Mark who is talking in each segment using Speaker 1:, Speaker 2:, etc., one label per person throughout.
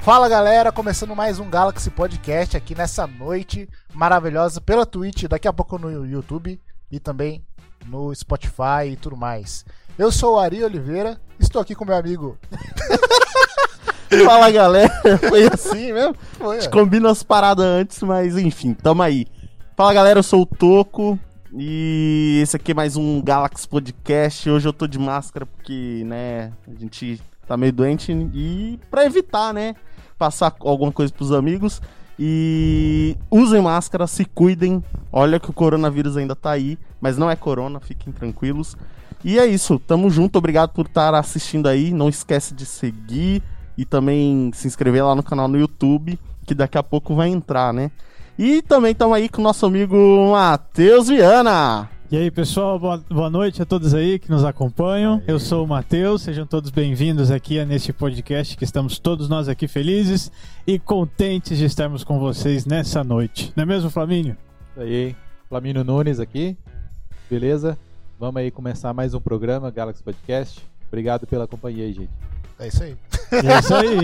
Speaker 1: Fala galera, começando mais um Galaxy Podcast aqui nessa noite maravilhosa pela Twitch, daqui a pouco no YouTube e também no Spotify e tudo mais. Eu sou o Ari Oliveira, estou aqui com meu amigo.
Speaker 2: Fala galera, foi assim mesmo?
Speaker 1: Foi, é.
Speaker 2: A
Speaker 1: ó.
Speaker 2: gente combina as paradas antes, mas enfim, tamo aí. Fala galera, eu sou o Toco e esse aqui é mais um Galaxy Podcast. Hoje eu tô de máscara porque, né, a gente tá meio doente e pra evitar, né, passar alguma coisa pros amigos. E usem máscara, se cuidem. Olha que o coronavírus ainda tá aí, mas não é corona, fiquem tranquilos. E é isso, tamo junto, obrigado por estar assistindo aí. Não esquece de seguir e também se inscrever lá no canal no YouTube, que daqui a pouco vai entrar, né? E também estamos aí com o nosso amigo Matheus Viana.
Speaker 3: E aí, pessoal, boa, boa noite a todos aí que nos acompanham. Eu sou o Matheus, sejam todos bem-vindos aqui a neste podcast que estamos todos nós aqui felizes e contentes de estarmos com vocês nessa noite. Não é mesmo, Flamínio?
Speaker 4: Isso aí, Flamínio Nunes aqui, beleza? Vamos aí começar mais um programa, Galaxy Podcast. Obrigado pela companhia aí, gente.
Speaker 1: É isso aí.
Speaker 3: E é isso aí.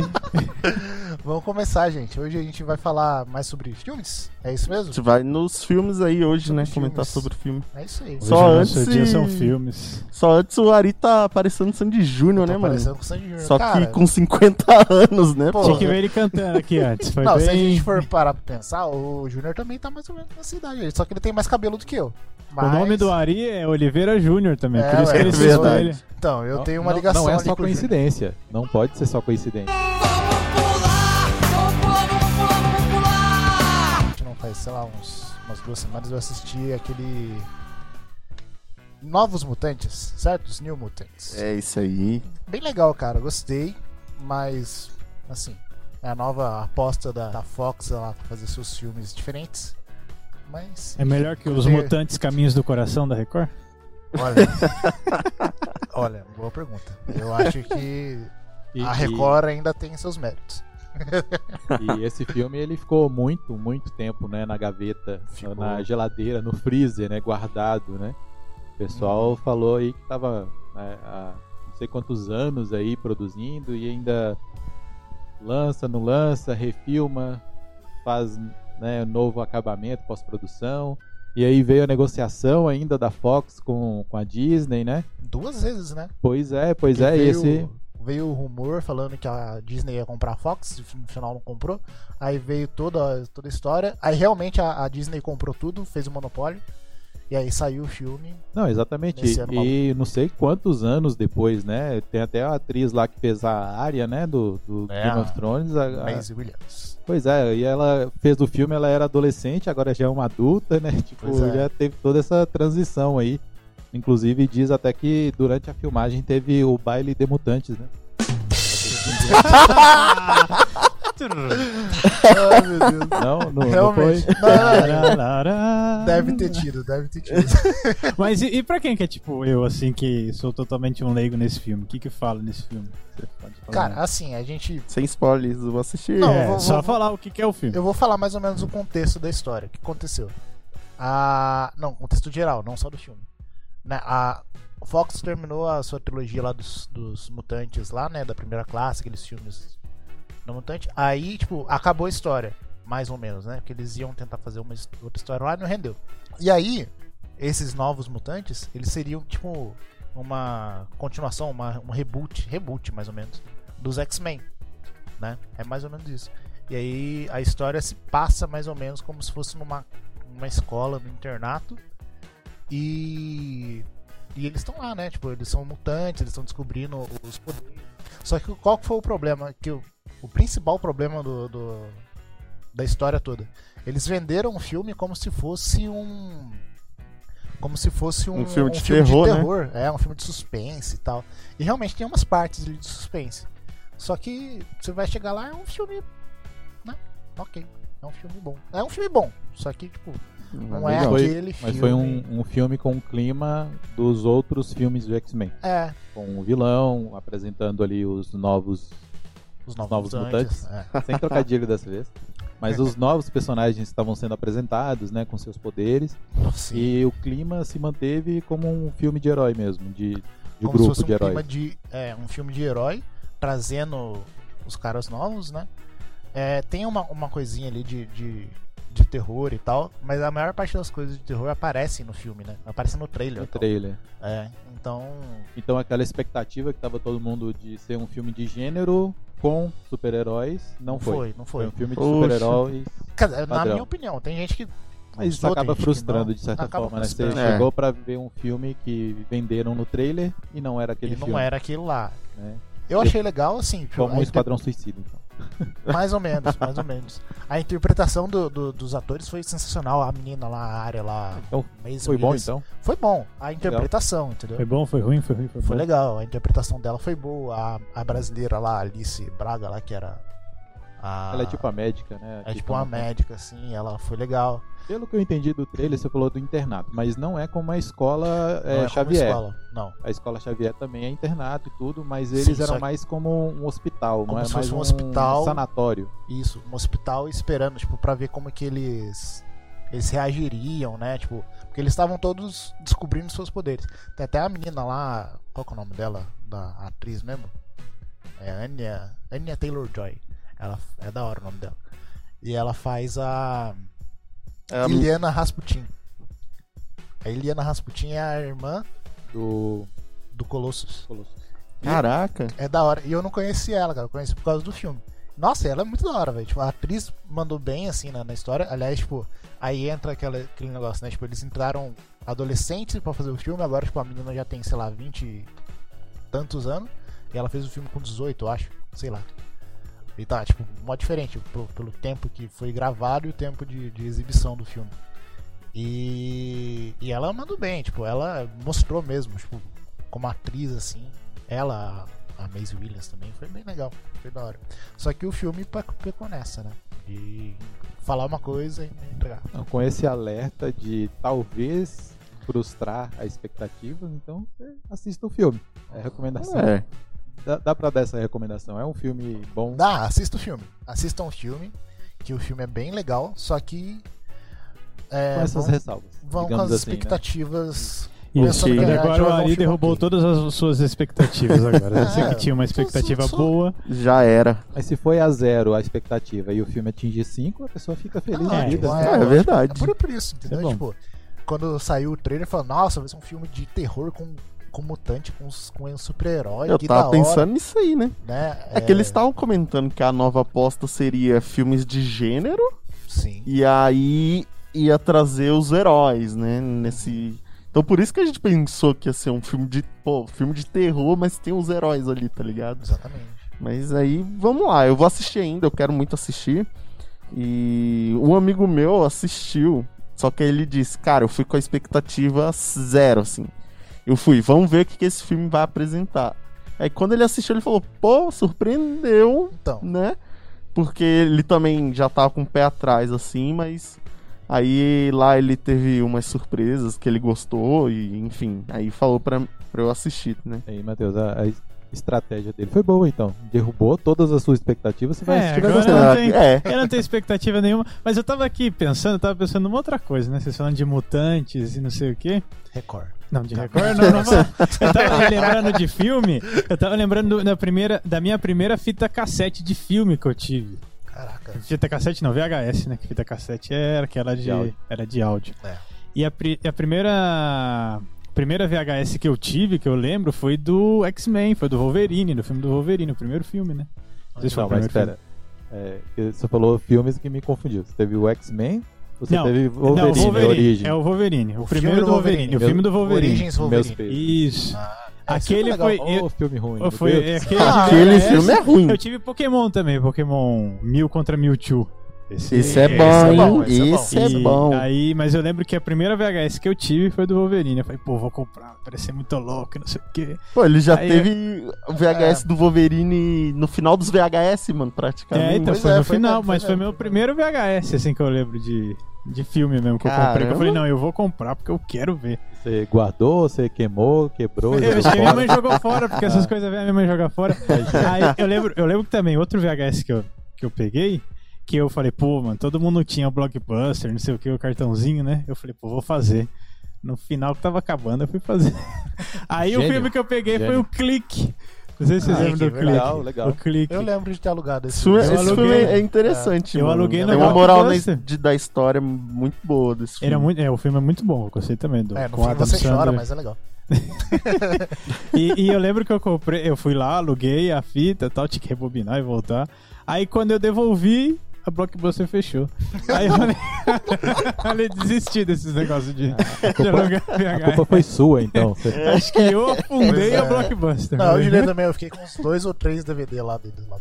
Speaker 1: Vamos começar, gente. Hoje a gente vai falar mais sobre filmes. É isso
Speaker 2: A
Speaker 1: mesmo?
Speaker 2: gente vai nos filmes aí hoje,
Speaker 1: Sobre
Speaker 2: né?
Speaker 1: filmes.
Speaker 2: Comentar sobre o filme.
Speaker 1: É isso aí.
Speaker 2: Só
Speaker 3: Hoje o
Speaker 2: antes
Speaker 3: nosso dia
Speaker 2: e-
Speaker 3: são filmes.
Speaker 2: Só antes o Ari tá parecendo Sandy Júnior, né,
Speaker 1: Tô
Speaker 2: mano?
Speaker 1: parecendo com o Sandy Júnior.
Speaker 2: Só
Speaker 1: Tá Cara,
Speaker 2: que com 50 anos, né?
Speaker 1: Pô,
Speaker 2: pô?
Speaker 3: Tinha que ver ele cantando aqui antes. Foi
Speaker 1: Não, se a
Speaker 3: bem-
Speaker 1: gente for parar pra pensar, o Júnior também tá mais ou menos nessa idade. aí, Só que ele tem mais cabelo do que eu.
Speaker 3: O nome do Ari é Oliveira Júnior também,
Speaker 1: É,
Speaker 3: por isso que
Speaker 1: ué,
Speaker 3: ele se
Speaker 2: é verdade.
Speaker 3: espelha.
Speaker 1: Então, eu
Speaker 4: Não-
Speaker 1: tenho uma
Speaker 4: não-
Speaker 1: ligação
Speaker 4: Não é
Speaker 1: ali
Speaker 4: só
Speaker 1: com o Júnior.
Speaker 4: coincidência, não pode ser só coincidência.
Speaker 5: Vamos pular, vamos pular, vamos pular, vamos pular.
Speaker 1: gente não faz, sei lá, uns, umas duas semanas eu assisti aquele. Novos Mutantes, certo? Os New Mutants.
Speaker 2: É isso aí.
Speaker 1: Bem legal, cara, gostei, mas. Assim, é a nova aposta da, da Fox ela fazer seus filmes diferentes. Mas.
Speaker 3: É melhor que os
Speaker 1: Sim.
Speaker 3: Mutantes Caminhos do Coração da Record?
Speaker 1: Olha. olha, boa pergunta. Eu acho que
Speaker 4: E-
Speaker 1: a Record ainda tem seus méritos.
Speaker 4: E, e esse filme ele ficou muito, muito tempo, né, na gaveta,
Speaker 1: Ficou.
Speaker 4: na geladeira, no freezer, né, guardado, né. O
Speaker 1: Uhum.
Speaker 4: pessoal falou aí que tava né, há não sei quantos anos aí produzindo e ainda lança, não lança, refilma, faz né, novo acabamento, pós-produção. E aí veio a negociação ainda da Fox com, com a Disney, né?
Speaker 1: Duas vezes, né?
Speaker 4: Pois é, pois é,
Speaker 1: veio,
Speaker 4: esse.
Speaker 1: Veio o rumor falando que a Disney ia comprar a Fox, no final não comprou. Aí veio toda, toda a história. Aí realmente a, a Disney comprou tudo, fez o monopólio. E aí saiu o filme.
Speaker 4: Não, exatamente.
Speaker 1: Nesse ano
Speaker 4: E não sei quantos anos depois, né? Tem até a atriz lá que fez a área, né? Do, do
Speaker 1: É,
Speaker 4: Game of Thrones. a- a-
Speaker 1: Maisie Williams.
Speaker 4: Pois é, e ela fez o filme, ela era adolescente, agora já é uma adulta, né? Tipo,
Speaker 1: Pois é.
Speaker 4: já teve toda essa transição aí. Inclusive, diz até que durante a filmagem teve o baile de mutantes, né?
Speaker 1: Ai, meu Deus.
Speaker 4: Não, não, não foi.
Speaker 1: Realmente. Não, não, não.
Speaker 3: Tarará.
Speaker 1: Deve ter tido, deve ter tido.
Speaker 3: Mas e, e pra quem que é tipo eu, assim, que sou totalmente um leigo nesse filme? O que que fala nesse filme? Você pode falar.
Speaker 1: Cara, assim, a gente.
Speaker 2: Sem spoilers, eu vou assistir.
Speaker 1: Não,
Speaker 3: é,
Speaker 1: vou-
Speaker 3: só
Speaker 1: vou-
Speaker 3: falar o que que é o filme.
Speaker 1: Eu vou falar mais ou menos o contexto da história, o que aconteceu. A... Não, contexto geral, não só do filme. Né, A Fox terminou a sua trilogia lá dos, dos mutantes lá, né? Da primeira classe, aqueles filmes do mutante. Aí, tipo, acabou a história, mais ou menos, né? Porque eles iam tentar fazer uma his- outra história lá e não rendeu. E aí, esses novos mutantes, eles seriam, tipo, uma continuação, uma, um reboot, reboot mais ou menos, dos X-Men, né? É mais ou menos isso. E aí a história se passa mais ou menos como se fosse numa uma escola, num internato. E e eles estão lá, né? Tipo, eles são mutantes, eles estão descobrindo os poderes. Só que qual que foi o problema? Que o, o principal problema do, do- da história toda. Eles venderam o filme como se fosse um como se fosse um,
Speaker 2: Um filme de terror, né?
Speaker 1: terror. é um filme de suspense e tal. E realmente tem umas partes ali de suspense. Só que você vai chegar lá é um filme né? Ok. É um filme bom. É um filme bom. Só que, tipo, não, é
Speaker 2: legal.
Speaker 4: Foi-
Speaker 1: aquele filme.
Speaker 4: Mas foi um, um filme com o clima dos outros filmes do X-Men.
Speaker 1: É,
Speaker 4: Com o vilão, apresentando ali os novos
Speaker 1: os novos,
Speaker 4: Novos
Speaker 1: mutantes. é.
Speaker 4: Sem trocadilho dessa vez. Mas os novos personagens estavam sendo apresentados, né? Com seus poderes.
Speaker 1: Nossa,
Speaker 4: é. E o clima se manteve como um filme de herói mesmo, de, de
Speaker 1: como se
Speaker 4: grupo
Speaker 1: fosse um
Speaker 4: de herói.
Speaker 1: clima de. É, um filme de herói, trazendo os caras novos, né? É, tem uma, uma coisinha ali de, de, de terror e tal, mas a maior parte das coisas de terror aparecem no filme, né? Aparecem no trailer.
Speaker 4: no
Speaker 1: então.
Speaker 4: um trailer.
Speaker 1: É, então.
Speaker 4: Então aquela expectativa que tava todo mundo de ser um filme de gênero com super-heróis, não foi.
Speaker 1: não
Speaker 4: Foi
Speaker 1: foi.
Speaker 4: um filme de
Speaker 2: Poxa.
Speaker 4: super-heróis.
Speaker 1: Quer dizer, na
Speaker 4: Padrão.
Speaker 1: minha opinião, tem gente que.
Speaker 4: Mas isso
Speaker 1: gostou, tem
Speaker 4: acaba
Speaker 1: gente que
Speaker 4: frustrando
Speaker 1: não.
Speaker 4: de certa
Speaker 1: Acaba
Speaker 4: forma, né? Você
Speaker 1: frustrando.
Speaker 2: É.
Speaker 4: chegou pra ver um filme que venderam no trailer e não era aquele
Speaker 1: E não
Speaker 4: filme.
Speaker 1: era aquilo lá.
Speaker 4: Né?
Speaker 1: Eu achei legal, assim, tipo,
Speaker 4: Como
Speaker 1: a
Speaker 4: um
Speaker 1: inter-
Speaker 4: Esquadrão Suicida, então.
Speaker 1: mais ou menos, mais ou menos. A interpretação do- do- dos atores foi sensacional. A menina lá, a área lá,
Speaker 4: Então,
Speaker 1: Maisie
Speaker 4: Foi bom
Speaker 1: Williams.
Speaker 4: então?
Speaker 1: Foi bom, a interpretação, entendeu?
Speaker 3: Foi bom, foi ruim, foi ruim, foi,
Speaker 1: Foi
Speaker 3: bom.
Speaker 1: legal, a interpretação dela foi boa. A, a brasileira lá, Alice Braga, lá que era. a-
Speaker 4: Ela é tipo a médica, né?
Speaker 1: é tipo uma médica, assim, ela foi legal.
Speaker 4: Pelo que eu entendi do trailer, você falou do internato, mas não é como a escola
Speaker 1: Não é
Speaker 4: eh,
Speaker 1: como
Speaker 4: Xavier.
Speaker 1: escola, não.
Speaker 4: A escola Xavier também é internato e tudo, mas eles
Speaker 1: Sim,
Speaker 4: eram
Speaker 1: só-
Speaker 4: mais como um hospital,
Speaker 1: Como
Speaker 4: não é
Speaker 1: se
Speaker 4: mais
Speaker 1: fosse um hospital.
Speaker 4: sanatório.
Speaker 1: Isso, um hospital esperando, tipo, pra ver como que eles. Eles reagiriam, né? Tipo, porque eles estavam todos descobrindo seus poderes. Tem até a menina lá, qual que é o nome dela? Da atriz mesmo? É Anya. Anya Taylor Joy. Ela, é da hora o nome dela. E ela faz a.
Speaker 2: É,
Speaker 1: Iliana Rasputin. A Iliana Rasputin é a irmã
Speaker 4: Do.
Speaker 1: do Colossus.
Speaker 2: Caraca.
Speaker 1: É da hora. E eu não conheci ela, cara. Eu conheci por causa do filme. Nossa, ela é muito da hora, velho. Tipo, a atriz mandou bem, assim, na, na história. Aliás, tipo, aí entra aquela- aquele negócio, né? Tipo, eles entraram adolescentes pra fazer o filme. Agora, tipo, a menina já tem, sei lá, 20 e tantos anos. E ela fez o filme com 18, eu acho. Sei lá. E tá, tipo, mó diferente pro- pelo tempo que foi gravado e o tempo de, de exibição do filme. E, e ela mandou bem, tipo, ela mostrou mesmo, tipo, como atriz, assim. Ela, a Maisie Williams também, foi bem legal, foi da hora. Só que o filme pe- pecou nessa, né? De falar uma coisa e não entregar.
Speaker 4: Não, Então, com esse alerta de talvez frustrar a expectativa, então você assista o filme. É a recomendação.
Speaker 2: É.
Speaker 4: Dá, dá pra dar essa recomendação. É um filme bom.
Speaker 1: Dá, Ah, assista o filme. Assistam o filme, que o filme é bem legal, só que. é,
Speaker 4: com essas
Speaker 1: vão,
Speaker 4: ressalvas.
Speaker 1: vão com
Speaker 4: digamos
Speaker 1: as
Speaker 4: assim, né?
Speaker 1: expectativas.
Speaker 3: Isso,
Speaker 2: Pensando que
Speaker 3: mas
Speaker 1: a
Speaker 3: agora
Speaker 1: gente
Speaker 3: o
Speaker 1: vai
Speaker 3: Ari
Speaker 1: voltar
Speaker 3: derrubou
Speaker 1: aqui.
Speaker 3: todas as suas expectativas agora. Você
Speaker 1: É,
Speaker 3: que tinha uma
Speaker 1: sou-
Speaker 3: expectativa
Speaker 1: sou- sou-
Speaker 3: boa.
Speaker 2: Já era.
Speaker 4: Mas se foi a zero a expectativa e o filme atingir cinco, a pessoa fica feliz
Speaker 1: Não,
Speaker 4: na
Speaker 3: é,
Speaker 4: vida.
Speaker 1: tipo,
Speaker 2: É,
Speaker 1: lógico.
Speaker 2: verdade.
Speaker 1: É por, por isso, entendeu?
Speaker 3: É bom.
Speaker 1: tipo, quando saiu o trailer, falou, nossa, vai ser um filme de terror com, com mutante, com, os- com um super-herói,
Speaker 2: Eu
Speaker 1: que da
Speaker 2: tava
Speaker 1: hora,
Speaker 2: pensando nisso aí, né?
Speaker 1: né?
Speaker 2: É que eles estavam comentando que a nova aposta seria filmes de gênero
Speaker 1: É, Sim.
Speaker 2: e aí ia trazer os heróis, né? Nesse. Então por isso que a gente pensou que ia ser um filme de. Pô, filme de terror, mas tem os heróis ali, tá ligado?
Speaker 1: Exatamente.
Speaker 2: Mas aí, vamos lá, eu vou assistir ainda, eu quero muito assistir. E um amigo meu assistiu, só que aí ele disse, cara, eu fui com a expectativa zero, assim. Eu fui, vamos ver o que, que esse filme vai apresentar. Aí quando ele assistiu, ele falou, pô, surpreendeu,
Speaker 1: Então,
Speaker 2: né? Porque ele também já tava com o pé atrás, assim, mas. Aí lá ele teve umas surpresas que ele gostou, e enfim, aí falou pra, pra eu assistir, né?
Speaker 4: Aí, Matheus, a, a estratégia dele foi boa, então. Derrubou todas as suas expectativas, você vai
Speaker 3: É,
Speaker 4: assistir. vai
Speaker 3: agora-
Speaker 4: gostar.
Speaker 3: não tem-
Speaker 2: É,
Speaker 3: Eu não tenho expectativa nenhuma, mas eu tava aqui pensando, eu tava pensando numa outra coisa, né? Vocês falando de mutantes e não sei o quê.
Speaker 1: Record.
Speaker 3: Não, de Record não, não vou. Eu tava lembrando de filme, eu tava lembrando da, primeira, da minha primeira fita cassete de filme que eu tive.
Speaker 1: Caraca.
Speaker 3: Fita cassete não, VHS, né? Que fita cassete era aquela de,
Speaker 4: De áudio.
Speaker 3: era de áudio.
Speaker 1: É.
Speaker 3: E a, pri- a primeira primeira VHS que eu tive, que eu lembro, foi do X-Men, foi do Wolverine, do filme do Wolverine, o primeiro filme, né? Não sei se foi
Speaker 4: Não,
Speaker 3: o
Speaker 4: mas
Speaker 3: primeiro filme.
Speaker 4: espera. É, que você falou filmes que me confundiu. Você teve o X-Men, você
Speaker 3: Não,
Speaker 4: teve
Speaker 3: não, o
Speaker 4: Wolverine, Origem.
Speaker 3: É o Wolverine, o,
Speaker 1: O
Speaker 3: primeiro
Speaker 1: filme
Speaker 3: do
Speaker 1: do
Speaker 3: Wolverine,
Speaker 1: Wolverine.
Speaker 3: o filme do Wolverine.
Speaker 1: Origins
Speaker 4: Meus
Speaker 1: Wolverine.
Speaker 4: peitos.
Speaker 3: Isso.
Speaker 1: Ah, esse
Speaker 3: Aquele
Speaker 1: legal.
Speaker 3: foi.
Speaker 4: Ô, filme
Speaker 3: eu-
Speaker 4: ruim. Oh,
Speaker 3: oh,
Speaker 4: meu
Speaker 3: foi é
Speaker 4: Deus.
Speaker 3: aquele
Speaker 1: Ah,
Speaker 2: aquele
Speaker 3: VHS.
Speaker 2: filme é ruim.
Speaker 3: Eu tive Pokémon também, Pokémon Mil contra Mewtwo.
Speaker 2: Isso é
Speaker 1: é
Speaker 2: bom,
Speaker 1: bom,
Speaker 2: hein? Isso
Speaker 1: esse
Speaker 2: é
Speaker 3: E
Speaker 2: bom.
Speaker 3: Aí, mas eu lembro que a primeira VHS que eu tive foi do Wolverine. Eu falei, pô, vou comprar, parece muito louco, não sei o quê.
Speaker 2: Pô, ele já
Speaker 3: aí-
Speaker 2: teve o VHS do Wolverine no final dos VHS, mano,
Speaker 3: é,
Speaker 2: praticamente.
Speaker 3: então
Speaker 1: pois
Speaker 3: foi
Speaker 1: é,
Speaker 3: no
Speaker 1: foi
Speaker 3: final,
Speaker 1: mesmo,
Speaker 3: mas
Speaker 1: foi
Speaker 3: foi
Speaker 1: mesmo,
Speaker 3: meu
Speaker 1: foi
Speaker 3: primeiro VHS, assim, que eu lembro de, de filme mesmo que eu comprei. Que eu
Speaker 2: Caramba.
Speaker 3: falei, não, eu vou comprar porque eu quero ver.
Speaker 4: Você guardou, você queimou, quebrou,
Speaker 3: Eu
Speaker 4: jogou
Speaker 3: acho que É, minha
Speaker 4: fora.
Speaker 3: mãe jogou fora, porque
Speaker 1: Ah.
Speaker 3: essas coisas vêm a minha mãe jogar fora.
Speaker 1: É,
Speaker 3: Aí eu lembro, eu lembro que também, outro VHS que eu, que eu peguei, que eu falei, pô, mano, todo mundo tinha o Blockbuster, não sei o que, o cartãozinho, né? Eu falei, pô, vou fazer. No final que tava acabando, eu fui fazer. Aí o
Speaker 4: Gênio.
Speaker 3: filme que eu peguei foi
Speaker 4: Gênio.
Speaker 3: o Clique. Não sei se vocês
Speaker 1: Ah,
Speaker 3: lembram do
Speaker 1: que legal,
Speaker 3: clique.
Speaker 4: legal.
Speaker 3: O clique.
Speaker 1: Eu lembro de ter alugado esse
Speaker 2: Isso é-
Speaker 1: filme.
Speaker 3: Eu
Speaker 2: esse filme
Speaker 3: aluguei.
Speaker 2: é interessante,
Speaker 3: Eu
Speaker 2: mano.
Speaker 3: aluguei no
Speaker 2: Tem uma
Speaker 3: Rock
Speaker 2: moral na-
Speaker 3: Buster.
Speaker 2: de- da história muito boa desse filme.
Speaker 3: Era muito, é, o filme é muito bom, eu gostei também do
Speaker 1: É,
Speaker 2: né?
Speaker 1: no
Speaker 3: com
Speaker 1: fim
Speaker 3: Adam
Speaker 1: você chora,
Speaker 3: Sandler.
Speaker 1: mas é legal.
Speaker 3: E, e eu lembro que eu comprei, eu fui lá, aluguei a fita e tal, tinha que rebobinar e voltar. Aí quando eu devolvi, a Blockbuster fechou. Aí eu falei, falei desisti desses negócios de, de alugar
Speaker 4: A
Speaker 3: VHS.
Speaker 4: culpa foi sua, então. Você-
Speaker 3: Acho que eu afundei a Blockbuster.
Speaker 1: Não, eu
Speaker 3: Falei,
Speaker 1: diria também, eu fiquei com uns dois ou três DVD lá deles lá.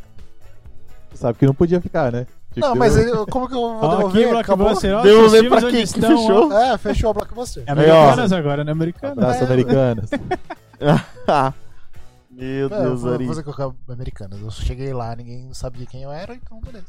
Speaker 4: sabe que não podia ficar, né? Tinha
Speaker 1: Não,
Speaker 4: que-
Speaker 1: mas eu- como que eu vou
Speaker 2: Ah,
Speaker 3: Ó, aqui,
Speaker 2: é
Speaker 1: devolver? Acabou?
Speaker 3: Blockbuster, ó,
Speaker 2: Devolver
Speaker 3: esses filmes
Speaker 2: pra
Speaker 3: onde
Speaker 2: quem que
Speaker 3: estão, ó.
Speaker 2: fechou?
Speaker 1: É, fechou a Blockbuster.
Speaker 3: É Americanas
Speaker 2: Aí,
Speaker 3: agora, né? Americanas.
Speaker 1: é
Speaker 4: Abraço
Speaker 1: um
Speaker 4: americanas.
Speaker 2: Tá. Meu
Speaker 1: É, eu
Speaker 2: Deus,
Speaker 1: vou
Speaker 2: Ari.
Speaker 1: vou fazer com a Americanas. Eu cheguei lá, ninguém sabia quem eu era, então beleza.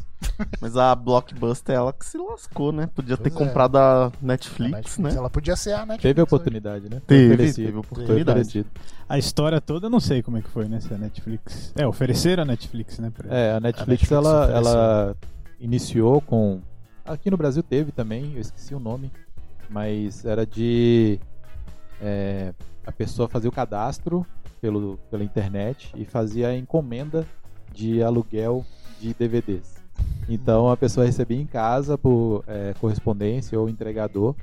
Speaker 2: Mas a Blockbuster, ela que se lascou, né? Podia ter
Speaker 1: Pois é.
Speaker 2: comprado a
Speaker 1: A
Speaker 2: Netflix,
Speaker 1: Netflix,
Speaker 2: né?
Speaker 1: Ela podia ser a Netflix.
Speaker 4: Teve a
Speaker 1: né?
Speaker 4: oportunidade, né? Foi
Speaker 2: Teve,
Speaker 4: oferecido.
Speaker 2: teve
Speaker 4: Foi
Speaker 2: oportunidade.
Speaker 4: oferecido.
Speaker 3: A história toda eu não sei como é que foi, né? Se a Netflix. É, ofereceram a Netflix, né? Pra...
Speaker 4: É, a Netflix,
Speaker 1: Netflix
Speaker 4: ela,
Speaker 1: ofereceu.
Speaker 4: ela iniciou com. Aqui no Brasil teve também, eu esqueci o nome, mas era de é, a pessoa fazia o cadastro pelo, pela internet e fazia a encomenda de aluguel de DVDs. Então a pessoa recebia em casa por é, correspondência ou entregador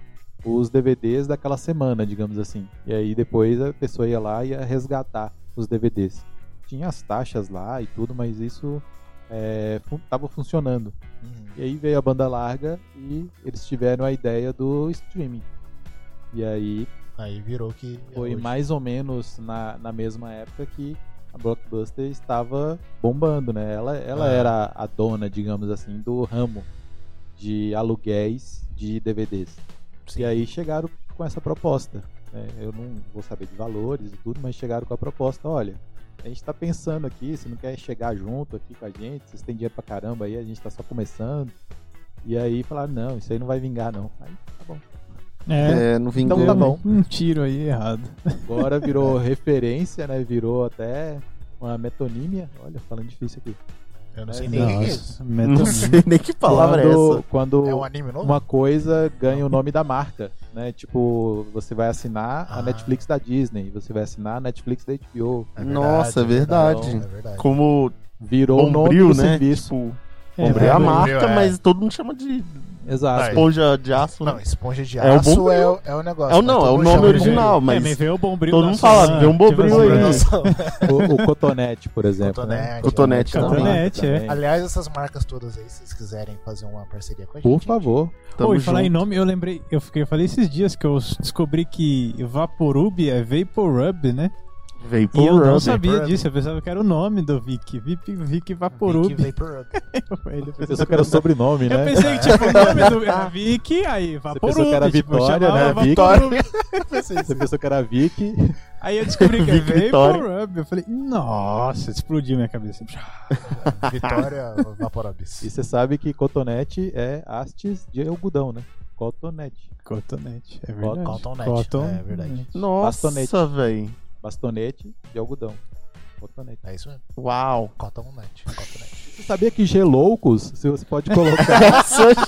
Speaker 4: os DVDs daquela semana, digamos assim. E aí depois a pessoa ia lá e ia resgatar os DVDs. Tinha as taxas lá e tudo, mas isso é, fun- tava funcionando.
Speaker 1: Uhum.
Speaker 4: E aí veio a banda larga e eles tiveram a ideia do streaming. E aí
Speaker 1: Aí virou que. é
Speaker 4: foi
Speaker 1: hoje.
Speaker 4: mais ou menos na, na mesma época que a Blockbuster estava bombando, né? Ela, ela
Speaker 1: Ah.
Speaker 4: era a dona, digamos assim, do ramo de aluguéis de DVDs.
Speaker 1: Sim.
Speaker 4: E aí chegaram com essa proposta. né? Eu não vou saber de valores e tudo, mas chegaram com a proposta, olha, a gente tá pensando aqui, você não quer chegar junto aqui com a gente, vocês têm dinheiro pra caramba aí, a gente tá só começando. E aí falaram, não, isso aí não vai vingar não. Aí, tá bom.
Speaker 3: É,
Speaker 2: É, não vingou.
Speaker 4: Então tá bom.
Speaker 3: Um tiro aí errado.
Speaker 4: Agora virou referência, né? Virou até uma metonímia. Olha, falando difícil aqui.
Speaker 1: Eu não sei nem o que que é isso.
Speaker 3: Nossa,
Speaker 2: Não
Speaker 3: meta-
Speaker 2: sei nem que palavra é
Speaker 4: quando
Speaker 2: essa.
Speaker 4: quando
Speaker 1: É um anime novo?
Speaker 4: uma coisa ganha o nome da marca, né? Tipo, você vai assinar a
Speaker 1: Ah.
Speaker 4: Netflix da Disney, você vai assinar a Netflix da HBO.
Speaker 1: É
Speaker 2: Nossa, é verdade.
Speaker 1: É verdade.
Speaker 2: Como
Speaker 4: Virou o nome
Speaker 2: Bombril,
Speaker 4: do
Speaker 2: né?
Speaker 4: serviço.
Speaker 2: Tipo,
Speaker 3: É,
Speaker 2: Bombril é a
Speaker 3: vai-
Speaker 1: Bombril,
Speaker 2: marca,
Speaker 1: é.
Speaker 2: mas todo mundo chama de
Speaker 1: Aí.
Speaker 4: Exato.
Speaker 2: esponja de aço,
Speaker 1: Não,
Speaker 2: né?
Speaker 1: esponja de
Speaker 2: É o
Speaker 1: aço
Speaker 2: bom-
Speaker 1: é, o, é o negócio.
Speaker 2: É o
Speaker 1: mas
Speaker 2: não,
Speaker 1: todo
Speaker 2: é o
Speaker 1: mundo
Speaker 2: nome
Speaker 1: chama de
Speaker 2: original,
Speaker 1: Bombril.
Speaker 2: mas
Speaker 3: É, mas vê o bombril
Speaker 2: todo
Speaker 3: na
Speaker 2: mundo fala,
Speaker 3: Solan,
Speaker 2: vê um bombril
Speaker 3: tipo assim,
Speaker 2: aí.
Speaker 3: né?
Speaker 4: O, o Cotonete, por exemplo. Né?
Speaker 1: Cotonete.
Speaker 2: Cotonete também.
Speaker 3: Cotonete, é.
Speaker 4: Também.
Speaker 1: Aliás, essas marcas todas aí, se vocês quiserem fazer uma parceria com a gente.
Speaker 4: Por favor.
Speaker 2: Tamo
Speaker 3: Pô, e falar em
Speaker 2: junto.
Speaker 3: nome, eu lembrei, eu fiquei, eu falei esses dias que eu descobri que Vaporub é Vaporub, né?
Speaker 2: Veio
Speaker 3: E eu não
Speaker 2: pro
Speaker 3: sabia
Speaker 1: Vaporub.
Speaker 3: disso, eu pensava que era o nome do Vic, Vic, Vic Vaporub.
Speaker 1: Vic Vaporub.
Speaker 3: Ele pensou-
Speaker 4: Eu só quero o sobrenome,
Speaker 3: Eu
Speaker 4: né?
Speaker 3: pensei que tipo, o nome do era Vic, aí
Speaker 4: pensou
Speaker 3: Vaporub,
Speaker 4: que era
Speaker 3: tipo,
Speaker 4: Vitória,
Speaker 3: chamava
Speaker 4: né? Vic.
Speaker 3: Vaporub.
Speaker 4: Você pensou que era a Vicky.
Speaker 3: Aí eu descobri que é
Speaker 2: Vic Vitória.
Speaker 3: Vaporub, eu falei, nossa, explodiu minha cabeça.
Speaker 1: Vitória Vaporubis.
Speaker 4: E você sabe que cotonete é hastes de algodão, né? Cotonete.
Speaker 3: Cotonete, é verdade.
Speaker 1: Cotonete, é verdade.
Speaker 2: Nossa,
Speaker 4: Bastonete.
Speaker 2: velho.
Speaker 4: Bastonete de algodão. Cotonete.
Speaker 1: É isso mesmo. um
Speaker 2: Uau.
Speaker 1: Cotonete. Cotonete.
Speaker 4: Você sabia que geloucos, se você pode colocar
Speaker 2: é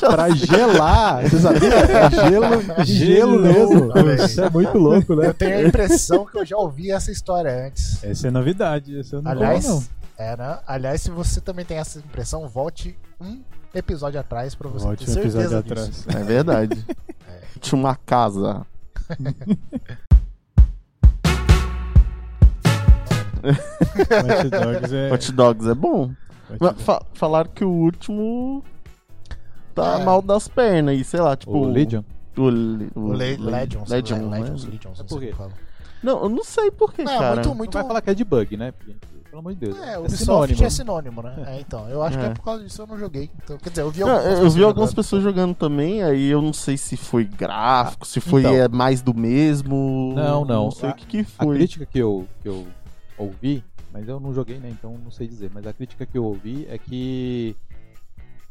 Speaker 4: pra gelar, você sabia? É gelo, gelo mesmo.
Speaker 1: Geloucos.
Speaker 4: Isso é muito louco, né?
Speaker 1: Eu tenho a impressão que eu já ouvi essa história antes.
Speaker 3: Essa é novidade, essa eu não
Speaker 1: Aliás,
Speaker 3: vou, não.
Speaker 1: é, né? Aliás, se você também tem essa impressão, volte um episódio atrás pra você
Speaker 3: Volte
Speaker 1: ter
Speaker 3: um episódio
Speaker 1: certeza disso.
Speaker 2: É
Speaker 3: atrás.
Speaker 2: verdade. Tinha uma casa.
Speaker 3: Watch Dogs é.
Speaker 2: Hot Dogs é bom.
Speaker 3: Watch
Speaker 2: Mas
Speaker 3: Dogs.
Speaker 2: fa- falaram que o último tá
Speaker 1: É.
Speaker 2: mal das pernas e sei lá, tipo.
Speaker 4: O Legion.
Speaker 2: O, Le- o
Speaker 1: O Le
Speaker 2: Le-
Speaker 1: Legends.
Speaker 2: Legion,
Speaker 1: Le-
Speaker 2: né?
Speaker 1: Legends. Legends.
Speaker 4: É
Speaker 1: não
Speaker 4: por
Speaker 1: sei
Speaker 4: quê?
Speaker 1: como fala.
Speaker 2: Não, eu não sei porquê,
Speaker 1: Não,
Speaker 2: cara.
Speaker 1: muito,
Speaker 4: Não
Speaker 1: muito.
Speaker 4: vai falar que é de bug, né? Pelo amor de Deus.
Speaker 1: É, o
Speaker 4: é
Speaker 1: Ubisoft
Speaker 4: sinônimo.
Speaker 1: é sinônimo, né? É, então. Eu acho que
Speaker 2: É.
Speaker 1: é por causa disso eu não joguei. Então, quer dizer, eu vi
Speaker 2: Não,
Speaker 1: algumas
Speaker 2: eu- eu
Speaker 1: pessoas
Speaker 2: vi algumas
Speaker 1: jogando.
Speaker 2: pessoas jogando também, aí eu não sei se foi gráfico, se foi
Speaker 4: então.
Speaker 2: é, mais do mesmo.
Speaker 4: Não, não.
Speaker 2: Não sei o que, que
Speaker 4: A
Speaker 2: foi.
Speaker 4: crítica que eu, que eu ouvi, mas eu não joguei, né? Então não sei dizer. Mas a crítica que eu ouvi é que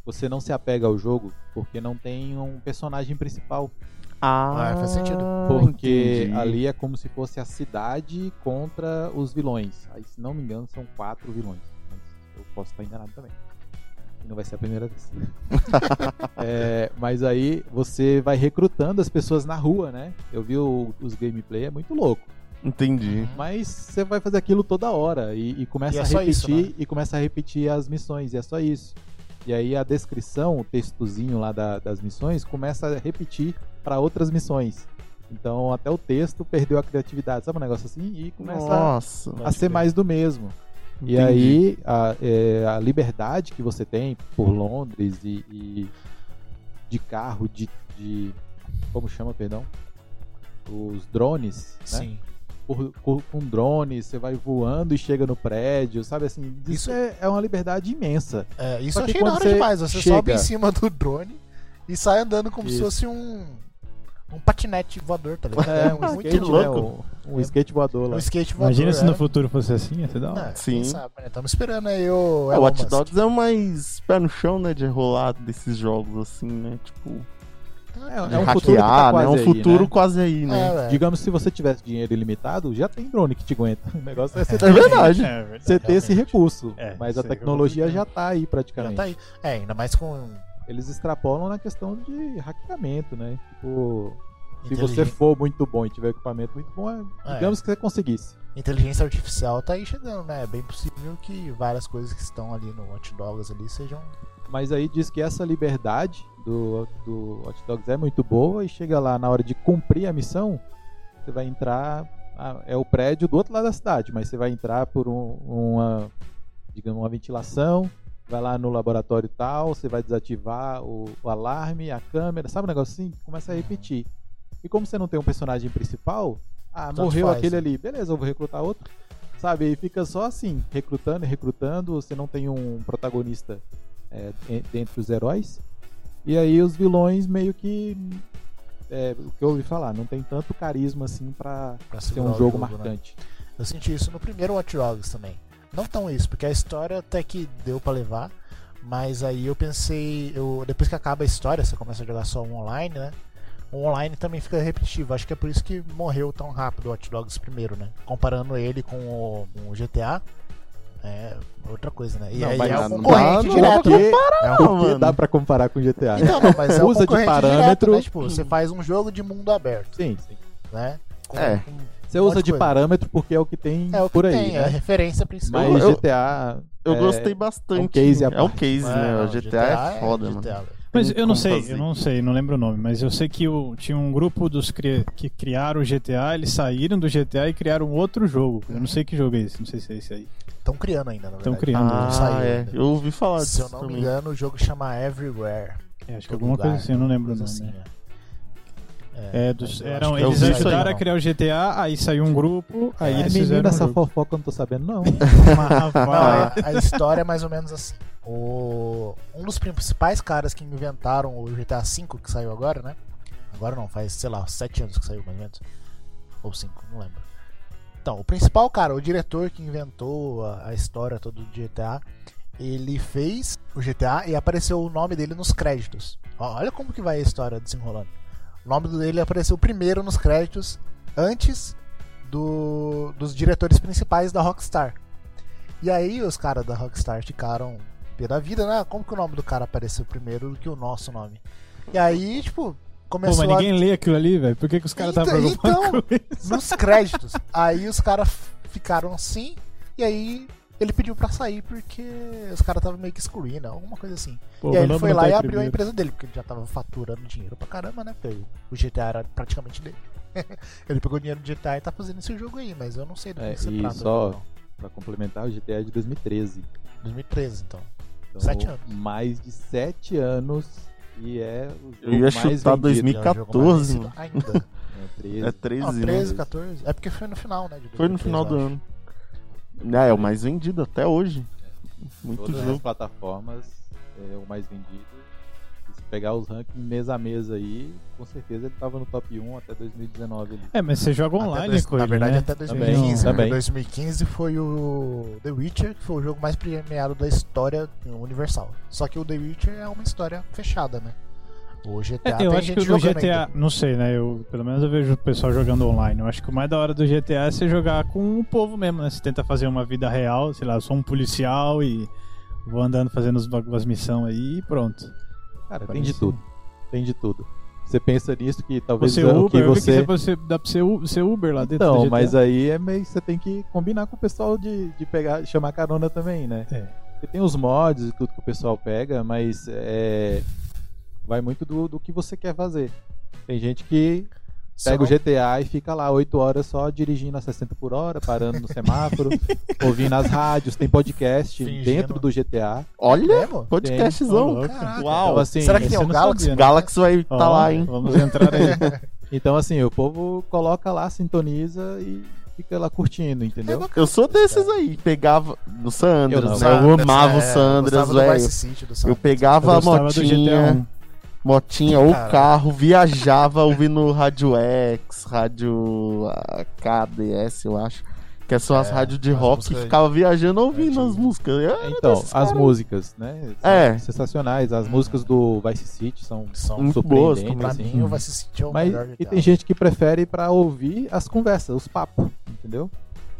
Speaker 4: você não se apega ao jogo porque não tem um personagem principal.
Speaker 2: Ah,
Speaker 1: Ah, faz sentido.
Speaker 4: Porque
Speaker 2: entendi.
Speaker 4: ali é como se fosse a cidade contra os vilões. Aí, se não me engano, são quatro vilões. Mas eu posso estar enganado também. E não vai ser a primeira vez. É, mas aí você vai recrutando as pessoas na rua, né? Eu vi o- os gameplay, é muito louco.
Speaker 2: Entendi.
Speaker 4: Mas você vai fazer aquilo toda hora e, e começa
Speaker 1: E é
Speaker 4: a
Speaker 1: só
Speaker 4: repetir
Speaker 1: isso, né?
Speaker 4: e começa a repetir as missões, e é só isso. E aí a descrição, o textozinho lá da- das missões começa a repetir para outras missões. Então até o texto perdeu a criatividade, sabe um negócio assim? E começa
Speaker 2: Nossa.
Speaker 4: a ser mais do mesmo. E
Speaker 2: entendi.
Speaker 4: aí a, é, a liberdade que você tem por Londres e, e de carro, de, de como chama, perdão, os drones, né?
Speaker 1: Sim.
Speaker 4: por- por- com drone, você vai voando e chega no prédio, sabe assim?
Speaker 1: Isso-
Speaker 4: Isso, é, é uma liberdade imensa.
Speaker 1: É, isso
Speaker 4: Só
Speaker 1: eu
Speaker 4: que
Speaker 1: achei da
Speaker 4: quando
Speaker 1: hora
Speaker 4: você
Speaker 1: demais. Você
Speaker 4: chega-
Speaker 1: sobe em cima do drone e sai andando como se
Speaker 4: Isso.
Speaker 1: fosse um. Um patinete voador, tá ligado?
Speaker 4: É,
Speaker 1: um
Speaker 4: um
Speaker 1: skate,
Speaker 4: skate,
Speaker 1: né?
Speaker 2: louco.
Speaker 4: Um, um skate voador lá.
Speaker 1: Um skate voador.
Speaker 3: Imagina se
Speaker 1: é.
Speaker 3: no futuro fosse assim, ia ser da hora.
Speaker 1: Não,
Speaker 2: Sim.
Speaker 1: quem sabe, né? Tamo esperando aí o.
Speaker 2: É, o
Speaker 1: Elon
Speaker 2: Watch
Speaker 1: Musk.
Speaker 2: Dogs é o mais pé no chão, né, de rolar desses jogos, assim, né? Tipo,
Speaker 4: É,
Speaker 2: de
Speaker 4: é um
Speaker 2: hackear,
Speaker 4: futuro que tá
Speaker 2: né? É
Speaker 4: quase
Speaker 2: um
Speaker 4: aí,
Speaker 2: futuro
Speaker 4: né?
Speaker 2: quase aí, né?
Speaker 1: É, velho.
Speaker 4: Digamos, se você tivesse dinheiro ilimitado, já tem drone que te aguenta. O negócio é você
Speaker 2: É,
Speaker 4: ter,
Speaker 2: verdade.
Speaker 3: É,
Speaker 4: você ter esse recurso.
Speaker 3: É,
Speaker 4: mas
Speaker 3: isso
Speaker 4: a
Speaker 3: aí que eu
Speaker 4: tecnologia
Speaker 3: vou
Speaker 4: já tá aí
Speaker 1: Já
Speaker 4: praticamente.
Speaker 1: tá aí. É, ainda mais com.
Speaker 4: Eles extrapolam na questão de hackeamento, né? Tipo, se você
Speaker 1: inteligência-
Speaker 4: for muito bom e tiver equipamento muito bom, é-
Speaker 1: É.
Speaker 4: digamos que você conseguisse.
Speaker 1: Inteligência artificial tá aí chegando, né? É bem possível que várias coisas que estão ali no Watch Dogs ali sejam.
Speaker 4: Mas aí diz que essa liberdade do, do Hot Dogs é muito boa e chega lá na hora de cumprir a missão, você vai entrar. ah, É o prédio do outro lado da cidade, mas você vai entrar por um- uma, digamos, uma ventilação, vai lá no laboratório tal, você vai desativar o, o alarme, a câmera, sabe um negócio assim? Começa a repetir. E como você não tem um personagem principal, ah,
Speaker 1: Tanto
Speaker 4: morreu
Speaker 1: faz,
Speaker 4: aquele
Speaker 1: né?
Speaker 4: ali, beleza, eu vou recrutar outro. Sabe, e fica só assim, recrutando e recrutando, você não tem um protagonista é, en- dentre os heróis. E aí os vilões meio que. É, o que eu ouvi falar, não tem tanto carisma assim pra
Speaker 1: Pra
Speaker 4: ser
Speaker 1: segurar
Speaker 4: um
Speaker 1: o
Speaker 4: jogo
Speaker 1: né?
Speaker 4: marcante.
Speaker 1: Eu senti isso no primeiro Watch Dogs também. Não tão isso, porque a história até que deu pra levar, mas aí eu pensei, eu depois que acaba a história, você começa a jogar só um online, né? O online também fica repetitivo. Acho que é por isso que morreu tão rápido o Watch Dogs primeiro, né? Comparando ele com o, com o GTA, é outra coisa, né? E
Speaker 4: Não,
Speaker 1: aí
Speaker 4: mas
Speaker 1: é
Speaker 2: não
Speaker 1: um
Speaker 2: dá-
Speaker 1: concorrente
Speaker 2: não dá
Speaker 1: direto.
Speaker 4: Porque-
Speaker 1: É um-
Speaker 2: Não,
Speaker 4: porque
Speaker 2: mano.
Speaker 4: dá pra comparar com GTA.
Speaker 1: Então, não, mas é um
Speaker 4: Usa de
Speaker 1: concorrente direto,
Speaker 4: parâmetro.
Speaker 1: né? Tipo, você faz um jogo de mundo aberto,
Speaker 4: Sim, sim.
Speaker 1: né? Com-
Speaker 2: É.
Speaker 1: com-
Speaker 4: Você usa
Speaker 1: Pode
Speaker 4: de
Speaker 1: coisa.
Speaker 4: parâmetro porque é o que tem
Speaker 1: é o que
Speaker 4: por aí,
Speaker 1: tem, é a
Speaker 4: né?
Speaker 1: referência principal.
Speaker 4: Mas
Speaker 2: Eu-
Speaker 4: GTA.
Speaker 2: Eu
Speaker 4: é,
Speaker 2: gostei bastante.
Speaker 4: é um case
Speaker 2: é
Speaker 4: à
Speaker 2: um
Speaker 4: parte.
Speaker 2: case, né?
Speaker 1: não,
Speaker 2: o GTA, é foda, mano.
Speaker 1: GTA, velho.
Speaker 3: Mas
Speaker 2: Tem
Speaker 3: eu não
Speaker 2: como
Speaker 3: sei,
Speaker 2: fazer.
Speaker 3: eu não sei, não lembro o nome, mas eu sei que o- tinha um grupo dos cri- que criaram o GTA, eles saíram do GTA e criaram outro jogo. Eu não sei que jogo é esse, não sei se é esse aí.
Speaker 1: Estão criando ainda, na verdade.
Speaker 3: Estão criando.
Speaker 2: Ah,
Speaker 1: Não saiu
Speaker 2: é.
Speaker 1: ainda.
Speaker 2: Eu ouvi falar disso
Speaker 1: Se eu não me
Speaker 2: também.
Speaker 1: engano, o jogo chama Everywhere.
Speaker 3: É, acho que
Speaker 1: Todo
Speaker 3: alguma coisa
Speaker 1: lugar,
Speaker 3: assim, eu não lembro o
Speaker 1: coisa
Speaker 3: nome. né?
Speaker 1: assim,
Speaker 3: É,
Speaker 1: mas
Speaker 3: dos,
Speaker 1: eu
Speaker 3: eram,
Speaker 1: acho que
Speaker 3: eles
Speaker 2: eu vi isso aí,
Speaker 3: ajudaram a
Speaker 1: não.
Speaker 3: criar o GTA, aí saiu um grupo, aí
Speaker 4: É,
Speaker 3: eles
Speaker 4: menino,
Speaker 3: fizeram um
Speaker 4: essa
Speaker 3: jogo. Ah,
Speaker 4: fofoca eu não tô sabendo, não.
Speaker 3: Mas, rapaz,
Speaker 1: Não, a, a história é mais ou menos assim. O, um dos principais caras que inventaram o GTA V, que saiu agora, né? Agora não, faz, sei lá, sete anos que saiu mais ou menos. Ou cinco, não lembro. Então, o principal cara, o diretor que inventou a, a história toda do GTA, ele fez o GTA e apareceu o nome dele nos créditos. Ó, olha como que vai a história desenrolando. O nome dele apareceu primeiro nos créditos, antes do- dos diretores principais da Rockstar. E aí os caras da Rockstar ficaram pé da vida, né? Como que o nome do cara apareceu primeiro do que o nosso nome? E aí, tipo,
Speaker 3: Pô,
Speaker 1: começou
Speaker 3: mas
Speaker 1: a-
Speaker 3: ninguém lê aquilo ali, velho. Por que, que os caras estavam
Speaker 1: Então-
Speaker 3: preocupados com isso?
Speaker 1: nos créditos. Aí os caras ficaram assim, e aí ele pediu pra sair porque os caras estavam meio que excluindo, alguma coisa assim.
Speaker 3: Pô,
Speaker 1: e aí
Speaker 3: meu
Speaker 1: ele
Speaker 3: nome
Speaker 1: foi
Speaker 3: não
Speaker 1: lá
Speaker 3: tá
Speaker 1: e
Speaker 3: aí
Speaker 1: abriu a
Speaker 3: primeiro.
Speaker 1: empresa dele, porque ele já tava faturando dinheiro pra caramba, né? Porque o GTA era praticamente dele. ele pegou dinheiro do GTA e tá fazendo esse jogo aí, mas eu não sei do
Speaker 4: É,
Speaker 1: que você
Speaker 4: e
Speaker 1: trata.
Speaker 4: só-
Speaker 1: não.
Speaker 4: pra complementar, o GTA é de 2013.
Speaker 1: 2013, então.
Speaker 4: Então,
Speaker 1: Sete anos.
Speaker 4: Mais de 7 anos. E é o jogo
Speaker 2: Eu ia
Speaker 4: mais
Speaker 2: chutar
Speaker 4: vendido.
Speaker 1: é
Speaker 2: 2014, mano.
Speaker 1: mano. Ainda.
Speaker 4: Né, 13.
Speaker 2: É 13,
Speaker 1: Não,
Speaker 2: né?
Speaker 1: 13, 14. É porque foi no final, né? de
Speaker 2: Foi no
Speaker 1: 2013,
Speaker 2: final
Speaker 1: eu
Speaker 2: do
Speaker 1: acho.
Speaker 2: ano. É, é o mais vendido até hoje. Muito
Speaker 4: Todas as
Speaker 2: jogo.
Speaker 4: plataformas, é o mais vendido. E Se pegar os rankings mês a mês aí, com certeza ele tava no top 1 até 2019 ali.
Speaker 3: É, mas você joga
Speaker 1: Até
Speaker 3: online
Speaker 1: dois-
Speaker 3: com
Speaker 1: na
Speaker 3: ele,
Speaker 1: verdade,
Speaker 3: né?
Speaker 1: até
Speaker 4: Também,
Speaker 1: 2015.
Speaker 4: também.
Speaker 1: porque 2015 foi o The Witcher, que foi o jogo mais premiado da história universal. Só que o The Witcher é uma história fechada, né? O
Speaker 3: É,
Speaker 1: GTA
Speaker 3: eu
Speaker 1: tem
Speaker 3: acho que
Speaker 1: gente
Speaker 3: o do
Speaker 1: jogando
Speaker 3: GTA,
Speaker 1: ainda.
Speaker 3: não sei, né? Eu, pelo menos eu vejo o pessoal jogando online. Eu acho que o mais da hora do GTA é você jogar com o povo mesmo, né? Você tenta fazer uma vida real, sei lá, eu sou um policial e vou andando fazendo os bagu- as missões aí e pronto.
Speaker 4: Cara, tem
Speaker 3: Parece-
Speaker 4: de tudo. Tem de tudo. Você pensa nisso que talvez
Speaker 3: Você
Speaker 4: é o
Speaker 3: Uber,
Speaker 4: que
Speaker 3: eu vi que
Speaker 4: você.
Speaker 3: você, você- dá pra ser, U- ser Uber lá dentro
Speaker 4: Então,
Speaker 3: do GTA.
Speaker 4: mas aí é meio que você tem que combinar com o pessoal de, de pegar, chamar carona também, né?
Speaker 3: É.
Speaker 4: Porque tem os mods e tudo que o pessoal pega, mas é, vai muito do, do que você quer fazer. Tem gente que
Speaker 1: Se eu
Speaker 4: pega o
Speaker 1: não-
Speaker 4: GTA e fica lá 8 horas só dirigindo a 60 por hora, parando no semáforo, ouvindo as rádios, tem podcast
Speaker 1: Fingindo.
Speaker 4: dentro do GTA.
Speaker 2: Olha,
Speaker 1: Mesmo?
Speaker 3: Ô,
Speaker 2: podcastzão.
Speaker 3: louco.
Speaker 1: Caraca.
Speaker 2: Uau.
Speaker 4: Então, assim,
Speaker 1: Será que
Speaker 4: esse
Speaker 1: tem o
Speaker 4: eu não
Speaker 1: Galaxy?
Speaker 4: sabia, né?
Speaker 2: Galax vai estar
Speaker 3: Ó,
Speaker 2: lá, hein?
Speaker 3: Vamos entrar aí.
Speaker 4: Então, assim, o povo coloca lá, sintoniza e fica lá curtindo,
Speaker 1: É
Speaker 4: entendeu?
Speaker 2: Eu
Speaker 1: tá
Speaker 2: sou desses aí. Pegava no
Speaker 4: Eu
Speaker 2: Sandras,
Speaker 4: não.
Speaker 2: né? Eu amava o
Speaker 1: é,
Speaker 2: Sandras,
Speaker 1: gostava do
Speaker 2: velho.
Speaker 1: Vice City, do
Speaker 2: Eu
Speaker 1: Sandras.
Speaker 2: pegava a
Speaker 3: gostava do GTA
Speaker 2: motinha,
Speaker 3: um.
Speaker 2: motinha ou
Speaker 1: Caralho.
Speaker 2: carro, viajava ouvindo Rádio X, Rádio ah, KDS, eu acho. Que são as
Speaker 1: É,
Speaker 2: rádios de
Speaker 1: as
Speaker 2: rock,
Speaker 1: músicas É, tipo,
Speaker 2: ficava viajando ouvindo
Speaker 1: antigas.
Speaker 2: as músicas. né? Eu era
Speaker 4: Então,
Speaker 2: desses
Speaker 4: as
Speaker 2: caras.
Speaker 4: músicas, né? São
Speaker 2: É.
Speaker 4: Sensacionais. As músicas do Vice City são
Speaker 1: São
Speaker 2: Muito boas,
Speaker 4: surpreendentes.
Speaker 1: Pra
Speaker 4: assim.
Speaker 1: mim, o Vice City é o
Speaker 4: Mas,
Speaker 1: melhor
Speaker 4: e
Speaker 1: GTA.
Speaker 4: tem gente que prefere pra ouvir as conversas, os papos, entendeu?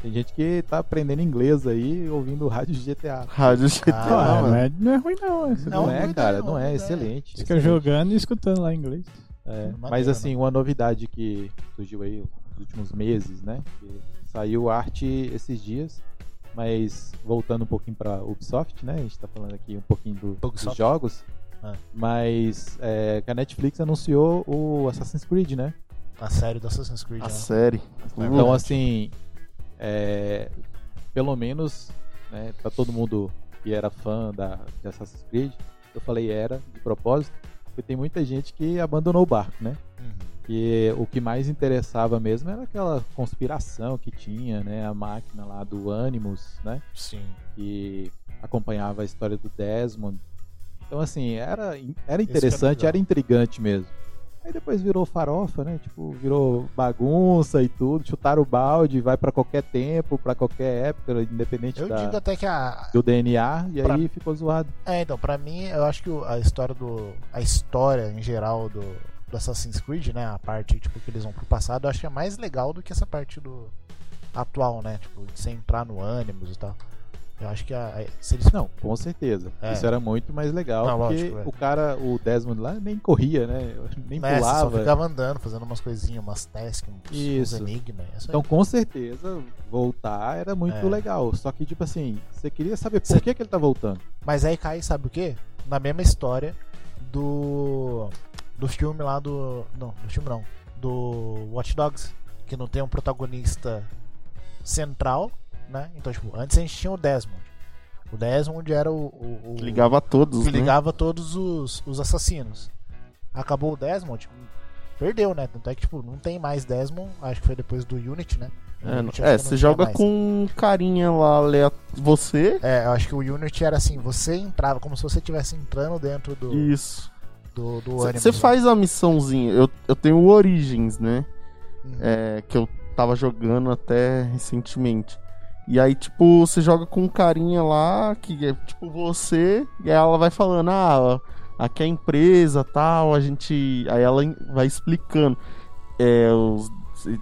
Speaker 4: Tem gente que tá aprendendo inglês aí ouvindo rádio de GTA.
Speaker 2: Rádio GTA,
Speaker 1: Ah,
Speaker 3: Ah,
Speaker 2: mano.
Speaker 3: mas não é ruim, não. Isso
Speaker 1: Não,
Speaker 4: Não,
Speaker 1: não
Speaker 4: é,
Speaker 1: é,
Speaker 4: cara,
Speaker 1: não,
Speaker 4: não, é,
Speaker 1: não é.
Speaker 4: excelente.
Speaker 3: Fica jogando e escutando lá em inglês.
Speaker 4: É, mas
Speaker 1: Maneiro,
Speaker 4: assim, uma novidade que surgiu aí nos últimos meses, né? Que saiu arte esses dias, mas voltando um pouquinho pra Ubisoft, né? A gente tá falando aqui um pouquinho do- dos
Speaker 1: Ubisoft.
Speaker 4: jogos.
Speaker 1: Ah.
Speaker 4: Mas é, que a Netflix anunciou o Assassin's Creed, né?
Speaker 1: A série do Assassin's Creed.
Speaker 2: a
Speaker 1: né?
Speaker 2: série.
Speaker 4: Então, assim, é, pelo menos, né, pra todo mundo que era fã da, de Assassin's Creed, eu falei era, de propósito, porque tem muita gente que abandonou o barco, né?
Speaker 1: Uhum.
Speaker 4: E o que mais interessava mesmo era aquela conspiração que tinha, né? A máquina lá do Animus, né?
Speaker 1: Sim.
Speaker 4: Que acompanhava a história do Desmond. Então, assim, era, era
Speaker 1: Esse
Speaker 4: interessante,
Speaker 1: que é legal.
Speaker 4: era intrigante mesmo. Aí depois virou farofa, né? Tipo, virou bagunça e tudo, chutaram o balde, vai pra qualquer tempo, pra qualquer época, independente
Speaker 1: Eu
Speaker 4: da-
Speaker 1: digo até que a.
Speaker 4: do DNA, e
Speaker 1: Pra-
Speaker 4: aí ficou zoado.
Speaker 1: É, então, pra mim, eu acho que o- a história do. A história em geral do, do Assassin's Creed, né? A parte tipo, que eles vão pro passado, eu acho que é mais legal do que essa parte do. atual, né? Tipo, de você entrar no ânimos e tal. Eu acho que a. a- se eles.
Speaker 4: Não, com certeza.
Speaker 1: É.
Speaker 4: Isso era muito mais legal,
Speaker 1: Não,
Speaker 4: porque
Speaker 1: lógico, é.
Speaker 4: o cara, o Desmond lá, nem corria, né? Nem
Speaker 1: né, você só
Speaker 4: pulava.
Speaker 1: ficava andando, fazendo umas coisinhas, umas tasks, um uns, uns
Speaker 4: Isso.
Speaker 1: enigmas. é só
Speaker 4: Então, com certeza, voltar era muito
Speaker 1: É.
Speaker 4: legal. Só que, tipo assim, você queria saber por
Speaker 1: Cê-
Speaker 4: que, que ele tá voltando.
Speaker 1: Mas aí cai, sabe o quê? Na mesma história do. Do filme lá do. Não, do filme não. Do Watch Dogs. Que não tem um protagonista central, né? Então, tipo, antes a gente tinha o Desmond. O Desmond era o. o- o-
Speaker 2: Que ligava a todos,
Speaker 1: que
Speaker 2: né?
Speaker 1: ligava todos os, os assassinos. Acabou o Desmond, tipo, perdeu, né? Tanto é que, tipo, não tem mais Desmond. Acho que foi depois do Unity, né? O
Speaker 2: É, não-
Speaker 1: Unity acho
Speaker 2: é,
Speaker 1: que não
Speaker 2: você
Speaker 1: tinha
Speaker 2: joga
Speaker 1: mais.
Speaker 2: com um carinha lá, alea- você,
Speaker 1: É, eu acho que o Unity era assim, você entrava, como se você estivesse entrando dentro do.
Speaker 2: isso.
Speaker 1: do, do né? ânimo.
Speaker 2: Você faz a missãozinha. Eu, eu tenho o Origins, né?
Speaker 1: Uhum.
Speaker 2: É, que eu tava jogando até recentemente. E aí, tipo, você joga com um carinha lá, que é tipo você, e ela vai falando, ah, aqui é a empresa tal, a gente. Aí ela en- vai explicando. É, os-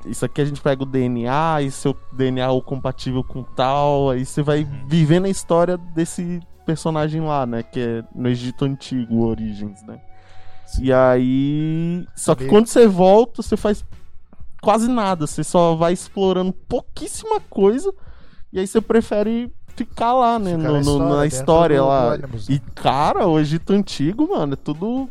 Speaker 2: Isso aqui a gente pega o DNA, e seu DNA é o compatível com tal, aí você vai vivendo a história desse personagem lá, né? Que é no Egito Antigo, o Origins, né?
Speaker 1: Sim.
Speaker 2: E aí. Só que
Speaker 1: Saber.
Speaker 2: quando você volta, você faz quase nada. Você só vai explorando pouquíssima coisa. E aí você prefere ficar lá, né?
Speaker 1: Fica
Speaker 2: no- no- na
Speaker 1: dentro
Speaker 2: história
Speaker 1: do- do
Speaker 2: lá.
Speaker 1: ânimos.
Speaker 2: E, cara, o Egito antigo, mano, é tudo.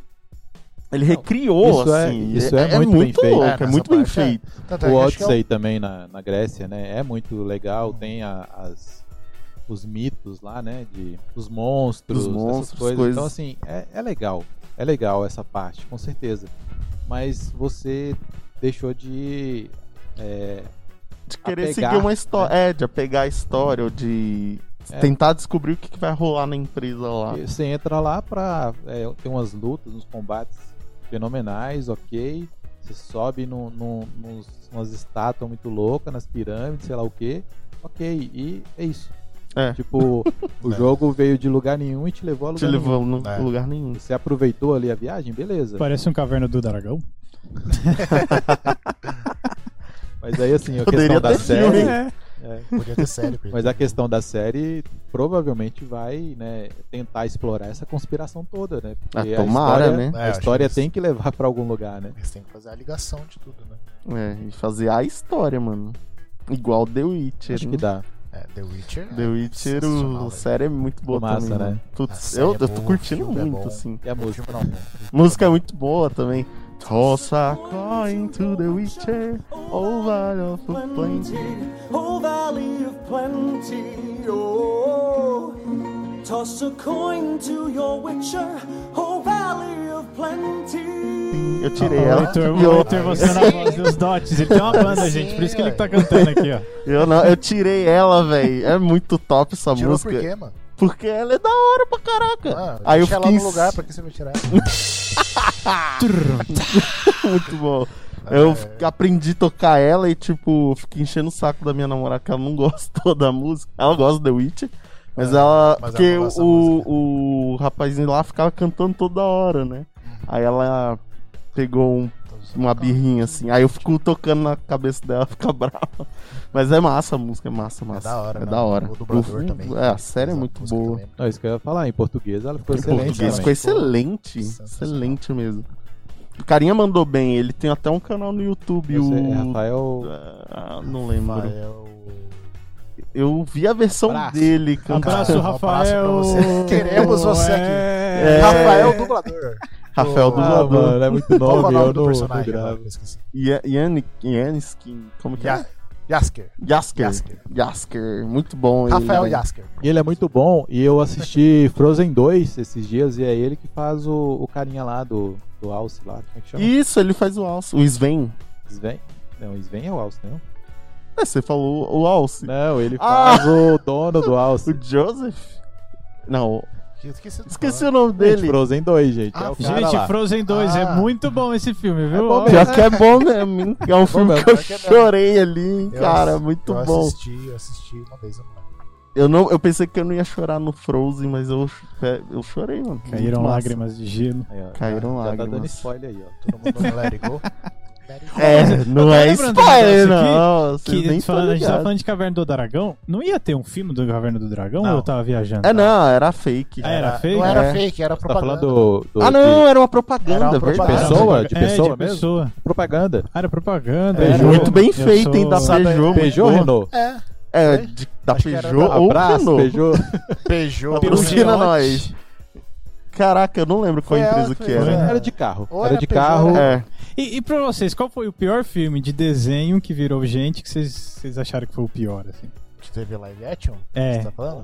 Speaker 2: Ele recriou,
Speaker 4: isso é-
Speaker 2: assim.
Speaker 4: isso é muito bem feito.
Speaker 2: louco,
Speaker 1: É,
Speaker 2: é
Speaker 1: nessa
Speaker 2: muito bem
Speaker 1: parte é.
Speaker 2: feito.
Speaker 1: Tanto é
Speaker 4: O
Speaker 1: que acho que é
Speaker 4: Odyssey também na, na Grécia, né? É muito legal. Tem a- as, os mitos lá, né? De, os monstros,
Speaker 2: Dos monstros,
Speaker 4: essas coisas.
Speaker 2: coisas.
Speaker 4: Então, assim, é, é legal. É legal essa parte, com certeza. Mas você deixou de. é,
Speaker 2: De querer
Speaker 4: Apegar,
Speaker 2: seguir uma história. É, de apegar a história, ou de
Speaker 4: né? É.
Speaker 2: tentar descobrir o que, que vai rolar na empresa lá.
Speaker 4: Porque Você entra lá pra é, ter umas lutas, uns combates fenomenais, ok. Você sobe num, num, nos, umas estátuas muito loucas, nas pirâmides, sei lá o que. Ok, e é isso.
Speaker 2: É.
Speaker 4: Tipo, o jogo veio de lugar nenhum e te levou a
Speaker 2: Te
Speaker 4: lugar nenhum.
Speaker 2: levou no
Speaker 1: É.
Speaker 2: lugar nenhum.
Speaker 4: Você aproveitou ali a viagem, beleza.
Speaker 3: Parece um caverna do dragão.
Speaker 4: Mas aí assim, a
Speaker 2: Poderia
Speaker 4: questão da assim,
Speaker 2: ter filme,
Speaker 4: série.
Speaker 2: hein?
Speaker 1: Podia ter série. Pedro.
Speaker 4: Mas a questão da série provavelmente vai né, tentar explorar essa conspiração toda, né? Porque
Speaker 2: Ah, tomara,
Speaker 4: história,
Speaker 2: né?
Speaker 1: É,
Speaker 4: A
Speaker 1: acho
Speaker 4: história
Speaker 1: que
Speaker 4: tem que levar pra algum lugar, né?
Speaker 1: Eles têm que fazer a ligação de tudo, né?
Speaker 2: É, e fazer a história, mano. Igual The Witcher.
Speaker 4: Acho
Speaker 2: né?
Speaker 4: que dá.
Speaker 1: É, The Witcher.
Speaker 2: The
Speaker 1: é
Speaker 2: Witcher,
Speaker 1: sensacional,
Speaker 2: o- a série é muito boa
Speaker 4: Massa,
Speaker 2: também.
Speaker 4: né?
Speaker 2: mano.
Speaker 1: A
Speaker 2: Putz,
Speaker 1: série
Speaker 2: eu,
Speaker 1: é
Speaker 2: eu tô
Speaker 1: boa,
Speaker 2: curtindo
Speaker 1: o filme é
Speaker 2: muito,
Speaker 1: bom.
Speaker 2: assim.
Speaker 4: E a
Speaker 1: velho. O
Speaker 4: música?
Speaker 1: filme não, né?
Speaker 2: Música é muito boa também. Toss a coin to the Witcher, over of the plenty.
Speaker 6: Oh, Valley of Plenty, oh. Toss a coin to your witcher, oh, Valley of Plenty.
Speaker 2: Eu tirei
Speaker 3: É.
Speaker 1: Ah,
Speaker 3: o
Speaker 2: ela.
Speaker 1: então é
Speaker 3: Heitor,
Speaker 2: eu,
Speaker 3: o Heitor mostrando a voz dos dotes. Ele tem uma banda,
Speaker 1: Sim,
Speaker 3: gente. Por isso que ele
Speaker 1: ué.
Speaker 3: tá cantando aqui, ó.
Speaker 2: eu não, eu tirei ela, velho. É muito top essa
Speaker 1: Tirou
Speaker 2: música.
Speaker 1: por quê, mano?
Speaker 2: Porque ela é da hora pra caraca.
Speaker 1: Ah,
Speaker 2: Aí eu
Speaker 1: deixa ela
Speaker 2: fiquei
Speaker 1: no lugar, pra que você vai tirar? Ah.
Speaker 2: muito bom.
Speaker 1: É.
Speaker 2: Eu fi- aprendi a tocar ela e, tipo, fiquei enchendo o saco da minha namorada, que ela não gostou da música. Ela gosta do The Witch. Mas
Speaker 1: É,
Speaker 2: ela.
Speaker 1: mas ela
Speaker 2: porque
Speaker 1: não gosta da música.
Speaker 2: o, o rapazinho lá ficava cantando toda hora, né?
Speaker 1: Uhum.
Speaker 2: Aí ela pegou um- uma birrinha assim. Aí eu fico tocando na cabeça dela, fica brava. Mas é massa a música, é massa, massa.
Speaker 1: da hora,
Speaker 2: É
Speaker 1: né?
Speaker 2: da hora.
Speaker 1: O dublador
Speaker 2: filme-
Speaker 1: também.
Speaker 2: É, a série é
Speaker 1: Exato,
Speaker 2: muito
Speaker 1: música
Speaker 2: boa.
Speaker 1: também.
Speaker 4: Não, isso que eu ia falar. Em português ela ficou
Speaker 2: Em
Speaker 4: excelente.
Speaker 2: português
Speaker 4: também.
Speaker 2: ficou excelente.
Speaker 1: Sensacional.
Speaker 2: Excelente mesmo. O carinha mandou bem, ele tem até um canal no YouTube.
Speaker 4: Eu sei, é
Speaker 2: o...
Speaker 4: Rafael.
Speaker 2: Ah, não lembro.
Speaker 1: Rafael.
Speaker 2: Eu vi a versão
Speaker 4: Abraço.
Speaker 2: dele cantando.
Speaker 3: Abraço,
Speaker 1: um abraço pra
Speaker 3: Rafael.
Speaker 1: você. Queremos você aqui.
Speaker 3: É.
Speaker 1: Rafael dublador.
Speaker 2: Rafael
Speaker 4: Ah,
Speaker 2: Dublador.
Speaker 4: mano, é muito
Speaker 1: Qual é o
Speaker 4: nome,
Speaker 1: nome
Speaker 4: eu
Speaker 1: do
Speaker 4: não, não
Speaker 1: personagem? agora
Speaker 4: gravo.
Speaker 1: que eu esqueci?
Speaker 2: Ya- Yannick- Yaniskin. Como que é?
Speaker 1: Ya- Yasker.
Speaker 2: Yasker.
Speaker 1: Yasker.
Speaker 2: Yasker. Muito bom. ele,
Speaker 1: Rafael
Speaker 2: né?
Speaker 1: Yasker.
Speaker 4: E ele é muito bom, e eu assisti Frozen 2 esses dias, e é ele que faz o, o carinha lá do, do Alce lá, como é que chama?
Speaker 2: Isso, ele faz o Alce. O Sven.
Speaker 4: Sven? Não, Sven é o Alce, não?
Speaker 2: É, você falou o Alce.
Speaker 4: Não, ele
Speaker 2: Ah!
Speaker 4: faz o dono do Alce.
Speaker 2: O Joseph. Não,
Speaker 1: Que eu Esqueci, do
Speaker 2: esqueci
Speaker 1: nome.
Speaker 2: o nome
Speaker 4: Gente,
Speaker 2: dele.
Speaker 4: Frozen 2, gente.
Speaker 1: Ah,
Speaker 4: é o cara
Speaker 3: Gente,
Speaker 4: lá.
Speaker 3: Frozen 2 é
Speaker 1: Ah.
Speaker 3: muito bom esse filme, viu?
Speaker 4: bom
Speaker 3: Ó,
Speaker 4: mesmo.
Speaker 2: Pior que é bom mesmo. É um filme
Speaker 4: mesmo,
Speaker 2: que eu
Speaker 1: pior que é mesmo.
Speaker 2: chorei ali, hein,
Speaker 1: Eu
Speaker 2: cara.
Speaker 1: ass-
Speaker 2: Muito
Speaker 1: eu
Speaker 2: bom.
Speaker 1: assisti, eu assisti uma vez, eu não lembro.
Speaker 2: Eu, não, eu pensei que eu não ia chorar no Frozen, mas eu, é, eu chorei, mano. Muito
Speaker 3: Caíram
Speaker 2: massa.
Speaker 3: lágrimas de gelo.
Speaker 4: Aí, ó,
Speaker 2: Caíram
Speaker 4: já, já tá
Speaker 2: lágrimas.
Speaker 4: dando spoiler aí, ó.
Speaker 1: Todo mundo no Let It Go. Let It Go.
Speaker 2: É, não
Speaker 3: tava
Speaker 2: é
Speaker 3: lembrando de um
Speaker 2: spoiler,
Speaker 3: negócio aqui
Speaker 2: não. vocês
Speaker 3: Que,
Speaker 2: nem É,
Speaker 3: falando, a gente tava
Speaker 2: falando
Speaker 3: falando de Caverna do Dragão. Não ia ter um filme do Caverna do Dragão
Speaker 1: Não.
Speaker 3: ou eu tava viajando?
Speaker 2: É, não, era fake.
Speaker 3: Ah, era fake?
Speaker 1: Não era
Speaker 2: É.
Speaker 1: fake, era
Speaker 4: Tá falando
Speaker 1: propaganda.
Speaker 4: do... do-
Speaker 2: Ah, não, era uma propaganda,
Speaker 1: Era uma
Speaker 2: verdade.
Speaker 1: propaganda.
Speaker 4: Pessoa? De
Speaker 3: É,
Speaker 4: pessoa
Speaker 3: de
Speaker 4: mesmo?
Speaker 3: pessoa.
Speaker 4: de propaganda.
Speaker 3: Ah, era propaganda.
Speaker 4: É,
Speaker 3: Era-
Speaker 2: Muito bem
Speaker 3: Eu
Speaker 2: feito, hein, da
Speaker 1: Sabe-
Speaker 2: Peugeot.
Speaker 4: Peugeot,
Speaker 2: Porra.
Speaker 4: Renault?
Speaker 1: É,
Speaker 2: É, de- da
Speaker 1: Acho que era
Speaker 2: Peugeot
Speaker 1: da-
Speaker 2: ou
Speaker 4: Abraço,
Speaker 2: Renault.
Speaker 4: Peugeot.
Speaker 1: Peugeot.
Speaker 2: Patrocina
Speaker 3: Peugeot.
Speaker 2: nós. Caraca, eu não lembro qual
Speaker 1: Foi
Speaker 2: empresa
Speaker 1: ela,
Speaker 2: que
Speaker 1: foi
Speaker 2: era.
Speaker 1: ela.
Speaker 4: Era de carro.
Speaker 1: Ou
Speaker 4: Era
Speaker 1: era
Speaker 4: de
Speaker 1: Peugeot,
Speaker 4: carro.
Speaker 1: era-
Speaker 2: É,
Speaker 3: E, e pra vocês, qual foi o pior filme de desenho que virou gente que vocês, vocês acharam que foi o pior, assim?
Speaker 1: Que teve live action?
Speaker 3: É.
Speaker 1: Você tá falando?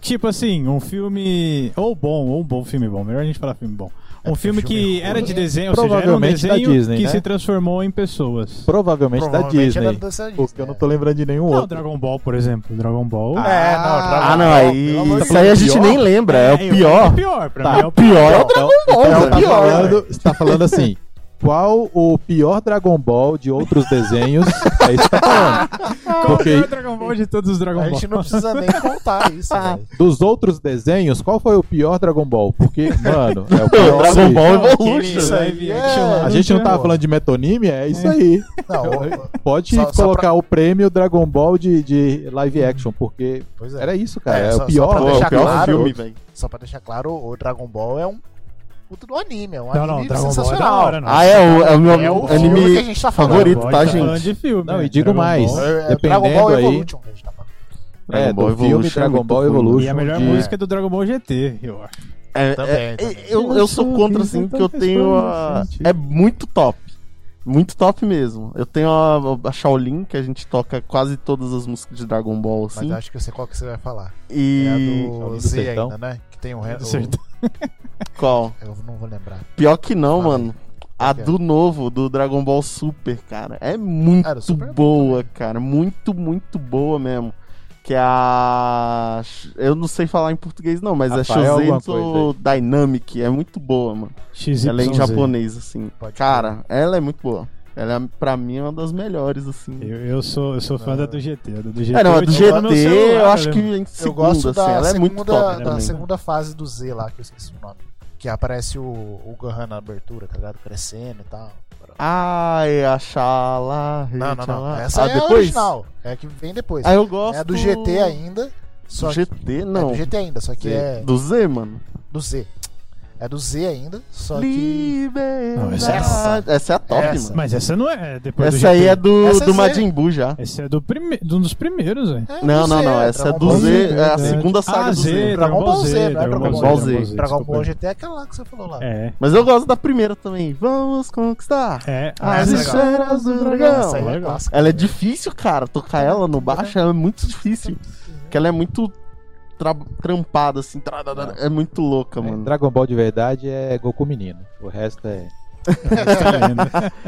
Speaker 3: Tipo assim, um filme. Ou bom, ou um bom filme bom. Melhor a gente falar filme bom. Um filme que
Speaker 1: filme ruim.
Speaker 3: era de desenho, ou seja, era um
Speaker 4: Provavelmente da
Speaker 3: desenho
Speaker 4: Disney,
Speaker 3: que
Speaker 4: né?
Speaker 3: se transformou em pessoas. é
Speaker 4: Provavelmente da
Speaker 1: Provavelmente
Speaker 4: Disney.
Speaker 1: era da Disney,
Speaker 4: Porque eu
Speaker 1: é.
Speaker 4: não tô lembrando de nenhum
Speaker 3: Não,
Speaker 4: outro.
Speaker 3: Dragon Ball, por exemplo. Dragon Ball.
Speaker 1: É, não, Dragon
Speaker 2: Ah, não,
Speaker 1: Ball,
Speaker 2: aí.
Speaker 1: pelo amor de
Speaker 2: Isso aí a
Speaker 1: Deus.
Speaker 2: gente nem lembra. É o
Speaker 3: eu-
Speaker 2: pior.
Speaker 3: É pior, pra
Speaker 4: Tá.
Speaker 3: mim é o pior.
Speaker 2: Pior é o
Speaker 4: Então-
Speaker 2: Dragon Ball,
Speaker 4: então
Speaker 2: velho.
Speaker 4: tá
Speaker 2: Pior.
Speaker 4: falando, você tá falando assim. Qual o pior Dragon Ball de outros desenhos? É isso que tá falando.
Speaker 3: Qual
Speaker 4: Porque-
Speaker 3: que é o Dragon Ball de todos os Dragon
Speaker 1: A
Speaker 3: Ball?
Speaker 1: gente não precisa nem contar isso,
Speaker 3: Ah,
Speaker 1: velho.
Speaker 4: Dos outros desenhos, qual foi o pior Dragon Ball? Porque, mano, é o
Speaker 2: Pô,
Speaker 4: pior.
Speaker 2: Dragon
Speaker 4: que-
Speaker 2: Ball
Speaker 3: Não, aquele
Speaker 2: Evolution.
Speaker 3: live
Speaker 1: É,
Speaker 3: action né? lá
Speaker 4: A gente não
Speaker 3: tinha-
Speaker 4: tava falando de metonímia? É isso aí.
Speaker 1: Não,
Speaker 4: Pode
Speaker 1: Só- só
Speaker 4: colocar o prêmio Dragon Ball de, de live action, porque
Speaker 1: pois é.
Speaker 4: era isso, cara.
Speaker 1: É,
Speaker 4: É,
Speaker 1: só-
Speaker 4: o
Speaker 1: só
Speaker 4: pior.
Speaker 1: pra
Speaker 2: Pô,
Speaker 4: é
Speaker 2: é
Speaker 1: deixar
Speaker 2: o pior
Speaker 1: claro.
Speaker 2: filme, velho.
Speaker 1: Só pra deixar claro, o Dragon Ball é um puto do anime, é um
Speaker 3: Não,
Speaker 1: anime
Speaker 3: não, Dragon Ball é da
Speaker 1: sensacional.
Speaker 3: hora, né? não.
Speaker 2: Ah, é o, é o meu
Speaker 1: É o filme que a
Speaker 2: anime
Speaker 1: gente tá falando.
Speaker 2: favorito,
Speaker 3: Dragon Ball,
Speaker 2: tá,
Speaker 3: a gente
Speaker 2: gente?
Speaker 3: falando de filme.
Speaker 4: Não,
Speaker 3: né?
Speaker 4: e digo
Speaker 3: Dragon
Speaker 4: mais.
Speaker 3: Ball.
Speaker 1: É, é
Speaker 4: Dependendo
Speaker 1: Dragon Ball
Speaker 4: aí-
Speaker 1: Evolution que a gente tá falando.
Speaker 4: É,
Speaker 2: Dragon Ball
Speaker 4: do filme
Speaker 2: Evolution é
Speaker 4: Dragon
Speaker 2: muito
Speaker 4: Ball
Speaker 2: ruim.
Speaker 4: Evolution.
Speaker 3: E a melhor
Speaker 4: de-
Speaker 3: música é do Dragon Ball GT, eu acho.
Speaker 2: É,
Speaker 1: Também,
Speaker 2: é, é,
Speaker 1: também.
Speaker 2: Eu, eu sou contra, assim, porque eu tenho a... É muito top. Muito top mesmo. Eu tenho a, a Shaolin, que a gente toca quase todas as músicas de Dragon Ball,
Speaker 1: Mas
Speaker 2: assim.
Speaker 1: eu acho que eu sei qual que você vai falar. É a
Speaker 2: E...
Speaker 1: do,
Speaker 4: do
Speaker 1: Z
Speaker 4: Sertão.
Speaker 1: ainda, né? Que tem o Ren.
Speaker 3: Do Sertão.
Speaker 2: Qual?
Speaker 1: Eu não vou lembrar.
Speaker 2: Pior que não,
Speaker 1: Fala aí.
Speaker 2: mano. A
Speaker 1: que é?
Speaker 2: do novo, do Dragon Ball Super, cara. É muito
Speaker 1: Ah, do Super é bom
Speaker 2: boa, cara. Muito, muito boa mesmo. Que é a. Eu não sei falar em português, não, mas
Speaker 4: Rafael,
Speaker 2: é
Speaker 4: alguma
Speaker 2: Shozenzo Dynamic. É muito boa, mano.
Speaker 3: XYZ.
Speaker 2: Ela é em japonês, assim.
Speaker 1: Pode crer.
Speaker 2: Cara, ela é muito boa. Ela, é, pra mim, é uma das melhores, assim.
Speaker 3: Eu, eu sou, eu sou fã da do GT. A do GT
Speaker 2: É, não, a
Speaker 3: eu
Speaker 2: do
Speaker 3: tinha lá
Speaker 2: GT,
Speaker 3: no celular,
Speaker 2: eu acho que
Speaker 3: lembro.
Speaker 2: em
Speaker 1: Eu
Speaker 2: segunda,
Speaker 1: gosto
Speaker 2: assim.
Speaker 1: da,
Speaker 2: Ela é
Speaker 1: segunda,
Speaker 2: muito top.
Speaker 1: da
Speaker 2: também.
Speaker 1: segunda fase do Z lá, que eu esqueci o nome. Que aparece o, o Gohan na abertura, tá ligado? Crescendo e tal. Agora,
Speaker 2: Ai, Axalá.
Speaker 1: Não, não, não.
Speaker 2: Xalá.
Speaker 1: Essa
Speaker 2: Ah,
Speaker 1: é a
Speaker 2: depois?
Speaker 1: original. É a que vem depois.
Speaker 2: Ah, eu gosto.
Speaker 1: É a do GT ainda. Só
Speaker 2: Do
Speaker 1: que-
Speaker 2: GT,
Speaker 1: É
Speaker 2: não.
Speaker 1: do GT ainda, só que é
Speaker 2: Do Z, mano.
Speaker 1: do Z. É do Z ainda, só que.
Speaker 2: Liberdade.
Speaker 3: Não, essa é
Speaker 1: essa.
Speaker 2: Essa é a top,
Speaker 1: Essa.
Speaker 2: mano.
Speaker 3: Mas essa não é depois do
Speaker 2: Essa aí
Speaker 3: GT.
Speaker 2: é do,
Speaker 1: Essa é
Speaker 2: do
Speaker 1: Z.
Speaker 2: Majin Buu já.
Speaker 3: Esse é do prime... de um dos primeiros, velho.
Speaker 1: É
Speaker 2: Não,
Speaker 1: do
Speaker 2: não,
Speaker 1: Z,
Speaker 2: não. Essa é
Speaker 1: Dragon
Speaker 2: do
Speaker 1: Ball
Speaker 2: Z. É a
Speaker 3: verdade.
Speaker 2: segunda saga
Speaker 3: ah,
Speaker 2: do Z.
Speaker 3: Z,
Speaker 1: Dragon Ball Z, não é Dragon Ball
Speaker 2: Z.
Speaker 1: Dragon
Speaker 3: desculpa.
Speaker 1: Ball GT é aquela lá que você falou lá.
Speaker 3: É.
Speaker 2: Mas eu gosto da primeira também. Vamos conquistar.
Speaker 3: É,
Speaker 1: Ah,
Speaker 2: As
Speaker 1: essa é legal.
Speaker 2: esferas do
Speaker 1: Essa aí
Speaker 2: dragão.
Speaker 1: é
Speaker 3: legal.
Speaker 1: clássica.
Speaker 2: Ela é difícil, cara. Tocar ela no baixo ela é muito difícil.
Speaker 4: Uhum.
Speaker 2: Porque ela é muito tra- trampada, assim. tra- tra- tra- É muito louca,
Speaker 4: É,
Speaker 2: mano.
Speaker 4: Dragon Ball de verdade é Goku menino. O resto é,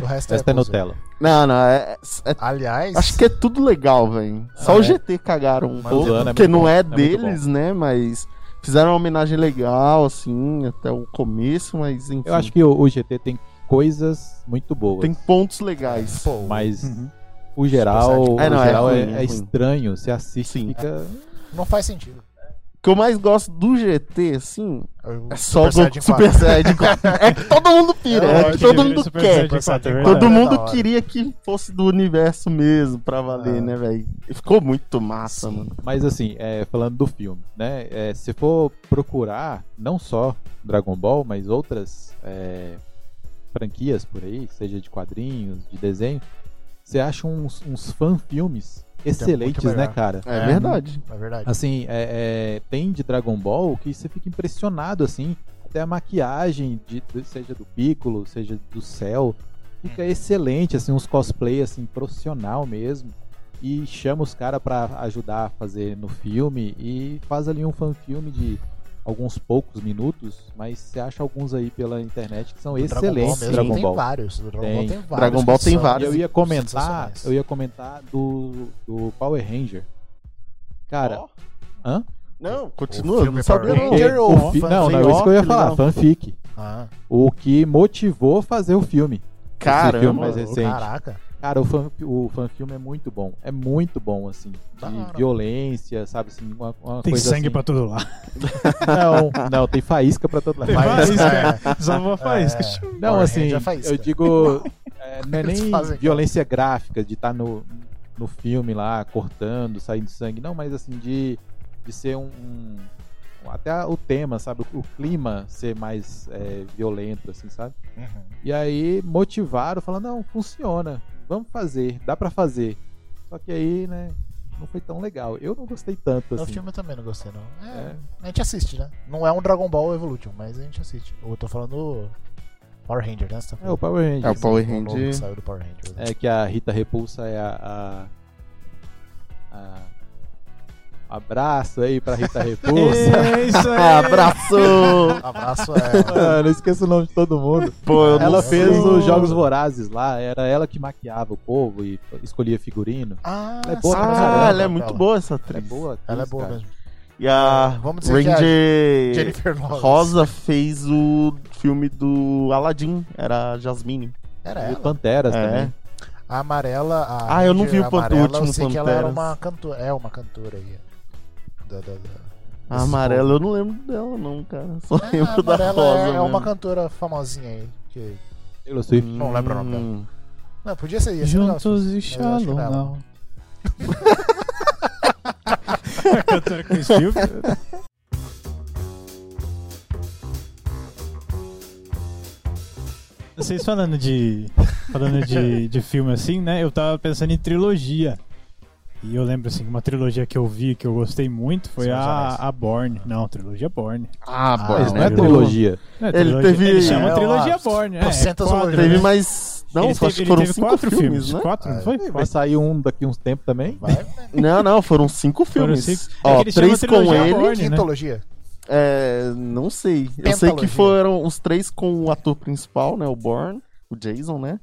Speaker 1: O resto
Speaker 4: o resto é
Speaker 1: Ball Z.
Speaker 4: Nutella.
Speaker 2: Não, não. é- é- é-
Speaker 1: Aliás,
Speaker 2: acho que é tudo legal, velho. Só
Speaker 1: Ah,
Speaker 2: o
Speaker 1: é.
Speaker 2: GT cagaram um
Speaker 4: Mas
Speaker 2: pouco.
Speaker 4: o ano é
Speaker 2: porque
Speaker 4: muito
Speaker 2: não
Speaker 4: bom,
Speaker 2: é
Speaker 4: é muito
Speaker 2: deles, né? Mas fizeram uma homenagem legal, assim, até o começo. Mas, enfim.
Speaker 4: Eu acho que é o, o GT tem coisas muito boas.
Speaker 2: Tem pontos legais.
Speaker 1: pô,
Speaker 4: Mas
Speaker 3: Uhum.
Speaker 4: o geral,
Speaker 2: É, não,
Speaker 4: o
Speaker 2: é
Speaker 4: geral é,
Speaker 2: ruim, é
Speaker 4: é
Speaker 2: ruim.
Speaker 4: estranho. Você assiste
Speaker 2: Sim.
Speaker 4: e fica.
Speaker 1: não faz sentido.
Speaker 2: O que eu mais gosto do GT, assim,
Speaker 1: Eu-
Speaker 2: é só o
Speaker 1: Super Saiyajin
Speaker 2: Goku
Speaker 1: 4.
Speaker 2: Super Saiyajin 4. É que todo mundo pira,
Speaker 1: É
Speaker 2: é que
Speaker 1: ótimo,
Speaker 2: todo mundo
Speaker 3: Super
Speaker 2: quer.
Speaker 3: Saiyajin 4, é
Speaker 1: Todo
Speaker 3: verdade.
Speaker 2: Todo
Speaker 1: É da
Speaker 2: mundo
Speaker 1: hora.
Speaker 2: queria que fosse do universo mesmo, pra valer,
Speaker 4: É.
Speaker 1: Ah.
Speaker 2: né, velho? E Ficou muito massa, mano.
Speaker 4: Mas assim, é, falando do filme, né? é, se for procurar não só Dragon Ball, mas outras é, franquias por aí, seja de quadrinhos, de desenho, você acha uns, uns fan-filmes excelentes,
Speaker 1: muito
Speaker 4: né,
Speaker 1: melhor.
Speaker 4: cara?
Speaker 2: É,
Speaker 1: É.
Speaker 2: verdade.
Speaker 1: É verdade.
Speaker 4: Assim, é, é, tem de Dragon Ball que você fica impressionado, assim. Até a maquiagem, de, de- seja do Piccolo, seja do Cell, fica
Speaker 1: Uhum.
Speaker 4: excelente, assim, uns cosplay, assim, profissional mesmo. E chama os caras pra ajudar a fazer no filme e faz ali um fanfilme de alguns poucos minutos, mas você acha alguns aí pela internet que são
Speaker 1: Do Dragon Ball
Speaker 4: excelentes
Speaker 1: mesmo,
Speaker 4: Dragon
Speaker 1: tem
Speaker 4: Ball.
Speaker 1: vários. Do Dragon
Speaker 4: Tem.
Speaker 1: Ball tem vários.
Speaker 2: Dragon Ball
Speaker 1: que
Speaker 2: tem
Speaker 1: são
Speaker 4: E
Speaker 2: vários.
Speaker 4: eu ia comentar,
Speaker 1: sensacionais.
Speaker 4: eu ia comentar do, do Power Ranger. Cara,
Speaker 2: Ó.
Speaker 4: hã?
Speaker 2: Não,
Speaker 1: O
Speaker 2: continua,
Speaker 1: filme
Speaker 2: não sabia
Speaker 1: Power
Speaker 2: não.
Speaker 1: Ranger.
Speaker 4: Porque
Speaker 1: ou
Speaker 4: o fi-
Speaker 1: fan-
Speaker 4: Não, não,
Speaker 2: fan-
Speaker 4: isso que eu ia
Speaker 2: que
Speaker 4: falar,
Speaker 2: legal.
Speaker 4: fanfic.
Speaker 1: Ah,
Speaker 4: O que motivou fazer o filme.
Speaker 2: Caramba,
Speaker 4: filme mais
Speaker 2: mano.
Speaker 4: recente.
Speaker 1: caraca.
Speaker 4: Cara, o fan, o fanfilme é muito bom. É muito bom, assim.
Speaker 1: Da hora.
Speaker 4: De violência, sabe? Assim, uma, uma
Speaker 3: Tem
Speaker 4: coisa
Speaker 3: sangue
Speaker 4: assim.
Speaker 3: pra todo lado.
Speaker 4: Não, não, tem faísca pra todo lado.
Speaker 3: Tem
Speaker 1: Mas-
Speaker 3: faísca.
Speaker 1: é.
Speaker 3: Só vou faísca.
Speaker 4: Não,
Speaker 1: Power
Speaker 4: assim,
Speaker 1: Ranger é faísca.
Speaker 4: eu digo. é, não é
Speaker 1: Eles
Speaker 4: nem
Speaker 1: fazem.
Speaker 4: violência gráfica de estar no, no filme lá, cortando, saindo sangue, não, mas assim, de, de ser um, um- Até o tema, sabe? O, o clima ser mais é, violento, assim, sabe?
Speaker 1: Uhum.
Speaker 4: E aí motivaram, falando, não, funciona, vamos fazer, dá pra fazer. Só que aí, né, não foi tão legal. Eu não gostei tanto,
Speaker 1: é, O
Speaker 4: assim.
Speaker 1: filme eu também não gostei, não. É,
Speaker 4: É.
Speaker 1: A gente assiste, né? Não é um Dragon Ball Evolution, mas a gente assiste. Ou eu tô falando Power Ranger, né? Você tá
Speaker 4: É o
Speaker 1: falando
Speaker 4: Power
Speaker 2: É
Speaker 4: Rangers.
Speaker 2: o
Speaker 1: o
Speaker 2: Power
Speaker 1: novo que
Speaker 2: Ranger.
Speaker 1: saiu do Power Ranger. né?
Speaker 4: É que a Rita Repulsa é a. a- a- Abraço aí pra Rita Repulsa.
Speaker 3: É isso aí.
Speaker 2: Ah, Abraço!
Speaker 1: Abraço é.
Speaker 4: Ah, não esqueço o nome de todo mundo.
Speaker 2: Pô, eu não
Speaker 4: Ela
Speaker 2: sei.
Speaker 4: fez os Jogos Vorazes lá, era ela que maquiava o povo e escolhia figurino.
Speaker 1: Ah,
Speaker 4: Ela é boa pra
Speaker 1: sim,
Speaker 2: Ah,
Speaker 4: caramba,
Speaker 2: ela é muito boa essa
Speaker 4: Ela é
Speaker 2: atriz.
Speaker 4: boa. atriz,
Speaker 1: Ela é boa
Speaker 4: cara.
Speaker 1: mesmo.
Speaker 2: E a
Speaker 1: Vamos dizer que é a
Speaker 2: Ranger
Speaker 1: Jennifer Lawrence.
Speaker 2: Rosa fez o filme do Aladdin. Era a Jasmine.
Speaker 1: Era
Speaker 4: E
Speaker 1: ela.
Speaker 4: Panteras
Speaker 2: É.
Speaker 4: também.
Speaker 1: A amarela. A
Speaker 2: Ah, eu não
Speaker 1: Ranger
Speaker 2: vi o pan- o
Speaker 1: amarela,
Speaker 2: último
Speaker 1: Eu sei que ela era
Speaker 2: Panteras.
Speaker 1: uma cantora. É uma cantora aí. Da, da, da-
Speaker 2: A amarela, eu não lembro dela, não, cara. Só
Speaker 1: É, a
Speaker 2: lembro da
Speaker 1: amarela
Speaker 2: Rosa.
Speaker 1: é, é uma
Speaker 2: mesmo.
Speaker 1: cantora famosinha aí. Que...
Speaker 4: Taylor Swift.
Speaker 1: Não lembro o nome dela.
Speaker 2: Hum.
Speaker 1: Não, podia ser isso.
Speaker 3: Juntos e
Speaker 1: Mas eu acho que
Speaker 3: Shalom.
Speaker 1: não é ela.
Speaker 3: Não. A cantora Chris Field. Vocês falando de falando de, de filme assim, né? Eu tava pensando em trilogia. E eu lembro assim, uma trilogia que eu vi que eu gostei muito foi
Speaker 1: Senhor dos
Speaker 3: a,
Speaker 1: Anéis.
Speaker 3: a Borne. Não, trilogia Borne.
Speaker 2: Ah,
Speaker 1: Ah,
Speaker 2: boy,
Speaker 4: Mas não é
Speaker 2: né?
Speaker 4: trilogia.
Speaker 3: Não, é
Speaker 2: Ele
Speaker 3: trilogia-
Speaker 2: teve-
Speaker 3: Ele chama
Speaker 1: É,
Speaker 3: trilogia
Speaker 1: ó,
Speaker 3: Borne. É, é
Speaker 1: trocentas
Speaker 3: quadro,
Speaker 1: orelhas.
Speaker 3: né?
Speaker 2: Teve mais. Não,
Speaker 3: ele
Speaker 2: acho
Speaker 3: teve,
Speaker 2: que
Speaker 3: ele
Speaker 2: foram
Speaker 3: teve
Speaker 2: cinco
Speaker 3: quatro filmes,
Speaker 2: filmes, né?
Speaker 3: Quatro,
Speaker 1: Ah,
Speaker 3: não
Speaker 1: é,
Speaker 3: foi?
Speaker 4: Vai sair um daqui uns tempos também.
Speaker 1: Vai, né?
Speaker 2: Não, não, foram cinco
Speaker 3: Foram
Speaker 2: filmes.
Speaker 3: cinco. É que
Speaker 2: Ó,
Speaker 3: eles
Speaker 2: três
Speaker 3: chamam
Speaker 2: com
Speaker 3: trilogia
Speaker 2: ele.
Speaker 3: Borne, né?
Speaker 1: Quintologia.
Speaker 2: É, não sei. Eu sei que
Speaker 1: Pentalogia.
Speaker 2: foram os três com o ator principal, né? O Born, o Jason, né?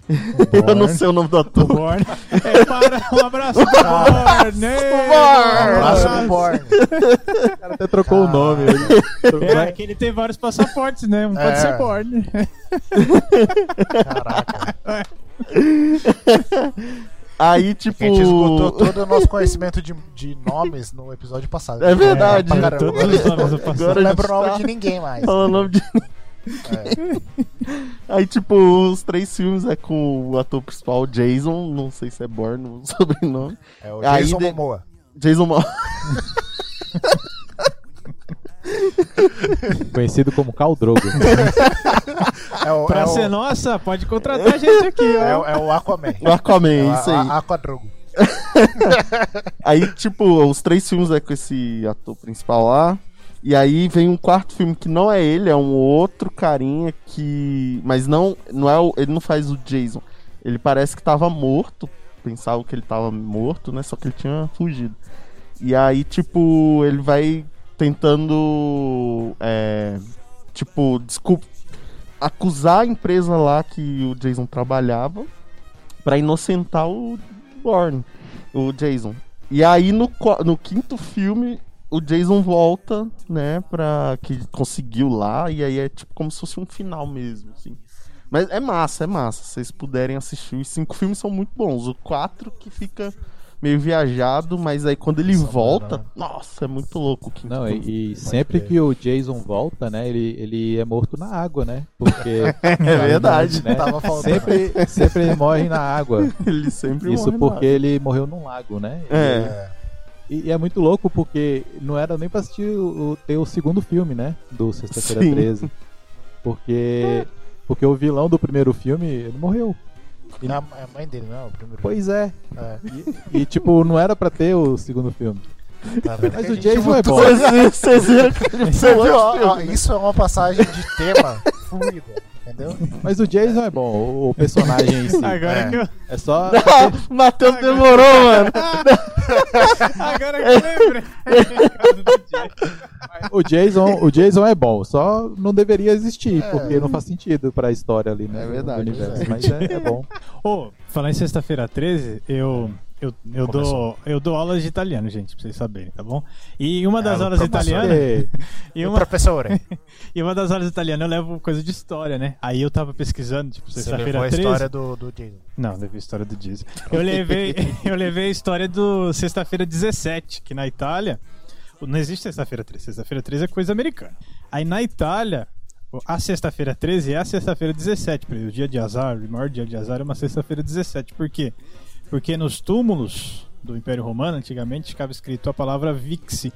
Speaker 2: Eu
Speaker 3: Bourne.
Speaker 2: não sei o nome do
Speaker 3: O
Speaker 2: ator.
Speaker 3: Borne. É para um abraço pro Borne.
Speaker 2: Borne.
Speaker 1: Abraço do Borne.
Speaker 4: Até trocou
Speaker 1: Cara.
Speaker 4: o nome.
Speaker 3: É, que ele tem vários passaportes, né? Um
Speaker 1: É.
Speaker 3: pode ser Borne.
Speaker 1: Caraca.
Speaker 2: Aí,
Speaker 1: A gente esgotou
Speaker 2: tipo.
Speaker 1: todo o nosso conhecimento de, de nomes no episódio passado.
Speaker 2: É verdade.
Speaker 1: É, pra caramba. é
Speaker 3: Todos os nomes do passado.
Speaker 2: Agora a
Speaker 1: não
Speaker 2: gente
Speaker 1: lembro o nome
Speaker 2: tá
Speaker 1: de ninguém mais.
Speaker 2: falando o nome de. Aí, tipo, os três filmes é com o ator principal, Jason, não sei se é Bourne o sobrenome.
Speaker 1: É o
Speaker 2: Aí
Speaker 1: Jason
Speaker 2: de-
Speaker 1: Momoa.
Speaker 2: Jason Momoa.
Speaker 4: Conhecido como Cal Drogo.
Speaker 1: É o,
Speaker 3: Pra
Speaker 1: é o,
Speaker 3: ser nossa, pode contratar a gente aqui,
Speaker 1: é
Speaker 3: ó.
Speaker 1: o, é o Aquaman.
Speaker 2: O Aquaman,
Speaker 1: É o
Speaker 2: isso aí.
Speaker 1: A- Aquadrogo.
Speaker 2: Aí, tipo, os três filmes é com esse ator principal lá. E aí vem um quarto filme que não é ele, é um outro carinha que. Mas não, não é o... ele não faz o Jason. Ele parece que tava morto. Pensava que ele tava morto, né? Só que ele tinha fugido. E aí, tipo, ele vai tentando. É, tipo, desculpa. Acusar a empresa lá que o Jason trabalhava pra inocentar o Bourne, o Jason. E aí no, qua- no quinto filme, o Jason volta, né, pra. que conseguiu lá, e aí é tipo como se fosse um final mesmo, assim. Mas é massa, é massa. Se vocês puderem assistir, os cinco filmes são muito bons. O quatro que fica meio viajado, mas aí quando ele
Speaker 1: São
Speaker 2: volta,
Speaker 1: bons, né?
Speaker 2: nossa, é muito louco o quinto
Speaker 4: Não,
Speaker 2: filme.
Speaker 4: e, e sempre
Speaker 1: crer.
Speaker 4: que o Jason volta, né? Ele, ele é morto na água, né? Porque.
Speaker 2: É verdade.
Speaker 4: Né?
Speaker 1: Tava faltando.
Speaker 4: Sempre, sempre ele morre na água.
Speaker 2: Ele sempre
Speaker 4: Isso
Speaker 2: morre lá.
Speaker 4: porque ele morreu num lago, né?
Speaker 2: É.
Speaker 4: E, e é muito louco porque não era nem pra assistir o, o- ter o segundo filme, né? Do Sexta-feira
Speaker 2: Sim.
Speaker 4: 13. Porque. Porque o vilão do primeiro filme ele morreu.
Speaker 1: É a- é a mãe dele, não? é O primeiro.
Speaker 4: Pois é.
Speaker 1: É,
Speaker 4: E, e, tipo, não era pra ter o segundo filme.
Speaker 1: tá vendo?
Speaker 4: Mas
Speaker 1: Que a
Speaker 4: o
Speaker 1: gente
Speaker 4: Jason é bom.
Speaker 2: Vocês- Vocês viram que ele
Speaker 1: Você
Speaker 2: falou
Speaker 1: viu? Ó, ó,
Speaker 2: filme, né?
Speaker 1: isso é uma passagem de tema fluida, entendeu?
Speaker 4: Mas o Jason é bom, o, o personagem em si.
Speaker 3: Agora
Speaker 1: É.
Speaker 3: que eu.
Speaker 4: É só.
Speaker 2: Ah, o Matheus demorou, mano.
Speaker 3: Agora que eu
Speaker 1: É.
Speaker 3: lembrei. Recado do Jason.
Speaker 4: O Jason, o Jason é bom, só não deveria existir,
Speaker 1: É.
Speaker 4: porque não faz sentido pra história ali, né?
Speaker 2: É
Speaker 4: do
Speaker 2: verdade,
Speaker 4: universo.
Speaker 1: é.
Speaker 4: Mas é, é bom.
Speaker 3: Ô, falar em sexta-feira 13, eu. Eu, eu, dou,
Speaker 1: Começou.
Speaker 3: eu dou aulas de italiano, gente, pra vocês saberem, tá bom? E uma
Speaker 1: É,
Speaker 3: das
Speaker 1: o
Speaker 3: aulas de
Speaker 1: professor
Speaker 3: italiano.
Speaker 4: Porque
Speaker 3: E
Speaker 1: O
Speaker 3: uma,
Speaker 1: professor, hein?
Speaker 3: e uma das aulas de italiano eu levo coisa de história, né? Aí eu tava pesquisando, tipo,
Speaker 1: você
Speaker 3: sexta-feira
Speaker 1: levou a
Speaker 3: 13.
Speaker 1: história do, do Jason.
Speaker 3: Não, levei a história do Jason. Eu levei, eu levei a história do Sexta-feira 17, que na Itália. Não existe Sexta-feira 13. Sexta-feira 13 é coisa americana. Aí na Itália, a Sexta-feira 13 é a Sexta-feira 17. porque O dia de azar, o maior dia de azar é uma Sexta-feira 17. Por quê? Porque nos túmulos do Império Romano, antigamente, ficava escrito a palavra vixi.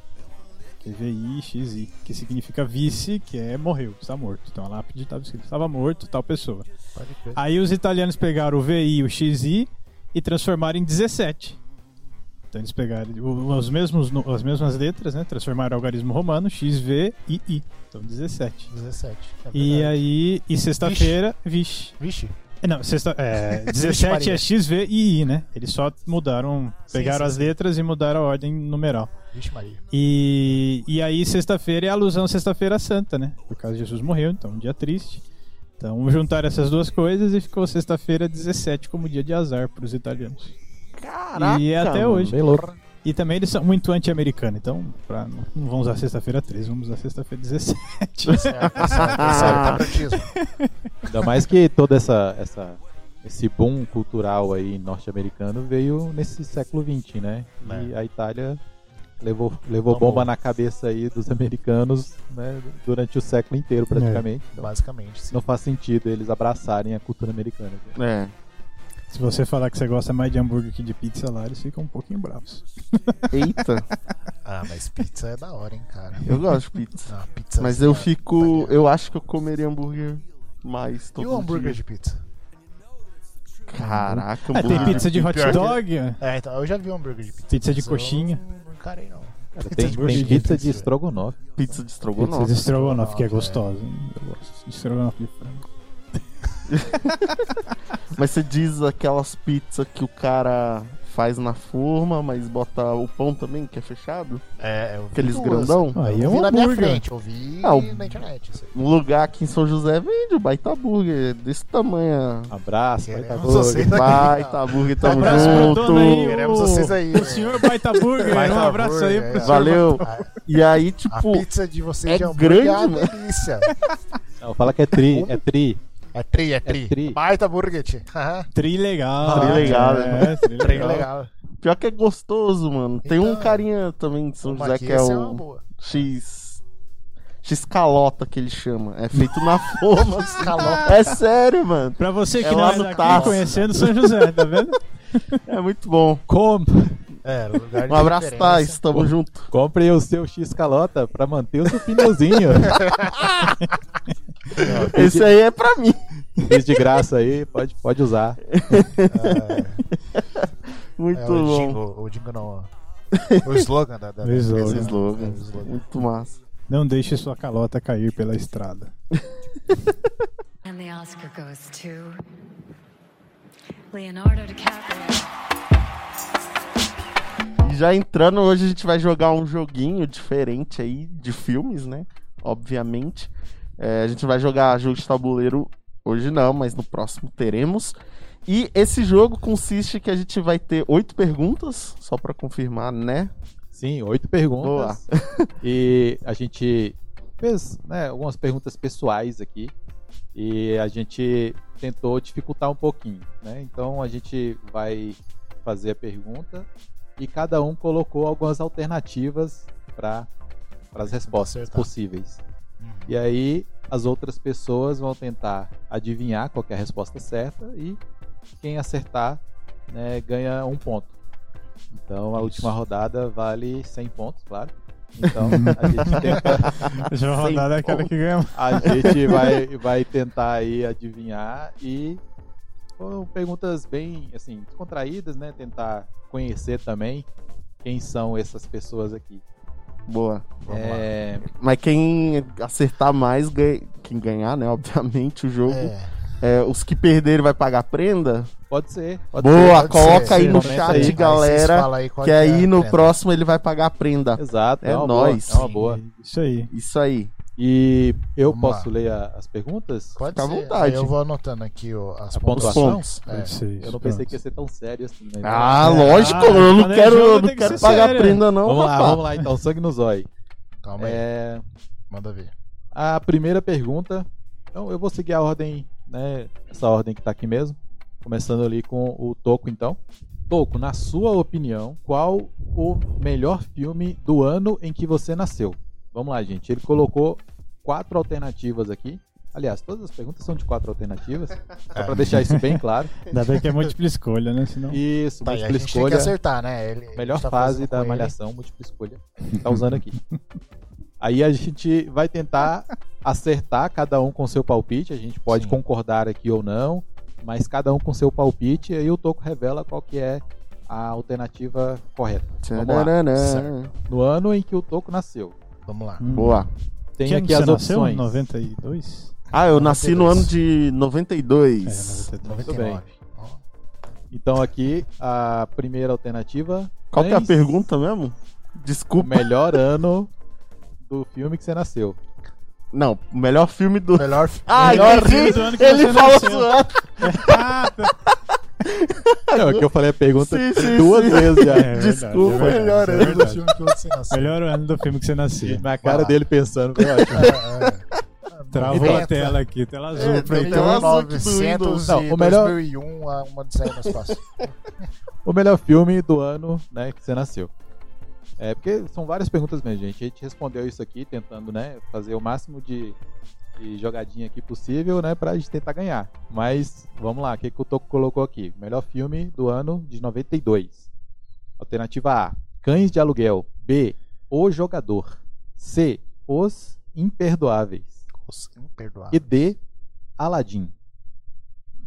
Speaker 3: Que é V-I-X-I, que significa vice, que é morreu, está morto. Então a lápide estava escrito, estava morto, tal pessoa.
Speaker 1: Pode crer.
Speaker 3: Aí os italianos pegaram o VI e o XI e transformaram em 17. Então eles pegaram o- os mesmos, nu- as mesmas letras, né? Transformaram o algarismo romano, XV e I. Então 17.
Speaker 1: 17. é
Speaker 3: E
Speaker 1: verdade.
Speaker 3: aí, e sexta-feira, vixe.
Speaker 1: Vixe,
Speaker 3: Não, sexta, é,
Speaker 1: Vixe
Speaker 3: 17
Speaker 1: Maria.
Speaker 3: é XV e I, né? Eles só mudaram,
Speaker 1: Sim,
Speaker 3: pegaram
Speaker 1: sim,
Speaker 3: as
Speaker 1: sim.
Speaker 3: letras e mudaram a ordem numeral.
Speaker 1: vixe Maria.
Speaker 3: E, e aí, sexta-feira é alusão à Sexta-feira Santa, né? Por causa de Jesus morreu, então um dia triste. Então juntaram essas duas coisas e ficou sexta-feira 17 como dia de azar para os italianos.
Speaker 2: Caraca,
Speaker 3: e é até
Speaker 2: mano.
Speaker 3: hoje.
Speaker 4: Bem louco.
Speaker 3: E também eles são muito anti-americanos, então pra, não não vão usar sexta-feira 13, vamos usar sexta-feira 17.
Speaker 1: Certo, É, certo, certo, tá prontíssimo.
Speaker 4: Ainda mais que toda essa. essa esse boom cultural aí norte-americano veio nesse século XX, né? E a Itália levou, levou
Speaker 1: Tomou.
Speaker 4: bomba na cabeça aí dos americanos né, durante o século inteiro praticamente.
Speaker 3: É.
Speaker 4: Então,
Speaker 1: Basicamente, sim.
Speaker 4: não faz sentido eles abraçarem a cultura americana.
Speaker 2: É.
Speaker 3: Se você falar que você gosta mais de hambúrguer que de pizza lá, eles ficam um pouquinho bravos.
Speaker 2: Eita,
Speaker 1: Ah, mas pizza é da hora, hein, cara.
Speaker 2: eu gosto de pizza.
Speaker 1: Ah, pizza
Speaker 2: Mas eu
Speaker 1: é-
Speaker 2: fico. Eu acho que eu comeria hambúrguer mais.
Speaker 1: E
Speaker 2: todo
Speaker 1: o hambúrguer
Speaker 2: dia.
Speaker 1: de pizza?
Speaker 2: Caraca,
Speaker 3: Ah,
Speaker 2: hambúrguer.
Speaker 3: tem pizza de hot
Speaker 1: pior que-
Speaker 3: dog,
Speaker 1: É, então, eu já vi um hambúrguer de pizza.
Speaker 3: Pizza de
Speaker 1: mas eu
Speaker 3: coxinha.
Speaker 1: Não encarei, não.
Speaker 3: É tá
Speaker 4: Cara, tem,
Speaker 1: de
Speaker 4: tem
Speaker 1: burger,
Speaker 4: pizza
Speaker 1: pizza
Speaker 4: de
Speaker 1: de-
Speaker 4: estrogonofe.
Speaker 2: Pizza de
Speaker 3: pizza
Speaker 2: estrogonofe.
Speaker 3: de estrogonofe, que
Speaker 1: Estrogonofe,
Speaker 3: é
Speaker 1: é.
Speaker 3: gostosa. hein? Eu gosto de estrogonofe de frango.
Speaker 2: Mas você diz aquelas pizzas que o cara faz na forma, mas bota o pão também, que é fechado?
Speaker 1: É, eu vi
Speaker 2: Aqueles
Speaker 1: duas.
Speaker 2: grandão?
Speaker 1: Eu
Speaker 3: Aí é
Speaker 1: vi
Speaker 3: um
Speaker 1: na minha
Speaker 3: hambúrguer.
Speaker 1: frente, eu vi
Speaker 2: Ah, o-
Speaker 1: na internet. Isso aí.
Speaker 2: Um lugar aqui em São José vende o baita burger, desse tamanho.
Speaker 4: Abraço, vai tá
Speaker 1: Queremos
Speaker 4: gordo.
Speaker 1: vocês aqui.
Speaker 2: Baita burger,
Speaker 1: Tá
Speaker 2: tamo
Speaker 3: Abraço pro dono aí,
Speaker 2: junto.
Speaker 1: Queremos
Speaker 3: o-
Speaker 1: vocês aí.
Speaker 3: O senhor Baita Burger,
Speaker 1: Baita
Speaker 3: um abraço aí
Speaker 1: Burger,
Speaker 3: pro
Speaker 1: é.
Speaker 3: senhor.
Speaker 2: Valeu.
Speaker 1: A,
Speaker 2: E aí,
Speaker 1: a
Speaker 2: tipo,
Speaker 1: pizza de vocês
Speaker 2: é
Speaker 1: de hambúrguer é uma
Speaker 2: grande,
Speaker 1: delícia.
Speaker 4: Não, fala que é tri, é tri.
Speaker 1: É tri, é tri.
Speaker 4: tri.
Speaker 1: Baita burger, tio. Aham.
Speaker 3: Tri legal.
Speaker 2: Tri legal,
Speaker 3: é, tri
Speaker 1: Trem
Speaker 3: legal.
Speaker 1: legal.
Speaker 2: pior que é gostoso, mano. Tem um
Speaker 1: Então,
Speaker 2: carinha também de São
Speaker 1: Uma
Speaker 2: José
Speaker 1: aqui,
Speaker 2: que é
Speaker 1: essa uma
Speaker 2: o
Speaker 1: boa.
Speaker 2: X. Xcalota que ele chama. É feito na forma. assim.
Speaker 1: Xcalota.
Speaker 2: É sério, mano.
Speaker 3: Pra você que
Speaker 2: É
Speaker 3: não
Speaker 2: lá
Speaker 3: é
Speaker 2: no
Speaker 3: daqui,
Speaker 2: Taço.
Speaker 3: conhecendo São José, tá vendo?
Speaker 2: É muito bom.
Speaker 4: Com...
Speaker 1: É, lugar de
Speaker 2: Um abraço,
Speaker 1: referência.
Speaker 2: Thais. Tamo junto.
Speaker 4: Compre o seu X calota pra manter o seu pneuzinho. Não, fiz,
Speaker 2: Esse
Speaker 4: de,
Speaker 2: aí é pra mim.
Speaker 4: fiz de graça aí, pode, pode usar.
Speaker 2: Muito
Speaker 1: É, o
Speaker 2: bom.
Speaker 1: jingle, o jingle não. ó. O slogan da. da
Speaker 3: O slogan.
Speaker 1: da- da-
Speaker 2: Esse slogan.
Speaker 1: é, o slogan.
Speaker 2: Muito massa.
Speaker 3: Não deixe sua calota cair pela estrada.
Speaker 7: And the Oscar goes to Leonardo DiCaprio.
Speaker 2: E já entrando, hoje a gente vai jogar um joguinho diferente aí de filmes, né? Obviamente. É, a gente vai jogar jogo de tabuleiro hoje não, mas no próximo teremos. E esse jogo consiste que a gente vai ter oito perguntas, só pra confirmar, né?
Speaker 4: Sim, oito perguntas. E a gente fez né, algumas perguntas pessoais aqui. E a gente tentou dificultar um pouquinho. Né? Então a gente vai fazer a pergunta e cada um colocou algumas alternativas para as respostas
Speaker 1: Acertar.
Speaker 4: possíveis.
Speaker 1: Uhum.
Speaker 4: E aí as outras pessoas vão tentar adivinhar qual que é a resposta certa e quem acertar né, ganha um ponto. Então a última rodada vale 100 pontos, claro. Então a gente, tenta-
Speaker 3: Já
Speaker 2: Sem
Speaker 3: rodada é aquela
Speaker 2: ponto.
Speaker 3: que ganha.
Speaker 4: a gente vai, vai tentar aí adivinhar e foram perguntas bem assim descontraídas, né? Tentar conhecer também quem são essas pessoas aqui.
Speaker 2: Boa.
Speaker 1: Vamos lá.
Speaker 4: É,
Speaker 2: Mas quem acertar mais, ganha... quem ganhar, né? Obviamente, o jogo.
Speaker 1: É,
Speaker 2: É, os que perderem vai pagar prenda?
Speaker 4: pode ser. Pode
Speaker 1: pode
Speaker 2: Boa, coloca
Speaker 1: ser,
Speaker 2: aí
Speaker 1: sim,
Speaker 2: no
Speaker 4: comenta
Speaker 2: chat,
Speaker 4: aí. Aí
Speaker 1: vocês
Speaker 2: galera.
Speaker 1: falam aí qual
Speaker 2: Que
Speaker 1: é
Speaker 2: aí
Speaker 1: a
Speaker 2: no
Speaker 1: trend.
Speaker 2: próximo ele vai pagar a prenda.
Speaker 4: ser. Exato.
Speaker 2: É
Speaker 4: É, uma
Speaker 2: nóis.
Speaker 4: Boa, é uma boa.
Speaker 3: Isso aí.
Speaker 2: Isso aí.
Speaker 4: E eu
Speaker 1: Vamos
Speaker 4: posso
Speaker 1: lá.
Speaker 4: ler a- as perguntas?
Speaker 1: Pode
Speaker 2: Fica à
Speaker 1: ser.
Speaker 2: vontade.
Speaker 1: Eu vou anotando aqui o- as
Speaker 4: A
Speaker 2: Os
Speaker 4: pontuação?
Speaker 1: pontuações.
Speaker 2: pontos.
Speaker 1: É.
Speaker 3: Isso, isso,
Speaker 4: Eu não pensei
Speaker 3: pronto.
Speaker 4: que ia ser tão sério assim, né? Então,
Speaker 2: Ah,
Speaker 3: É,
Speaker 2: lógico,
Speaker 3: ah,
Speaker 2: eu não
Speaker 3: planejou,
Speaker 2: quero, eu
Speaker 3: tem
Speaker 2: não
Speaker 3: que
Speaker 2: quero
Speaker 3: ser
Speaker 2: pagar
Speaker 3: sério.
Speaker 2: prenda, não,
Speaker 4: vamos lá,
Speaker 2: rapaz.
Speaker 4: vamos lá então, sangue no zóio.
Speaker 1: Calma aí,
Speaker 4: É,
Speaker 1: manda ver.
Speaker 4: a primeira pergunta. Então eu vou seguir a ordem, né? Essa ordem que tá aqui mesmo. Começando ali com o Toco, então. Toco, na sua opinião, qual o melhor filme do ano em que você nasceu? Vamos lá, gente. Ele colocou quatro alternativas aqui. Aliás, todas as perguntas são de quatro alternativas.
Speaker 1: Tá,
Speaker 4: Só pra deixar isso bem claro.
Speaker 3: Ainda bem que é múltipla escolha, né? Senão...
Speaker 4: Isso,
Speaker 1: Tá, e a
Speaker 4: múltipla
Speaker 1: gente tem que
Speaker 4: escolha.
Speaker 1: acertar, né? Ele- ele
Speaker 4: Melhor
Speaker 1: tá
Speaker 4: fase
Speaker 1: fazendo
Speaker 4: da
Speaker 1: com ele.
Speaker 4: malhação, múltipla escolha. Tá usando aqui. Aí a gente vai tentar acertar cada um com seu palpite. A gente pode
Speaker 1: Sim.
Speaker 4: concordar aqui ou não, mas cada um com seu palpite. E aí o Toco revela qual que é a alternativa correta. Vamos lá.
Speaker 2: Tcharanã.
Speaker 1: Certo.
Speaker 4: No ano em que o Toco nasceu.
Speaker 1: Vamos lá.
Speaker 3: Hum.
Speaker 2: Boa.
Speaker 4: Tem
Speaker 3: Que um ano
Speaker 4: aqui
Speaker 3: você
Speaker 4: as
Speaker 3: nasceu?
Speaker 4: opções.
Speaker 3: 92?
Speaker 2: Ah, eu nasci no
Speaker 1: 92.
Speaker 2: ano de
Speaker 3: Tá, É,
Speaker 2: 92.
Speaker 3: 92.
Speaker 4: Muito bem.
Speaker 1: 99. Ó,
Speaker 4: Então aqui a primeira alternativa.
Speaker 2: Qual que é a
Speaker 4: Mas-
Speaker 2: pergunta mesmo?
Speaker 4: O
Speaker 2: Desculpa.
Speaker 4: melhor ano do filme que você nasceu.
Speaker 2: Não, o melhor filme do.
Speaker 1: Melhor
Speaker 2: Ah,
Speaker 3: melhor
Speaker 2: entendi.
Speaker 3: filme do ano que
Speaker 2: Ele
Speaker 3: você
Speaker 2: falou
Speaker 3: nasceu.
Speaker 2: zoando.
Speaker 3: Ah, tá.
Speaker 4: Não, é que eu falei a pergunta
Speaker 2: Sim, sim,
Speaker 4: duas
Speaker 2: sim.
Speaker 4: vezes já.
Speaker 3: É verdade,
Speaker 2: Desculpa,
Speaker 3: é verdade,
Speaker 1: melhor
Speaker 3: é
Speaker 1: ano do
Speaker 3: verdade.
Speaker 1: filme que você nasceu.
Speaker 3: Melhor ano do filme que você nasceu.
Speaker 4: Na cara
Speaker 1: lá.
Speaker 4: dele pensando, foi
Speaker 1: É,
Speaker 4: ótimo.
Speaker 3: Travou
Speaker 1: Inventa.
Speaker 3: a tela aqui, tela azul.
Speaker 2: É,
Speaker 3: pra
Speaker 2: tem
Speaker 3: então.
Speaker 2: tela-
Speaker 4: Não,
Speaker 1: 1900
Speaker 4: o
Speaker 1: e
Speaker 4: melhor-
Speaker 1: 2001 a uma odisseia no espaço.
Speaker 4: O melhor filme do ano, né, que você nasceu. É, porque são várias perguntas mesmo, gente. A gente respondeu isso aqui, tentando, né, fazer o máximo de, de jogadinha aqui possível, né, pra gente tentar ganhar. Mas, vamos lá, o que, que o Toco colocou aqui? Melhor filme do ano de 92. Alternativa A, Cães de Aluguel. B, O Jogador. C, Os Imperdoáveis.
Speaker 1: Os imperdoáveis.
Speaker 4: E D, Aladdin.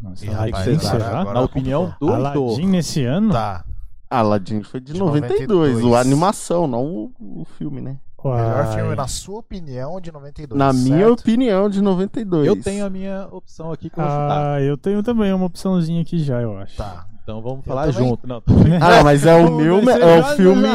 Speaker 3: Nossa,
Speaker 1: Ih,
Speaker 3: Aladdin,
Speaker 1: rapaz,
Speaker 4: vocês
Speaker 1: cara,
Speaker 3: será?
Speaker 1: agora
Speaker 4: Na opinião do Heitor.
Speaker 3: Aladdin nesse ano?
Speaker 1: Tá.
Speaker 2: Aladdin foi de
Speaker 1: De
Speaker 2: 92,
Speaker 1: 92.
Speaker 2: o a animação, não o, o filme, né?
Speaker 3: Uai.
Speaker 1: Tá. Melhor filme, na sua opinião, de 92.
Speaker 2: Na minha
Speaker 1: certo?
Speaker 2: opinião, de 92.
Speaker 4: Eu tenho a minha opção aqui que eu vou chutar.
Speaker 3: Ah, eu tenho também uma opçãozinha aqui já, eu acho.
Speaker 1: Tá.
Speaker 4: Então vamos falar
Speaker 1: também.
Speaker 4: junto. Não,
Speaker 2: Ah, mas é o meu, me- é o filme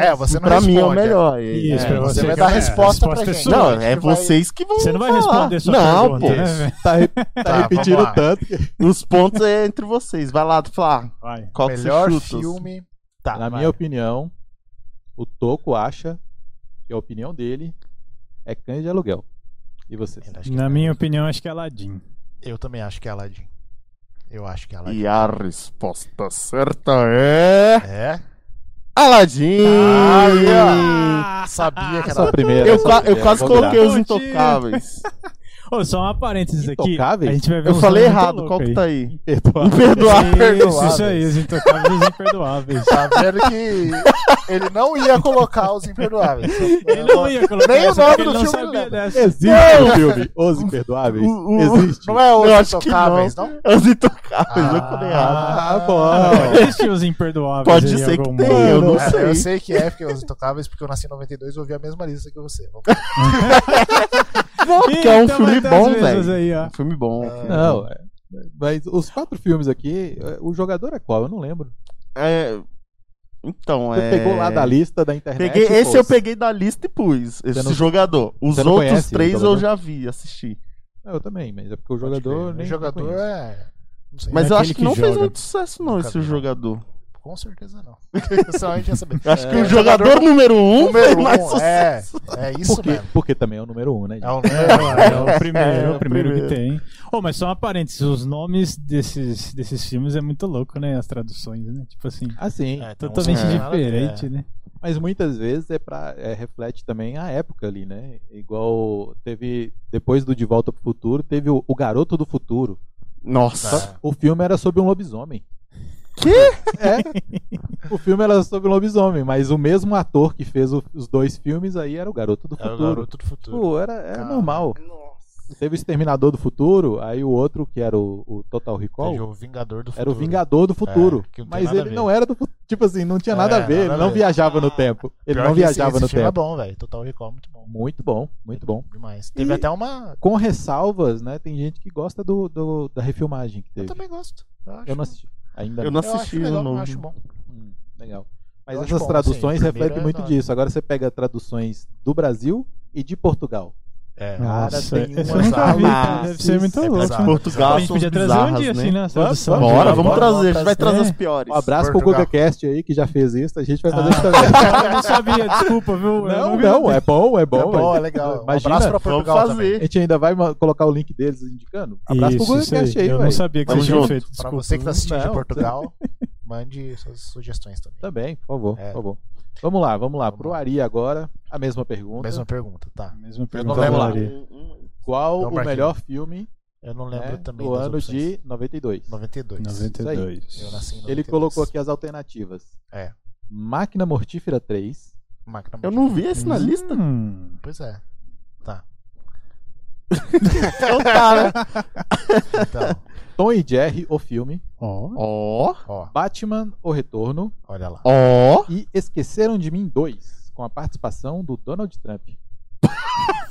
Speaker 1: É, é, você não
Speaker 2: pra mim é o
Speaker 1: responde,
Speaker 2: melhor.
Speaker 3: Isso,
Speaker 2: É.
Speaker 3: pra
Speaker 1: você
Speaker 3: você,
Speaker 1: vai
Speaker 3: que
Speaker 1: dar
Speaker 3: é-
Speaker 1: resposta pra
Speaker 3: é
Speaker 1: gente.
Speaker 3: sua.
Speaker 2: Não,
Speaker 1: a gente
Speaker 2: é
Speaker 1: vai-
Speaker 2: vocês que vão
Speaker 3: Você não vai
Speaker 2: falar.
Speaker 3: responder sua
Speaker 2: Não,
Speaker 3: pergunta,
Speaker 2: pô.
Speaker 3: né, velho?
Speaker 4: tá, re-
Speaker 1: Tá,
Speaker 4: tá repetindo
Speaker 1: vamos lá.
Speaker 4: tanto que.
Speaker 2: Os pontos é entre vocês. Vai lá, Flá.
Speaker 3: Vai.
Speaker 2: Qual
Speaker 1: Melhor
Speaker 2: que você chuta?
Speaker 1: filme. Tá.
Speaker 4: Na
Speaker 1: vai.
Speaker 4: minha opinião, o Toco acha que a opinião dele é cães de aluguel. E vocês?
Speaker 1: Acho que
Speaker 3: Na
Speaker 1: é-
Speaker 3: minha opinião, acho que é Aladdin.
Speaker 1: Eu também acho que é Aladdin. Eu acho que é Aladdin.
Speaker 2: E a resposta certa é.
Speaker 1: É?
Speaker 2: Aladdin!
Speaker 1: Ah, Sabia que
Speaker 4: Essa
Speaker 1: era.
Speaker 4: é primeira.
Speaker 2: eu,
Speaker 4: essa é
Speaker 2: qua- eu
Speaker 4: primeira,
Speaker 2: quase
Speaker 4: vou virar.
Speaker 2: coloquei os
Speaker 3: Bom dia.
Speaker 2: intocáveis.
Speaker 3: Ô, só uma parênteses aqui.
Speaker 4: Intocáveis?
Speaker 3: A gente vai ver
Speaker 2: Eu
Speaker 3: uns
Speaker 2: falei
Speaker 3: nomes muito
Speaker 2: errado, qual
Speaker 3: loucos
Speaker 2: que tá aí?
Speaker 4: Perdoar.
Speaker 2: Imperdoável.
Speaker 3: Isso, isso aí, os intocáveis e imperdoáveis.
Speaker 1: Tá vendo que ele não ia colocar os imperdoáveis.
Speaker 3: Ele não ia colocar
Speaker 1: Nem o
Speaker 3: essa,
Speaker 1: nome
Speaker 3: porque
Speaker 1: do
Speaker 3: ele não
Speaker 1: filme
Speaker 3: sabia
Speaker 1: leva.
Speaker 3: dessa.
Speaker 4: Existe o filme Os Imperdoáveis?
Speaker 2: o- o-
Speaker 4: Existe.
Speaker 1: Não é
Speaker 2: Eu
Speaker 1: os
Speaker 2: acho que
Speaker 1: intocáveis, não?
Speaker 2: Os intocáveis, eu falei errado.
Speaker 4: Ah,
Speaker 3: Ah,
Speaker 4: bom.
Speaker 3: Existe os imperdoáveis.
Speaker 2: Pode
Speaker 3: aí em
Speaker 2: ser que
Speaker 3: algum
Speaker 2: tenha,
Speaker 3: modo.
Speaker 2: eu não
Speaker 1: Cara,
Speaker 2: sei.
Speaker 1: eu sei que é porque os intocáveis, porque eu nasci em 92 e ouvi a mesma lista que você. Vamos
Speaker 2: Porque é um
Speaker 3: Eita,
Speaker 2: filme
Speaker 3: Então, mas
Speaker 2: bom,
Speaker 3: às vezes
Speaker 2: velho.
Speaker 3: aí, ó.
Speaker 2: Um filme bom.
Speaker 4: Não, é- mas os quatro filmes aqui, é, o jogador é qual? Eu não lembro.
Speaker 2: É, Então,
Speaker 4: Você
Speaker 2: é.
Speaker 4: pegou lá da lista da internet.
Speaker 2: Peguei, esse
Speaker 4: pô,
Speaker 2: eu peguei da lista e pus. Esse
Speaker 4: não-
Speaker 2: jogador. Os
Speaker 4: você não
Speaker 2: outros
Speaker 4: conhece o
Speaker 2: três eu
Speaker 4: jogador?
Speaker 2: já vi, assisti.
Speaker 4: Eu também, mas é porque o
Speaker 1: Jogador,
Speaker 4: jogador.
Speaker 1: nem
Speaker 4: Nem
Speaker 1: jogador é. Não sei,
Speaker 2: Mas
Speaker 3: é
Speaker 2: eu
Speaker 3: aquele
Speaker 2: acho que,
Speaker 3: que
Speaker 2: não fez
Speaker 3: joga.
Speaker 2: muito sucesso, não,
Speaker 1: Nunca
Speaker 2: esse
Speaker 1: vi.
Speaker 2: jogador.
Speaker 1: com certeza não. Só a gente ia saber.
Speaker 2: Eu acho que
Speaker 1: É,
Speaker 2: o jogador, número um
Speaker 1: número
Speaker 2: fez
Speaker 1: um,
Speaker 2: mais sucesso.
Speaker 1: é, é isso
Speaker 4: Por quê?
Speaker 1: mesmo.
Speaker 4: Porque também é o número um, né? gente?
Speaker 1: É o
Speaker 3: É, é
Speaker 1: número um.
Speaker 3: o primeiro,
Speaker 2: É,
Speaker 3: é
Speaker 2: o
Speaker 3: o primeiro que
Speaker 2: primeiro.
Speaker 3: tem. Oh, mas só uma parênteses, os nomes desses, desses filmes é muito louco, né? As traduções, né? Tipo assim,
Speaker 4: Ah, sim.
Speaker 1: É, então,
Speaker 3: totalmente
Speaker 1: é.
Speaker 3: diferente, né?
Speaker 4: Mas muitas vezes é para reflete também a época ali, né? Igual teve depois do De Volta pro Futuro, teve o, o Garoto do Futuro.
Speaker 2: Nossa.
Speaker 1: Tá.
Speaker 4: O filme era sobre um lobisomem.
Speaker 2: Quê?
Speaker 4: É. O filme era sobre um lobisomem, mas o mesmo ator que fez o- os dois filmes aí era o Garoto do
Speaker 1: É o
Speaker 4: Futuro.
Speaker 1: garoto do futuro.
Speaker 4: Tipo, era, era
Speaker 1: Ah.
Speaker 4: normal. Teve o Exterminador do Futuro, aí o outro que era o, o Total Recall.
Speaker 1: Seja o Vingador do Futuro.
Speaker 4: Era o Vingador do Futuro.
Speaker 1: É, que não tem
Speaker 4: mas
Speaker 1: nada a
Speaker 4: ele
Speaker 1: ver.
Speaker 4: não era do futuro. Tipo assim, não tinha
Speaker 1: É,
Speaker 4: nada a ver.
Speaker 1: nada a
Speaker 4: ele não
Speaker 1: ver. Ah,
Speaker 4: viajava no tempo. Ele
Speaker 1: Pior
Speaker 4: não
Speaker 1: que esse-
Speaker 4: viajava
Speaker 1: esse
Speaker 4: no
Speaker 1: filme
Speaker 4: tempo.
Speaker 1: É bom, velho. Total Recall é muito bom.
Speaker 4: Muito bom, muito bom.
Speaker 1: Demais. Teve
Speaker 4: E-
Speaker 1: até uma.
Speaker 4: Com ressalvas, né? Tem gente que gosta do, do- da refilmagem que
Speaker 1: Eu
Speaker 4: teve.
Speaker 1: também gosto. Eu, acho,
Speaker 4: Eu não assisti. Ainda
Speaker 2: Eu não assisti
Speaker 1: Tá. eu acho é
Speaker 2: o um.
Speaker 1: legal, eu
Speaker 2: novo.
Speaker 1: acho bom.
Speaker 4: Hum, legal. Mas
Speaker 1: Eu acho
Speaker 4: essas
Speaker 1: bom,
Speaker 4: traduções
Speaker 1: sim. Primeiro
Speaker 4: refletem
Speaker 1: é
Speaker 4: muito
Speaker 1: nós.
Speaker 4: disso. Agora você pega traduções do Brasil e de Portugal.
Speaker 1: É.
Speaker 4: Nossa, tem
Speaker 3: esse eu
Speaker 1: umas
Speaker 3: nunca vi,
Speaker 2: armas.
Speaker 3: cara. Deve ser muito
Speaker 1: É
Speaker 3: louco.
Speaker 1: pesado.
Speaker 3: né?
Speaker 2: Portugal,
Speaker 3: A gente
Speaker 2: são
Speaker 3: podia trazer um
Speaker 2: bizarras,
Speaker 3: dia,
Speaker 2: né?
Speaker 3: assim, né? Essa tradução.
Speaker 4: vamos.
Speaker 2: Bora, vamos
Speaker 1: Bora,
Speaker 2: trazer. A
Speaker 1: bora
Speaker 2: gente vai trazer
Speaker 3: trazer.
Speaker 2: as piores.
Speaker 4: Um abraço
Speaker 1: Portugal.
Speaker 4: pro GugaCast aí, que já fez isso. A gente vai fazer
Speaker 3: Ah.
Speaker 4: isso também.
Speaker 3: Eu não sabia, desculpa, viu? Eu
Speaker 4: não,
Speaker 3: vi.
Speaker 4: não, é bom, é bom.
Speaker 1: É bom,
Speaker 4: mas-
Speaker 1: é legal.
Speaker 4: Imagina,
Speaker 1: Um abraço pra
Speaker 2: Vamos
Speaker 1: Portugal
Speaker 2: fazer.
Speaker 1: também.
Speaker 4: A gente ainda vai ma- colocar o link deles indicando? Abraço pro
Speaker 3: Isso, isso
Speaker 4: Goiacast aí,
Speaker 3: Eu
Speaker 4: velho.
Speaker 3: não sabia que
Speaker 2: Tamo
Speaker 3: vocês tinham
Speaker 2: junto.
Speaker 3: feito.
Speaker 1: Pra
Speaker 3: Desculpa.
Speaker 1: você que tá assistindo de
Speaker 4: Não, Tá
Speaker 1: Portugal, mande suas sugestões também.
Speaker 4: Também, por favor,
Speaker 1: É.
Speaker 4: por favor. Vamos lá, vamos lá.
Speaker 1: Vamos
Speaker 4: Pro
Speaker 1: lá.
Speaker 4: Ari agora, a mesma pergunta.
Speaker 1: Mesma pergunta, tá.
Speaker 3: Mesma
Speaker 4: Então,
Speaker 3: pergunta.
Speaker 4: vamos lá.
Speaker 3: da Maria.
Speaker 4: Qual
Speaker 1: Vamos
Speaker 4: o
Speaker 1: pra
Speaker 4: melhor filme
Speaker 1: Eu não
Speaker 4: né,
Speaker 1: lembro também
Speaker 4: do
Speaker 1: das
Speaker 4: ano
Speaker 1: opções.
Speaker 4: de 92?
Speaker 1: 92.
Speaker 3: 92.
Speaker 1: Eu nasci em 92.
Speaker 4: Ele colocou aqui as alternativas.
Speaker 1: É.
Speaker 4: Máquina Mortífera 3.
Speaker 1: Máquina
Speaker 2: Eu não vi esse
Speaker 3: Uhum.
Speaker 2: na lista.
Speaker 3: Hum.
Speaker 1: Pois é.
Speaker 2: Então tá, né?
Speaker 1: Então,
Speaker 4: Tom e Jerry, o filme.
Speaker 3: Ó.
Speaker 2: Ó,
Speaker 1: ó,
Speaker 4: Batman, o Retorno.
Speaker 1: olha lá.
Speaker 2: ó.
Speaker 4: E Esqueceram de Mim 2, com a participação do Donald Trump.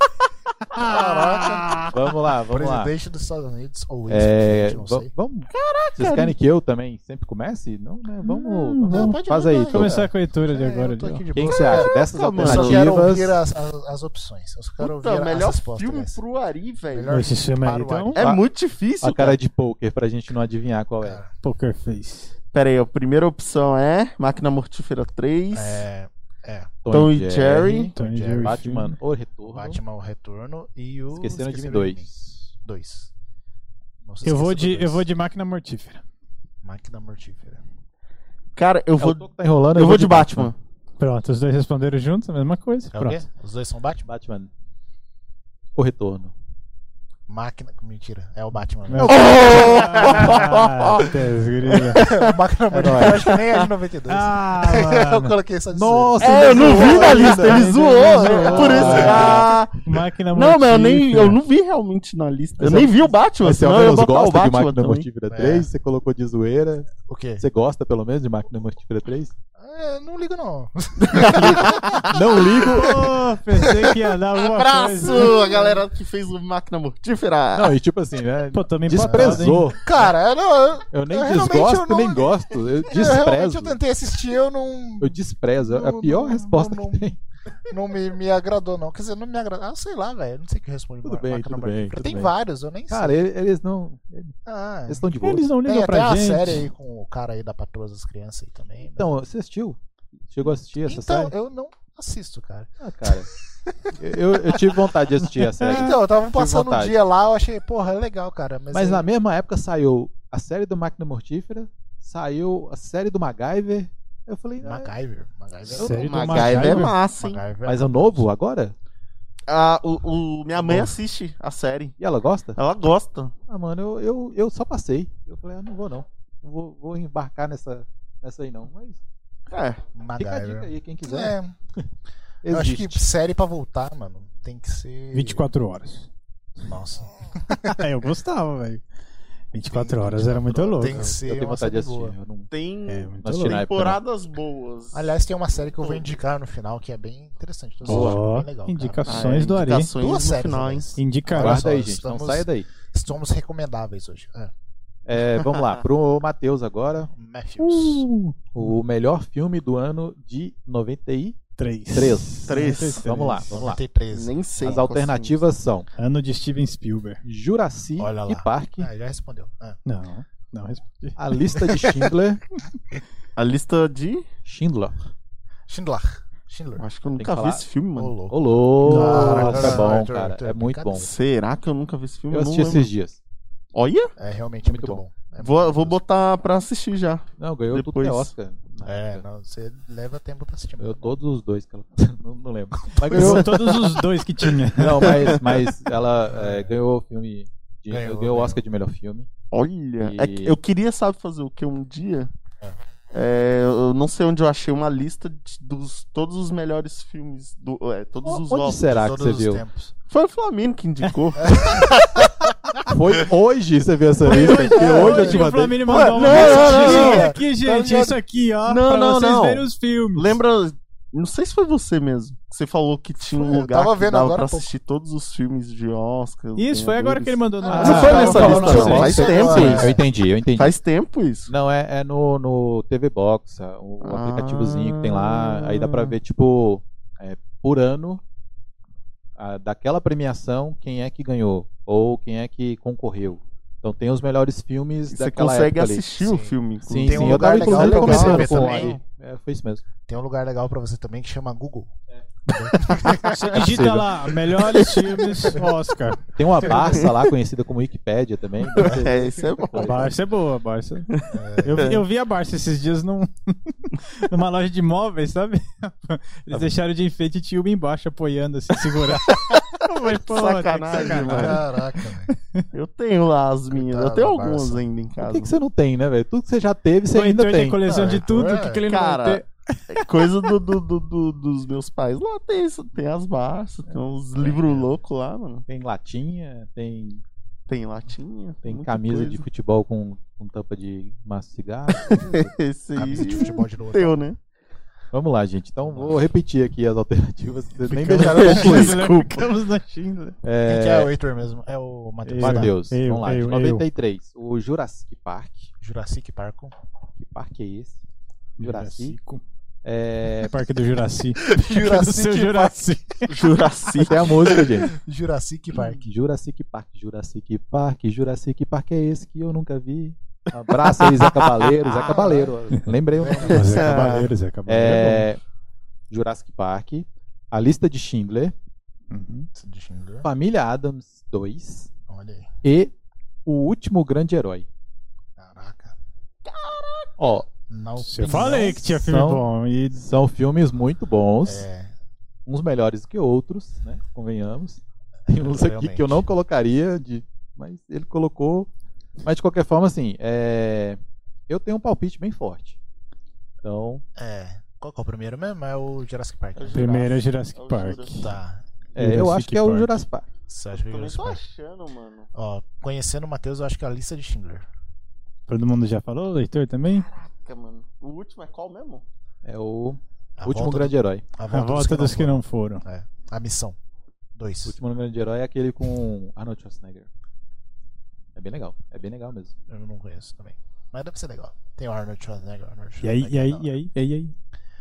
Speaker 1: Caraca.
Speaker 4: Vamos lá, vamos lá.
Speaker 1: Presidente dos Estados Unidos ou
Speaker 4: É,
Speaker 1: ex-presidente, não
Speaker 4: va-
Speaker 1: sei.
Speaker 4: vamos. Vocês querem que eu também sempre comece? Não, né? Vamos. vamos-
Speaker 1: não, pode
Speaker 4: faz
Speaker 1: mandar
Speaker 4: aí.
Speaker 1: aí.
Speaker 4: Tô-
Speaker 3: Começar com a leitura de
Speaker 1: É,
Speaker 3: agora.
Speaker 1: eu tô
Speaker 3: ali, ó.
Speaker 1: aqui de
Speaker 4: Quem
Speaker 1: boa.
Speaker 4: que você acha Ah, dessas
Speaker 2: Caraca, mano.
Speaker 1: Eu só um quero ouvir
Speaker 4: alternativas?
Speaker 1: as, as, as opções. Eu só quero
Speaker 2: Puta,
Speaker 1: ouvir
Speaker 2: melhor
Speaker 1: as respostas. É,
Speaker 2: filme
Speaker 1: dessa.
Speaker 2: pro Ari, velho.
Speaker 1: Melhor
Speaker 3: Esse filme aí,
Speaker 1: Para o
Speaker 3: então,
Speaker 2: É
Speaker 4: A-
Speaker 2: muito difícil.
Speaker 4: A cara de poker pra gente não adivinhar qual é.
Speaker 1: Cara,
Speaker 3: Poker Face.
Speaker 2: Pera aí, a primeira opção é Máquina Mortífera 3.
Speaker 1: É,
Speaker 4: Uhum.
Speaker 2: Tom e Jerry,
Speaker 3: Tom e
Speaker 1: Jerry,
Speaker 3: Jerry
Speaker 4: Batman,
Speaker 3: filme.
Speaker 4: O Retorno.
Speaker 1: Batman o Retorno e o.
Speaker 4: Esqueceram de mim
Speaker 1: Esqueceram Mim.
Speaker 4: 2.
Speaker 1: Dois. Não se é
Speaker 3: Eu vou,
Speaker 1: esqueça do
Speaker 3: de, eu
Speaker 1: dois.
Speaker 3: vou de Máquina Mortífera.
Speaker 1: Máquina mortífera.
Speaker 2: Cara, É, eu
Speaker 4: Eu vou,
Speaker 2: vou,
Speaker 4: o Toco tá enrolando,
Speaker 2: eu vou de Batman.
Speaker 3: Pronto, os dois responderam juntos, a mesma coisa.
Speaker 1: É o
Speaker 3: Pronto.
Speaker 1: quê? Os dois são Batman?
Speaker 4: Batman. O Retorno.
Speaker 1: Máquina. Mentira, é o Batman.
Speaker 3: Não. Ah, desgrila.
Speaker 1: É o Máquina mortífera. Eu acho que nem é de 92.
Speaker 3: Ah,
Speaker 1: eu
Speaker 3: mano.
Speaker 1: coloquei só de
Speaker 2: É, eu não vi na lista, ele
Speaker 3: Ele
Speaker 2: zoou. é,
Speaker 3: zoou.
Speaker 2: Por isso. Ah,
Speaker 3: Máquina
Speaker 2: não, mas eu nem eu
Speaker 3: Mortífera.
Speaker 2: não vi realmente na lista. Eu
Speaker 4: Mas
Speaker 2: nem
Speaker 4: eu-
Speaker 2: vi o Batman,
Speaker 4: Mas você
Speaker 2: senão
Speaker 4: ao
Speaker 2: eu ia
Speaker 4: menos
Speaker 2: botar o
Speaker 4: gosta de
Speaker 2: Batman
Speaker 4: Máquina
Speaker 2: também.
Speaker 4: Mortífera
Speaker 1: É.
Speaker 4: 3? Você colocou de zoeira.
Speaker 1: O quê?
Speaker 4: Você gosta, pelo menos, de Máquina Mortífera 3?
Speaker 1: É, não ligo, não.
Speaker 4: Não ligo.
Speaker 3: Ah, Pô, pensei que ia dar alguma coisa.
Speaker 2: Abraço a galera que fez o Máquina Mortífera.
Speaker 4: Não, e tipo assim, né?
Speaker 3: Pô, tô me
Speaker 4: Desprezou.
Speaker 1: Cara, eu, não,
Speaker 4: Eu nem
Speaker 1: Eu É, realmente
Speaker 4: desgosto,
Speaker 1: eu não-
Speaker 4: nem gosto. Eu
Speaker 1: eu, eu realmente
Speaker 4: desprezo.
Speaker 1: eu tentei assistir, eu não.
Speaker 4: Eu desprezo. É a
Speaker 1: Não,
Speaker 4: pior
Speaker 1: não,
Speaker 4: resposta
Speaker 1: não,
Speaker 4: que tem.
Speaker 1: Não me, me agradou, não. Quer dizer, não me agradou. Ah, sei lá, velho. Não sei o que responde.
Speaker 4: Tudo
Speaker 1: Mar-
Speaker 4: bem,
Speaker 1: Máquina
Speaker 4: tudo
Speaker 1: Mortífera.
Speaker 4: bem, tudo
Speaker 1: Tem
Speaker 4: bem.
Speaker 1: vários, eu nem sei.
Speaker 4: Cara, ele- eles não. Eles
Speaker 1: Ah,
Speaker 4: estão de boa.
Speaker 3: Eles não ligam
Speaker 1: tem até
Speaker 3: pra
Speaker 1: uma
Speaker 3: gente.
Speaker 1: série aí com o cara aí da Patroa das Crianças aí também. né?
Speaker 4: Então, você assistiu? Chegou a assistir essa
Speaker 1: então
Speaker 4: série?
Speaker 1: eu não assisto, cara.
Speaker 4: Ah, cara. Eu, eu tive vontade de assistir a série.
Speaker 1: Então, eu tava passando um
Speaker 4: É. vontade.
Speaker 1: dia lá, eu achei, porra, é legal, cara. Mas,
Speaker 4: Mas
Speaker 1: aí-
Speaker 4: na mesma época saiu a série do Máquina Mortífera, saiu a série do MacGyver Eu falei, ah,
Speaker 1: MacGyver. MacGyver.
Speaker 3: Sério?
Speaker 2: O
Speaker 3: do
Speaker 2: MacGyver é
Speaker 3: MacGyver?
Speaker 2: massa, hein?
Speaker 1: MacGyver.
Speaker 4: mas é o novo agora?
Speaker 2: Ah, o, o- minha mãe assiste a série.
Speaker 4: E ela gosta?
Speaker 2: Ela gosta.
Speaker 4: Ah, mano, eu, eu, eu só passei. Eu falei, ah, não vou não. Não vou, vou embarcar nessa, nessa aí não. Mas
Speaker 2: É.
Speaker 4: fica a dica
Speaker 1: MacGyver.
Speaker 4: aí, quem quiser.
Speaker 1: É, eu acho que série pra voltar, mano, tem que ser.
Speaker 3: 24 horas. É,
Speaker 1: Nossa.
Speaker 3: eu gostava, velho. 24 horas era muito louco.
Speaker 1: Tem que ser.
Speaker 4: Eu tenho
Speaker 1: uma
Speaker 4: vontade de
Speaker 1: série boa.
Speaker 4: assistir. Eu não...
Speaker 2: Tem
Speaker 3: É, muito
Speaker 4: Nós
Speaker 2: né?
Speaker 3: louco.
Speaker 4: tiramos. na época,
Speaker 2: temporadas boas.
Speaker 1: Aliás, tem uma série que eu vou indicar no final que é bem interessante. Tô assistindo,
Speaker 3: Ó,
Speaker 1: bem legal, cara.
Speaker 3: indicações do Ari.
Speaker 2: Ah, indicações
Speaker 1: Duas
Speaker 2: no
Speaker 1: séries.
Speaker 2: final, hein?
Speaker 1: aliás.
Speaker 3: Indicar.
Speaker 1: Agora-
Speaker 4: Guarda aí,
Speaker 1: só,
Speaker 4: gente. Não
Speaker 1: estamos-
Speaker 4: saia daí.
Speaker 1: Estamos recomendáveis hoje. É,
Speaker 4: É, vamos lá, pro Matheus agora.
Speaker 1: Matthews.
Speaker 4: Uh,
Speaker 3: Uh,
Speaker 4: O melhor filme do ano de 93.
Speaker 3: 3.
Speaker 2: Três.
Speaker 4: Vamos lá, vamos lá.
Speaker 1: 93.
Speaker 2: Nem sei.
Speaker 4: As
Speaker 2: qual
Speaker 4: alternativas são
Speaker 3: Ano de Steven Spielberg.
Speaker 4: Juraci
Speaker 1: Olha lá.
Speaker 4: e Parque,
Speaker 1: Ah, já respondeu. É.
Speaker 3: Não, não respondi.
Speaker 4: A Lista de Schindler.
Speaker 2: são. A lista de.
Speaker 4: Schindler.
Speaker 1: Schindler. Schindler.
Speaker 2: Acho que eu
Speaker 4: Tem que
Speaker 2: nunca vi
Speaker 4: falar.
Speaker 2: esse filme,
Speaker 1: Ô,
Speaker 2: mano.
Speaker 4: Ô,
Speaker 1: louco.
Speaker 4: louco,
Speaker 1: Nossa,
Speaker 4: é bom,
Speaker 1: Arthur,
Speaker 4: cara.
Speaker 1: Arthur,
Speaker 4: É muito bom.
Speaker 2: Será que eu nunca vi esse filme?
Speaker 4: Eu
Speaker 2: não
Speaker 4: assisti
Speaker 2: lembro.
Speaker 4: esses dias.
Speaker 2: Olha,
Speaker 1: É realmente muito,
Speaker 4: Muito
Speaker 1: bom. É
Speaker 2: vou,
Speaker 1: muito
Speaker 2: vou
Speaker 1: bom.
Speaker 2: botar pra assistir já.
Speaker 4: Não, ganhou tudo
Speaker 2: Depois-
Speaker 4: que é Oscar. na
Speaker 1: É,
Speaker 4: época.
Speaker 1: não, você leva tempo pra assistir.
Speaker 4: Eu todos os dois que ela. Não, não lembro. Mas
Speaker 3: É São
Speaker 4: ganhou.
Speaker 3: todos os dois que tinha.
Speaker 4: Não, mas, mas ela é, ganhou o filme. de-
Speaker 1: Ganhou,
Speaker 4: ganhou o
Speaker 1: ganhou.
Speaker 4: Oscar de melhor filme.
Speaker 2: Olha,
Speaker 4: E-
Speaker 2: é que eu queria, sabe, fazer o que um dia. É, eu não sei onde eu achei uma lista de- dos todos os melhores filmes do, é, todos os
Speaker 4: Onde
Speaker 2: Oscars.
Speaker 4: será que
Speaker 1: Todos
Speaker 4: você
Speaker 1: os
Speaker 4: viu?
Speaker 1: tempos.
Speaker 2: Foi o Flamengo que indicou.
Speaker 4: Foi hoje você viu essa lista? Porque hoje eu te
Speaker 3: o
Speaker 4: mandei.
Speaker 3: Flamini
Speaker 2: Ué,
Speaker 3: mandou uma
Speaker 2: não, não,
Speaker 3: mensagem.
Speaker 2: não,
Speaker 3: Isso
Speaker 2: não.
Speaker 3: aqui, gente,
Speaker 2: Não,
Speaker 3: isso aqui, ó.
Speaker 2: não,
Speaker 3: pra
Speaker 2: não,
Speaker 3: vocês
Speaker 2: não.
Speaker 3: verem os filmes.
Speaker 2: Lembra? Não sei se foi você mesmo. que Você falou que tinha um
Speaker 1: Eu
Speaker 2: lugar
Speaker 1: tava vendo
Speaker 2: que dava
Speaker 1: agora
Speaker 2: pra
Speaker 1: há pouco.
Speaker 2: assistir todos os filmes de Oscar. os
Speaker 3: Isso, foi agora
Speaker 2: ganhadores.
Speaker 3: que ele mandou no
Speaker 4: Ah,
Speaker 2: Não foi
Speaker 3: Ah,
Speaker 2: nessa
Speaker 3: tá,
Speaker 2: lista,
Speaker 3: tá,
Speaker 2: não.
Speaker 3: tá.
Speaker 2: Faz tempo isso.
Speaker 4: Eu entendi, eu entendi.
Speaker 2: Faz tempo isso.
Speaker 4: Não, é, é no, no TV Box, é, o
Speaker 2: Ah.
Speaker 4: aplicativozinho que tem lá. Aí dá pra ver, tipo, é, por ano, a- daquela premiação, quem é que ganhou ou quem é que concorreu. Então tem os melhores filmes
Speaker 2: Você
Speaker 4: daquela
Speaker 2: consegue
Speaker 4: época
Speaker 2: assistir
Speaker 1: ali.
Speaker 2: o
Speaker 1: Sim.
Speaker 2: filme. inclusive.
Speaker 4: ali. Sim,
Speaker 1: Tem um
Speaker 4: sim, eu
Speaker 1: lugar
Speaker 4: tava
Speaker 1: legal
Speaker 4: inclusive
Speaker 1: pra você
Speaker 4: conversando
Speaker 1: ver
Speaker 4: com o
Speaker 1: também.
Speaker 4: Ari. É, foi isso mesmo.
Speaker 1: Tem um lugar legal pra você também que chama Google.
Speaker 3: Você digita lá, melhores filmes Oscar.
Speaker 4: Tem uma Barça lá, conhecida como Wikipédia também. né? deve ter
Speaker 2: É, isso é bom.
Speaker 3: A
Speaker 4: coisa.
Speaker 3: Barça é boa, a Barça. É, Eu, vi- eu vi a Barça esses dias num, numa loja de móveis, sabe? Eles deixaram de enfeite e tinha uma embaixo apoiando, assim, segurando. Mas, pô,
Speaker 2: Sacanagem,
Speaker 4: Ah.
Speaker 2: mano.
Speaker 1: Caraca, velho.
Speaker 2: Eu tenho lá as minhas. Eu
Speaker 1: Coitado
Speaker 2: tenho
Speaker 1: da
Speaker 2: algumas
Speaker 1: Barça.
Speaker 2: ainda em casa.
Speaker 4: Por que, que você não tem, né, velho? Tudo que você já teve, você ainda
Speaker 3: então ele tem
Speaker 4: tem.
Speaker 3: coleção
Speaker 1: Ah,
Speaker 3: de tudo, o
Speaker 1: é.
Speaker 3: que, que ele
Speaker 2: Cara,
Speaker 3: não vai ter?
Speaker 2: É coisa do, do- do- do- dos meus pais. Lá tem isso, tem as barças,
Speaker 1: É,
Speaker 2: tem uns livros loucos lá, mano.
Speaker 4: Tem latinha, tem,
Speaker 2: Tem latinha,
Speaker 4: tem
Speaker 2: muita
Speaker 4: camisa
Speaker 2: coisa.
Speaker 4: de futebol com, com tampa de maço de cigarro.
Speaker 2: Esse aí
Speaker 1: Camisa de futebol de novo.
Speaker 2: teu, né?
Speaker 4: Vamos lá, gente. Então vou repetir aqui as alternativas. Vocês nem
Speaker 3: Ficamos-
Speaker 4: deixaram eu concluir.
Speaker 1: né?
Speaker 2: Desculpa.
Speaker 3: Ficamos na China.
Speaker 1: Quem que é
Speaker 4: É,
Speaker 1: o Heitor mesmo? É o Matheus. Barão.
Speaker 4: Matheus,
Speaker 3: Eu,
Speaker 4: vamos lá. de
Speaker 3: eu, eu.
Speaker 4: 93. O Jurassic Park.
Speaker 1: Jurassic Park.
Speaker 4: Que parque é esse? Jurassic. É...
Speaker 3: Parque do Juraci. do seu
Speaker 1: Jurassic Park.
Speaker 3: Juraci.
Speaker 2: Juraci.
Speaker 4: Essa é a música, gente.
Speaker 1: Jurassic Park.
Speaker 4: Jurassic Park, Jurassic Park, Jurassic Park é esse que eu nunca vi. Abraça aí, Zé Cabaleiro. Zé Cabaleiro. Lembrei. o nome.
Speaker 3: Zé Cavaleiro, Zé Cavaleiro.
Speaker 4: É... Jurassic Park. A Lista de Schindler.
Speaker 3: Uhum.
Speaker 1: De Schindler.
Speaker 4: Família Adams 2.
Speaker 1: Olha aí.
Speaker 4: E O Último Grande Herói.
Speaker 1: Caraca.
Speaker 4: Ó,
Speaker 1: Não
Speaker 3: Eu
Speaker 1: tem
Speaker 3: falei
Speaker 1: não-
Speaker 3: que tinha filme
Speaker 4: São-
Speaker 3: bom. E
Speaker 4: São filmes muito bons,
Speaker 1: É,
Speaker 4: uns melhores que outros, né? Convenhamos. Tem uns aqui
Speaker 1: Realmente.
Speaker 4: que eu não colocaria, de... mas ele colocou. Mas de qualquer forma, assim, é... eu tenho um palpite bem forte. Então,
Speaker 1: é. Qual que é o primeiro mesmo? É o Jurassic Park. né?
Speaker 3: primeiro é Jurassic
Speaker 2: É o
Speaker 3: Park.
Speaker 2: Jurassic.
Speaker 1: Tá.
Speaker 4: é, eu
Speaker 3: Jurassic
Speaker 4: acho que é o
Speaker 3: Park.
Speaker 4: Jurassic Park.
Speaker 1: Você acha que é o
Speaker 2: Também
Speaker 1: Jurassic
Speaker 2: tô
Speaker 1: Park?
Speaker 2: achando, mano.
Speaker 1: Ó, conhecendo o Matheus, eu acho que é a lista de Schindler.
Speaker 3: Todo mundo já falou, leitor também?
Speaker 2: Caraca, mano. O último é qual mesmo?
Speaker 4: É o
Speaker 1: A
Speaker 4: Último
Speaker 1: volta
Speaker 4: Grande Herói.
Speaker 1: do- a
Speaker 3: A volta dos que não foram.
Speaker 1: foram. A missão.
Speaker 4: O
Speaker 1: Dois.
Speaker 4: Último Grande Herói é aquele com Arnold Schwarzenegger. É bem legal, é bem legal mesmo.
Speaker 1: Eu não conheço também. Mas deve ser legal. Tem o Arnold Schwarzenegger. Arnold
Speaker 3: E aí,
Speaker 1: Schwarzenegger
Speaker 3: e
Speaker 1: é
Speaker 3: aí,
Speaker 1: da
Speaker 3: e aí, e aí, e aí?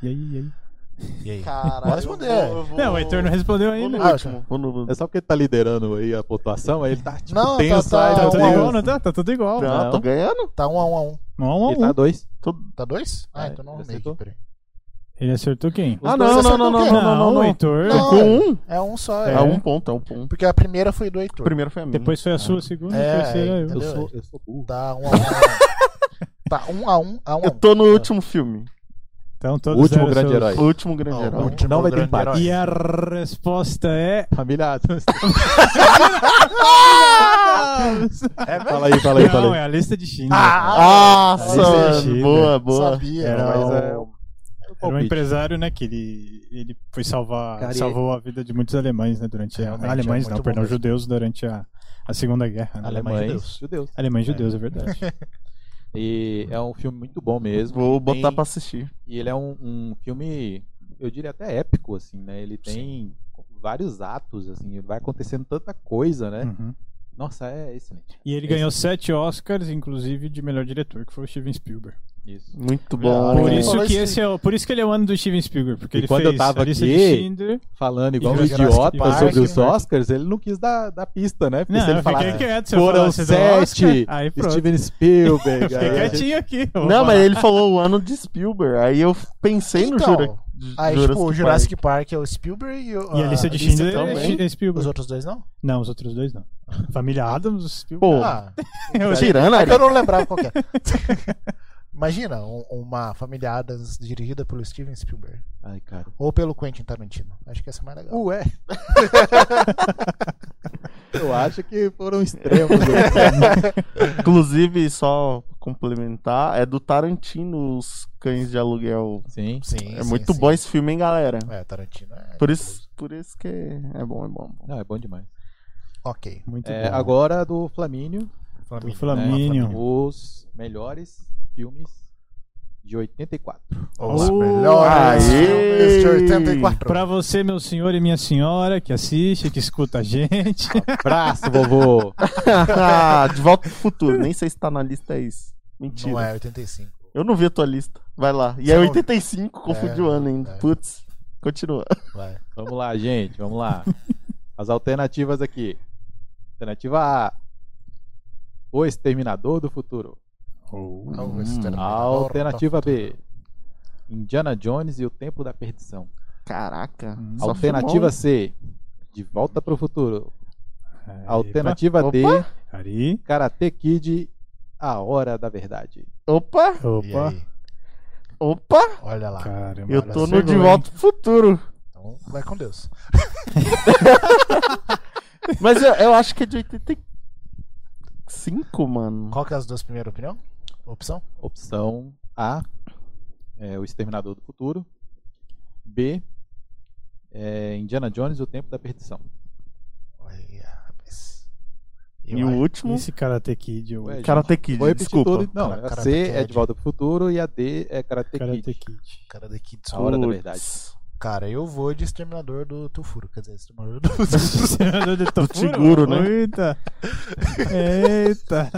Speaker 3: E aí, e aí?
Speaker 1: hora. E aí?
Speaker 2: Caralho.
Speaker 1: Bora responder. é. eu vou-
Speaker 3: Não, o Heitor não respondeu
Speaker 2: Vou
Speaker 3: ainda.
Speaker 2: no
Speaker 1: Ah,
Speaker 2: último. Vou no...
Speaker 4: É só porque ele tá liderando aí a pontuação, aí ele tá tipo
Speaker 1: Não, tá-
Speaker 4: tenso.
Speaker 1: tá-
Speaker 4: aí
Speaker 1: tá-
Speaker 3: Tá
Speaker 4: meu
Speaker 3: tudo
Speaker 1: Não,
Speaker 4: Deus.
Speaker 3: igual, não tá? Tá tudo igual.
Speaker 2: Não, Ah, tô ganhando.
Speaker 1: Tá um a um a um.
Speaker 3: Um a um,
Speaker 4: Ele tá
Speaker 3: um.
Speaker 4: dois.
Speaker 1: Tá dois? Ah,
Speaker 4: É,
Speaker 1: então não
Speaker 4: ele
Speaker 1: meio
Speaker 4: acertou.
Speaker 1: que, peraí.
Speaker 3: Ele acertou quem?
Speaker 1: Ah, não, não, não, não,
Speaker 3: o Heitor.
Speaker 1: Não.
Speaker 2: Com um?
Speaker 1: É um só, é.
Speaker 2: É um ponto, é um ponto.
Speaker 1: Porque a primeira foi do
Speaker 2: O
Speaker 1: Heitor.
Speaker 2: primeiro foi a minha.
Speaker 3: Depois foi a sua, a segunda,
Speaker 1: É,
Speaker 3: a terceira eu.
Speaker 4: Eu
Speaker 1: Entendeu?
Speaker 4: sou, eu sou burro.
Speaker 1: Tá um a um. a um. tá um a um a um. a um.
Speaker 2: Eu tô no último filme.
Speaker 3: Então todos
Speaker 4: último
Speaker 3: deram
Speaker 4: grande
Speaker 3: seus-
Speaker 4: herói.
Speaker 2: O último grande
Speaker 1: Não,
Speaker 2: herói.
Speaker 1: o último
Speaker 4: Não vai ter
Speaker 1: grande
Speaker 4: empate.
Speaker 1: herói.
Speaker 3: E a resposta é.
Speaker 4: Família Adams.
Speaker 1: É
Speaker 4: fala aí, fala aí, fala
Speaker 3: Não,
Speaker 4: aí.
Speaker 3: é a lista de Schindler.
Speaker 1: Ah,
Speaker 2: Nossa,
Speaker 3: Aí
Speaker 2: mano,
Speaker 3: sim.
Speaker 2: boa, boa.
Speaker 1: sabia.
Speaker 3: Era
Speaker 1: mas
Speaker 3: um-
Speaker 1: é um-
Speaker 3: Era um
Speaker 4: palpite.
Speaker 3: empresário, né, que ele, ele foi salvar,
Speaker 4: Cara, e-
Speaker 3: salvou a vida de muitos alemães, né, durante a...
Speaker 1: Realmente,
Speaker 3: Alemães
Speaker 1: é
Speaker 3: não,
Speaker 1: muito
Speaker 3: perdão,
Speaker 1: bom mesmo.
Speaker 3: judeus durante a, a Segunda Guerra. Né?
Speaker 1: Alemães, judeus.
Speaker 4: judeus.
Speaker 3: Alemães judeus, é verdade.
Speaker 4: E é um filme muito bom mesmo.
Speaker 2: Vou botar
Speaker 4: Tem-
Speaker 2: pra assistir.
Speaker 4: E ele é um, um filme, eu diria até épico, assim, né? Ele tem vários atos, assim, vai acontecendo tanta coisa,
Speaker 1: Hum.
Speaker 4: né?
Speaker 3: Uhum.
Speaker 4: Nossa, é excelente.
Speaker 3: E ele
Speaker 4: Esse-
Speaker 3: ganhou sete Oscars, inclusive de melhor diretor, que foi o Steven Spielberg.
Speaker 4: Isso.
Speaker 2: Muito bom.
Speaker 3: Por
Speaker 1: é.
Speaker 3: isso,
Speaker 1: Falou
Speaker 3: que
Speaker 1: isso
Speaker 3: esse é o, por isso que ele é o ano do Steven Spielberg, porque
Speaker 4: E
Speaker 3: ele
Speaker 4: quando
Speaker 3: fez
Speaker 4: eu tava
Speaker 3: a lista
Speaker 4: aqui,
Speaker 3: de Schindler.
Speaker 4: Falando
Speaker 3: E
Speaker 4: igual um
Speaker 3: Jurassic
Speaker 4: idiota
Speaker 3: Park,
Speaker 4: sobre os
Speaker 1: né?
Speaker 4: Oscars, ele não quis dar, dar pista, né? Porque
Speaker 3: Não,
Speaker 4: se ele
Speaker 3: eu
Speaker 4: falar,
Speaker 3: fiquei quieto, se eu
Speaker 4: foram
Speaker 3: falasse do Oscar,
Speaker 4: sete,
Speaker 3: aí pronto.
Speaker 4: Steven Spielberg.
Speaker 3: Fiquei
Speaker 4: aí a gente-
Speaker 3: quietinho aqui. eu vou
Speaker 2: Não, mas
Speaker 3: falar.
Speaker 2: ele falou o ano de Spielberg. Aí eu pensei no
Speaker 1: Então,
Speaker 2: Jura...
Speaker 1: Aí, tipo, o Jurassic Park é o Spielberg e, o,
Speaker 3: E a
Speaker 4: Ah,
Speaker 3: lista de Schindler
Speaker 1: também.
Speaker 3: é Sch- é Spielberg.
Speaker 1: Os outros dois não?
Speaker 3: Não, os outros dois não. Família Adams, Spielberg.
Speaker 2: Pô,
Speaker 1: Ah,
Speaker 3: Eu-
Speaker 2: tirando
Speaker 1: é
Speaker 2: aí.
Speaker 1: que eu não lembrava qual que era. Imagina um- uma família Adams dirigida pelo Steven Spielberg.
Speaker 4: Ai, cara.
Speaker 1: Ou pelo Quentin Tarantino. Acho que essa é mais legal.
Speaker 4: Ué. eu acho que foram extremos.
Speaker 2: Inclusive, só complementar, é do Tarantino os cães de aluguel.
Speaker 4: Sim.
Speaker 1: Sim,
Speaker 2: É
Speaker 1: sim,
Speaker 2: muito
Speaker 1: sim.
Speaker 2: bom esse filme, hein, galera?
Speaker 1: É, Tarantino. é
Speaker 2: Por
Speaker 1: maravilhoso.
Speaker 2: isso, por isso que é bom, é bom. é bom.
Speaker 4: Não, é bom demais.
Speaker 1: Ok. Né?
Speaker 3: Muito
Speaker 4: É,
Speaker 3: bom.
Speaker 4: agora do Flamínio. né?
Speaker 3: Do
Speaker 1: Flamínio.
Speaker 3: Flamínio.
Speaker 4: Os melhores filmes de 84.
Speaker 1: Os
Speaker 3: Oh,
Speaker 1: melhores
Speaker 2: aê!
Speaker 1: filmes de 84.
Speaker 3: Pra você, meu senhor e minha senhora, que assiste, que escuta a gente.
Speaker 4: Abraço, vovô!
Speaker 2: Ah, de volta pro futuro. Nem sei se tá na lista, é isso. Mentira.
Speaker 1: Não é 85.
Speaker 2: Eu não vi a tua lista. Vai lá. E
Speaker 1: Você
Speaker 2: é
Speaker 1: não
Speaker 2: 85, confundi o ano ainda.
Speaker 1: é.
Speaker 2: Putz, continua.
Speaker 1: Vai.
Speaker 4: Vamos lá, gente, vamos lá. As alternativas aqui. Alternativa A. O Exterminador do Futuro.
Speaker 1: Não,
Speaker 2: Hum,
Speaker 1: esse termo-
Speaker 4: Alternativa B. Indiana Jones e o Templo da Perdição.
Speaker 2: Caraca.
Speaker 3: Hum.
Speaker 2: só
Speaker 4: Alternativa C. De Volta para o Futuro. Alternativa
Speaker 2: Opa.
Speaker 4: D.
Speaker 3: Ari.
Speaker 4: Karate Kid. A Hora da Verdade.
Speaker 2: filmão. um? Opa,
Speaker 1: E
Speaker 3: Opa.
Speaker 1: aí?
Speaker 2: opa.
Speaker 1: Olha lá.
Speaker 3: Caramba.
Speaker 2: Eu
Speaker 1: Olha,
Speaker 2: tô no
Speaker 1: pegou,
Speaker 2: De
Speaker 1: hein?
Speaker 2: Volta pro Futuro.
Speaker 1: Então, vai com Deus.
Speaker 2: Mas eu, eu acho que é de 85, mano.
Speaker 1: Qual que é as duas primeiras opiniões? Opção?
Speaker 4: Opção A, é, O Exterminador do Futuro. B, é, Indiana Jones e o Tempo da Perdição.
Speaker 1: Olha, rapaz.
Speaker 2: E o último,
Speaker 3: Esse Karate Kid, eu...
Speaker 4: Ué,
Speaker 2: Karate Kid,
Speaker 4: Foi
Speaker 2: desculpa.
Speaker 4: Tudo, não,
Speaker 1: Cara-
Speaker 4: a
Speaker 1: Karate
Speaker 4: C é
Speaker 1: Kid.
Speaker 4: De Volta pro Futuro e a D é Karate,
Speaker 3: Karate
Speaker 4: Kid.
Speaker 3: Kid.
Speaker 1: Cara daqui
Speaker 4: A hora da
Speaker 2: Putz.
Speaker 4: verdade.
Speaker 1: Cara, eu vou de Exterminador do Tufuro. Quer dizer, Exterminador do
Speaker 3: Senador de Tofuro?
Speaker 2: Tiguro, né?
Speaker 3: Eita. Eita.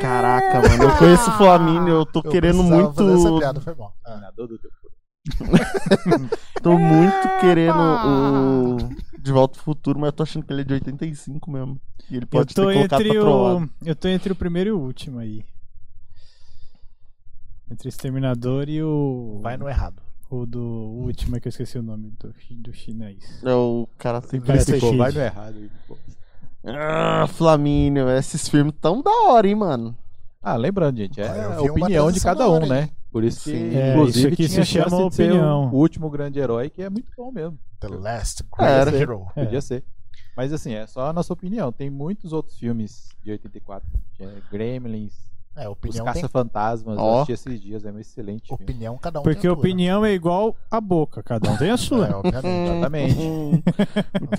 Speaker 2: Caraca, mano, eu conheço o Flamínio, eu tô
Speaker 1: Eu
Speaker 2: querendo
Speaker 1: precisava
Speaker 2: muito.
Speaker 1: fazer Essa piada, foi mal. Ah,
Speaker 4: Exterminador do Tempo.
Speaker 2: Tô muito querendo o De Volta pro Futuro, mas eu tô achando que ele é de 85 mesmo. E ele
Speaker 3: Eu
Speaker 2: pode ter
Speaker 3: tô,
Speaker 2: colocado pra
Speaker 3: entre
Speaker 2: trollar.
Speaker 3: o... eu tô entre o primeiro e o último aí. Entre o Exterminador e o.
Speaker 1: vai no errado.
Speaker 3: O do o último é que eu esqueci o nome do, do chinês.
Speaker 2: É o cara tem
Speaker 3: Karate
Speaker 2: esse-
Speaker 3: Kid.
Speaker 4: vai no errado. aí, pô.
Speaker 2: Ah, Flamínio, esses filmes tão da hora, hein, mano.
Speaker 4: Ah, lembrando, gente, é
Speaker 1: Cara,
Speaker 4: a
Speaker 1: eu vi uma
Speaker 4: opinião de
Speaker 1: transição
Speaker 4: cada
Speaker 1: da
Speaker 4: um,
Speaker 1: hora,
Speaker 4: né? Por isso que,
Speaker 2: Sim.
Speaker 3: É,
Speaker 4: inclusive,
Speaker 3: isso aqui
Speaker 4: tinha
Speaker 3: se chama
Speaker 4: chance de ser
Speaker 3: opinião.
Speaker 4: O último grande herói, que é muito bom mesmo.
Speaker 1: The Last
Speaker 2: É,
Speaker 1: Great
Speaker 2: era.
Speaker 1: Hero.
Speaker 3: É.
Speaker 4: Podia ser. Mas assim, é só a nossa opinião. Tem muitos outros filmes de 84. É, Gremlins,
Speaker 1: É,
Speaker 4: Os
Speaker 1: opinião tem...
Speaker 4: Caça-Fantasmas, eu
Speaker 2: Ó.
Speaker 4: assisti esses dias, é um excelente filme.
Speaker 1: Opinião cada um
Speaker 3: Porque
Speaker 1: tem a tua, né?
Speaker 3: opinião é igual a boca, cada um tem a sua.
Speaker 1: É, obviamente.
Speaker 4: Exatamente.
Speaker 2: Muito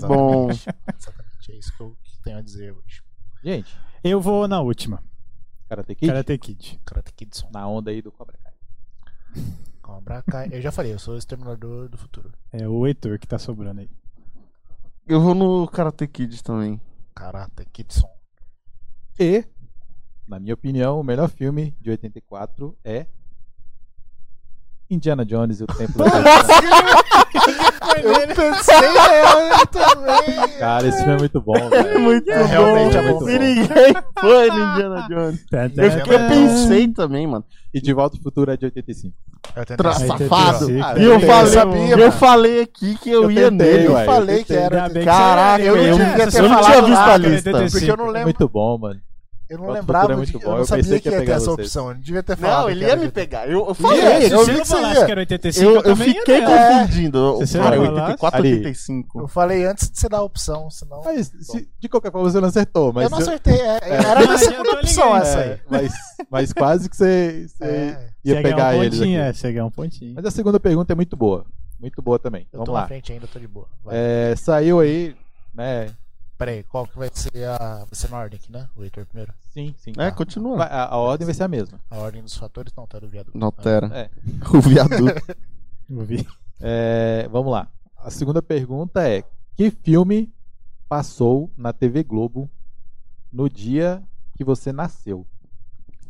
Speaker 2: Uhum. bom.
Speaker 1: Exatamente, é isso que eu tenho a dizer hoje.
Speaker 4: Gente,
Speaker 3: Eu vou na última.
Speaker 4: Karate Kid,
Speaker 3: Karate Kid.
Speaker 1: Karate Kidson,
Speaker 4: na onda aí do Cobra Kai.
Speaker 1: Cobra Kai. Eu já falei, eu sou o Exterminador do Futuro.
Speaker 3: É o Heitor que tá sobrando aí.
Speaker 2: Eu vou no Karate Kid também.
Speaker 1: Karate Kidson.
Speaker 4: E, na minha opinião, o melhor filme de 84 é Indiana Jones e o Tempo da Perdição.
Speaker 1: Eu pensei nela também.
Speaker 4: Cara, esse filme é muito bom, velho.
Speaker 2: Muito
Speaker 1: É, realmente é muito
Speaker 2: E
Speaker 1: bom.
Speaker 2: ninguém foi no Indiana Jones.
Speaker 3: É
Speaker 2: Eu, fiquei- eu pensei também, mano.
Speaker 4: E De Volta ao Futuro é de 85.
Speaker 1: Eu tentei
Speaker 2: Tra-
Speaker 1: ser-
Speaker 2: safado.
Speaker 3: Ah,
Speaker 2: E eu
Speaker 1: tentei,
Speaker 2: falei,
Speaker 1: É, sabia,
Speaker 2: eu
Speaker 1: mano.
Speaker 2: falei aqui que eu,
Speaker 4: Eu
Speaker 2: ia
Speaker 4: tentei,
Speaker 2: nele.
Speaker 1: Eu
Speaker 4: ué.
Speaker 1: falei que
Speaker 4: tentei.
Speaker 1: era.
Speaker 3: Ainda bem que
Speaker 2: Caraca,
Speaker 3: você-
Speaker 1: eu não devia ter
Speaker 3: você não
Speaker 1: falado
Speaker 3: tinha visto
Speaker 2: nada,
Speaker 3: a lista.
Speaker 2: porque eu
Speaker 1: Porque eu não
Speaker 4: É
Speaker 1: lembro.
Speaker 4: muito bom, mano.
Speaker 1: Eu não
Speaker 4: Volta pro
Speaker 1: lembrava,
Speaker 4: Futuro é muito
Speaker 1: de, eu
Speaker 4: bom,
Speaker 1: não
Speaker 4: eu
Speaker 1: sabia
Speaker 4: pensei
Speaker 1: que
Speaker 4: que ia
Speaker 1: ia ter
Speaker 4: pegar
Speaker 1: essa
Speaker 4: vocês.
Speaker 1: opção. Ele devia ter falado.
Speaker 2: Não,
Speaker 1: que
Speaker 2: ele
Speaker 1: era
Speaker 2: ia me
Speaker 1: GT.
Speaker 2: pegar. Eu, eu
Speaker 1: Ia,
Speaker 2: falei,
Speaker 1: eu vi
Speaker 2: eu,
Speaker 3: Se
Speaker 2: vi
Speaker 1: que
Speaker 3: eu
Speaker 1: você
Speaker 3: falasse
Speaker 1: ia.
Speaker 3: que era 85,
Speaker 2: eu,
Speaker 3: eu,
Speaker 2: eu
Speaker 3: também é, né? ia
Speaker 2: fiquei
Speaker 3: nela.
Speaker 2: confundindo.
Speaker 3: Se você
Speaker 2: Cara, é
Speaker 4: falasse-
Speaker 2: 84
Speaker 4: Ali.
Speaker 2: 85.
Speaker 1: Eu falei antes de você dar a opção, senão.
Speaker 4: Mas, se- de qualquer forma, você não acertou. Mas
Speaker 1: eu não acertei. é, era a
Speaker 3: Não
Speaker 1: minha segunda
Speaker 3: adiantou
Speaker 1: opção
Speaker 3: ninguém,
Speaker 1: essa
Speaker 4: é,
Speaker 1: aí.
Speaker 4: mas, mas quase que você, você
Speaker 1: É,
Speaker 3: Você
Speaker 4: ia
Speaker 3: ia
Speaker 4: pegar
Speaker 3: ganhar um
Speaker 4: eles
Speaker 3: pontinho,
Speaker 4: aqui.
Speaker 3: é, você ia ganhar um pontinho.
Speaker 4: Mas a segunda pergunta é muito boa. Muito boa também.
Speaker 1: eu tô
Speaker 4: Vamos
Speaker 1: na
Speaker 4: lá.
Speaker 1: frente ainda, eu tô de boa. Vai.
Speaker 4: É, saiu aí, né?
Speaker 1: Peraí, qual que vai ser a. Vai ser na ordem aqui, né? O Heitor primeiro.
Speaker 4: Sim, sim.
Speaker 2: É, continua.
Speaker 4: Vai- a, a ordem vai ser a mesma.
Speaker 1: A ordem dos fatores não, tá do viaduto.
Speaker 2: Não, pera.
Speaker 4: É.
Speaker 2: O viaduto.
Speaker 3: Eu vi.
Speaker 4: É, vamos lá. A segunda pergunta é: que filme passou na TV Globo no dia que você nasceu?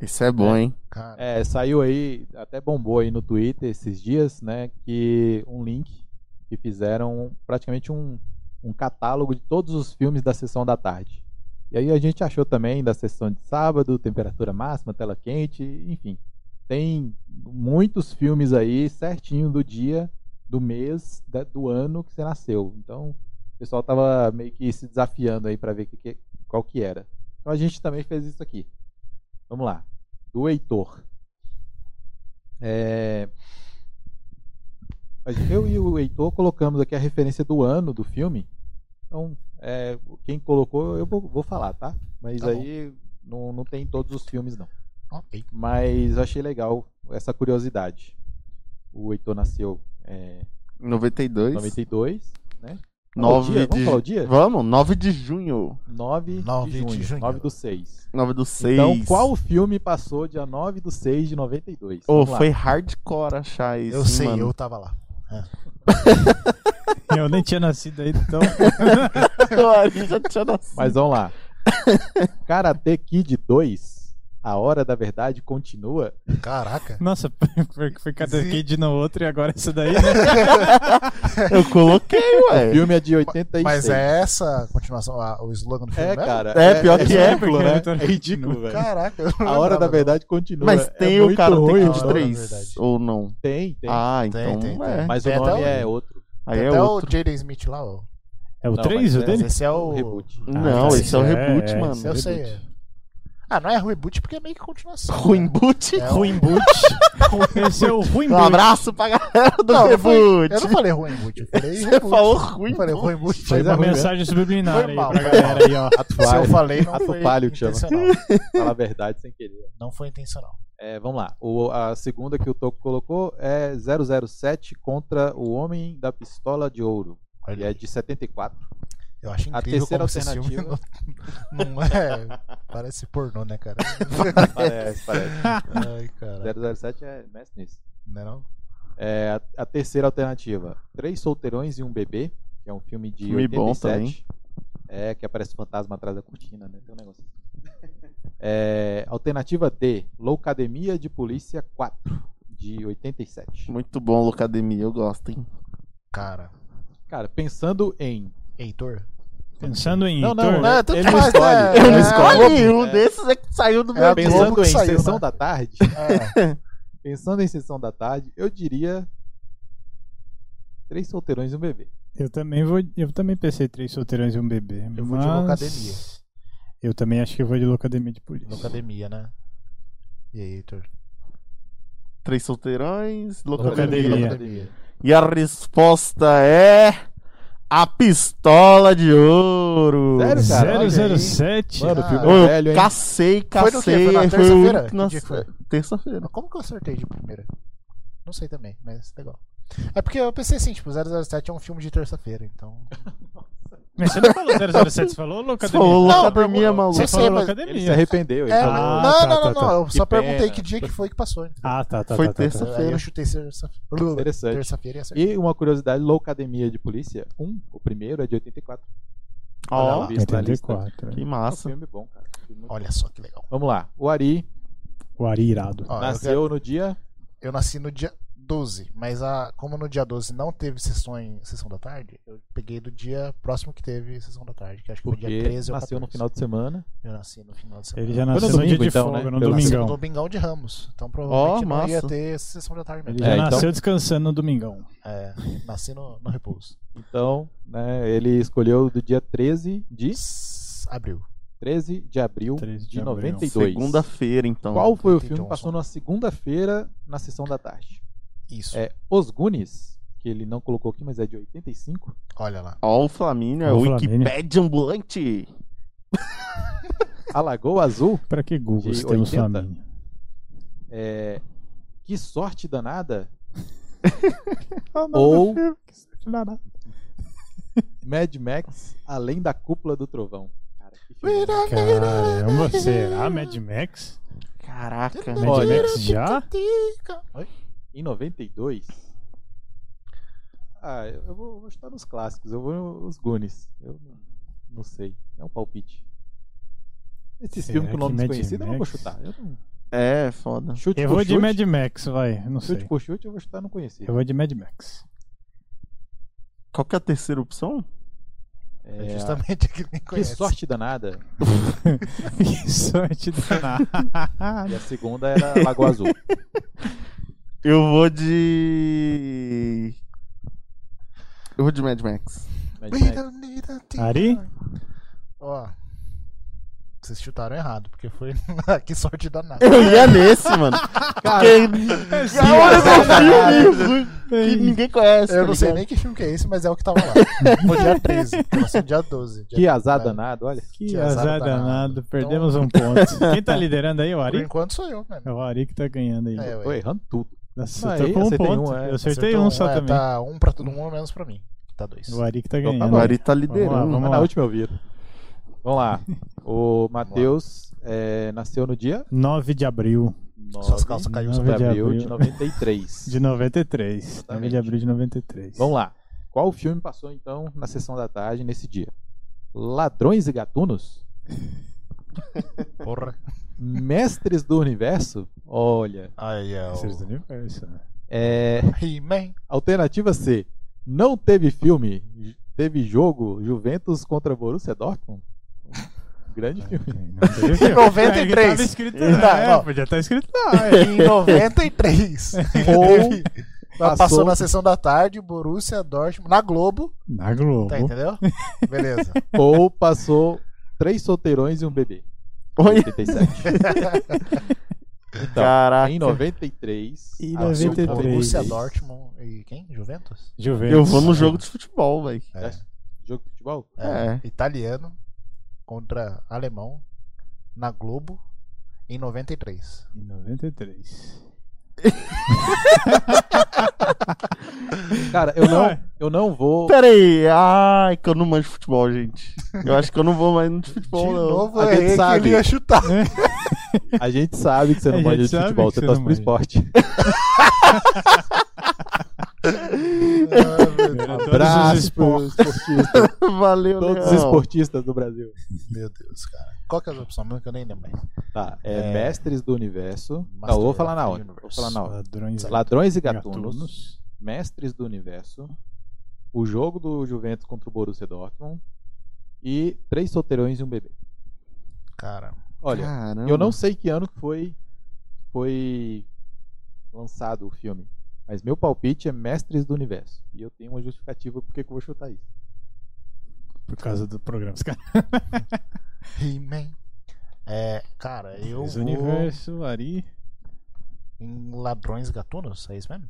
Speaker 2: Isso é bom, hein?
Speaker 1: Ah, Cara,
Speaker 4: É, saiu aí, até bombou aí no Twitter esses dias, né? Que um link que fizeram praticamente um, um catálogo de todos os filmes da sessão da tarde. E aí a gente achou também da sessão de sábado, temperatura máxima, tela quente, enfim. Tem muitos filmes aí certinho do dia, do mês, da- do ano que você nasceu. Então o pessoal tava meio que se desafiando aí pra ver que, que- qual que era. Então a gente também fez isso aqui. Vamos lá do Heitor. É, mas Eu e o Heitor colocamos aqui a referência do ano do filme. Então, é, quem colocou, eu vou, vou falar, tá? Mas
Speaker 1: Tá bom.
Speaker 4: aí não, não tem todos os filmes, não.
Speaker 1: ok.
Speaker 4: Mas eu achei legal essa curiosidade. O Heitor nasceu é,
Speaker 2: 92.
Speaker 4: em 92, né? Fala o
Speaker 2: 9
Speaker 4: dia, Vamos falar o
Speaker 2: de...
Speaker 4: dia?
Speaker 2: Vamos, 9 de junho.
Speaker 4: 9,
Speaker 1: Nove
Speaker 4: de
Speaker 1: de
Speaker 4: junho.
Speaker 1: junho.
Speaker 4: 9 do 6.
Speaker 2: 9 do 6.
Speaker 4: Então, qual filme passou dia 9 do 6 de 92?
Speaker 2: Ô,
Speaker 4: Vamos lá.
Speaker 2: foi hardcore achar isso,
Speaker 1: Eu sei,
Speaker 2: mano.
Speaker 1: eu tava lá.
Speaker 3: Eu nem tinha nascido ainda, então.
Speaker 2: Eu já tinha nascido.
Speaker 4: Mas vamos lá. Karate Kid 2, A Hora da Verdade continua.
Speaker 1: Caraca.
Speaker 3: Nossa, foi, foi cada
Speaker 1: Sim.
Speaker 3: kid no outro e agora isso daí, né?
Speaker 2: Eu coloquei,
Speaker 4: O
Speaker 2: ué.
Speaker 4: filme é de 86.
Speaker 1: Mas é essa a continuação, a- o slogan do filme
Speaker 4: É,
Speaker 1: mesmo?
Speaker 4: cara.
Speaker 2: É, pior que é,
Speaker 4: ridículo,
Speaker 3: porque
Speaker 4: né?
Speaker 3: eu tô-
Speaker 4: É ridículo, velho.
Speaker 1: Caraca. eu não
Speaker 4: A Hora
Speaker 1: lembrava,
Speaker 4: da
Speaker 1: não.
Speaker 4: Verdade continua.
Speaker 2: Mas
Speaker 4: É
Speaker 2: tem o
Speaker 4: muito
Speaker 2: cara
Speaker 4: ruim,
Speaker 2: tem
Speaker 1: a
Speaker 2: de
Speaker 1: hora,
Speaker 4: mano.
Speaker 1: na verdade.
Speaker 2: 3 ou não?
Speaker 4: Tem, tem.
Speaker 2: Ah,
Speaker 1: Tem,
Speaker 2: então
Speaker 1: tem,
Speaker 2: é.
Speaker 1: tem.
Speaker 4: Mas
Speaker 1: tem
Speaker 4: o nome
Speaker 1: até o-
Speaker 4: é outro.
Speaker 2: Aí
Speaker 1: Tem
Speaker 2: é
Speaker 1: até
Speaker 2: outro.
Speaker 1: o Jaden Smith lá, ó.
Speaker 3: É o
Speaker 4: Não,
Speaker 3: 3 o
Speaker 4: mas é-
Speaker 3: dele?
Speaker 1: Esse é
Speaker 4: O
Speaker 1: o.
Speaker 4: reboot.
Speaker 2: Não,
Speaker 1: Ah,
Speaker 2: esse é o
Speaker 3: sim,
Speaker 2: reboot,
Speaker 3: é, é,
Speaker 2: mano.
Speaker 1: Esse eu sei. é. Ah, não é reboot porque é meio que continuação.
Speaker 2: Ruim
Speaker 1: né?
Speaker 2: boot?
Speaker 1: É
Speaker 3: Ruim boot. Esse é o ruim
Speaker 2: Um
Speaker 3: boot.
Speaker 2: abraço pra galera do
Speaker 1: Não, eu não fui-
Speaker 2: reboot.
Speaker 1: Eu não falei ruim boot, eu falei
Speaker 2: Você
Speaker 1: reboot.
Speaker 2: falou ruim
Speaker 1: Eu falei ruim boot.
Speaker 3: Foi
Speaker 4: Mas é
Speaker 3: uma
Speaker 4: ruim mesmo.
Speaker 3: mensagem subliminar
Speaker 1: Foi
Speaker 3: aí
Speaker 1: mal,
Speaker 3: pra
Speaker 1: foi
Speaker 3: galera aí, ó.
Speaker 1: Se eu
Speaker 4: Atual.
Speaker 1: falei, não
Speaker 4: Ato
Speaker 1: foi
Speaker 4: falho que chama.
Speaker 1: intencional.
Speaker 4: Fala a verdade sem querer.
Speaker 1: Não foi intencional.
Speaker 4: É, vamos lá. O- a segunda que o Toco colocou é 007 contra o Homem da Pistola de Ouro. Ele
Speaker 1: Olha,
Speaker 4: é de 74.
Speaker 1: eu acho
Speaker 4: a
Speaker 1: incrível como
Speaker 4: terceira
Speaker 1: esse filme
Speaker 4: alternativa-
Speaker 1: não, não é... Parece pornô, né, cara?
Speaker 4: Parece, parece.
Speaker 1: Ai, cara.
Speaker 4: 007 é mestre nisso.
Speaker 1: Não é não?
Speaker 4: É, a, a terceira alternativa: Três Solteirões e um Bebê, que é um filme de
Speaker 2: Filme bom
Speaker 4: 87. é, que aparece o fantasma atrás da cortina, né? Tem um negócio assim. É, alternativa D: Loucademia de Polícia 4, de 87.
Speaker 2: Muito bom, Locademia, eu gosto, hein?
Speaker 1: Cara.
Speaker 4: Cara, pensando em.
Speaker 1: Heitor?
Speaker 3: Pensando em
Speaker 4: Não, não,
Speaker 3: Heitor,
Speaker 4: né?
Speaker 1: É, tanto
Speaker 4: ele não
Speaker 1: faz,
Speaker 4: escolhe.
Speaker 1: né?
Speaker 2: Eu não
Speaker 1: É,
Speaker 2: escolhi, um
Speaker 4: é.
Speaker 2: desses é que saiu do
Speaker 1: É
Speaker 2: meu
Speaker 1: a
Speaker 2: bolso.
Speaker 1: Globo
Speaker 4: Pensando
Speaker 1: que
Speaker 4: em
Speaker 1: saiu,
Speaker 4: Sessão
Speaker 1: né?
Speaker 4: da Tarde.
Speaker 1: É,
Speaker 4: Pensando em Sessão da Tarde, eu diria. Três solteirões e um bebê.
Speaker 3: eu também vou. Eu também pensei três solteirões e um bebê.
Speaker 1: Eu vou de
Speaker 3: mas
Speaker 1: Locademia.
Speaker 3: Eu também acho que eu vou de Locademia de Polícia.
Speaker 1: na academia, né? E aí, Heitor?
Speaker 2: Três solteirões,
Speaker 3: Locademia.
Speaker 2: Locademia.
Speaker 1: Locademia.
Speaker 2: E a resposta é. A pistola de ouro.
Speaker 4: Sério, cara? Olha aí.
Speaker 3: 007?
Speaker 4: Mano, o filme
Speaker 2: Ô,
Speaker 4: é
Speaker 2: eu
Speaker 4: velho, hein?
Speaker 2: cacei,
Speaker 1: Foi no quê?
Speaker 2: cacei.
Speaker 1: Foi na
Speaker 2: aí o
Speaker 1: terça-feira?
Speaker 2: único que
Speaker 1: Que
Speaker 2: nós-
Speaker 1: dia foi?
Speaker 2: Terça-feira.
Speaker 1: Mas Como que eu acertei de primeira? Não sei também, mas legal. É porque eu pensei assim, tipo, 007 é um filme de terça-feira, então.
Speaker 3: Mas você não falou 007, você falou
Speaker 2: Você
Speaker 3: Locademia.
Speaker 2: falou
Speaker 1: Não,
Speaker 2: Locademia,
Speaker 1: eu-
Speaker 2: maluco.
Speaker 1: eu
Speaker 3: Você
Speaker 1: sei,
Speaker 3: falou
Speaker 1: mas-
Speaker 4: Ele se
Speaker 3: Locademia.
Speaker 4: arrependeu. ele
Speaker 1: É,
Speaker 4: falou,
Speaker 1: não,
Speaker 3: Ah,
Speaker 1: não,
Speaker 3: tá,
Speaker 1: não,
Speaker 3: tá,
Speaker 1: não,
Speaker 3: tá.
Speaker 1: Eu só
Speaker 4: Que
Speaker 1: perguntei
Speaker 4: pena.
Speaker 1: que dia que foi que passou. entendeu?
Speaker 3: Ah, tá, tá.
Speaker 2: Foi
Speaker 3: tá, tá, tá.
Speaker 1: Aí
Speaker 2: terça-feira.
Speaker 1: eu chutei terça-feira.
Speaker 4: Interessante.
Speaker 1: Terça-feira e acertei.
Speaker 4: E uma curiosidade, Loucademia de Polícia 1, o primeiro é de 84. Olha
Speaker 2: Ó,
Speaker 4: lá, visto na lista.
Speaker 3: 84.
Speaker 2: que
Speaker 4: É um
Speaker 2: massa.
Speaker 4: filme bom, cara. Um filme muito
Speaker 1: Olha só que legal.
Speaker 4: bom. Vamos lá. O Ari
Speaker 3: O Ari irado.
Speaker 1: Ó, eu
Speaker 4: nasceu no dia.
Speaker 1: Eu nasci no dia 12, mas a, como no dia 12 não teve sessões, sessão da tarde, eu peguei do dia próximo que teve sessão da tarde, que acho que foi dia
Speaker 4: Porque
Speaker 1: 13 ou
Speaker 4: nasceu no
Speaker 1: 14.
Speaker 4: final de semana.
Speaker 1: Eu nasci no final de semana.
Speaker 3: Ele já
Speaker 4: no
Speaker 3: nasceu no, dia
Speaker 4: domingo,
Speaker 3: de
Speaker 4: então,
Speaker 3: folga,
Speaker 4: né?
Speaker 3: no
Speaker 4: Eu nasci
Speaker 1: nasceu
Speaker 3: domingão.
Speaker 1: no Domingão de Ramos, então provavelmente
Speaker 2: Ó,
Speaker 1: não ia
Speaker 2: massa.
Speaker 1: ter sessão da tarde
Speaker 3: Ele
Speaker 1: mesmo.
Speaker 3: já
Speaker 4: É, então-
Speaker 3: nasceu descansando no domingão.
Speaker 1: É, nasci no, no repouso.
Speaker 4: Então, né, ele escolheu do dia 13 de
Speaker 1: S- Abril.
Speaker 4: 13 de abril
Speaker 3: 13 de
Speaker 4: de
Speaker 3: abril.
Speaker 4: 92.
Speaker 2: Segunda-feira, então.
Speaker 4: Qual foi o
Speaker 1: 90
Speaker 4: filme que
Speaker 1: Johnson.
Speaker 4: passou na segunda-feira na sessão da tarde?
Speaker 1: Isso.
Speaker 4: É Os Goonies, que ele não colocou aqui, mas é de 85.
Speaker 1: Olha lá.
Speaker 2: Ó, o Flamínio, é
Speaker 3: Ó,
Speaker 2: o
Speaker 3: o Flamínio.
Speaker 2: Wikipédia ambulante.
Speaker 4: A Lagoa Azul,
Speaker 3: Pra que Google
Speaker 4: De
Speaker 3: se um temos
Speaker 4: 80?
Speaker 3: família?
Speaker 4: é Que Sorte Danada,
Speaker 3: Ou...
Speaker 4: Ou- Mad Max, Além da Cúpula do Trovão. Cara, que filme.
Speaker 3: Caramba, será é Mad Max?
Speaker 2: Caraca.
Speaker 3: Mad
Speaker 4: Olha.
Speaker 3: Max já?
Speaker 1: Oi?
Speaker 4: né? Em 92. Ah, eu eu vou, eu vou chutar nos clássicos, eu vou nos Goonies. Eu não, não sei, é um palpite. Esses
Speaker 3: Será
Speaker 4: filmes com
Speaker 3: que
Speaker 4: nome
Speaker 3: Mad
Speaker 4: desconhecido eu não vou
Speaker 3: Max?
Speaker 4: chutar. Eu não-
Speaker 2: É, foda.
Speaker 4: Chute
Speaker 3: Eu
Speaker 4: por
Speaker 3: vou de
Speaker 4: chute,
Speaker 3: Mad Max, vai. Não
Speaker 4: chute
Speaker 3: sei.
Speaker 4: por chute, eu vou chutar não conhecido.
Speaker 3: Eu vou de Mad Max.
Speaker 2: Qual que é a terceira opção?
Speaker 1: É,
Speaker 4: É,
Speaker 1: justamente aquele que nem
Speaker 4: Que
Speaker 1: conhece.
Speaker 4: sorte danada.
Speaker 3: que sorte danada.
Speaker 4: E a segunda era Lagoa Azul.
Speaker 2: Eu vou de. Eu vou de Mad Max.
Speaker 4: Mad
Speaker 1: We
Speaker 4: Max.
Speaker 1: don't need a team.
Speaker 3: Ari?
Speaker 1: Ó. Vocês chutaram errado, porque foi. que sorte danada.
Speaker 2: Eu ia nesse, mano.
Speaker 4: Cara,
Speaker 2: Porque
Speaker 3: É
Speaker 2: é o único
Speaker 3: sim,
Speaker 2: filme É que ninguém conhece.
Speaker 1: Eu
Speaker 2: tá
Speaker 1: não sei
Speaker 2: ligado?
Speaker 1: nem que filme que é esse, mas é o que tava lá. No dia 13. Passou dia 12. Dia
Speaker 4: Que né? azar
Speaker 1: É.
Speaker 4: danado, olha.
Speaker 3: Que azar danado.
Speaker 1: Então,
Speaker 3: Perdemos um ponto. Quem tá liderando aí, o
Speaker 1: Por
Speaker 3: Ari?
Speaker 1: enquanto sou eu, né?
Speaker 3: É o Ari que tá ganhando aí.
Speaker 1: É, ué.
Speaker 4: Tô errando tudo.
Speaker 3: Nossa,
Speaker 4: Aí,
Speaker 3: eu tô com um
Speaker 4: acertei
Speaker 3: ponto.
Speaker 4: um, é.
Speaker 3: eu acertei
Speaker 1: Acertou
Speaker 3: um só
Speaker 1: é,
Speaker 3: também.
Speaker 1: Tá um pra todo mundo, menos pra mim. Tá dois.
Speaker 3: O Ari que tá
Speaker 4: Então tá
Speaker 3: ganhando.
Speaker 2: O Ari tá
Speaker 3: Vamos lá,
Speaker 2: liderando.
Speaker 3: vamos
Speaker 4: Mas
Speaker 3: lá.
Speaker 4: na última eu viro. Vamos lá. O Matheus é, nasceu no dia
Speaker 3: 9 de abril
Speaker 4: 9
Speaker 1: Suas calças caíram.
Speaker 4: de
Speaker 3: Nove de
Speaker 4: abril de
Speaker 3: abril.
Speaker 4: 93.
Speaker 3: de 93. 9
Speaker 4: Exatamente.
Speaker 3: de abril de 93.
Speaker 4: Vamos lá. Qual filme passou então na sessão da tarde nesse dia? Ladrões e Gatunos?
Speaker 1: Porra.
Speaker 4: Mestres do Universo? Olha.
Speaker 1: Aí é
Speaker 3: Masters do
Speaker 1: o.
Speaker 3: Universo, né?
Speaker 4: É,
Speaker 1: He-Man.
Speaker 4: Alternativa C. Não teve filme, j- teve jogo Juventus contra Borussia Dortmund. Grande filme.
Speaker 3: Não teve filme.
Speaker 1: 93.
Speaker 3: Tava escrito,
Speaker 1: Tá, então.
Speaker 3: é,
Speaker 1: não.
Speaker 3: podia estar escrito
Speaker 1: Em 93.
Speaker 4: Ou
Speaker 1: Passou,
Speaker 4: passou
Speaker 1: na sessão da tarde, Borussia, Dortmund, na Globo.
Speaker 3: na Globo.
Speaker 4: Uhum.
Speaker 1: Tá, entendeu? Beleza.
Speaker 4: ou passou três solteirões e um bebê.
Speaker 2: Oi?
Speaker 4: 87. Então,
Speaker 2: Caraca.
Speaker 4: em 93.
Speaker 3: Em
Speaker 4: a
Speaker 3: 93.
Speaker 4: Super Bowl
Speaker 1: Borussia,
Speaker 4: seis,
Speaker 1: Dortmund e quem? Juventus?
Speaker 3: Juventus.
Speaker 2: Eu vou no jogo de futebol, velho.
Speaker 1: É.
Speaker 4: Jogo de futebol?
Speaker 1: É,
Speaker 2: É.
Speaker 1: Italiano contra alemão na Globo em 93.
Speaker 3: Em 93.
Speaker 4: Cara, eu não,
Speaker 3: Ué.
Speaker 4: eu não vou.
Speaker 2: Pera aí. Ai, que eu não manjo futebol, gente. Eu acho que eu não vou mais no de futebol,
Speaker 1: De
Speaker 2: não.
Speaker 1: novo, é, eu
Speaker 4: a gente
Speaker 1: errei que
Speaker 4: sabe.
Speaker 1: ele ia chutar.
Speaker 4: A gente sabe que você
Speaker 3: A
Speaker 4: não
Speaker 3: gente
Speaker 4: manja de
Speaker 3: sabe
Speaker 4: futebol,
Speaker 3: que
Speaker 4: você
Speaker 3: você
Speaker 4: torce
Speaker 3: não
Speaker 4: pro esporte.
Speaker 1: Ah, meu Deus.
Speaker 3: Era todos os
Speaker 4: Abraço
Speaker 3: esportes.
Speaker 4: pros esportistas,
Speaker 2: Valeu,
Speaker 4: todos os
Speaker 2: Leão.
Speaker 4: esportistas do Brasil.
Speaker 1: Meu Deus, cara. Qual que é a opção mesmo que eu nem lembro mais?
Speaker 4: Tá, é,
Speaker 1: É.
Speaker 4: Mestres do Universo.
Speaker 1: Master
Speaker 4: não, eu vou
Speaker 1: of
Speaker 4: falar na
Speaker 1: the
Speaker 4: hora. Vou
Speaker 1: Universe.
Speaker 4: falar na hora.
Speaker 3: Ladrões
Speaker 4: Ladrões e
Speaker 3: Gatunos.
Speaker 4: Gatunos, Mestres do Universo, o jogo do Juventus contra o Borussia Dortmund e Três Solteirões e um Bebê.
Speaker 1: Cara,
Speaker 4: Olha,
Speaker 2: Caramba.
Speaker 4: eu não sei que ano que foi, foi lançado o filme, mas meu palpite é Mestres do Universo. E eu tenho uma justificativa porque que eu vou chutar isso.
Speaker 3: Por causa do programa. Os caras.
Speaker 1: He-Man. É, cara, eu
Speaker 3: Três
Speaker 1: vou
Speaker 3: Universo, Ari,
Speaker 1: em Ladrões Gatunos, é isso mesmo?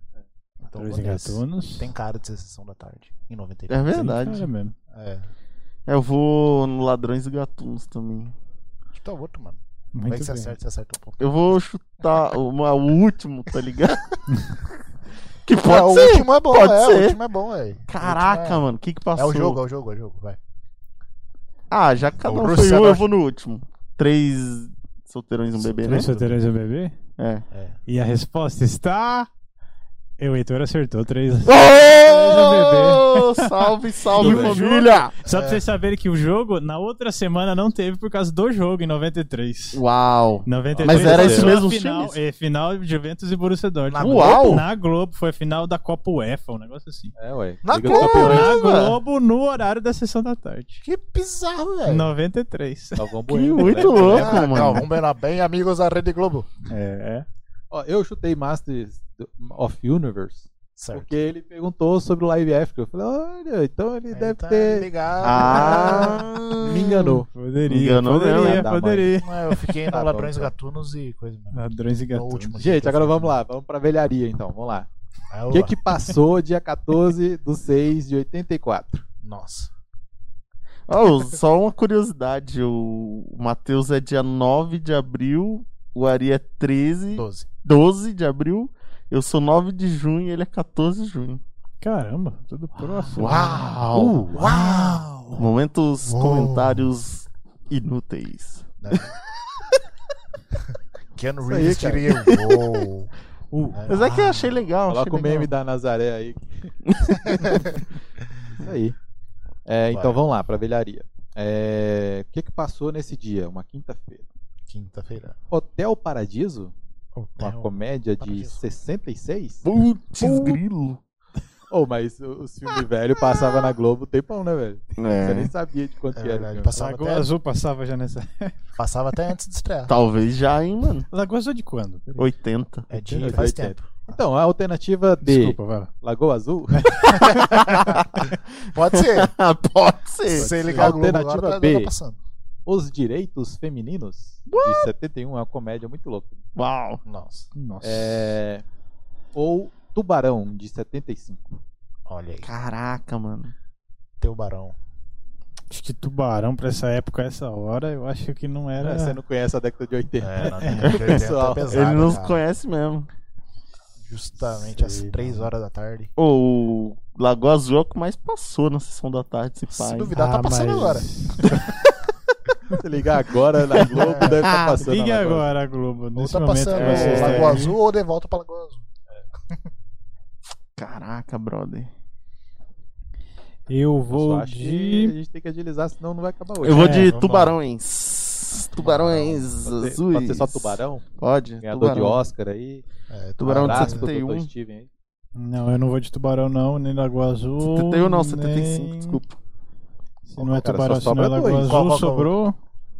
Speaker 1: Então,
Speaker 3: Ladrões
Speaker 1: vou
Speaker 3: e
Speaker 1: nesse.
Speaker 3: Gatunos.
Speaker 1: Tem cara de ser sessão da tarde, em 93.
Speaker 2: É
Speaker 3: Tem cara
Speaker 2: verdade.
Speaker 3: mesmo.
Speaker 1: É.
Speaker 2: Eu vou no Ladrões e Gatunos também.
Speaker 1: Chuta tá outro, mano. Como é que
Speaker 3: Muito
Speaker 1: você
Speaker 3: bem.
Speaker 1: acerta, você acerta o ponto.
Speaker 2: Eu vou chutar uma- o último, tá ligado? que pode
Speaker 1: é,
Speaker 2: ser.
Speaker 1: O último é bom,
Speaker 2: pode
Speaker 1: é.
Speaker 2: ser.
Speaker 1: O último é bom, é.
Speaker 2: Caraca, mano, o que que
Speaker 1: É
Speaker 2: passou?
Speaker 1: o jogo, é o jogo, é o jogo, vai.
Speaker 2: Ah, já que cada um
Speaker 1: Borussia
Speaker 2: foi um, eu
Speaker 3: tá
Speaker 1: Dortmund.
Speaker 2: vou no último. Três solteirões e um bebê, né?
Speaker 3: Três solteirões e um bebê?
Speaker 2: É.
Speaker 1: É.
Speaker 3: E a resposta está. E o Heitor acertou três. um
Speaker 2: Oh! Salve, salve,
Speaker 3: Tudo bem.
Speaker 2: família!
Speaker 3: Só pra vocês saberem que o jogo, na outra semana, não teve por causa do jogo, em 93.
Speaker 2: Uau!
Speaker 3: 93
Speaker 2: Mas era
Speaker 3: passou
Speaker 2: isso mesmo,
Speaker 3: a
Speaker 2: os
Speaker 3: final,
Speaker 2: times?
Speaker 3: é, final de Juventus e Borussia Dortmund.
Speaker 1: Na
Speaker 2: Uau!
Speaker 3: Na Globo, foi a final da Copa UEFA, um negócio assim.
Speaker 4: É, ué.
Speaker 1: Na
Speaker 4: Liga dos
Speaker 1: Globo,
Speaker 4: Campeões.
Speaker 3: Na
Speaker 2: Caramba!
Speaker 3: Globo, no horário da sessão da tarde.
Speaker 1: Que bizarro, velho.
Speaker 3: 93.
Speaker 4: Galvão
Speaker 2: Que
Speaker 4: Bueno,
Speaker 2: muito
Speaker 4: né?
Speaker 2: louco, mano.
Speaker 1: Calma, Bena, bem, amigos da Rede Globo.
Speaker 3: É.
Speaker 4: Ó, eu chutei Masters of Universe
Speaker 1: Certo.
Speaker 4: Porque ele perguntou sobre o Live Africa. Eu falei, olha, então ele
Speaker 1: Ele
Speaker 4: deve
Speaker 1: tá
Speaker 4: ter.
Speaker 1: ligado.
Speaker 2: Ah!
Speaker 4: Me enganou.
Speaker 3: Poderia,
Speaker 2: Enganou
Speaker 3: poderia,
Speaker 4: mesmo, hein?
Speaker 3: poderia.
Speaker 1: Não, eu fiquei no
Speaker 4: Tá bom,
Speaker 1: Ladrões
Speaker 4: então.
Speaker 1: Gatunos e coisa mesmo.
Speaker 3: Ladrões e
Speaker 1: No
Speaker 3: gatos.
Speaker 1: último.
Speaker 4: Gente, agora vamos lá, vamos pra velharia então, é assim. vamos lá.
Speaker 1: Ah,
Speaker 4: O que
Speaker 1: oba.
Speaker 4: que passou dia 14 do 6 de 84?
Speaker 1: Nossa.
Speaker 2: Oh, só uma curiosidade, o Matheus é dia 9 de abril, o Ari é 13,
Speaker 1: 12.
Speaker 2: 12 de abril, eu sou 9 de junho e ele é 14 de junho.
Speaker 3: Caramba, tudo próximo.
Speaker 2: Uau!
Speaker 1: Uh, Uau!
Speaker 2: Momentos,
Speaker 1: Uou.
Speaker 2: comentários inúteis.
Speaker 1: Keanu
Speaker 4: Isso aí,
Speaker 1: Reeves
Speaker 4: cara.
Speaker 1: diria uou.
Speaker 2: Mas é que eu achei legal,
Speaker 4: Coloca
Speaker 2: achei
Speaker 4: o meme
Speaker 2: legal.
Speaker 4: da Nazaré aí. Isso aí. É, então
Speaker 1: Bora.
Speaker 4: vamos lá, pra velharia. É, o que que passou nesse dia? Uma quinta-feira.
Speaker 1: Quinta-feira.
Speaker 4: Hotel Paradiso? Uma
Speaker 1: Hotel
Speaker 4: comédia de
Speaker 1: É, um Paradiso.
Speaker 4: 66?
Speaker 2: Putz, grilo.
Speaker 4: Oh, mas o- os filmes velhos passavam na Globo o tempão, né, velho? Você nem
Speaker 2: É,
Speaker 4: sabia de quanto
Speaker 1: É
Speaker 4: que era. o
Speaker 1: verdade,
Speaker 4: filme.
Speaker 1: passava
Speaker 3: Lagoa
Speaker 1: até-
Speaker 3: Azul passava já nessa.
Speaker 1: Passava até antes de estrear.
Speaker 4: Tá.
Speaker 2: talvez já, hein, mano?
Speaker 3: Lagoa Azul é de quando? Peraí.
Speaker 2: 80.
Speaker 1: É de
Speaker 4: Entendi,
Speaker 1: faz
Speaker 4: 80.
Speaker 1: tempo.
Speaker 4: Então, a alternativa D,
Speaker 3: Desculpa, vai lá.
Speaker 4: Lagoa Azul.
Speaker 1: Pode ser.
Speaker 2: Pode ser.
Speaker 1: Se ligar a Globo
Speaker 4: Alternativa
Speaker 1: agora, tá,
Speaker 4: B.
Speaker 1: tá passando.
Speaker 4: Os Direitos Femininos, de 71, é uma comédia muito louca.
Speaker 2: Uau.
Speaker 1: Nossa.
Speaker 3: Nossa.
Speaker 4: É, Ou Tubarão, de 75.
Speaker 1: Olha aí.
Speaker 2: Caraca, mano.
Speaker 1: Teu barão.
Speaker 3: Acho que tubarão pra essa época, essa hora, eu acho que não era.
Speaker 4: É, Você não conhece a década de 80.
Speaker 1: É, não, não, não,
Speaker 4: Pessoal,
Speaker 1: é pesado,
Speaker 2: Ele não
Speaker 1: cara.
Speaker 2: conhece mesmo.
Speaker 1: Justamente às
Speaker 4: Sei,
Speaker 1: 3 horas da tarde.
Speaker 2: Ou o Lagoa Azul é o que mais passou na sessão da tarde, se
Speaker 1: Se
Speaker 2: pai.
Speaker 1: duvidar,
Speaker 3: Ah,
Speaker 1: tá passando agora.
Speaker 4: Se ligar agora na Globo, deve estar passando.
Speaker 3: Ligue
Speaker 4: na Globo.
Speaker 3: agora, Globo.
Speaker 1: Ou
Speaker 3: Nesse
Speaker 1: tá
Speaker 3: momento
Speaker 1: passando
Speaker 3: que vocês
Speaker 1: é,
Speaker 3: estão
Speaker 1: Lagoa
Speaker 3: aí.
Speaker 1: Azul ou de volta pra Lagoa Azul.
Speaker 2: Caraca, brother.
Speaker 3: Eu
Speaker 4: Eu só
Speaker 3: vou
Speaker 4: acho que a
Speaker 3: de.
Speaker 4: gente tem que agilizar, senão não vai acabar hoje.
Speaker 2: Eu vou
Speaker 3: É,
Speaker 2: de
Speaker 3: vamos lá.
Speaker 2: tubarões. Tubarões
Speaker 4: Pode ser-
Speaker 2: azuis.
Speaker 4: Pode ser só Tubarão,
Speaker 2: Pode.
Speaker 4: ganhador
Speaker 2: tubarão.
Speaker 4: de Oscar aí.
Speaker 1: É,
Speaker 2: Tubarão de
Speaker 4: Abraço pro
Speaker 2: 71.
Speaker 4: Dr. Steven aí.
Speaker 3: Não, eu não vou de tubarão, não, nem Lagoa Azul.
Speaker 2: 71 não,
Speaker 3: nem-
Speaker 2: 75, desculpa.
Speaker 3: Se não é
Speaker 4: Cara,
Speaker 3: tubarão,
Speaker 4: só
Speaker 3: se não é
Speaker 4: sobra
Speaker 3: Lagoa
Speaker 4: dois.
Speaker 3: Azul,
Speaker 1: Qual, qual, qual?
Speaker 3: sobrou.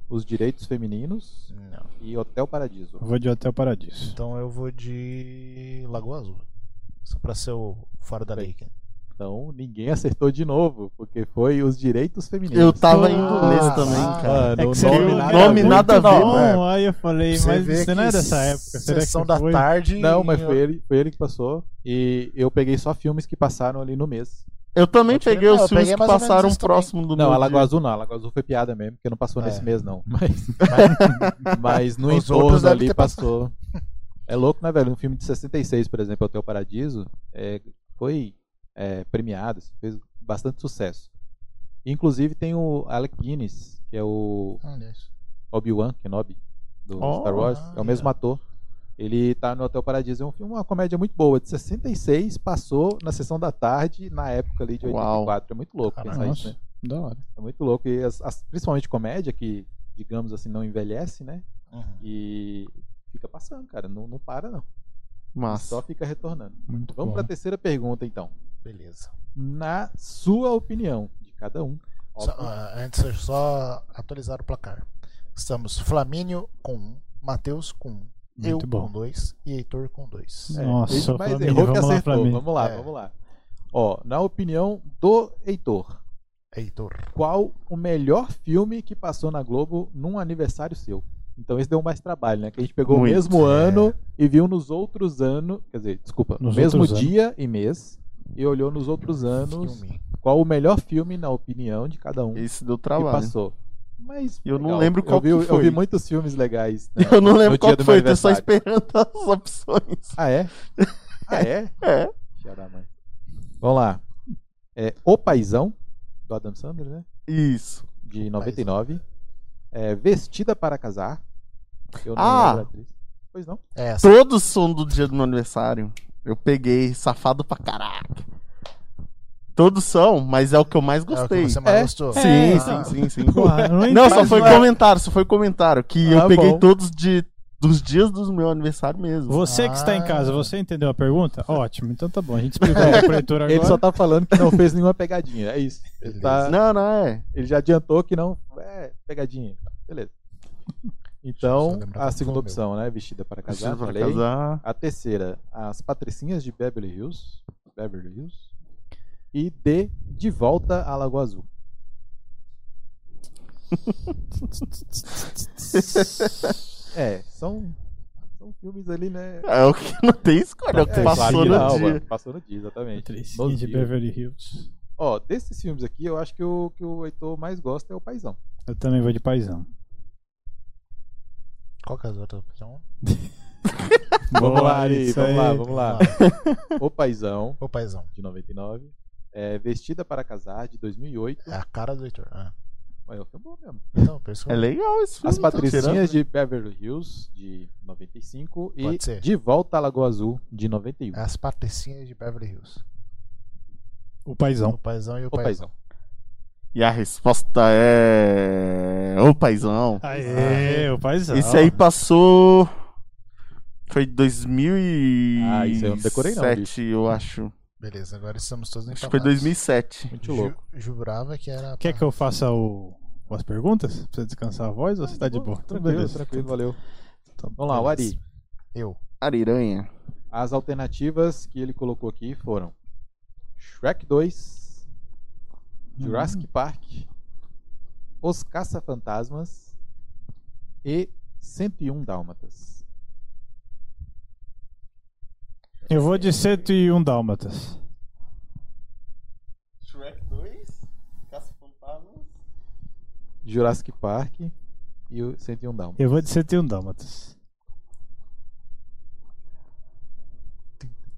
Speaker 4: Os Direitos Femininos
Speaker 1: Não.
Speaker 4: e Hotel Paradiso.
Speaker 3: Eu Vou de Hotel Paradiso.
Speaker 1: Então eu vou de Lagoa Azul. Só pra ser o fora da lei. cara.
Speaker 4: Então, ninguém acertou de novo, porque foi os Direitos Femininos.
Speaker 2: Eu tava
Speaker 3: Ah,
Speaker 2: indo nesse também,
Speaker 1: ah,
Speaker 2: cara.
Speaker 4: Mano, o
Speaker 3: É você
Speaker 4: nome
Speaker 3: viu,
Speaker 4: nada
Speaker 3: era
Speaker 4: a
Speaker 2: nome
Speaker 4: ver.
Speaker 2: nada a ver,
Speaker 3: bom,
Speaker 1: velho.
Speaker 3: Aí eu falei, mas
Speaker 1: vê
Speaker 3: você não
Speaker 1: que
Speaker 3: é dessa época. Será que
Speaker 1: Sessão da
Speaker 3: foi?
Speaker 1: tarde.
Speaker 4: Não, mas
Speaker 1: em-
Speaker 4: foi ele, foi ele que passou. E eu peguei só filmes que passaram ali no mês.
Speaker 2: Eu também
Speaker 1: Pode
Speaker 2: peguei
Speaker 1: ver, não,
Speaker 2: os
Speaker 1: eu
Speaker 2: filmes
Speaker 1: peguei
Speaker 2: que
Speaker 1: mais ou menos
Speaker 2: passaram
Speaker 1: isso também.
Speaker 2: próximo do
Speaker 4: Não,
Speaker 2: meu
Speaker 4: a Lagoa
Speaker 2: dia. Ah,
Speaker 4: Azul não. A Lagoa Azul foi piada mesmo, porque não passou
Speaker 1: É.
Speaker 4: nesse mês, não. Mas, mas no
Speaker 1: Os outros
Speaker 4: entorno
Speaker 1: devem
Speaker 4: ali
Speaker 1: ter
Speaker 4: passou. É louco, né, velho? Um filme de 66, por exemplo, Hotel Paradiso, é, foi é, premiado, fez bastante sucesso. Inclusive tem o Alec Guinness, que é o
Speaker 1: Olha isso.
Speaker 4: Obi-Wan Kenobi do
Speaker 2: Oh,
Speaker 4: Star Wars, é
Speaker 1: olha.
Speaker 4: o mesmo ator. Ele tá no Hotel Paradiso, é um filme, uma comédia muito boa, de 66, passou na sessão da tarde, na época ali de
Speaker 2: Uau.
Speaker 4: 84, é muito louco pensar isso, né?
Speaker 3: Nossa, da hora.
Speaker 4: É muito louco e as- as- principalmente comédia que, digamos assim, não envelhece, né?
Speaker 1: Uhum.
Speaker 4: E fica passando, cara, não, não para não, só
Speaker 2: Massa.
Speaker 4: fica retornando.
Speaker 3: Muito
Speaker 4: Vamos
Speaker 3: bom.
Speaker 4: pra terceira pergunta então.
Speaker 1: Beleza.
Speaker 4: Na sua opinião de cada um,
Speaker 1: Só,
Speaker 4: óbvio,
Speaker 1: ah, antes, eu só atualizar o placar. Estamos Flamínio com 1, Matheus com 1, eu
Speaker 3: Muito bom.
Speaker 1: com 2 e Heitor com 2.
Speaker 3: É. Nossa,
Speaker 4: ele mais
Speaker 3: Flamínio,
Speaker 4: errou que
Speaker 3: vamos lá,
Speaker 4: acertou.
Speaker 3: Flamínio.
Speaker 4: vamos lá,
Speaker 1: É.
Speaker 4: vamos lá. Ó, na opinião do Heitor,
Speaker 1: Heitor.
Speaker 4: qual o melhor filme que passou na Globo num aniversário seu? Então esse deu mais trabalho, né? Que a gente pegou
Speaker 2: Muito,
Speaker 4: o mesmo
Speaker 1: é.
Speaker 4: ano e viu nos outros anos, quer dizer, desculpa, no
Speaker 3: Nos
Speaker 4: mesmo
Speaker 3: outros anos.
Speaker 4: dia e mês e olhou nos outros anos
Speaker 1: Filme.
Speaker 4: qual o melhor filme na opinião de cada um
Speaker 2: Esse deu
Speaker 4: que
Speaker 2: trabalho.
Speaker 4: passou. Mas
Speaker 2: Eu não
Speaker 4: legal.
Speaker 2: lembro qual
Speaker 4: eu vi,
Speaker 2: que
Speaker 4: Eu
Speaker 2: foi.
Speaker 4: vi muitos filmes legais. né,
Speaker 2: Eu não lembro
Speaker 4: no
Speaker 2: qual
Speaker 4: dia
Speaker 2: que
Speaker 4: do
Speaker 2: foi,
Speaker 4: meu
Speaker 2: tô só
Speaker 4: aniversário.
Speaker 2: esperando as opções.
Speaker 4: Ah, é? Ah, é?
Speaker 2: É.
Speaker 4: Filha da mãe. Vamos lá. É, o Paizão, do Adam Sandler, né?
Speaker 2: Isso.
Speaker 4: De 99. É, Vestida para Casar. Eu não
Speaker 2: Ah!
Speaker 4: lembro a atriz. Pois não.
Speaker 1: É, essa.
Speaker 2: Todos são do dia do meu aniversário. Eu peguei, safado pra caraca. Todos são, mas é o que eu mais
Speaker 1: É o
Speaker 2: gostei.
Speaker 1: que você mais
Speaker 4: É.
Speaker 1: gostou.
Speaker 2: Sim,
Speaker 1: Ah,
Speaker 2: sim, sim, sim.
Speaker 3: Porra, eu não
Speaker 2: Não,
Speaker 3: entendi.
Speaker 2: só foi
Speaker 4: Mas-
Speaker 2: comentário, só foi comentário. Que
Speaker 4: Ah,
Speaker 2: eu peguei
Speaker 4: bom.
Speaker 2: todos de, dos dias do meu aniversário mesmo.
Speaker 3: Você que está em casa,
Speaker 1: Ah.
Speaker 3: você entendeu a pergunta? Ótimo, então tá bom. A gente explicou aqui pro Heitor agora.
Speaker 4: Ele só tá falando que não fez nenhuma pegadinha. É isso. Ele, tá-
Speaker 2: Não, não, é.
Speaker 4: ele já adiantou que não. É, pegadinha. Beleza.
Speaker 1: Deixa eu
Speaker 4: Então,
Speaker 1: só lembrar
Speaker 4: a
Speaker 1: qual
Speaker 4: segunda
Speaker 1: foi o
Speaker 4: opção, né? Vestida para
Speaker 2: Preciso
Speaker 4: Casar.
Speaker 2: pra
Speaker 4: falei.
Speaker 2: casar.
Speaker 4: A terceira, As Patricinhas de Beverly Hills. Beverly Hills e de De Volta a Lagoa Azul. é, são, são filmes ali, né?
Speaker 2: É o que não tem escolha, é o que
Speaker 4: É,
Speaker 2: passou
Speaker 4: claro que
Speaker 2: no
Speaker 4: não,
Speaker 2: dia.
Speaker 4: mano, Passou no dia, exatamente.
Speaker 3: Skin
Speaker 4: Nos
Speaker 3: de
Speaker 4: dias.
Speaker 3: Beverly Hills.
Speaker 4: Ó, desses filmes aqui, eu acho que o que o Heitor mais gosta é o Paizão.
Speaker 3: Eu também vou de paizão.
Speaker 1: Qual que é as outras opções?
Speaker 4: Vamos lá,
Speaker 3: Ari,
Speaker 4: Ari,
Speaker 3: isso
Speaker 4: vamos lá,
Speaker 3: aí.
Speaker 4: vamos lá. O Paizão,
Speaker 1: Ô, paizão.
Speaker 4: de 99. É, Vestida para Casar, de 2008.
Speaker 1: É a cara do Heitor. Ah.
Speaker 4: Mas é um filme bom mesmo.
Speaker 1: Então, pessoal.
Speaker 2: É legal esse filme.
Speaker 4: As
Speaker 2: tá tirando.
Speaker 4: Patricinhas de Beverly Hills, de 95. E
Speaker 1: Pode ser.
Speaker 4: De Volta à Lagoa Azul, de 91.
Speaker 3: Ah,
Speaker 1: As patricinhas de Beverly Hills.
Speaker 3: Então, O paizão.
Speaker 1: O paizão e o
Speaker 4: o
Speaker 1: paizão.
Speaker 4: Paizão.
Speaker 2: E a resposta é. Ô, paizão.
Speaker 3: Aê, o paizão.
Speaker 2: Esse aí passou. Foi 2007,
Speaker 4: Ah, isso aí eu não decorei não, bicho.
Speaker 2: eu acho.
Speaker 1: Beleza, agora estamos todos
Speaker 2: Acho que foi
Speaker 1: empatados.
Speaker 2: 2007.
Speaker 4: Muito
Speaker 1: Ju-
Speaker 4: louco.
Speaker 1: Jurava que era.
Speaker 3: Quer é que eu faça o... as perguntas? Pra você descansar a voz ou você tá de boa? Então,
Speaker 4: Ah, Tranquilo,
Speaker 3: beleza.
Speaker 4: tranquilo, valeu.
Speaker 3: Então,
Speaker 4: Vamos lá, o
Speaker 3: beleza.
Speaker 4: Ari.
Speaker 1: Eu.
Speaker 2: Ariranha.
Speaker 4: As alternativas que ele colocou aqui foram Shrek 2, Jurassic
Speaker 3: Hum.
Speaker 4: Park, Os Caça-Fantasmas e 101 Dálmatas.
Speaker 3: Eu vou de 101 dálmatas.
Speaker 2: Shrek 2, Caça Fantasmas.
Speaker 4: Jurassic Park e o 101 Dálmatas.
Speaker 3: Eu vou de 101 dálmatas.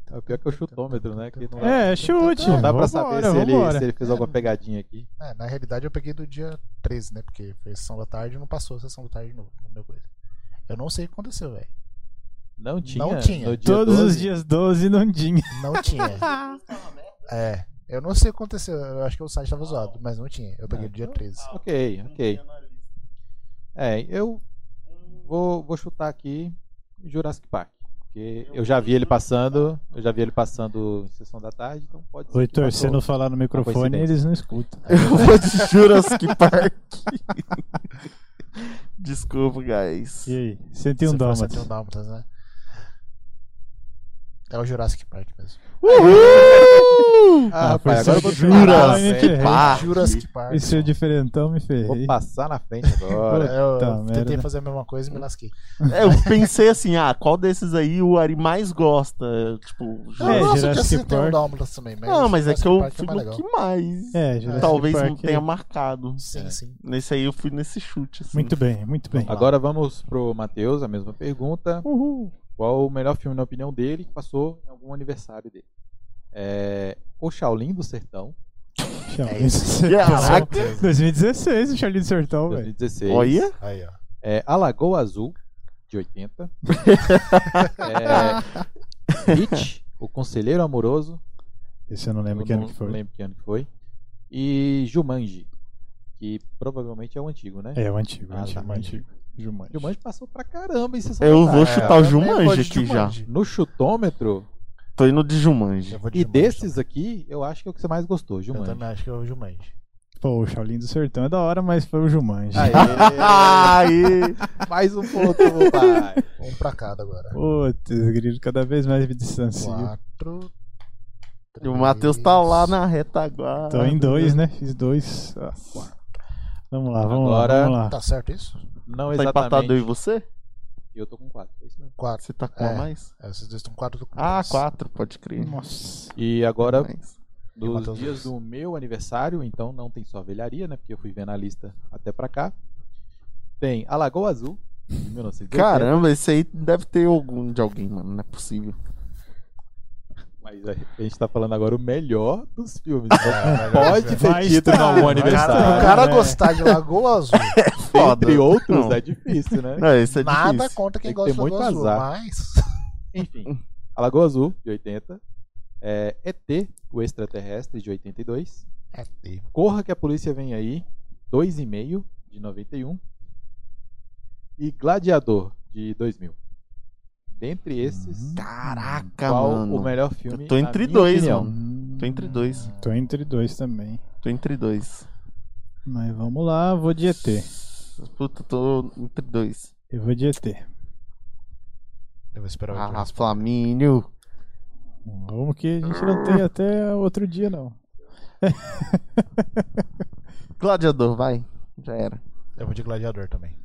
Speaker 4: É pior que é o chutômetro, né? Que não dá,
Speaker 3: É, chute.
Speaker 4: não dá pra
Speaker 3: Vambora,
Speaker 4: saber se ele,
Speaker 3: vambora.
Speaker 4: se ele fez alguma pegadinha aqui.
Speaker 1: É, na realidade eu peguei do dia 13, né? Porque foi sessão da tarde e não passou a sessão da tarde de novo. no meu coisa. Eu não sei o que aconteceu, velho.
Speaker 4: Não tinha.
Speaker 1: Não tinha.
Speaker 4: no dia
Speaker 3: Todos os
Speaker 4: 12?
Speaker 3: dias 12 não tinha.
Speaker 1: Não tinha. é. Eu não sei o que aconteceu. Eu acho que o site tava zoado, mas não tinha. Eu peguei do dia 13.
Speaker 4: É. Ah, Ok, ok. É, eu vou, vou chutar aqui Jurassic Park. Porque eu já vi ele passando. Eu já vi ele passando em sessão da tarde, então pode
Speaker 3: Ô,
Speaker 4: ser. que
Speaker 3: Heitor,
Speaker 4: passou.
Speaker 3: se não falar no microfone,
Speaker 4: coincidência.
Speaker 3: eles não escutam.
Speaker 2: Eu vou de Jurassic Park. Desculpa, guys.
Speaker 3: E aí?
Speaker 1: Você
Speaker 3: 101
Speaker 1: falou
Speaker 3: dálmatas.
Speaker 1: 101 dálmatas, né? É o Jurassic Park mesmo.
Speaker 2: Uhul!
Speaker 4: Ah,
Speaker 3: Ah, foi
Speaker 4: rapaz, agora eu vou é
Speaker 3: só
Speaker 4: pegar,
Speaker 3: Jurassic
Speaker 4: hein?
Speaker 3: Park.
Speaker 2: Park.
Speaker 1: Jurassic Park.
Speaker 3: Esse é diferentão me
Speaker 4: Vou
Speaker 3: ferrei.
Speaker 4: passar na frente agora.
Speaker 1: É, Eu,
Speaker 3: Puta
Speaker 1: eu tentei
Speaker 3: merda.
Speaker 1: fazer a mesma coisa e me lasquei.
Speaker 2: É, eu pensei assim, ah, qual desses aí o Ari mais gosta? Tipo,
Speaker 1: Não,
Speaker 3: É,
Speaker 2: Jurassic
Speaker 1: Ah, nossa, eu tinha
Speaker 3: Jurassic
Speaker 1: citado
Speaker 3: Park.
Speaker 1: o Dálmatas também, mas.
Speaker 2: Não, mas é que
Speaker 1: Jurassic
Speaker 2: eu
Speaker 1: Park
Speaker 2: fui
Speaker 1: mais
Speaker 2: no
Speaker 1: legal.
Speaker 2: que mais.
Speaker 3: É, Jurassic
Speaker 2: Talvez
Speaker 3: Park
Speaker 2: não tenha marcado.
Speaker 1: Sim, sim.
Speaker 2: Nesse aí eu fui nesse chute, assim.
Speaker 3: Muito bem, muito bem.
Speaker 4: Agora vamos pro Matheus, a mesma pergunta. Qual o melhor filme, na opinião dele, que passou em algum aniversário dele? É, o Shaolin do Sertão,
Speaker 3: Tchau.
Speaker 1: É isso.
Speaker 2: Caraca.
Speaker 3: 2016, o Charlie do Sertão, velho.
Speaker 4: 2016.
Speaker 2: Olha,
Speaker 1: Aí, ó.
Speaker 4: É, a Lagoa Azul, de 80. é, It, O Conselheiro Amoroso.
Speaker 3: Esse eu não
Speaker 4: eu
Speaker 3: lembro que ano
Speaker 4: não
Speaker 3: que foi.
Speaker 4: lembro que ano que foi. E Jumanji, que provavelmente é o antigo, né?
Speaker 3: É, o antigo, o
Speaker 4: Ah,
Speaker 3: antigo,
Speaker 4: tá.
Speaker 3: o antigo. Jumanji.
Speaker 4: Jumanji passou pra caramba em sessão
Speaker 2: eu
Speaker 4: da
Speaker 2: vou
Speaker 4: tarde.
Speaker 2: chutar o
Speaker 1: É, Eu também vou
Speaker 2: Jumanji
Speaker 1: de
Speaker 2: aqui já.
Speaker 1: Jumanji.
Speaker 4: No chutômetro,
Speaker 2: Tô indo de Jumanji.
Speaker 1: Eu vou de
Speaker 3: é
Speaker 4: e
Speaker 1: Jumanji
Speaker 4: desses
Speaker 1: também.
Speaker 4: aqui, eu acho que é o que você mais gostou,
Speaker 1: Eu
Speaker 4: Jumanji.
Speaker 1: também acho que é o Jumanji.
Speaker 3: Pô, o Shaolin do Sertão é da hora, mas foi o Jumanji.
Speaker 4: Aê,
Speaker 2: Aí,
Speaker 4: mais um ponto, pai.
Speaker 1: Um pra cada agora.
Speaker 3: Putz, grilo, cada vez mais me distancio.
Speaker 1: Quatro.
Speaker 2: e o Matheus tá lá na reta agora.
Speaker 3: Tô em dois, né? Fiz dois. Ah, Vamos lá, vamos
Speaker 4: Agora-
Speaker 3: lá, vamos lá.
Speaker 1: Tá certo isso?
Speaker 4: Não
Speaker 2: Tá empatado eu e
Speaker 4: exatamente.
Speaker 2: você?
Speaker 4: Eu tô com quatro. é isso mesmo.
Speaker 1: Quatro.
Speaker 2: Você tá com
Speaker 1: É.
Speaker 2: a mais?
Speaker 1: É, Vocês dois estão quatro eu tô com
Speaker 2: Ah,
Speaker 1: dois.
Speaker 2: quatro, pode crer.
Speaker 3: Nossa.
Speaker 4: E agora
Speaker 2: Mas-
Speaker 1: E
Speaker 4: dos
Speaker 1: Matheus
Speaker 4: dias
Speaker 1: Luiz.
Speaker 4: do meu aniversário, então não tem só velharia, né? Porque eu fui ver na lista até pra cá. Tem a Lagoa Azul, de 1980,
Speaker 2: Caramba, esse aí deve ter algum de alguém, mano. Não é possível.
Speaker 4: mas a gente tá falando agora o melhor dos filmes. né?
Speaker 1: É,
Speaker 4: Pode ter
Speaker 3: Vai
Speaker 4: tido
Speaker 3: estar,
Speaker 4: num
Speaker 1: tá.
Speaker 3: vai
Speaker 1: Cara, o
Speaker 4: aniversário,
Speaker 3: estar.
Speaker 2: né?
Speaker 1: cara
Speaker 3: É.
Speaker 1: gostar de Lagoa Azul.
Speaker 2: Foda.
Speaker 4: entre outros,
Speaker 2: Não.
Speaker 4: é difícil, né?
Speaker 2: Não, esse é
Speaker 1: Nada
Speaker 2: difícil.
Speaker 1: contra quem
Speaker 4: Tem que
Speaker 1: gosta
Speaker 4: ter
Speaker 1: de
Speaker 4: muito
Speaker 1: Lagoa Azul,
Speaker 4: azar.
Speaker 1: mas.
Speaker 4: Enfim, a Lagoa Azul, de 80, é, ET, o Extraterrestre, de 82,
Speaker 1: É, tem.
Speaker 4: Corra que a Polícia Vem Aí, 2,5, de 91, e Gladiador, de 2000. Dentre esses,
Speaker 2: Caraca,
Speaker 4: qual
Speaker 2: mano.
Speaker 4: o melhor filme?
Speaker 2: Eu tô
Speaker 4: na
Speaker 2: entre
Speaker 4: minha
Speaker 2: dois,
Speaker 4: opinião?
Speaker 2: mano.
Speaker 3: Hum,
Speaker 2: Tô entre dois.
Speaker 3: Tô entre dois também.
Speaker 2: Tô entre dois.
Speaker 3: Mas vamos lá, vou de ET.
Speaker 2: Puta, tô entre dois.
Speaker 3: Eu vou de ET.
Speaker 1: Eu vou esperar o
Speaker 2: Ah,
Speaker 1: Heitor.
Speaker 2: Flamínio.
Speaker 3: Vamos que a gente não tem até outro dia, não.
Speaker 2: Gladiador, vai. Já era.
Speaker 1: Eu vou de gladiador também.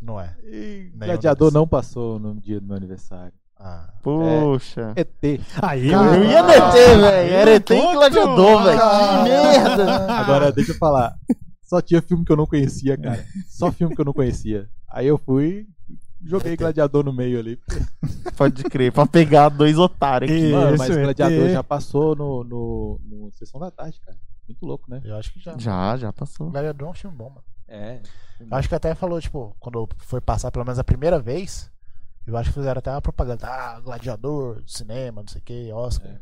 Speaker 1: Não é.
Speaker 4: E
Speaker 1: Nenhum
Speaker 4: Gladiador
Speaker 1: deles.
Speaker 4: não passou no dia do meu aniversário. É
Speaker 1: Ah.
Speaker 2: Poxa.
Speaker 4: ET.
Speaker 3: Aí,
Speaker 2: Eu ia meter, velho. Ah, Era ET e
Speaker 3: Puto,
Speaker 2: gladiador, velho.
Speaker 1: ah.
Speaker 2: Que merda.
Speaker 4: Agora, deixa eu falar. Só tinha filme que eu não conhecia, cara. Só filme que eu não conhecia. Aí eu fui, joguei Gladiador no meio ali.
Speaker 2: Pode crer, pra pegar dois otários aqui.
Speaker 3: E-
Speaker 4: Mano,
Speaker 3: Isso,
Speaker 4: mas
Speaker 2: é
Speaker 4: Gladiador
Speaker 3: ET.
Speaker 4: já passou no, no, no Sessão da Tarde, cara. Muito louco, né?
Speaker 1: Eu acho que já.
Speaker 2: Já, já passou.
Speaker 1: Gladiador é um filme bom, mano.
Speaker 4: É.
Speaker 1: Eu acho que até falou, tipo, quando foi passar pelo menos a primeira vez, eu acho que fizeram até uma propaganda. Ah, gladiador, cinema, não sei o que, Oscar.
Speaker 4: É,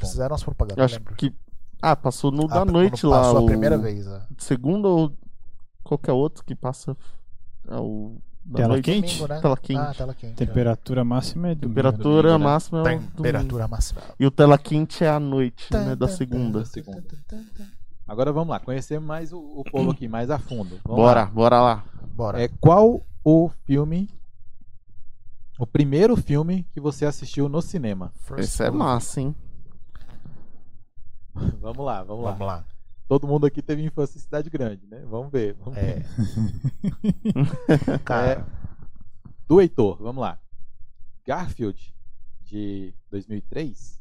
Speaker 4: bom.
Speaker 1: Fizeram umas
Speaker 2: Eu
Speaker 1: propagandas,
Speaker 2: acho
Speaker 1: lembro.
Speaker 2: que. Ah, passou no da
Speaker 1: Ah,
Speaker 2: noite
Speaker 1: quando
Speaker 2: lá.
Speaker 1: Passou
Speaker 2: o...
Speaker 1: a primeira vez, é.
Speaker 2: Segundo ou qualquer outro que passa. É o. Da
Speaker 3: Tela
Speaker 2: noite.
Speaker 3: quente?
Speaker 1: Domingo, né?
Speaker 2: Tela quente.
Speaker 1: Ah, tela quente. é.
Speaker 3: Temperatura máxima é domingo.
Speaker 2: Temperatura
Speaker 4: domingo, né?
Speaker 2: máxima é o domingo.
Speaker 1: Temperatura máxima.
Speaker 2: E o tela quente é à noite, né?
Speaker 1: Tan,
Speaker 2: Da
Speaker 1: tan,
Speaker 2: segunda.
Speaker 4: Da segunda. tá, Agora vamos lá, conhecer mais o, o povo aqui, mais a fundo. Vamos
Speaker 2: Bora,
Speaker 4: lá.
Speaker 2: bora lá.
Speaker 1: Bora.
Speaker 4: É, qual o filme, o primeiro filme que você assistiu no cinema?
Speaker 1: First
Speaker 2: Esse é
Speaker 1: Blood.
Speaker 2: massa, hein?
Speaker 4: Vamos lá, vamos lá.
Speaker 1: Vamos lá.
Speaker 4: Todo mundo aqui teve infância em cidade grande, né? Vamos ver. Vamos ver.
Speaker 1: É.
Speaker 2: É.
Speaker 1: Cara,
Speaker 4: Do Heitor, vamos lá. Garfield, de 2003.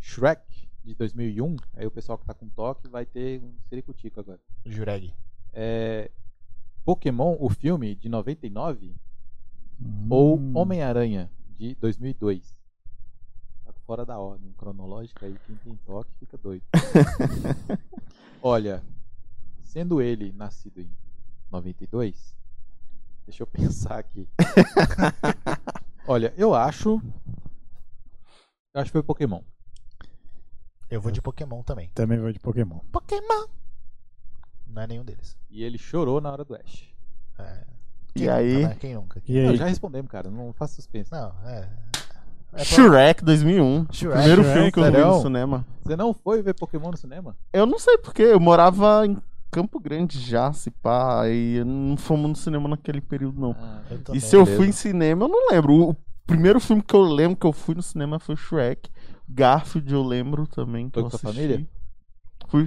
Speaker 4: Shrek, de 2001. Aí o pessoal que tá com toque vai ter um ciricutico agora.
Speaker 1: Jureg.
Speaker 4: É, Pokémon, o filme, de 99.
Speaker 3: Hum.
Speaker 4: Ou Homem-Aranha, de 2002. Tá fora da ordem cronológica aí, quem tem toque fica doido. Olha, sendo ele nascido em 92, deixa eu pensar aqui. Olha, eu acho. Eu acho que foi Pokémon.
Speaker 1: Eu vou de Pokémon também.
Speaker 3: Também vou de Pokémon.
Speaker 1: Pokémon! Não é nenhum deles.
Speaker 4: E ele chorou na hora do Ash.
Speaker 1: É.
Speaker 2: E
Speaker 1: Quem
Speaker 2: aí?
Speaker 1: Nunca, né? Quem nunca?
Speaker 3: E
Speaker 4: Não,
Speaker 3: aí?
Speaker 4: já respondemos, cara, não faça suspense.
Speaker 1: Não, é. é pra-
Speaker 2: Shrek 2001.
Speaker 1: Shrek.
Speaker 2: Primeiro
Speaker 3: Shrek,
Speaker 2: filme que eu vi
Speaker 4: sério?
Speaker 2: no cinema.
Speaker 4: Você não foi ver Pokémon no cinema?
Speaker 2: Eu não sei porque, eu morava em Campo Grande já, se pá, e não fomos no cinema naquele período, não.
Speaker 4: Ah,
Speaker 1: Eu
Speaker 2: e
Speaker 1: também.
Speaker 2: se eu
Speaker 4: beleza.
Speaker 2: fui em cinema, eu não lembro. O- O primeiro filme que eu lembro que eu fui no cinema foi Shrek. Garfield eu lembro também. Que
Speaker 4: Foi
Speaker 2: eu
Speaker 4: com a
Speaker 2: assisti.
Speaker 4: família?
Speaker 2: Fui.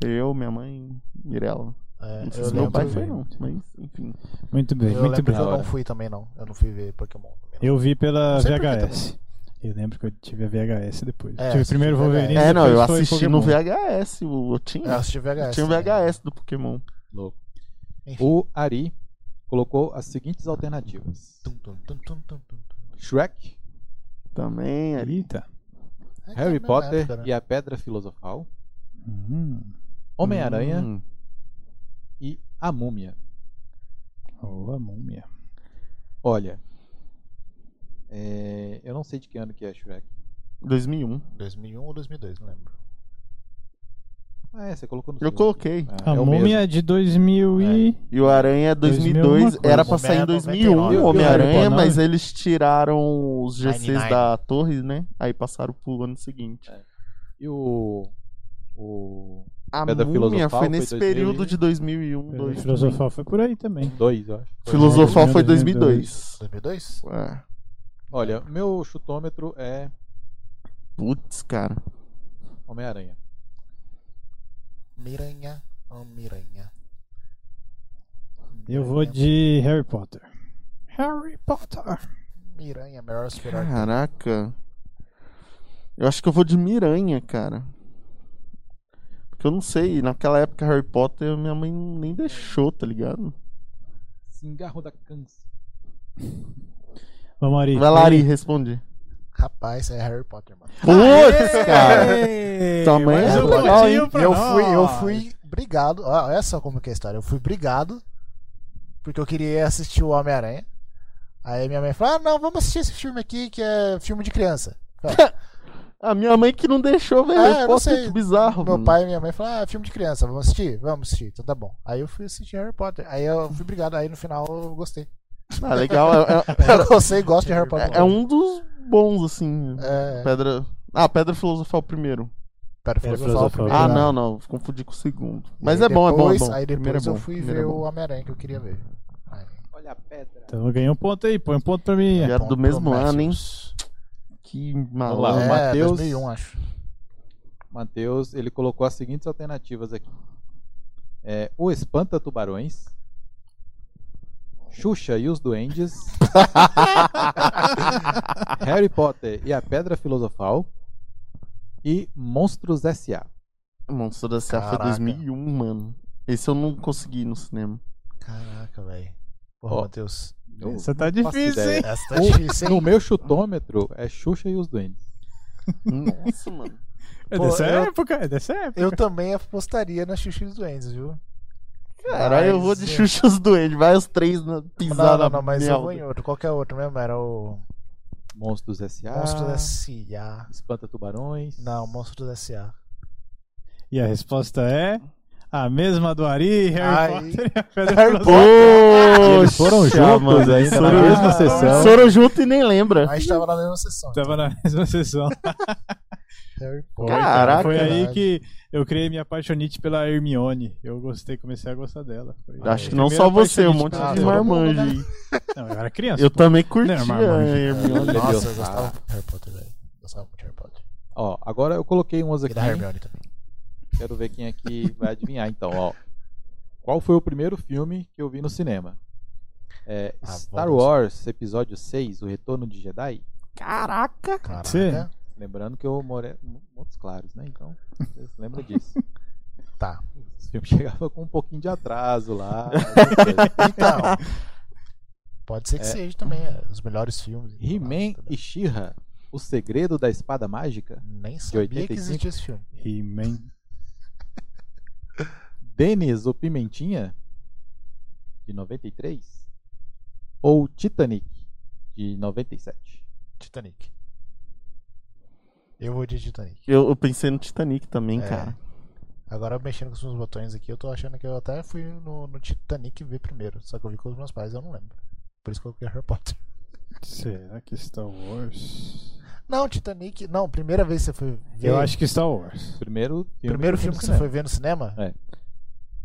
Speaker 2: Foi eu, minha mãe, Mirella.
Speaker 1: É,
Speaker 2: Não sei
Speaker 1: eu
Speaker 2: se meu
Speaker 1: lembro-
Speaker 2: pai foi, não. Mas, enfim.
Speaker 3: Muito bem,
Speaker 1: Eu
Speaker 3: muito
Speaker 1: lembro
Speaker 3: bem.
Speaker 1: que eu
Speaker 4: Da
Speaker 1: não
Speaker 4: hora.
Speaker 1: fui também, não. Eu não fui ver Pokémon. também, não.
Speaker 3: Eu vi pela
Speaker 1: Não sei por que
Speaker 3: VHS. Eu lembro que eu tive a VHS depois.
Speaker 1: É,
Speaker 3: Eu tive
Speaker 1: assisti
Speaker 3: primeiro
Speaker 1: VHS.
Speaker 3: Wolverine.
Speaker 2: É, não, eu
Speaker 3: depois foi
Speaker 2: assisti no
Speaker 3: Pokémon.
Speaker 2: VHS. o- Eu tinha.
Speaker 1: Eu assisti
Speaker 2: eu
Speaker 1: VHS.
Speaker 2: tinha um o VHS do Pokémon.
Speaker 4: Louco.
Speaker 1: Enfim.
Speaker 4: O Ari colocou as seguintes alternativas:
Speaker 1: Tum, tum, tum, tum, tum, tum.
Speaker 4: Shrek,
Speaker 2: Também ali.
Speaker 3: Eita.
Speaker 1: É que é
Speaker 4: Harry
Speaker 1: a mesma
Speaker 4: Potter
Speaker 1: época, né?
Speaker 4: e a Pedra Filosofal,
Speaker 3: Hum.
Speaker 4: Homem-Aranha
Speaker 2: Hum.
Speaker 4: e a Múmia.
Speaker 3: Ô, a múmia.
Speaker 4: Olha, é, eu não sei de que ano que é Shrek.
Speaker 2: 2001.
Speaker 1: 2001 ou 2002, não lembro.
Speaker 4: Ah, é, você colocou no
Speaker 2: Eu
Speaker 4: segundo.
Speaker 2: coloquei.
Speaker 4: Ah,
Speaker 3: A
Speaker 4: é o
Speaker 3: múmia é
Speaker 4: mesmo.
Speaker 3: de 2000 e...
Speaker 2: E o Aranha é 2002,
Speaker 3: 2001 é uma
Speaker 2: era
Speaker 1: coisa.
Speaker 2: pra sair em
Speaker 1: Homem-Aranha 99.
Speaker 2: 2001 o
Speaker 3: E o Harry
Speaker 2: Homem-Aranha,
Speaker 3: Potter?
Speaker 2: mas eles tiraram os GCs
Speaker 1: 99.
Speaker 2: da torre, né? Aí passaram pro ano seguinte.
Speaker 4: E o. O.
Speaker 2: A
Speaker 4: Pedra
Speaker 2: Múmia
Speaker 4: Filosofal
Speaker 2: foi nesse
Speaker 4: foi 2000
Speaker 2: período de
Speaker 1: É.
Speaker 2: 2001,
Speaker 3: Pedra
Speaker 2: 2002.
Speaker 3: Filosofal foi por aí também.
Speaker 4: Dois, eu acho.
Speaker 2: um. Filosofal foi
Speaker 3: 2002.
Speaker 2: 2002.
Speaker 1: 2002?
Speaker 2: É.
Speaker 4: Olha, meu chutômetro é
Speaker 2: Putz, cara.
Speaker 4: Homem-Aranha.
Speaker 1: Miranha. Oh, Miranha.
Speaker 3: Eu
Speaker 1: É.
Speaker 3: vou de Harry Potter. Harry Potter.
Speaker 1: Miranha, Meryl Streep.
Speaker 2: Ah. Caraca. Eu acho que eu vou de Miranha, cara. Porque eu não sei, naquela época Harry Potter minha mãe nem deixou, tá ligado?
Speaker 4: Cigarro da Câncer.
Speaker 3: Vamos, Ari.
Speaker 2: Vai lá, Ari, responde.
Speaker 1: Rapaz, é Harry Potter, mano.
Speaker 2: Putz, cara.
Speaker 1: um
Speaker 2: Tamanho
Speaker 3: Mas
Speaker 2: é
Speaker 3: eu
Speaker 2: legal,
Speaker 3: pedi
Speaker 2: hein?
Speaker 3: pra
Speaker 1: eu fui, eu
Speaker 3: nós.
Speaker 1: fui brigado. ó, Olha só como que é a história. Eu fui brigado porque eu queria assistir o Homem-Aranha. Aí minha mãe falou: "Ah, não, vamos assistir esse filme aqui que é filme de criança".
Speaker 2: A minha mãe que não deixou, velho.
Speaker 1: Ah, eu
Speaker 2: Harry
Speaker 1: não
Speaker 2: Potter,
Speaker 1: sei.
Speaker 2: que bizarro.
Speaker 1: Meu
Speaker 2: mano.
Speaker 1: pai e minha mãe falaram: "Ah, é filme de criança, vamos assistir, vamos assistir". Então tá bom. Aí eu fui assistir Harry Potter. Aí eu fui brigado, aí no final eu gostei.
Speaker 2: Ah, legal. É,
Speaker 1: Eu gostei, gosto de Harry Potter.
Speaker 2: é- é um dos bons, assim.
Speaker 1: É,
Speaker 2: Pedra. Ah, Pedra Filosofal primeiro.
Speaker 1: pera,
Speaker 3: Pedra
Speaker 1: filosofal
Speaker 3: Filosofal.
Speaker 1: primeiro.
Speaker 2: Ah,
Speaker 3: Claro.
Speaker 2: não, não. Confundi com o segundo.
Speaker 1: E
Speaker 2: Mas
Speaker 1: aí
Speaker 2: é bom, é bom, é
Speaker 1: depois-
Speaker 2: bom.
Speaker 1: Aí
Speaker 2: Primeiro
Speaker 1: depois
Speaker 2: é
Speaker 1: eu
Speaker 2: bom,
Speaker 1: fui
Speaker 2: primeiro é
Speaker 1: ver
Speaker 2: bom.
Speaker 1: o Homem-Aranha que eu queria ver. Aí,
Speaker 4: Olha a pedra.
Speaker 3: Então eu ganhei um ponto aí, põe um ponto pra mim.
Speaker 2: Já era
Speaker 1: ponto
Speaker 2: do mesmo
Speaker 1: pro
Speaker 2: ano, hein?
Speaker 1: Maximus.
Speaker 2: Que
Speaker 4: Vamos lá, o
Speaker 1: é,
Speaker 2: maluco.
Speaker 4: Matheus-
Speaker 1: 2001, acho.
Speaker 4: Matheus, ele colocou as seguintes alternativas aqui. É, o Espanta Tubarões, Xuxa e os Duendes, Harry Potter e a Pedra Filosofal e Monstros S.A.
Speaker 2: Monstro da Serra foi
Speaker 1: um. Caraca.
Speaker 2: 2001, mano. Esse eu não consegui ir no cinema.
Speaker 1: Caraca, velho. Porra,
Speaker 4: Ó.
Speaker 1: Matheus.
Speaker 4: Eu
Speaker 3: Você tá
Speaker 4: não faço
Speaker 3: difícil,
Speaker 4: ideia.
Speaker 3: hein?
Speaker 1: Essa tá
Speaker 4: O-
Speaker 1: difícil,
Speaker 4: No
Speaker 1: hein?
Speaker 4: meu chutômetro é Xuxa e os Duendes.
Speaker 2: Nossa, mano.
Speaker 3: É
Speaker 1: Pô,
Speaker 3: dessa
Speaker 1: eu-
Speaker 3: época, é dessa época.
Speaker 1: Eu também apostaria na Xuxa e os Duendes, viu?
Speaker 2: Caralho, eu vou de Xuxa e os doentes. Vai os três na- pisar
Speaker 1: Não,
Speaker 2: na
Speaker 1: não, não, mas eu vou em
Speaker 2: merda.
Speaker 1: outro. Qualquer outro mesmo. Era o
Speaker 4: Monstros S.A.
Speaker 2: Ah.
Speaker 1: Monstros S.A.
Speaker 4: Espanta Tubarões.
Speaker 1: Não, Monstros S.A.
Speaker 3: E a resposta é a mesma do Ari, Harry
Speaker 1: Ai.
Speaker 3: Potter e a Pedra
Speaker 1: Harry
Speaker 3: Filosofal.
Speaker 2: Poxa,
Speaker 4: Eles foram juntos
Speaker 2: mano, é
Speaker 4: ainda na
Speaker 2: foram-
Speaker 4: mesma
Speaker 1: Ah,
Speaker 4: sessão.
Speaker 2: Foram juntos e nem lembra.
Speaker 1: Mas tá- tava na mesma sessão.
Speaker 3: Tava na mesma sessão.
Speaker 1: Harry
Speaker 3: Foi,
Speaker 1: Potter.
Speaker 3: cara.
Speaker 2: Caraca.
Speaker 3: Foi aí
Speaker 1: Caralho.
Speaker 3: que eu criei minha apaixonite pela Hermione. Eu gostei, comecei a gostar dela. Foi-
Speaker 2: Acho
Speaker 1: É,
Speaker 2: que
Speaker 3: Foi
Speaker 2: não
Speaker 3: a
Speaker 2: só
Speaker 3: primeira
Speaker 2: você, um
Speaker 3: apaixonite
Speaker 2: monte
Speaker 3: pela
Speaker 1: Ah,
Speaker 2: de
Speaker 1: todo
Speaker 3: Hermione.
Speaker 2: marmanjo.
Speaker 1: mundo,
Speaker 2: aí.
Speaker 3: Não, eu era criança.
Speaker 2: Eu também curtia.
Speaker 3: Não,
Speaker 1: é
Speaker 3: marmanjo.
Speaker 2: a Hermione.
Speaker 1: Nossa, eu
Speaker 4: Leviosa.
Speaker 1: gostava muito de Harry Potter, velho. Gostava muito de Harry Potter.
Speaker 4: Ó, agora eu coloquei umas
Speaker 1: E
Speaker 4: aqui.
Speaker 1: da Hermione também.
Speaker 4: Quero ver quem aqui vai adivinhar. Então, ó. Qual foi o primeiro filme que eu vi no cinema? É,
Speaker 1: Ah,
Speaker 4: Star
Speaker 1: vamos.
Speaker 4: Wars, episódio 6, O Retorno de Jedi.
Speaker 2: Caraca.
Speaker 1: Caraca.
Speaker 3: Sim.
Speaker 4: Lembrando que eu moro em Montes Claros, né? Então, vocês lembram disso.
Speaker 1: Tá.
Speaker 4: Os filmes chegavam com um pouquinho de atraso lá.
Speaker 1: Então. Pode ser que
Speaker 4: É.
Speaker 1: seja também. é, Os melhores filmes.
Speaker 4: He-Man e She-Ra, O Segredo da Espada Mágica.
Speaker 1: Nem
Speaker 4: De
Speaker 1: sabia que
Speaker 4: 85.
Speaker 1: existia esse filme.
Speaker 3: He-Man.
Speaker 4: Denis, o Pimentinha, de 93. Ou Titanic, de 97.
Speaker 1: Titanic. Eu vou de Titanic.
Speaker 2: Eu, eu pensei no Titanic também,
Speaker 1: É.
Speaker 2: cara.
Speaker 1: Agora mexendo com os meus botões aqui, eu tô achando que eu até fui no, no Titanic ver primeiro. Só que eu vi com os meus pais, eu não lembro. Por isso que eu coloquei Harry Potter.
Speaker 3: Será que Star Wars?
Speaker 1: Não, Titanic. Não, primeira vez que você foi ver.
Speaker 3: Eu acho que Star Wars.
Speaker 4: Primeiro filme,
Speaker 1: Primeiro
Speaker 4: eu vi
Speaker 1: filme
Speaker 4: no
Speaker 1: que você
Speaker 4: cinema.
Speaker 1: foi ver no cinema?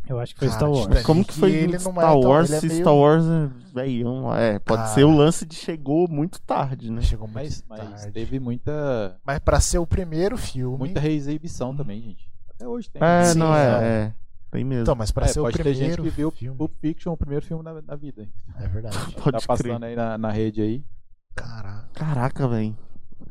Speaker 3: Eu acho que foi
Speaker 1: Cara,
Speaker 3: Star Wars.
Speaker 1: Titanic.
Speaker 2: Como Ah, que foi
Speaker 1: E ele
Speaker 2: no
Speaker 1: não é
Speaker 2: Star
Speaker 1: tão-
Speaker 2: Wars
Speaker 1: ele é
Speaker 2: se
Speaker 1: meio-
Speaker 2: Star Wars é velhão? lá? É, pode
Speaker 1: Ah.
Speaker 2: ser o lance de chegou muito tarde, né?
Speaker 1: Chegou muito
Speaker 4: Mas, mas
Speaker 1: tarde. é
Speaker 4: teve muita,
Speaker 1: Mas pra ser o primeiro filme.
Speaker 4: muita reexibição também, gente. Até hoje tem.
Speaker 2: É,
Speaker 1: Sim,
Speaker 2: não, é,
Speaker 1: não.
Speaker 2: é. Tem mesmo.
Speaker 1: Então, mas pra
Speaker 4: É,
Speaker 1: ser o
Speaker 4: pode ter gente
Speaker 1: primeiro
Speaker 4: que viu
Speaker 1: filme.
Speaker 4: Pulp Fiction, o primeiro filme na, na vida.
Speaker 1: É verdade.
Speaker 2: pode
Speaker 4: tá
Speaker 2: crer.
Speaker 4: passando aí na, na rede aí.
Speaker 1: Caraca.
Speaker 2: Caraca, velho.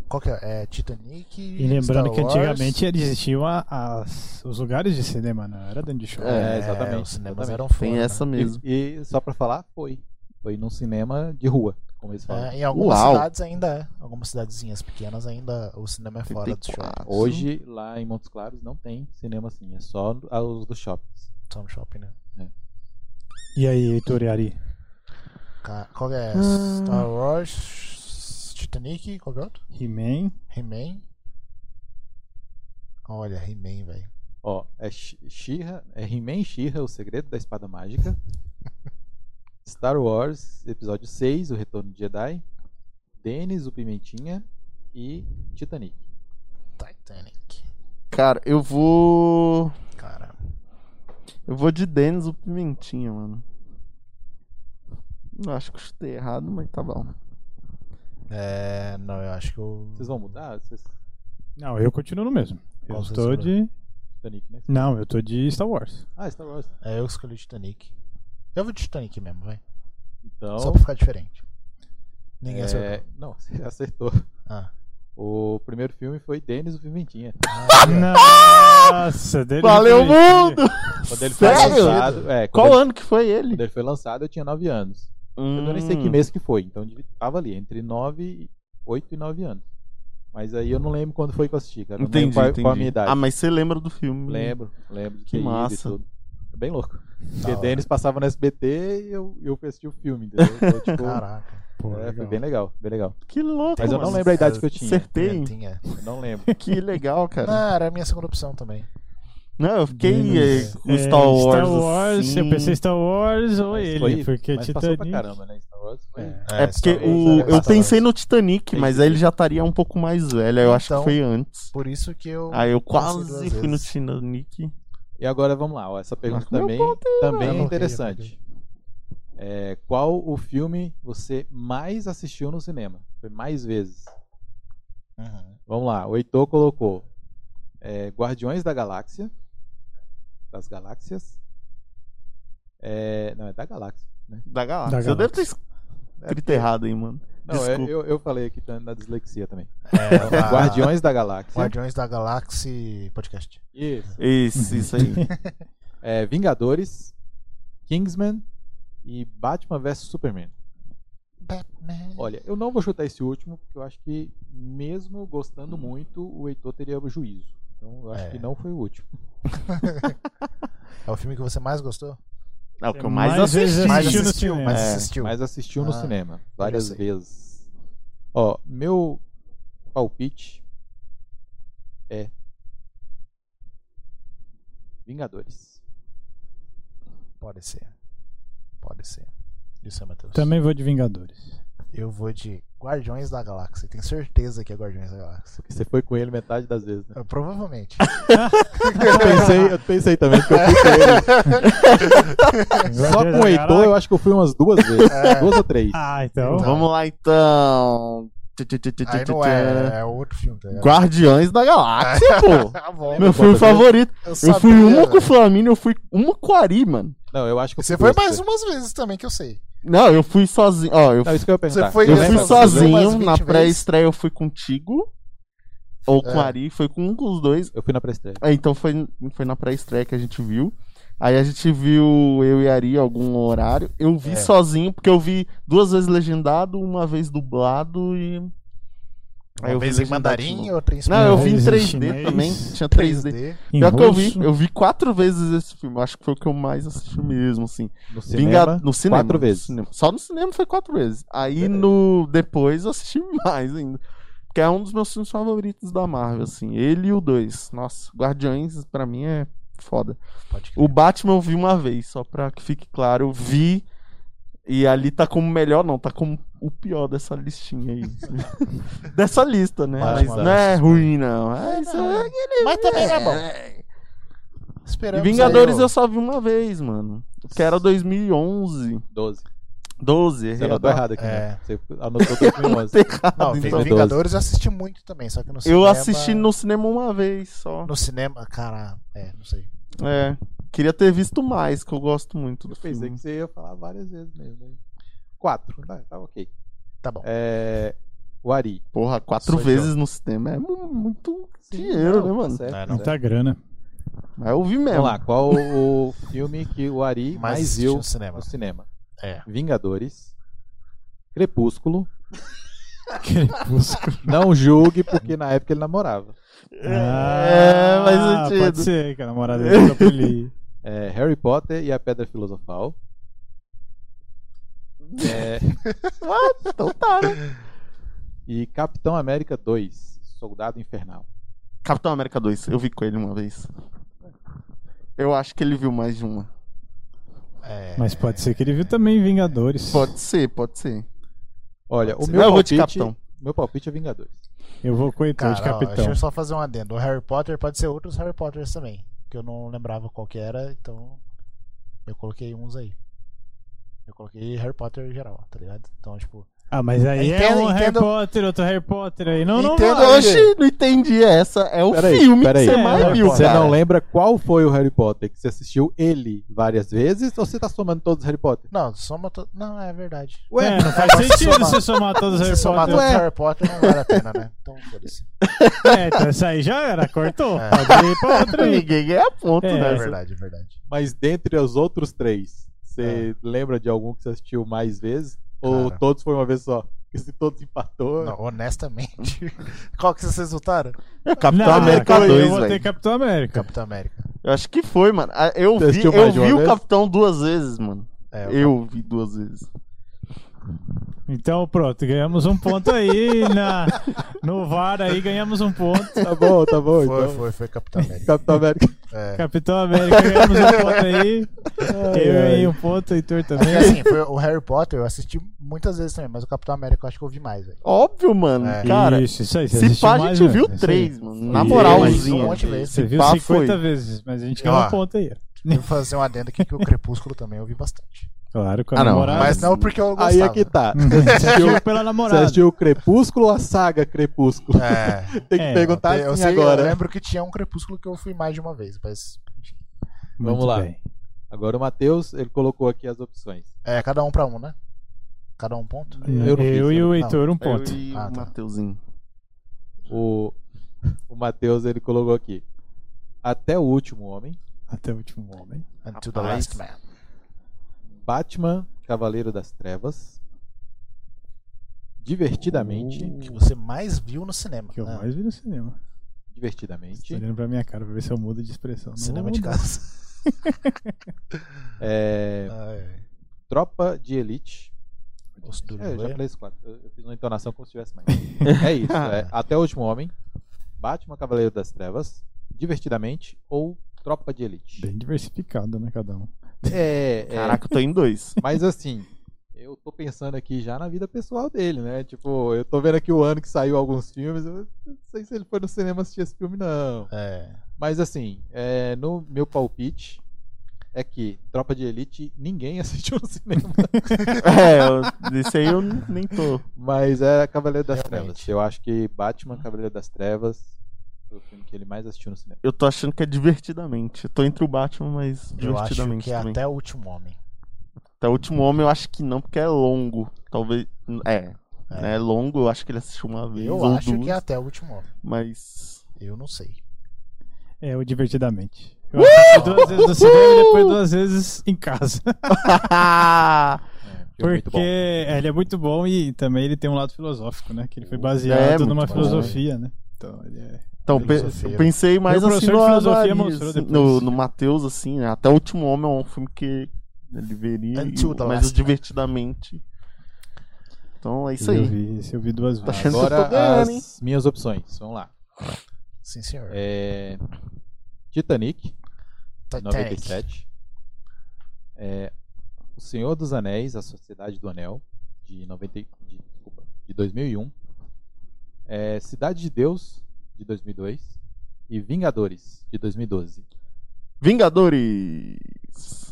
Speaker 1: Qual que é? É Titanic.
Speaker 3: E lembrando
Speaker 1: Star
Speaker 3: que
Speaker 1: Wars.
Speaker 3: antigamente existiam a- as- os lugares de cinema, não era dentro de shopping.
Speaker 4: É,
Speaker 1: É,
Speaker 4: exatamente,
Speaker 1: os cinemas
Speaker 4: exatamente.
Speaker 1: eram
Speaker 2: Tem
Speaker 1: foda, né?
Speaker 2: essa mesmo.
Speaker 4: E, e só pra falar, foi. Foi num cinema de rua, como eles falam.
Speaker 1: É, em algumas
Speaker 2: Uau.
Speaker 1: cidades ainda é. Algumas cidadezinhas pequenas ainda o cinema é fora do shopping.
Speaker 2: 34.
Speaker 4: Hoje, lá em Montes Claros, não tem cinema assim. É só no- ah, os dos shoppings.
Speaker 1: Só no shopping, né?
Speaker 3: E aí, Heitor e Ari?
Speaker 1: Ca- Qual que é?
Speaker 2: Hum.
Speaker 1: Star Wars, Titanic, qual que é outro?
Speaker 3: He-Man?
Speaker 1: He-Man. Olha, He-Man, velho.
Speaker 4: Ó, é Shi- She-Ra, é He-Man She-Ra, O Segredo da Espada Mágica. Star Wars, episódio 6, O Retorno de Jedi. Denis, o Pimentinha. E Titanic.
Speaker 1: Titanic.
Speaker 2: Cara, eu vou.
Speaker 1: Cara,
Speaker 2: Eu vou de Denis o Pimentinha, mano. Eu Acho que eu chutei errado, mas tá bom.
Speaker 1: é. Não, eu acho que eu.
Speaker 4: Vocês vão mudar? Vocês...
Speaker 3: Não, eu continuo no mesmo. Eu
Speaker 1: Qual você
Speaker 3: tô de.
Speaker 4: Titanic, né?
Speaker 3: Não, eu tô de Star Wars.
Speaker 4: Ah, Star Wars.
Speaker 1: É, eu escolhi Titanic. Eu vou de Titanic mesmo, vai.
Speaker 4: Então.
Speaker 1: Só pra ficar diferente. Ninguém
Speaker 4: é,
Speaker 1: acertou.
Speaker 4: Não, você acertou.
Speaker 1: Ah.
Speaker 4: O primeiro filme foi Denis o Pimentinha.
Speaker 3: Nossa, dele
Speaker 2: Ah! Valeu,
Speaker 3: foi-
Speaker 2: mundo!
Speaker 4: Quando ele foi
Speaker 2: Sério?
Speaker 4: lançado. É, quando
Speaker 2: Qual
Speaker 4: ele,
Speaker 2: ano que foi ele?
Speaker 4: quando ele foi lançado, eu tinha 9 anos. Eu nem sei que
Speaker 2: Hum,
Speaker 4: mês que foi, então devia- tava ali, entre 9, 8 e 9 anos. Mas aí eu não lembro quando foi que eu assisti, cara. Eu não
Speaker 2: Entendi,
Speaker 4: lembro qual,
Speaker 2: entendi.
Speaker 4: qual a minha idade.
Speaker 2: Ah, mas você lembra do filme?
Speaker 4: Lembro, lembro de
Speaker 2: Que
Speaker 4: ter ido
Speaker 2: massa.
Speaker 4: e tudo. É bem louco.
Speaker 1: Da
Speaker 4: Porque
Speaker 1: hora.
Speaker 4: Denis passava no SBT e eu, eu assisti o filme, entendeu? Então, tipo,
Speaker 1: Caraca.
Speaker 3: Pô,
Speaker 4: é, foi
Speaker 3: legal.
Speaker 4: bem legal, bem legal.
Speaker 2: Que louco,
Speaker 4: Mas eu
Speaker 2: mano.
Speaker 4: não lembro a idade que eu tinha.
Speaker 2: Acertei.
Speaker 1: Tinha.
Speaker 4: Eu não lembro.
Speaker 2: Que legal, cara.
Speaker 1: Ah, era a minha segunda opção também.
Speaker 2: Não, eu fiquei
Speaker 3: Denis.
Speaker 2: eh, com Star
Speaker 3: É,
Speaker 2: Wars.
Speaker 3: Star Wars,
Speaker 2: assim.
Speaker 3: eu pensei Star Wars ou
Speaker 4: Mas
Speaker 3: ele,
Speaker 4: foi-
Speaker 3: porque
Speaker 4: mas passou pra
Speaker 3: Titanic.
Speaker 4: caramba, né? Star Wars foi...
Speaker 3: É.
Speaker 2: É porque
Speaker 1: Star Wars
Speaker 2: o,
Speaker 1: era
Speaker 2: eu
Speaker 1: Star
Speaker 2: pensei
Speaker 1: Wars.
Speaker 2: no Titanic, mas aí ele já estaria um pouco mais velho. Eu acho
Speaker 1: Então-
Speaker 2: que foi antes.
Speaker 1: Por isso que eu.
Speaker 2: Aí eu
Speaker 1: duas
Speaker 2: quase
Speaker 1: vezes.
Speaker 2: fui no Titanic.
Speaker 4: E agora vamos lá, ó, essa pergunta
Speaker 2: Mas meu
Speaker 4: também,
Speaker 1: Eu
Speaker 4: também é
Speaker 1: não
Speaker 4: interessante. É, qual o filme você mais assistiu no cinema? Foi mais vezes.
Speaker 1: Uhum.
Speaker 4: Vamos lá, o Heitor colocou é, Guardiões da Galáxia. Das Galáxias. É, não, é da Galáxia. Né?
Speaker 2: Da
Speaker 3: Da
Speaker 2: galáxia.
Speaker 3: galáxia.
Speaker 2: Eu devo ter escrito errado aí, mano.
Speaker 4: Não, é-
Speaker 2: Desculpa.
Speaker 4: eu, eu falei aqui tá na dislexia também.
Speaker 1: É, a-
Speaker 4: Guardiões da Galáxia.
Speaker 1: Guardiões da Galáxia podcast.
Speaker 4: Isso.
Speaker 2: Isso, isso aí.
Speaker 4: É, Vingadores, Kingsman e Batman vs Superman.
Speaker 1: Batman.
Speaker 4: Olha, eu não vou chutar esse último, porque eu acho que, mesmo gostando muito, o Heitor teria juízo. Então eu acho
Speaker 1: Hum. É.
Speaker 4: que não foi o último.
Speaker 1: É o filme que você mais gostou?
Speaker 2: É o que eu mais, assisti.
Speaker 1: Mais
Speaker 3: assisti no
Speaker 1: assistiu,
Speaker 3: cinema.
Speaker 1: mais
Speaker 2: É,
Speaker 1: assistiu.
Speaker 4: Mas assistiu no
Speaker 1: Ah,
Speaker 4: cinema várias
Speaker 1: sei.
Speaker 4: vezes. Ó, meu palpite é Vingadores.
Speaker 1: Pode ser. Pode ser. Isso é, Matheus.
Speaker 3: Também vou de Vingadores.
Speaker 1: Eu vou de Guardiões da Galáxia. Tenho certeza que é Guardiões da Galáxia.
Speaker 4: Porque você foi com ele metade das vezes, né?
Speaker 1: Eu, provavelmente.
Speaker 4: Eu pensei, eu pensei também, porque eu fui com ele. Só com o Heitor, eu acho que eu fui umas duas vezes.
Speaker 1: É.
Speaker 4: Duas ou três.
Speaker 3: Ah, então.
Speaker 2: Vamos lá então. Tchu, tchu, tchu, tchu,
Speaker 1: Aí
Speaker 2: tchu,
Speaker 1: não
Speaker 2: tchu.
Speaker 1: é, é outro filme, tá ligado?
Speaker 2: Guardiões da Galáxia, pô.
Speaker 1: Tá bom.
Speaker 2: Meu filme
Speaker 4: Bota-
Speaker 2: favorito.
Speaker 1: Eu,
Speaker 2: Eu
Speaker 1: sabia,
Speaker 2: fui uma com o
Speaker 1: velho.
Speaker 2: Flamínio, eu fui uma com o Ari, mano.
Speaker 4: Não, eu acho que eu
Speaker 1: Você
Speaker 4: fui
Speaker 1: foi
Speaker 4: duas
Speaker 1: mais um.
Speaker 4: vezes.
Speaker 1: umas vezes também, que eu sei.
Speaker 2: Não, eu fui sozinho. Ó, eu,
Speaker 4: Não, isso que eu ia perguntar.
Speaker 1: Você foi-
Speaker 4: eu
Speaker 2: eu
Speaker 1: né,
Speaker 2: fui
Speaker 1: mano?
Speaker 4: lembro-
Speaker 1: Umas
Speaker 2: sozinho.
Speaker 1: 20
Speaker 2: Na
Speaker 1: vezes.
Speaker 2: pré-estreia eu fui contigo. Ou com
Speaker 1: É.
Speaker 2: o Ari, foi com um dos dois.
Speaker 4: Eu fui na pré-estreia.
Speaker 2: É, Então foi, foi na pré-estreia que a gente viu. Aí a gente viu eu e Ari algum horário. Eu vi
Speaker 1: É.
Speaker 2: sozinho, porque eu vi duas vezes legendado, uma vez dublado e.
Speaker 1: Uma
Speaker 2: Aí eu
Speaker 1: vez
Speaker 2: vi
Speaker 1: em
Speaker 2: legendado de
Speaker 1: mandarim,
Speaker 2: novo.
Speaker 1: outra em
Speaker 2: Não, eu
Speaker 1: espanhol,
Speaker 2: vi em
Speaker 3: Inglês,
Speaker 2: 3D
Speaker 4: né?
Speaker 3: chinês,
Speaker 2: também.
Speaker 4: é
Speaker 2: Tinha 3D.
Speaker 1: 3D.
Speaker 3: Em
Speaker 2: Pior que eu vi,
Speaker 3: russo.
Speaker 2: eu vi quatro vezes esse filme. Acho que foi o que eu mais assisti mesmo, assim.
Speaker 4: No cinema,
Speaker 2: Vinga- no cinema.
Speaker 4: quatro
Speaker 2: no
Speaker 4: vezes. É.
Speaker 2: cinema. Só no cinema foi quatro vezes. Aí no depois eu assisti mais ainda. Porque é um dos meus filmes favoritos da Marvel, assim. Ele e o dois. Nossa, Guardiões pra mim é foda.
Speaker 1: Pode
Speaker 2: O Batman eu vi uma vez, só pra que fique claro. Eu vi. E ali tá como o melhor, não. Tá como o pior dessa listinha aí. dessa lista, né?
Speaker 1: Batman
Speaker 2: Mas não é
Speaker 1: versus
Speaker 2: ruim, não. É, isso é
Speaker 1: Mas também é bom.
Speaker 2: e
Speaker 1: Esperamos
Speaker 2: Vingadores
Speaker 1: aí, ó.
Speaker 2: eu só vi uma vez, mano. Que era 2011.
Speaker 4: 12.
Speaker 2: 12,
Speaker 4: Você
Speaker 2: errei. a
Speaker 4: anotou
Speaker 2: data.
Speaker 4: errado aqui.
Speaker 1: É.
Speaker 4: Né? Você anotou 2011.
Speaker 2: Anotei errado,
Speaker 1: Não,
Speaker 2: então.
Speaker 4: Vingadores.
Speaker 1: Vingadores eu assisti muito também, só que no cinema...
Speaker 2: Eu assisti no cinema uma vez só.
Speaker 1: No cinema, cara, é, não sei.
Speaker 2: É. Queria ter visto mais, que eu gosto muito do
Speaker 4: Eu pensei
Speaker 2: filme.
Speaker 4: que você ia falar várias vezes mesmo. hein? Quatro, tá, tá ok.
Speaker 1: Tá bom.
Speaker 4: É, o Ari.
Speaker 2: Porra, quatro
Speaker 1: Sou
Speaker 2: vezes no cinema é mu- muito dinheiro, né,
Speaker 4: Não, tá
Speaker 2: mano?
Speaker 4: certo,
Speaker 1: É,
Speaker 4: tá
Speaker 1: não.
Speaker 4: certo.
Speaker 3: Muita grana.
Speaker 2: Mas eu vi mesmo.
Speaker 4: Vamos lá, qual o filme que o Ari
Speaker 1: Mas
Speaker 4: mais
Speaker 1: assisti
Speaker 4: viu
Speaker 1: no cinema.
Speaker 4: no cinema?
Speaker 1: É.
Speaker 4: Vingadores, Crepúsculo.
Speaker 3: Crepúsculo.
Speaker 4: Não julgue, porque na época ele namorava.
Speaker 2: É,
Speaker 3: Ah,
Speaker 2: faz
Speaker 3: Pode
Speaker 2: sentido.
Speaker 3: ser que a namorada dele tá por ali.
Speaker 4: É, Harry Potter e a Pedra Filosofal. É,
Speaker 2: Então tá, né?
Speaker 4: e Capitão América 2, Soldado Infernal.
Speaker 2: Capitão América 2, eu vi com ele uma vez. Eu acho que ele viu mais de uma.
Speaker 1: É,
Speaker 3: Mas pode ser que ele viu também Vingadores.
Speaker 2: Pode ser, pode ser.
Speaker 4: Olha, o
Speaker 2: Pode ser.
Speaker 4: meu
Speaker 2: Eu vou de
Speaker 4: palpite,
Speaker 2: Capitão.
Speaker 4: meu palpite é Vingadores.
Speaker 3: Eu vou com o Heitor
Speaker 1: cara,
Speaker 3: de
Speaker 1: ó, deixa
Speaker 3: capitão.
Speaker 1: eu só fazer um adendo. O Harry Potter pode ser outros Harry Potters também, que eu não lembrava qual que era, então eu coloquei uns aí. Eu coloquei Harry Potter em geral, tá ligado? Então, tipo,
Speaker 3: Ah, mas aí é
Speaker 1: Entendo,
Speaker 3: um Harry
Speaker 1: entendo.
Speaker 3: Potter, outro Harry Potter aí. Não, não
Speaker 1: Entendo.
Speaker 3: vai.
Speaker 1: Olha.
Speaker 2: Oxi, não entendi essa. É o
Speaker 4: Peraí,
Speaker 2: filme
Speaker 4: peraí.
Speaker 2: que você
Speaker 3: É,
Speaker 2: mais
Speaker 3: Harry
Speaker 2: viu,
Speaker 4: Você
Speaker 2: cara.
Speaker 4: não lembra qual foi o Harry Potter? Que você assistiu ele várias vezes ou você tá somando todos os Harry Potter?
Speaker 1: não, soma to... Não, é verdade.
Speaker 3: É, não faz sentido você somar todos os
Speaker 1: Se
Speaker 3: Harry
Speaker 1: somar
Speaker 3: Potter.
Speaker 1: todos os Harry Potter não vale a pena, né? Então, foda-se.
Speaker 3: É, então essa aí já era, cortou.
Speaker 1: É.
Speaker 3: Pode ir pra outra aí.
Speaker 2: Ninguém ganha ponto,
Speaker 3: É,
Speaker 1: É
Speaker 2: né?
Speaker 1: verdade, é verdade.
Speaker 4: Mas dentre os outros três, você lembra de algum que você assistiu mais vezes? Ou
Speaker 1: Cara.
Speaker 4: todos foi uma vez só? Porque se todos empatou.
Speaker 1: Não, honestamente. Qual que vocês resultaram?
Speaker 2: Capitão
Speaker 3: Não,
Speaker 2: América
Speaker 3: eu
Speaker 2: 2,
Speaker 3: vou ter
Speaker 2: velho.
Speaker 3: Capitão América.
Speaker 1: Capitão América.
Speaker 2: Eu acho que foi, mano. Ah, Eu
Speaker 4: Você
Speaker 2: vi,
Speaker 4: assistiu mais
Speaker 2: eu
Speaker 4: de uma
Speaker 2: vi o
Speaker 4: vez?
Speaker 2: Capitão duas vezes, mano.
Speaker 1: É, o
Speaker 2: Eu vi duas vezes.
Speaker 3: Então pronto, ganhamos um ponto aí na, no VAR aí, ganhamos um ponto.
Speaker 4: Tá bom, tá bom.
Speaker 1: Foi,
Speaker 4: então.
Speaker 1: foi, foi Capitão América.
Speaker 4: Capitão América.
Speaker 1: É.
Speaker 3: Capitão América, ganhamos um ponto aí. Eu ganhei um ponto, Heitor também.
Speaker 1: Porque assim, foi o Harry Potter eu assisti muitas vezes também, mas o Capitão América eu acho que eu vi mais, velho.
Speaker 2: Óbvio, mano.
Speaker 1: É.
Speaker 2: Cara,
Speaker 3: Isso, isso aí, você
Speaker 2: se
Speaker 3: assistiu
Speaker 2: pá, a
Speaker 3: mais
Speaker 2: gente
Speaker 3: vezes,
Speaker 2: viu
Speaker 3: isso aí.
Speaker 2: três, mano. Na
Speaker 4: Isso.
Speaker 1: Um
Speaker 2: moralzinha.
Speaker 1: monte de vezes.
Speaker 3: Você viu
Speaker 2: pá,
Speaker 3: 50
Speaker 2: foi. Ah.
Speaker 3: vezes, mas a gente
Speaker 1: Ó.
Speaker 3: ganhou um ponto aí. ó.
Speaker 1: Devo fazer um adendo aqui que o Crepúsculo também eu vi bastante.
Speaker 3: Claro, com a
Speaker 2: Ah, não,
Speaker 3: namorada.
Speaker 1: Mas não porque eu gostava.
Speaker 4: Aí é que tá. Você assistiu,
Speaker 3: Pela
Speaker 4: você
Speaker 3: namorada.
Speaker 4: assistiu o Crepúsculo ou a saga Crepúsculo?
Speaker 1: É.
Speaker 4: Tem que
Speaker 3: É,
Speaker 4: perguntar
Speaker 1: eu,
Speaker 4: tá. assim
Speaker 1: sei-
Speaker 4: agora.
Speaker 1: eu lembro que tinha um crepúsculo que eu fui mais de uma vez, mas.
Speaker 3: Muito
Speaker 4: Vamos lá.
Speaker 3: bem.
Speaker 4: Agora o Matheus, ele colocou aqui as opções.
Speaker 1: É, cada um pra um, né? Cada um ponto?
Speaker 4: Eu não
Speaker 3: Eu,
Speaker 4: fiz,
Speaker 3: e
Speaker 4: eu
Speaker 3: o
Speaker 1: não.
Speaker 3: Heitor, um ponto.
Speaker 2: Eu e
Speaker 1: Ah,
Speaker 2: o
Speaker 1: tá.
Speaker 2: Mateuzinho.
Speaker 4: O, o Matheus, ele colocou aqui. Até o último homem,
Speaker 3: Até o último homem.
Speaker 1: Until the
Speaker 2: Rapaz.
Speaker 1: Last Man.
Speaker 4: Batman, Cavaleiro das Trevas, Divertidamente,
Speaker 1: Que você mais viu no cinema.
Speaker 3: Que eu
Speaker 2: Ah.
Speaker 1: né?
Speaker 3: mais vi no cinema. Tô
Speaker 4: Divertidamente,
Speaker 3: olhando pra minha cara pra ver se eu mudo de expressão. Não
Speaker 1: Cinema
Speaker 3: vou
Speaker 1: de
Speaker 3: mudar.
Speaker 1: casa.
Speaker 4: é,
Speaker 1: Ai, ai.
Speaker 4: Tropa de Elite.
Speaker 1: Os do
Speaker 4: É, eu já
Speaker 1: Lula.
Speaker 4: falei isso quatro. Eu eu fiz uma entonação como se tivesse mais. é isso, é Até o Último Homem, Batman, Cavaleiro das Trevas, Divertidamente ou Tropa de Elite.
Speaker 3: Bem diversificado, né, cada um.
Speaker 4: É, é,
Speaker 2: Caraca, eu tô em dois.
Speaker 4: Mas assim, eu tô pensando aqui já na vida pessoal dele, né? Tipo, eu tô vendo aqui o ano que saiu alguns filmes. Eu não sei se ele foi no cinema assistir esse filme, não.
Speaker 1: É.
Speaker 4: Mas assim, é, no meu palpite é que Tropa de Elite ninguém assistiu no cinema.
Speaker 2: é, eu, esse aí eu n- nem tô.
Speaker 4: Mas é Cavaleiro das
Speaker 1: Realmente.
Speaker 4: Trevas. Eu acho que Batman, Cavaleiro das Trevas foi o filme que ele mais assistiu no cinema.
Speaker 2: Eu tô achando que é divertidamente. Eu tô entre o Batman, mas
Speaker 1: Eu acho
Speaker 2: divertidamente
Speaker 1: que é
Speaker 2: também.
Speaker 1: até o último homem.
Speaker 2: Até Então, o último homem eu acho que não, porque é longo. Talvez. É.
Speaker 1: É.
Speaker 2: É, longo, eu acho que ele assistiu uma vez.
Speaker 1: Eu
Speaker 2: ou
Speaker 1: acho
Speaker 2: duas,
Speaker 1: que é até o último homem.
Speaker 2: Mas.
Speaker 1: Eu não sei.
Speaker 3: É, o divertidamente.
Speaker 2: Uh!
Speaker 3: Eu assisti duas vezes no cinema e depois duas vezes em casa.
Speaker 4: É, filme muito
Speaker 3: Porque
Speaker 4: bom.
Speaker 3: é, ele é muito bom e também ele tem um lado filosófico, né? Que ele foi baseado
Speaker 2: É, muito
Speaker 3: numa
Speaker 2: bom.
Speaker 3: filosofia, né? Então, ele é...
Speaker 2: Então, pe-
Speaker 1: Filosofia. né?
Speaker 2: eu pensei mais
Speaker 3: Meu
Speaker 2: assim
Speaker 3: professor
Speaker 2: no,
Speaker 3: de filosofia
Speaker 2: Avaris,
Speaker 3: mostrou depois.
Speaker 2: no, no Matheus, assim, né? Até o último homem é um filme que ele veria, e-
Speaker 1: Until the
Speaker 2: mas
Speaker 1: Last Man.
Speaker 2: divertidamente. Então é isso
Speaker 3: Eu
Speaker 2: aí.
Speaker 3: vi, esse eu vi duas
Speaker 2: Tá
Speaker 3: vezes.
Speaker 2: achando que eu tô
Speaker 4: Agora
Speaker 2: ganhando, hein?
Speaker 4: as minhas opções. Vamos lá.
Speaker 1: Sim, senhor.
Speaker 4: É, Titanic,
Speaker 1: Titanic.
Speaker 4: 97. É, o Senhor dos Anéis, A Sociedade do Anel, de, 90, e- de, desculpa, de 2001. É, Cidade de Deus, de 2002. E Vingadores, de 2012.
Speaker 2: Vingadores!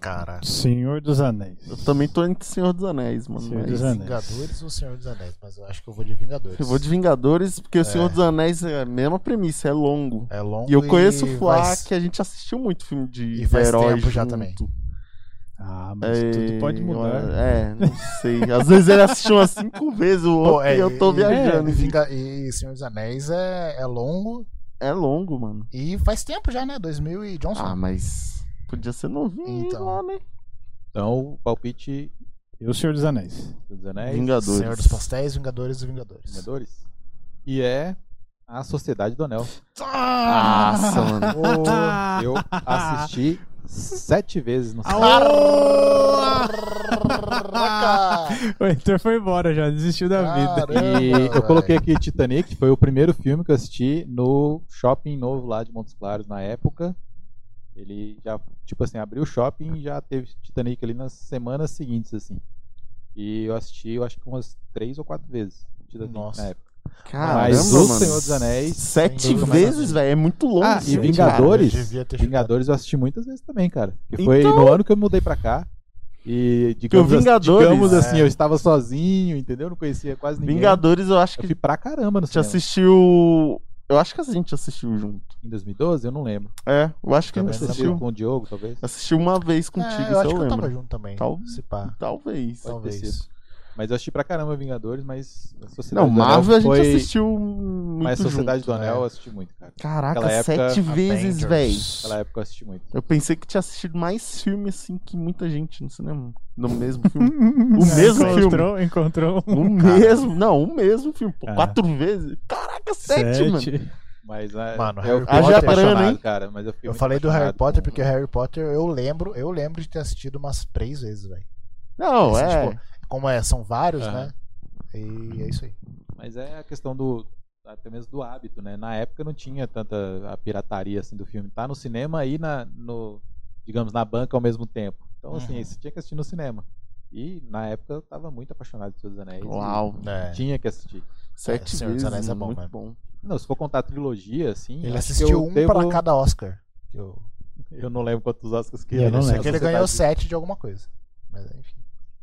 Speaker 1: Cara.
Speaker 3: Senhor dos Anéis.
Speaker 2: Eu também tô entre Senhor dos Anéis, mano.
Speaker 3: Senhor
Speaker 2: mas-
Speaker 3: dos Anéis.
Speaker 1: Vingadores ou Senhor dos Anéis? Mas eu acho que eu vou de Vingadores.
Speaker 2: Eu vou de Vingadores, porque o Senhor dos Anéis é a mesma premissa, é longo.
Speaker 1: É longo
Speaker 2: E eu conheço o Flá,
Speaker 1: vai-
Speaker 2: que a gente assistiu muito filme de
Speaker 1: E faz
Speaker 2: herói
Speaker 1: tempo já
Speaker 2: junto.
Speaker 1: também.
Speaker 3: Ah, mas
Speaker 2: É,
Speaker 3: tudo pode mudar.
Speaker 2: É, não sei. Às vezes ele assistiu umas cinco vezes o outro
Speaker 1: Pô, é,
Speaker 2: e eu tô
Speaker 1: e-
Speaker 2: viajando.
Speaker 1: é, Vinga- e Senhor dos Anéis é, é longo
Speaker 2: É longo, mano.
Speaker 1: e faz tempo já, né? 2000 e
Speaker 2: Ah,
Speaker 1: Johnson.
Speaker 2: mas podia ser novinho
Speaker 1: Então.
Speaker 2: lá, né?
Speaker 4: Então, o palpite
Speaker 2: é-
Speaker 3: E o Senhor dos Anéis.
Speaker 4: dos Anéis,
Speaker 2: Vingadores.
Speaker 1: Senhor dos Pastéis, Vingadores e Vingadores.
Speaker 4: Vingadores. E é A Sociedade do Anel.
Speaker 2: Nossa, mano.
Speaker 4: Ô, Eu assisti sete vezes no cinema.
Speaker 1: Caraca!
Speaker 3: O Heitor foi embora já, desistiu
Speaker 2: Ah,
Speaker 3: da vida.
Speaker 1: Caramba,
Speaker 4: E eu
Speaker 1: velho.
Speaker 4: coloquei aqui Titanic, foi o primeiro filme que eu assisti no shopping novo lá de Montes Claros na época. Ele já, tipo assim, abriu o shopping e já teve Titanic ali nas semanas seguintes, assim. E eu assisti, eu acho que umas três ou quatro vezes. Titanic
Speaker 1: Nossa.
Speaker 4: na época.
Speaker 2: Caramba,
Speaker 4: Mas o
Speaker 2: mano.
Speaker 4: Senhor dos Anéis,
Speaker 1: sem
Speaker 2: Sete
Speaker 1: dúvida,
Speaker 2: vezes,
Speaker 1: mas-
Speaker 2: velho. É muito longo.
Speaker 4: Ah,
Speaker 2: esse
Speaker 4: e
Speaker 2: filme,
Speaker 4: Vingadores.
Speaker 1: cara, eu devia ter chutado.
Speaker 4: Vingadores eu assisti muitas vezes também, cara. Que foi
Speaker 2: Então-
Speaker 4: no ano que eu me mudei pra cá. E digamos, assim-
Speaker 2: Vingadores-
Speaker 4: digamos assim,
Speaker 1: É.
Speaker 4: eu estava sozinho, entendeu? Não conhecia quase
Speaker 2: cara.
Speaker 4: ninguém.
Speaker 2: Vingadores, eu acho
Speaker 4: Eu
Speaker 2: que
Speaker 4: fui pra caramba no
Speaker 2: te
Speaker 4: cinema.
Speaker 2: assistiu. Eu acho que a gente assistiu junto.
Speaker 4: Em 2012? Eu não lembro.
Speaker 2: É, eu acho que a
Speaker 4: Também
Speaker 2: gente
Speaker 4: assistiu
Speaker 2: assistiu.
Speaker 4: com o Diogo, talvez.
Speaker 2: Assistiu uma vez contigo,
Speaker 1: É, eu
Speaker 2: isso eu,
Speaker 1: acho que eu
Speaker 2: lembro.
Speaker 1: tava junto também.
Speaker 2: Tal-
Speaker 1: Se pá.
Speaker 2: Talvez.
Speaker 4: Pode ter
Speaker 1: Talvez.
Speaker 4: sido. Mas eu assisti pra caramba Vingadores, mas a Sociedade
Speaker 2: Não,
Speaker 4: do Anel
Speaker 2: Marvel a
Speaker 4: foi...
Speaker 2: gente assistiu um muito
Speaker 4: Mas a Sociedade
Speaker 2: junto. né?
Speaker 4: do Anel eu assisti muito, cara.
Speaker 2: Caraca,
Speaker 4: Naquela época,
Speaker 2: sete
Speaker 1: Avengers.
Speaker 2: vezes, velho.
Speaker 4: Naquela época eu assisti muito.
Speaker 2: Eu pensei que tinha assistido mais filme assim que muita gente no cinema. No mesmo filme. O mesmo filme.
Speaker 3: encontrou, encontrou um
Speaker 2: O mesmo. Não, o mesmo filme. Pô,
Speaker 3: Cara.
Speaker 2: quatro vezes. Caraca, sete, mano.
Speaker 3: sete.
Speaker 4: Mas é,
Speaker 1: Mano,
Speaker 4: eu
Speaker 1: Harry
Speaker 4: fiquei muito
Speaker 2: Potter- Haja
Speaker 4: apaixonado,
Speaker 2: grana, hein?
Speaker 4: cara. Mas eu fiquei
Speaker 1: Eu
Speaker 4: muito
Speaker 1: falei do Harry
Speaker 4: apaixonado
Speaker 1: Potter
Speaker 4: com-
Speaker 1: porque Harry Potter eu lembro, eu lembro de ter assistido umas três vezes, velho.
Speaker 2: Não,
Speaker 1: Assim,
Speaker 2: é.
Speaker 1: tipo, Como é, são vários,
Speaker 4: Aham.
Speaker 1: né? E é isso aí.
Speaker 4: Mas é a questão do... Até mesmo do hábito, né? Na época não tinha tanta a pirataria, assim, do filme. Tá no cinema e na... No, digamos, na banca ao mesmo tempo. Então, assim,
Speaker 1: Uhum.
Speaker 4: você tinha que assistir no cinema. E, na época, eu tava muito apaixonado por Senhor dos Anéis. e
Speaker 2: Uau.
Speaker 1: É.
Speaker 4: Tinha que assistir.
Speaker 2: Sete
Speaker 1: Senhor dos
Speaker 2: vezes.
Speaker 1: Anéis é bom,
Speaker 2: muito
Speaker 1: né?
Speaker 2: bom.
Speaker 4: Não, se for contar a trilogia, assim. acho
Speaker 1: Ele
Speaker 4: que
Speaker 1: assistiu
Speaker 4: eu
Speaker 1: um
Speaker 4: devo-
Speaker 1: pra cada Oscar. Eu,
Speaker 4: Eu não lembro quantos Oscars que
Speaker 3: Eu não
Speaker 1: eu
Speaker 3: lembro.
Speaker 1: sei que ele ganhou
Speaker 4: Sociedade-
Speaker 1: sete de alguma coisa. Mas enfim.
Speaker 4: tá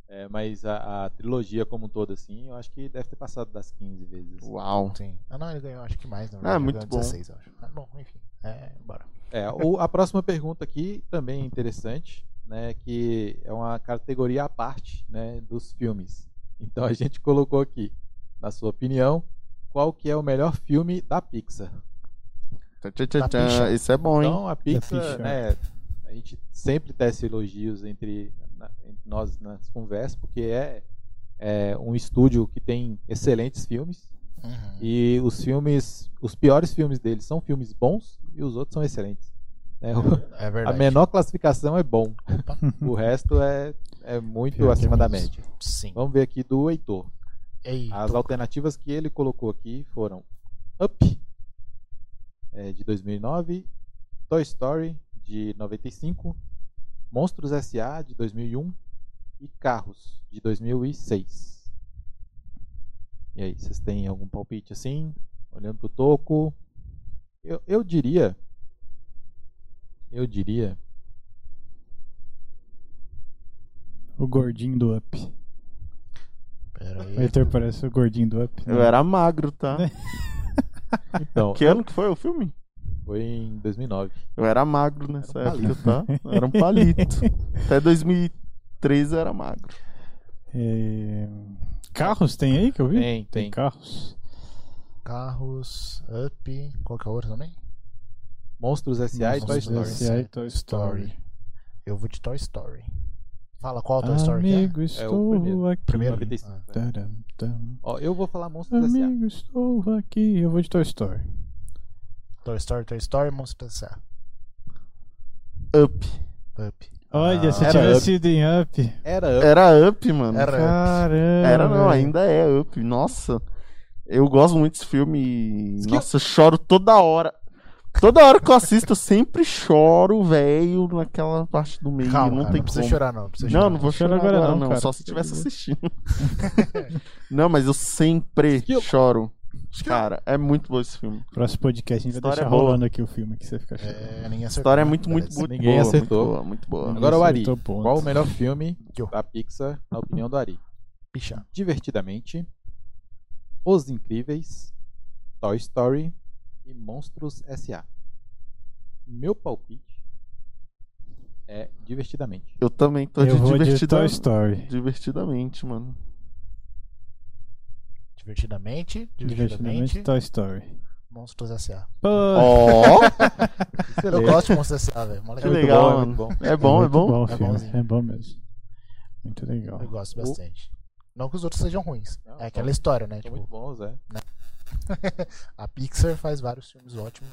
Speaker 4: É, mas a, a trilogia como um todo, assim, eu acho que deve ter passado das 15 vezes. assim.
Speaker 2: Uau.
Speaker 1: Sim. Ah, não, ele ganhou, acho que mais, na
Speaker 2: Ah,
Speaker 1: verdade.
Speaker 2: muito
Speaker 1: ele ganhou
Speaker 2: bom.
Speaker 1: 16, eu acho. Ah, bom, enfim. É, bora.
Speaker 4: É, o- a próxima pergunta aqui também é interessante, né? Que é uma categoria à parte, né, dos filmes. Então a gente colocou aqui, na sua opinião, qual que é o melhor filme da Pixar?
Speaker 2: Tchan, tchan, tchan,
Speaker 1: Tá
Speaker 2: tchan.
Speaker 1: picha.
Speaker 2: Isso é bom, hein?
Speaker 4: Então a Pixar,
Speaker 3: Pixar.
Speaker 4: né? A gente sempre tece elogios entre, na- entre nós nas conversas, porque é, é um estúdio que tem excelentes filmes.
Speaker 1: Uhum.
Speaker 4: E os filmes, os piores filmes deles são filmes bons e os outros são excelentes. né? O-
Speaker 1: É
Speaker 4: a
Speaker 1: verdade.
Speaker 4: menor classificação é bom. O resto é, é muito
Speaker 3: Pior que
Speaker 4: acima da
Speaker 3: menos.
Speaker 4: média.
Speaker 1: Sim.
Speaker 4: Vamos ver aqui do Heitor.
Speaker 1: Ei,
Speaker 4: As alternativas que ele colocou aqui foram Up, é, de 2009, Toy Story, de 95, Monstros S.A., de 2001 e Carros, de 2006. E aí, vocês têm algum palpite assim? Olhando pro toco? Eu, eu diria. Eu diria.
Speaker 3: O gordinho do Up. O
Speaker 1: peraí.
Speaker 3: Heitor parece o gordinho do Up. né?
Speaker 2: Eu era magro, tá?
Speaker 4: Então,
Speaker 2: Que ano que foi o filme?
Speaker 4: foi em 2009.
Speaker 2: Eu era magro nessa época, tá? Eu era um palito. Até 2013 eu era magro.
Speaker 3: É, Carros tem aí que eu vi?
Speaker 4: Tem, tem.
Speaker 3: carros.
Speaker 1: Carros, Up, qual que é a outra também?
Speaker 4: Monstros S.A. e Toy
Speaker 1: Monstros
Speaker 4: Story.
Speaker 1: S.A..
Speaker 3: S.A. e Toy Story.
Speaker 1: Eu vou de Toy Story. Fala qual Toy Story que
Speaker 3: Amigo,
Speaker 4: é. o
Speaker 3: estou
Speaker 4: primeiro. né?
Speaker 3: aqui.
Speaker 1: é? Primeiro?
Speaker 4: 95.
Speaker 1: Ah,
Speaker 3: Taram, tam.
Speaker 4: Ó, eu vou falar Monstros S.A.
Speaker 3: Tá. Amigo, estou aqui. Eu vou de Toy Story.
Speaker 1: Toy Story, Toy Story, Monstro S.A.
Speaker 2: Up.
Speaker 1: Up.
Speaker 3: Olha, se
Speaker 4: era
Speaker 3: tivesse
Speaker 4: Up.
Speaker 3: sido em Up.
Speaker 4: Era Up.
Speaker 2: Era up, mano.
Speaker 1: Era Up.
Speaker 3: Caramba.
Speaker 2: Era não,
Speaker 3: velho.
Speaker 2: ainda é up. Nossa. Eu gosto muito desse filme.
Speaker 4: Esqui-
Speaker 2: Nossa, eu choro toda hora. Toda hora que eu assisto, eu sempre choro, velho, naquela parte do meio.
Speaker 1: Calma,
Speaker 2: não
Speaker 1: cara,
Speaker 2: tem
Speaker 1: não precisa
Speaker 2: como.
Speaker 1: chorar, não. não Precisa
Speaker 2: Não,
Speaker 1: chorar.
Speaker 2: não vou
Speaker 3: Chora
Speaker 2: chorar agora,
Speaker 3: agora não,
Speaker 2: não.
Speaker 3: cara.
Speaker 2: Só se estivesse assistindo. não, mas eu sempre
Speaker 4: Esquilo.
Speaker 2: choro. Cara, é muito bom esse filme.
Speaker 3: Próximo podcast, a gente vai
Speaker 2: História
Speaker 3: deixar
Speaker 2: boa.
Speaker 3: rolando aqui o filme que você fica achando.
Speaker 1: É, ninguém acertou.
Speaker 2: A história é muito, muito,
Speaker 1: Beleza.
Speaker 2: muito
Speaker 4: Ninguém
Speaker 2: boa.
Speaker 4: acertou.
Speaker 2: Muito boa, muito boa.
Speaker 4: Agora o Ari.
Speaker 3: Acertou é ponto.
Speaker 4: Qual o melhor filme
Speaker 1: Eu.
Speaker 4: da Pixar, na opinião do Ari?
Speaker 1: Pichar.
Speaker 4: Divertidamente, Os Incríveis, Toy Story e Monstros S.A. Meu palpite é Divertidamente.
Speaker 2: Eu também tô
Speaker 3: Eu
Speaker 2: de
Speaker 3: vou de
Speaker 2: divertida...
Speaker 3: Toy Story.
Speaker 2: divertidamente, mano.
Speaker 1: Divertidamente,
Speaker 3: Divertidamente,
Speaker 1: divertidamente,
Speaker 3: Toy Story.
Speaker 1: Monstros S.A.
Speaker 3: Pô,
Speaker 2: é Ó,
Speaker 1: Eu
Speaker 4: Excelente.
Speaker 1: gosto de Monstros S.A., velho. Mó
Speaker 2: que
Speaker 1: legal.
Speaker 4: muito
Speaker 2: legal,
Speaker 4: bom, é
Speaker 2: mano.
Speaker 4: muito
Speaker 2: É bom, é
Speaker 3: muito
Speaker 2: bom.
Speaker 3: o
Speaker 1: É
Speaker 3: filme.
Speaker 1: bonzinho.
Speaker 3: é bom mesmo. Muito legal.
Speaker 1: Eu gosto bastante. Não que os outros sejam ruins.
Speaker 4: Não,
Speaker 1: é
Speaker 2: tá
Speaker 4: são-
Speaker 1: aquela história, né?
Speaker 4: São
Speaker 1: Tipo,
Speaker 4: muito bons, é.
Speaker 1: a Pixar faz vários filmes ótimos.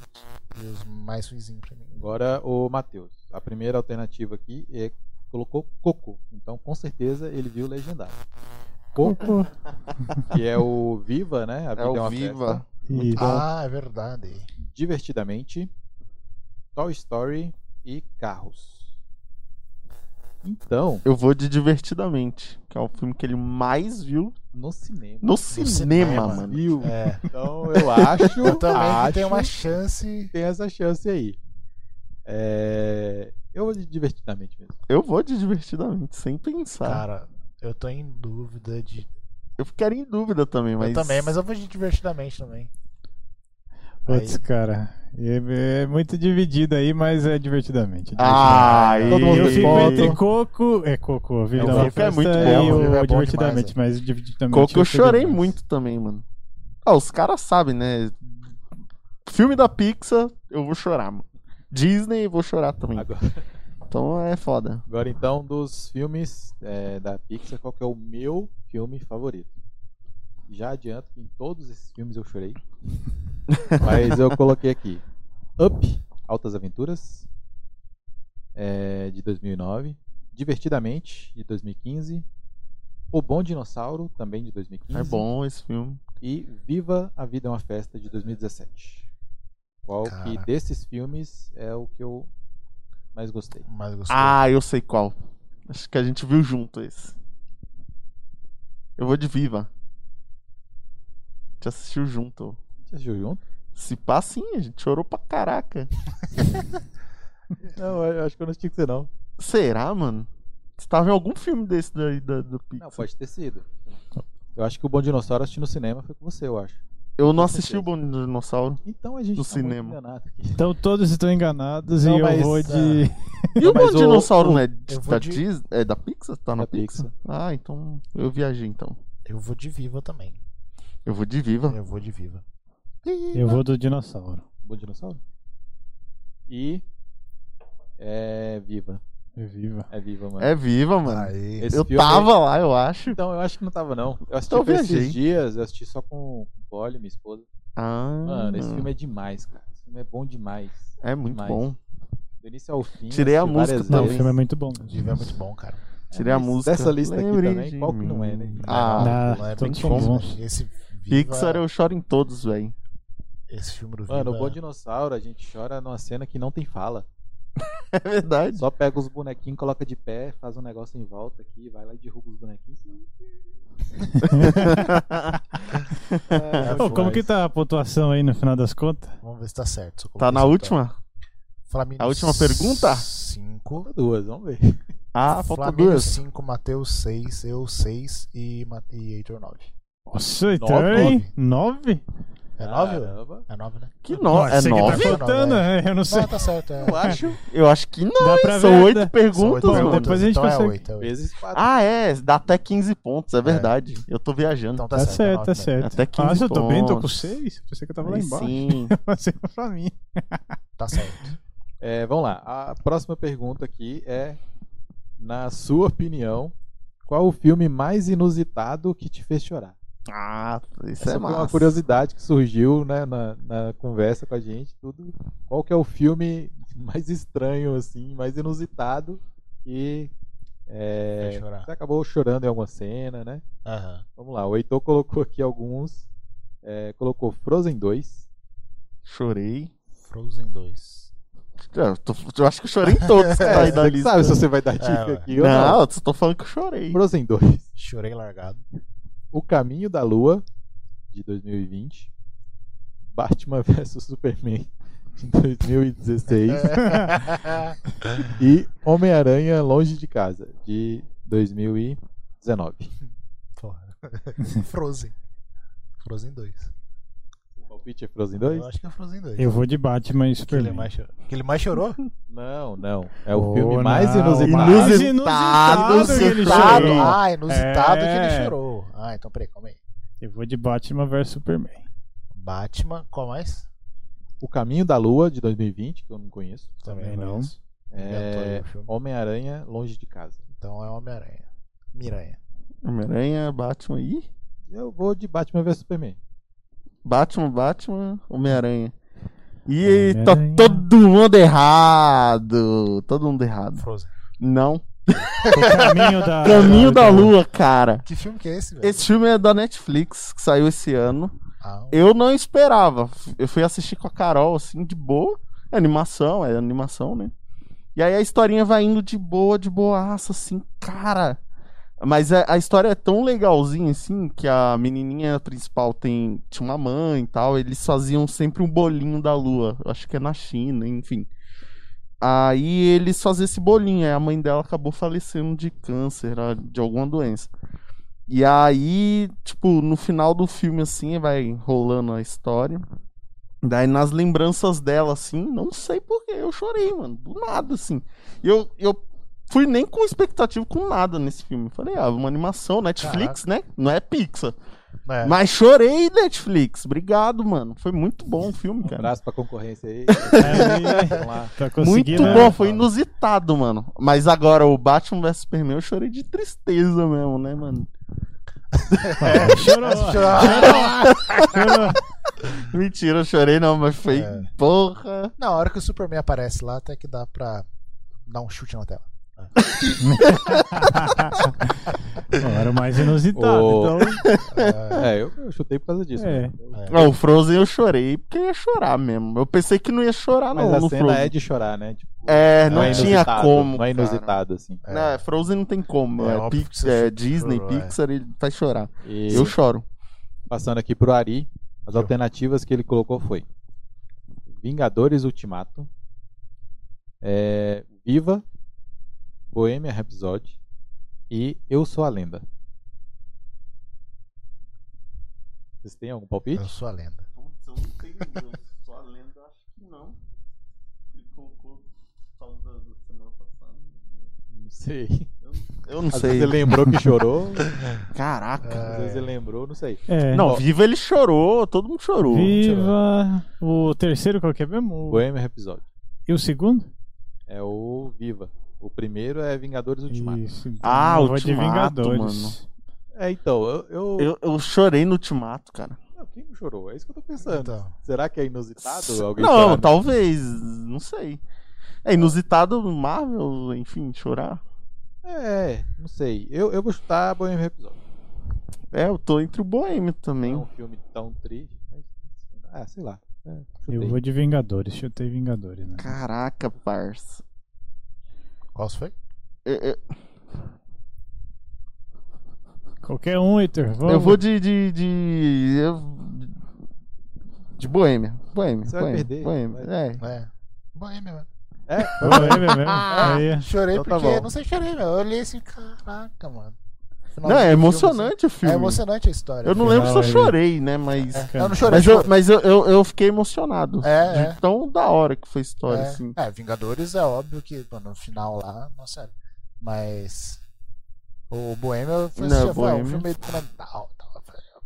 Speaker 1: E os mais ruizinhos pra mim.
Speaker 4: Agora o Matheus. A primeira alternativa aqui é colocou Coco. Então, com certeza, ele viu o legendário. Coco, que é o Viva, né? A
Speaker 2: É
Speaker 4: vida
Speaker 2: o
Speaker 4: uma
Speaker 2: Viva.
Speaker 3: Isso.
Speaker 1: Ah, é verdade.
Speaker 4: Festa. Divertidamente, Toy Story e Carros. Então,
Speaker 2: Eu vou de divertidamente, que é o filme que ele mais viu
Speaker 4: no cinema.
Speaker 2: no
Speaker 1: cinema,
Speaker 2: cinema,
Speaker 1: mano.
Speaker 2: mano.
Speaker 4: Viu?
Speaker 1: É.
Speaker 4: Então, eu acho.
Speaker 1: Eu também que
Speaker 4: acho
Speaker 1: tem uma chance.
Speaker 4: tem essa chance aí. É, Eu vou de divertidamente mesmo.
Speaker 2: Eu vou de divertidamente, sem pensar.
Speaker 1: Cara, eu tô em dúvida de.
Speaker 2: Eu ficaria em dúvida também, mas.
Speaker 1: Eu também, mas eu vou de divertidamente também.
Speaker 3: Putz, cara. É, é muito dividido aí, mas é divertidamente.
Speaker 2: Ah, aí.
Speaker 4: Todo mundo
Speaker 3: eu
Speaker 4: fez
Speaker 3: fico
Speaker 4: foto.
Speaker 3: entre Coco. É Coco, Viva
Speaker 1: É,
Speaker 3: da
Speaker 1: o
Speaker 3: uma
Speaker 2: Coco é
Speaker 3: Festa
Speaker 2: muito
Speaker 3: e
Speaker 1: bom,
Speaker 3: o
Speaker 1: Viva é bom
Speaker 3: Divertidamente,
Speaker 1: demais,
Speaker 3: mas Divertidamente.
Speaker 2: Coco eu
Speaker 3: gostei
Speaker 2: chorei
Speaker 3: demais.
Speaker 2: muito também, mano. Ah, os caras sabem, né? Filme da Pixar, eu vou chorar, mano. Disney, eu vou chorar também.
Speaker 4: Agora.
Speaker 2: Então é foda.
Speaker 4: Agora então, dos filmes é, da Pixar, qual que é o meu filme favorito? Já adianto que em todos esses filmes eu chorei. Mas eu coloquei aqui. Up, Altas Aventuras, é, de 2009. Divertidamente, de 2015. O Bom Dinossauro, também de 2015.
Speaker 2: É bom esse filme.
Speaker 4: E Viva a Vida é uma Festa, de 2017. Qual
Speaker 1: Cara.
Speaker 4: que desses filmes é o que eu mais gostei?
Speaker 1: Mas gostei.
Speaker 2: Ah, eu sei qual. Acho que a gente viu junto esse. Eu vou de Viva. A gente assistiu junto.
Speaker 4: Você assistiu junto?
Speaker 2: Se pá, sim, a gente chorou pra caraca.
Speaker 4: Não, eu acho que eu não assisti com você, não.
Speaker 2: Será, mano? Você tava em algum filme desse daí da, do Pixar.
Speaker 4: Não, pode ter sido. Eu acho que o Bom Dinossauro eu assisti no cinema, foi com você, eu acho.
Speaker 2: Eu não assisti o Bom Dinossauro.
Speaker 4: Então a gente
Speaker 2: No
Speaker 4: tá muito
Speaker 2: cinema.
Speaker 4: enganado aqui.
Speaker 3: Então todos estão enganados
Speaker 1: Não,
Speaker 3: e
Speaker 1: mas,
Speaker 3: eu vou de.
Speaker 2: E o Bom
Speaker 4: mas o-
Speaker 2: Dinossauro não é
Speaker 1: eu vou
Speaker 2: da
Speaker 1: de-
Speaker 2: Disney? É da Pixar? Tá na
Speaker 4: Da Pixar.
Speaker 2: Pixar? Ah, então eu viajei então.
Speaker 1: Eu vou de viva também.
Speaker 2: Eu vou de Viva.
Speaker 1: Eu vou de viva.
Speaker 3: Eu vou do dinossauro.
Speaker 4: Bom Dinossauro. E. É. Viva.
Speaker 3: Viva.
Speaker 4: É viva, mano.
Speaker 2: É Viva, mano.
Speaker 1: Aí.
Speaker 4: Ah, Esse
Speaker 2: eu
Speaker 4: filme- é
Speaker 2: tava lá, eu acho.
Speaker 4: Então, eu acho que não tava, não. Eu assisti
Speaker 2: Então,
Speaker 4: pra
Speaker 2: viajei.
Speaker 4: esses dias, eu assisti só com com o Polly, minha esposa.
Speaker 2: Ah,
Speaker 4: Mano, esse filme é demais, cara. Esse filme é bom demais.
Speaker 2: é muito
Speaker 4: demais.
Speaker 2: bom.
Speaker 4: Do início ao fim.
Speaker 2: Tirei a
Speaker 4: assisti
Speaker 2: música
Speaker 4: várias
Speaker 3: Não, o
Speaker 4: vezes.
Speaker 3: filme é muito bom.
Speaker 1: Viva é muito bom, cara.
Speaker 2: Tirei a
Speaker 4: Mas
Speaker 2: música.
Speaker 4: Dessa lista aqui
Speaker 2: Lembrei
Speaker 4: também,
Speaker 2: de
Speaker 4: qual que não é, né?
Speaker 2: mim. Ah,
Speaker 3: Ah,
Speaker 1: Não é
Speaker 3: todos
Speaker 1: bem
Speaker 3: são
Speaker 1: difícil,
Speaker 3: bons.
Speaker 1: né? Esse Viva-
Speaker 2: Pixar eu choro em todos, velho.
Speaker 1: Esse filme
Speaker 2: Ah,
Speaker 1: do Viva.
Speaker 4: Mano, o Bom Dinossauro, a gente chora numa cena que não tem fala.
Speaker 2: É verdade.
Speaker 4: Só pega os bonequinhos, coloca de pé, faz um negócio em volta aqui, vai lá e derruba os bonequinhos.
Speaker 2: Tá
Speaker 1: É,
Speaker 3: Ô, como que tá a pontuação aí no final das contas?
Speaker 1: Vamos ver se tá certo. se eu
Speaker 2: tá
Speaker 1: coloquei
Speaker 2: na
Speaker 1: certo.
Speaker 2: última?
Speaker 1: Flamengo
Speaker 2: A última pergunta?
Speaker 1: 5.
Speaker 4: Duas, vamos ver.
Speaker 2: Ah, falta
Speaker 1: Flamengo
Speaker 2: duas.
Speaker 1: 5, Matheus 6, eu 6 e, Ma- e Heitor 9.
Speaker 3: Nossa, então,
Speaker 4: Nove.
Speaker 3: hein? Nove?
Speaker 4: Ah,
Speaker 1: É 9?
Speaker 4: Caramba.
Speaker 1: É 9, né?
Speaker 2: Que nó, é
Speaker 3: Nossa, que
Speaker 2: nove?
Speaker 3: Tá faltando, né? eu não sei.
Speaker 1: Ah, tá certo. É.
Speaker 4: Eu acho.
Speaker 2: Eu acho que não.
Speaker 3: Dá
Speaker 2: hein?
Speaker 3: pra
Speaker 2: São oito
Speaker 3: ver, né? Tá dá-
Speaker 1: São
Speaker 2: perguntas,
Speaker 1: oito
Speaker 3: mano.
Speaker 1: perguntas,
Speaker 3: Depois a gente
Speaker 1: então é
Speaker 3: consegue.
Speaker 1: oito, é oito.
Speaker 4: Vezes quatro.
Speaker 2: Ah, é. Dá até 15 pontos, é verdade. Eu tô viajando.
Speaker 1: Então tá,
Speaker 3: Tá
Speaker 1: é
Speaker 3: certo,
Speaker 1: nove,
Speaker 3: tá
Speaker 1: né?
Speaker 3: certo.
Speaker 2: Até 15
Speaker 3: Nossa, eu tô bem, tô com
Speaker 2: pontos.
Speaker 3: seis. Pensei que eu tava lá
Speaker 2: Aí
Speaker 3: embaixo.
Speaker 2: Sim.
Speaker 3: Mas é pra mim.
Speaker 1: Tá certo.
Speaker 4: É, vamos lá. A próxima pergunta aqui é: Na sua opinião, qual o filme mais inusitado que te fez chorar?
Speaker 2: Ah, isso
Speaker 4: Essa
Speaker 2: é
Speaker 4: foi uma
Speaker 2: massa.
Speaker 4: curiosidade que surgiu né, na, na conversa com a gente. Tudo. Qual que é o filme mais estranho, assim, mais inusitado e é,
Speaker 1: Fez chorar.
Speaker 4: você acabou chorando em alguma cena, né?
Speaker 1: Aham.
Speaker 4: Vamos lá. O Heitor colocou aqui alguns. É, colocou Frozen 2.
Speaker 2: Chorei.
Speaker 1: Frozen 2.
Speaker 2: Eu, tô- eu acho que eu chorei em todos que tá aí da
Speaker 4: É, você que
Speaker 2: lista. É,
Speaker 4: sabe se você vai dar dica
Speaker 1: ué.
Speaker 4: aqui ou
Speaker 2: Não, eu só tô falando que eu chorei.
Speaker 4: Frozen 2.
Speaker 1: Chorei largado.
Speaker 4: O Caminho da Lua, de 2020. Batman vs Superman, de 2016.
Speaker 2: É.
Speaker 4: e Homem-Aranha Longe de Casa, de 2019.
Speaker 1: Porra. Frozen. Frozen 2.
Speaker 4: O palpite é Frozen 2?
Speaker 1: Eu acho que é Frozen 2.
Speaker 3: Eu vou de Batman e
Speaker 1: Que ele,
Speaker 3: Superman.
Speaker 1: mais chorou. que ele mais chorou?
Speaker 4: Não, não. É o
Speaker 3: Oh,
Speaker 4: filme mais
Speaker 3: não.
Speaker 4: inusitado.
Speaker 3: Mais
Speaker 2: Inusitado,
Speaker 3: inusitado que ele
Speaker 2: inusitado.
Speaker 3: chorou.
Speaker 1: Tá Ah, inusitado que
Speaker 3: É.
Speaker 1: ele chorou. Ah, então peraí, calma aí.
Speaker 3: Eu vou de Batman versus Superman.
Speaker 1: Batman, qual mais?
Speaker 4: O Caminho da Lua, de 2020, que eu não conheço.
Speaker 3: Também não.
Speaker 1: conheço. Inventou aí
Speaker 4: É
Speaker 1: o filme.
Speaker 4: Homem-Aranha Longe de Casa.
Speaker 1: Então é Homem-Aranha. Miranha.
Speaker 2: Homem-Aranha, Batman. Ih,
Speaker 4: Eu vou de Batman vs Superman.
Speaker 2: Batman, Batman, Homem-Aranha. E tá
Speaker 3: Homem-Aranha.
Speaker 2: todo mundo errado. Todo mundo errado.
Speaker 1: Frozen.
Speaker 2: Não.
Speaker 3: O caminho da.
Speaker 2: Caminho da Lua, cara.
Speaker 1: Que filme que é esse, velho?
Speaker 2: Esse filme é da Netflix, que saiu esse ano.
Speaker 1: Ah,
Speaker 2: Eu não esperava. Eu fui assistir com a Carol, assim, de boa. É animação, é animação, né? E aí a historinha vai indo de boa, de boaça, assim, cara. Mas a, a história é tão legalzinha, assim, que a menininha principal tem, tinha uma mãe e tal. Eles faziam sempre um bolinho da lua. Eu acho que é na China, enfim. Aí eles faziam esse bolinho. Aí a mãe dela acabou falecendo de câncer, ah, de alguma doença. E aí, tipo, no final do filme, assim, vai rolando a história. Daí nas lembranças dela, assim, não sei porquê, eu chorei, mano. Do nada, assim. E Eu, eu fui nem com expectativa com nada nesse filme. Falei, ah, uma animação, Netflix, né? Não é Pixar.
Speaker 1: é.
Speaker 2: Mas chorei, Netflix. Obrigado, mano. Foi muito bom o filme, cara.
Speaker 4: Abraço pra concorrência aí.
Speaker 3: Aí,
Speaker 4: Vamos lá.
Speaker 3: É tá
Speaker 2: Muito
Speaker 3: conseguindo. né?
Speaker 2: bom, foi inusitado, mano. Mas agora o Batman vs Superman eu chorei de tristeza mesmo, né, mano?
Speaker 3: Ah, Chorou. Chorou.
Speaker 2: Mentira, eu chorei não, mas foi.
Speaker 1: É.
Speaker 2: Porra.
Speaker 1: Na hora que o Superman aparece lá, até que dá pra dar um chute na tela.
Speaker 3: Não, Era o mais inusitado.
Speaker 4: Ô.
Speaker 3: Então,
Speaker 4: É, eu, eu chutei por causa disso.
Speaker 3: É.
Speaker 4: né? Eu-
Speaker 2: Não, o Frozen eu chorei porque ia chorar mesmo. Eu pensei que não ia chorar,
Speaker 4: Mas
Speaker 2: não.
Speaker 4: a
Speaker 2: Tá no
Speaker 4: cena
Speaker 2: Frozen.
Speaker 4: é de chorar, né? Tipo,
Speaker 2: É, não
Speaker 4: é
Speaker 2: tinha
Speaker 4: inusitado,
Speaker 2: como.
Speaker 4: Não
Speaker 2: cara.
Speaker 4: é inusitado, assim.
Speaker 1: É.
Speaker 2: Não, Frozen não tem como.
Speaker 1: É
Speaker 2: É,
Speaker 1: óbvio
Speaker 2: Pix-
Speaker 1: que você
Speaker 2: é
Speaker 1: chorou,
Speaker 2: Disney,
Speaker 1: é.
Speaker 2: Pixar, ele vai chorar.
Speaker 4: E
Speaker 2: Eu choro.
Speaker 4: passando aqui pro Ari, as
Speaker 1: Eu.
Speaker 4: alternativas que ele colocou foi Vingadores Ultimato, é, Viva, Bohemian Rhapsody e Eu Sou a Lenda. Vocês têm algum palpite?
Speaker 1: Eu sou a lenda.
Speaker 2: Putz, eu não tenho. eu Só a lenda, eu acho que não. Ele colocou só da, da semana passada.
Speaker 4: Não sei.
Speaker 2: Eu não
Speaker 4: Às
Speaker 2: sei.
Speaker 4: vezes ele lembrou que chorou,
Speaker 2: Caraca.
Speaker 4: às vezes ele lembrou, não sei.
Speaker 3: É.
Speaker 2: Não, viva ele chorou, todo mundo chorou.
Speaker 3: Viva o terceiro qual que é mesmo? O-
Speaker 4: Bohemian Episódio.
Speaker 3: E o segundo?
Speaker 4: É o Viva. O primeiro é Vingadores Ultimato.
Speaker 3: Isso.
Speaker 2: Ah,
Speaker 3: Nova de
Speaker 2: Ultimato,
Speaker 3: Vingadores.
Speaker 2: mano.
Speaker 4: É, então, eu. eu...
Speaker 2: Eu, eu chorei no ultimato, cara.
Speaker 4: Não, Quem não chorou? É isso que eu tô pensando.
Speaker 1: Então,
Speaker 4: Será que é inusitado? Alguém
Speaker 2: não,
Speaker 4: chorar?
Speaker 2: talvez. Não sei. É inusitado Marvel, enfim, chorar.
Speaker 4: É, não sei. Eu, eu vou chutar Bohemian Episódio.
Speaker 2: É, eu tô entre o Boêmio
Speaker 4: Não
Speaker 2: também.
Speaker 4: é um filme tão triste, mas. Ah, sei lá. É,
Speaker 3: Eu
Speaker 4: chutei.
Speaker 3: vou de Vingadores, chutei Vingadores, né?
Speaker 2: Caraca, parça.
Speaker 1: qual foi?
Speaker 2: Eu, eu-
Speaker 3: Qualquer um, Heitor. Vamos.
Speaker 2: eu vou de. de. de, eu- de Boêmia. Boêmia.
Speaker 4: Você vai
Speaker 2: Boêmia.
Speaker 4: perder,
Speaker 2: Boêmia.
Speaker 4: vai.
Speaker 2: É.
Speaker 1: É. Boêmia, meu.
Speaker 3: Boêmia mesmo. Aí.
Speaker 1: Chorei
Speaker 4: Então tá
Speaker 1: porque.
Speaker 4: bom.
Speaker 1: não sei, chorei, meu. Eu olhei assim, caraca, mano. Final
Speaker 2: Não,
Speaker 1: do
Speaker 2: é
Speaker 1: filme,
Speaker 2: emocionante o
Speaker 1: assim. É
Speaker 2: filme.
Speaker 1: emocionante a história.
Speaker 2: Eu não
Speaker 3: Final
Speaker 2: lembro se eu
Speaker 3: aí.
Speaker 2: chorei, né? Mas.
Speaker 1: É, Eu não chorei.
Speaker 2: Mas, eu,
Speaker 1: chorei.
Speaker 2: mas eu, eu, eu fiquei emocionado.
Speaker 1: É, é.
Speaker 2: De tão da hora que foi a história,
Speaker 1: É,
Speaker 2: assim.
Speaker 1: é, Vingadores é óbvio que mano, no final lá, nossa, sério. Mas o Boêmio foi
Speaker 2: Não,
Speaker 1: assistir, eu falei, ah, um
Speaker 2: Bohemian-
Speaker 1: filme meio documental. tal, eu falei, ó.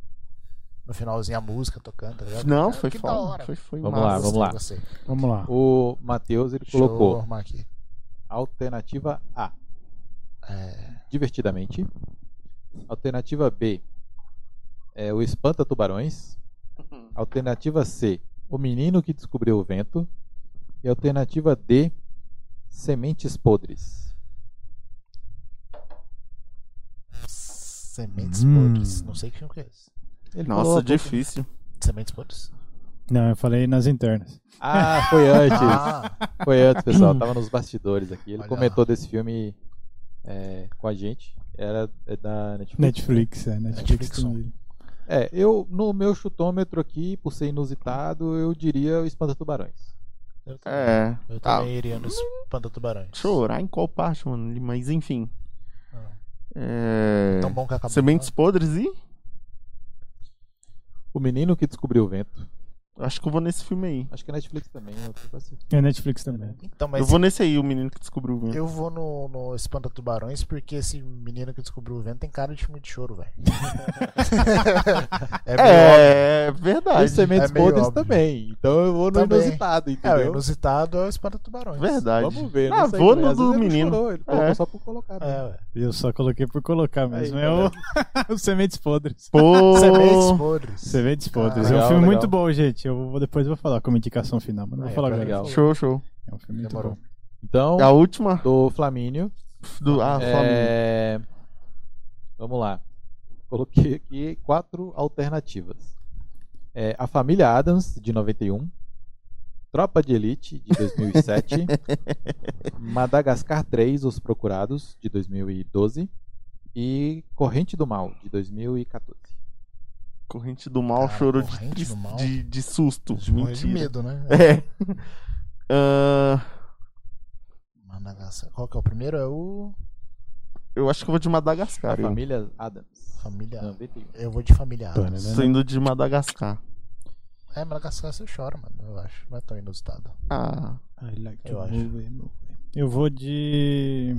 Speaker 1: No finalzinho a música tocando, tá ligado?
Speaker 2: Não,
Speaker 1: Cara,
Speaker 2: foi
Speaker 1: que da
Speaker 2: foda.
Speaker 1: hora.
Speaker 2: Foi, foi
Speaker 4: Vamos
Speaker 2: massa.
Speaker 4: lá, vamos lá.
Speaker 1: Gostei, gostei.
Speaker 3: Vamos lá.
Speaker 4: O Matheus ele
Speaker 1: Deixa eu
Speaker 4: colocou
Speaker 1: arrumar aqui.
Speaker 4: alternativa A,
Speaker 1: É,
Speaker 4: divertidamente. Alternativa B, é o espanta tubarões. Alternativa C, o menino que descobriu o vento. E alternativa D, sementes podres.
Speaker 1: Sementes
Speaker 3: Hum.
Speaker 1: Podres. Não sei que filme que é esse.
Speaker 4: Ele falou
Speaker 2: Nossa,
Speaker 4: um pouco-
Speaker 2: difícil.
Speaker 1: Sementes Podres?
Speaker 3: Não, eu falei nas internas.
Speaker 4: Ah, foi antes.
Speaker 1: Ah,
Speaker 4: Foi antes, pessoal. Tava nos bastidores aqui. Ele
Speaker 1: Olha
Speaker 4: comentou desse filme é, com a gente. Era é da Netflix.
Speaker 3: Netflix, é. Netflix.
Speaker 1: Netflix.
Speaker 3: também.
Speaker 4: É, eu, no meu chutômetro aqui, por ser inusitado, eu diria o Espanta Tubarões.
Speaker 1: eu também,
Speaker 2: É.
Speaker 1: eu
Speaker 2: Ah,
Speaker 1: também iria nos Panda Tubarões.
Speaker 2: chorar em qual parte, mano? Mas enfim.
Speaker 1: Ah.
Speaker 2: É...
Speaker 1: Tão bom que acabou.
Speaker 2: Sementes podres e.
Speaker 4: O Menino que Descobriu o Vento.
Speaker 2: Acho que eu vou nesse filme aí.
Speaker 4: Acho que é Netflix também. Eu tô assim.
Speaker 3: É Netflix também.
Speaker 1: Então, mas
Speaker 2: Eu vou nesse aí, o menino que descobriu o vento.
Speaker 1: Eu vou no, no Espanta Tubarões porque esse menino que descobriu o vento tem cara de filme de choro, velho. é meio óbvio.
Speaker 2: É,
Speaker 4: E os
Speaker 2: verdade.
Speaker 4: Sementes
Speaker 1: é meio
Speaker 4: Podres
Speaker 1: óbvio.
Speaker 4: também. Então eu vou no
Speaker 1: Também.
Speaker 4: inusitado,
Speaker 1: É, o
Speaker 4: entendeu?
Speaker 1: inusitado é o Espanta Tubarões.
Speaker 2: Verdade.
Speaker 4: Vamos ver.
Speaker 2: Ah,
Speaker 4: não sei
Speaker 2: vou
Speaker 4: também.
Speaker 2: no
Speaker 4: Às vezes
Speaker 2: do
Speaker 4: ele não
Speaker 2: menino.
Speaker 4: Chorou, ele colocou
Speaker 2: É.
Speaker 4: só por colocar. né?
Speaker 1: É, ué.
Speaker 3: Eu só coloquei por colocar mesmo.
Speaker 4: Aí, tá
Speaker 3: é o... o Sementes Podres.
Speaker 1: Sementes
Speaker 2: Pô.
Speaker 1: podres.
Speaker 3: Sementes Podres. é um
Speaker 4: legal,
Speaker 3: filme
Speaker 4: legal.
Speaker 3: muito bom, gente. Eu vou, depois eu vou falar como indicação final, mas não vou
Speaker 1: Aí,
Speaker 3: falar
Speaker 1: tá
Speaker 3: agora.
Speaker 4: legal.
Speaker 2: Show, show.
Speaker 3: É um filme muito
Speaker 1: Demorou.
Speaker 3: bom.
Speaker 4: Então,
Speaker 2: É a última
Speaker 4: do Flamínio.
Speaker 2: do. Ah,
Speaker 1: Tá
Speaker 2: Flamengo.
Speaker 4: É... Vamos lá. Coloquei aqui quatro alternativas. É, a Família Adams, de 91. Tropa de Elite, de 2007. Madagascar 3, Os Procurados, de 2012. E Corrente do Mal, de 2014.
Speaker 2: Corrente do mal,
Speaker 1: Cara,
Speaker 2: choro de,
Speaker 1: corrente
Speaker 2: tris-
Speaker 1: do mal.
Speaker 2: de, de susto. De
Speaker 1: Morri de
Speaker 2: mentira.
Speaker 1: medo, né?
Speaker 2: É. Ah,
Speaker 1: Madagascar. Qual que é o primeiro? É o
Speaker 2: eu acho que eu vou de
Speaker 4: A
Speaker 2: Madagascar. eu.
Speaker 4: Família Adams.
Speaker 1: Família.
Speaker 4: 91.
Speaker 1: Eu vou de Família
Speaker 3: Tá,
Speaker 1: Adams.
Speaker 3: né?
Speaker 2: Tô indo de Madagascar.
Speaker 1: É, Madagascar você chora, mano, eu acho. Não é tão inusitado.
Speaker 2: Ah.
Speaker 3: I like to
Speaker 1: Eu acho.
Speaker 3: move it, move it. Eu vou de.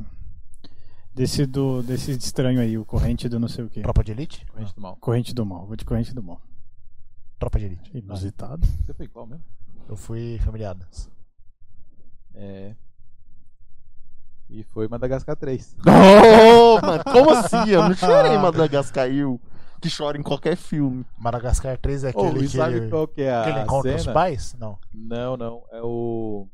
Speaker 3: Desse do. Desse estranho aí, o corrente do não sei o quê.
Speaker 1: Tropa de Elite?
Speaker 4: Corrente do Mal.
Speaker 3: Corrente do mal, vou de corrente do mal.
Speaker 1: Tropa de Elite.
Speaker 3: Inusitado.
Speaker 4: Você foi qual mesmo?
Speaker 1: Eu fui Família Adams.
Speaker 4: É. E foi Madagascar 3.
Speaker 2: Oh, mano, como assim? Eu não chorei em Madagascar, eu, que chora em qualquer filme.
Speaker 1: Madagascar 3 é
Speaker 4: Ou
Speaker 1: aquele que,
Speaker 4: sabe
Speaker 1: ele,
Speaker 4: qual que é a
Speaker 1: que ele encontra os
Speaker 4: cena?
Speaker 1: pais? Não,
Speaker 4: Não, não. É o.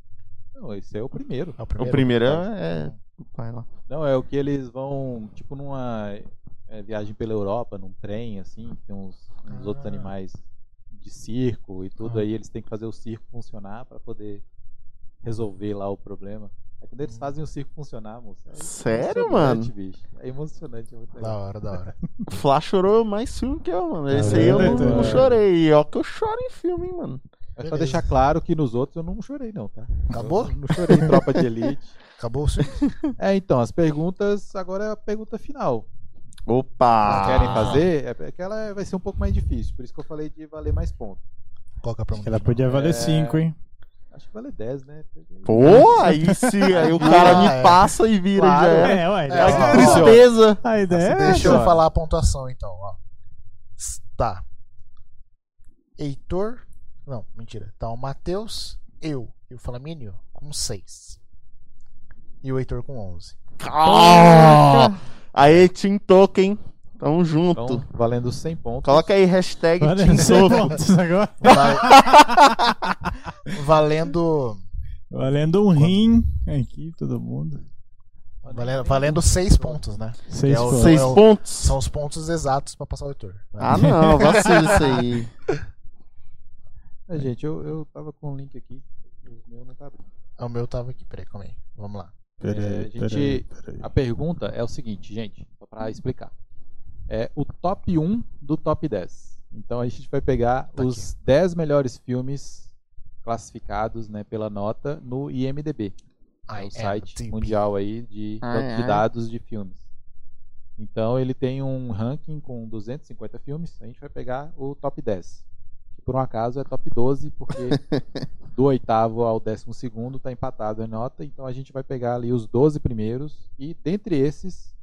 Speaker 4: Não, esse é o primeiro.
Speaker 1: é o
Speaker 2: O
Speaker 1: primeiro.
Speaker 2: primeiro é. é- Vai lá.
Speaker 4: Não, é o que eles vão, tipo, numa é, viagem pela Europa, num trem, assim, que tem uns, uns
Speaker 1: Ah.
Speaker 4: outros animais de circo e tudo.
Speaker 1: Ah.
Speaker 4: Aí eles têm que fazer o circo funcionar pra poder resolver lá o problema. Aí quando
Speaker 1: Hum.
Speaker 4: eles fazem o circo funcionar, moça. é
Speaker 2: Sério,
Speaker 4: emocionante, Bicho. É emocionante, é muito
Speaker 1: Da
Speaker 4: legal.
Speaker 1: hora, da hora.
Speaker 2: Flá chorou mais filme que eu, mano. Esse
Speaker 3: Tá
Speaker 2: aí eu não,
Speaker 3: vendo,
Speaker 2: não
Speaker 3: então?
Speaker 2: chorei. Ó, que eu choro em filme, hein, mano.
Speaker 4: É só
Speaker 1: Beleza.
Speaker 4: deixar claro que nos outros eu não chorei, não, tá?
Speaker 1: Acabou?
Speaker 4: Eu não chorei em Tropa de Elite.
Speaker 1: Acabou o filme?
Speaker 4: É, então, as perguntas. Agora é a pergunta final.
Speaker 2: Opa!
Speaker 4: Vocês querem fazer? É porque ela vai ser um pouco mais difícil. Por isso que eu falei de valer mais pontos.
Speaker 1: Qual que é a pergunta?
Speaker 3: Ela podia valer 5, hein?
Speaker 4: Acho que vale 10, né?
Speaker 2: Pô, aí se aí o cara
Speaker 1: Ah,
Speaker 2: me
Speaker 1: é.
Speaker 2: passa e vira
Speaker 1: Claro,
Speaker 2: já era.
Speaker 3: É, ué.
Speaker 1: É,
Speaker 2: Que
Speaker 1: ó,
Speaker 2: tristeza.
Speaker 3: A ideia
Speaker 1: Tá,
Speaker 3: é.
Speaker 1: Deixa eu
Speaker 4: senhora.
Speaker 1: falar a pontuação então, ó. S- Tá. Heitor. Não, mentira. Tá o Matheus, eu e o Flamínio com 6. E o Heitor com 11.
Speaker 2: Ah, Aí, Team Token. Tamo junto.
Speaker 4: Então, valendo 100 pontos.
Speaker 2: Coloca aí hashtag
Speaker 3: Olha,
Speaker 2: Team
Speaker 3: cem
Speaker 2: Token.
Speaker 3: pontos agora.
Speaker 1: Vale- valendo.
Speaker 3: Valendo um rim aqui, todo mundo.
Speaker 1: Valendo, valendo 6 pontos, né?
Speaker 3: Seis
Speaker 1: É o-
Speaker 3: pontos.
Speaker 2: Seis
Speaker 1: eu-
Speaker 2: pontos.
Speaker 1: São os pontos exatos pra passar o Heitor. né?
Speaker 2: Ah, não, vacilo isso aí.
Speaker 4: É, gente, eu, eu tava com o link aqui. O meu não tá abrindo.
Speaker 1: O meu tava aqui, peraí, calma aí. Vamos lá.
Speaker 4: É, a gente- A pergunta é o seguinte, gente, só pra explicar. É o top 1 do top 10. Então a gente vai pegar
Speaker 1: Tá
Speaker 4: os 10 melhores filmes classificados né, pela nota no IMDB. É o site
Speaker 1: IMDb.
Speaker 4: mundial aí de
Speaker 2: Ah,
Speaker 4: banco de
Speaker 2: é.
Speaker 4: dados de filmes. Então ele tem um ranking com 250 filmes, a gente vai pegar o top 10. Que por um acaso é top 12, porque do oitavo ao décimo segundo tá empatado a nota, então a gente vai pegar ali os 12 primeiros e dentre esses,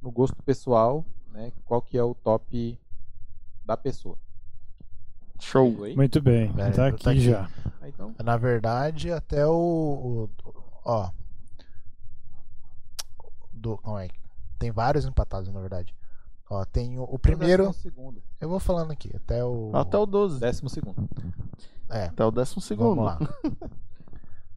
Speaker 4: no gosto pessoal, né, qual que é o top da pessoa.
Speaker 2: Show.
Speaker 4: Oi?
Speaker 3: Muito bem,
Speaker 1: Pera aí,
Speaker 3: tá
Speaker 1: tá
Speaker 3: aqui
Speaker 1: aqui.
Speaker 3: já.
Speaker 4: Ah, Então,
Speaker 1: Na verdade, até o. o- ó. Do, calma aí. Tem vários empatados, na verdade. Ó, tem o, o primeiro.
Speaker 4: Décimo então, segundo.
Speaker 1: Eu vou falando aqui, até o.
Speaker 2: Até o 12.
Speaker 4: Décimo segundo.
Speaker 1: É,
Speaker 2: Até o décimo segundo.
Speaker 1: vamos lá.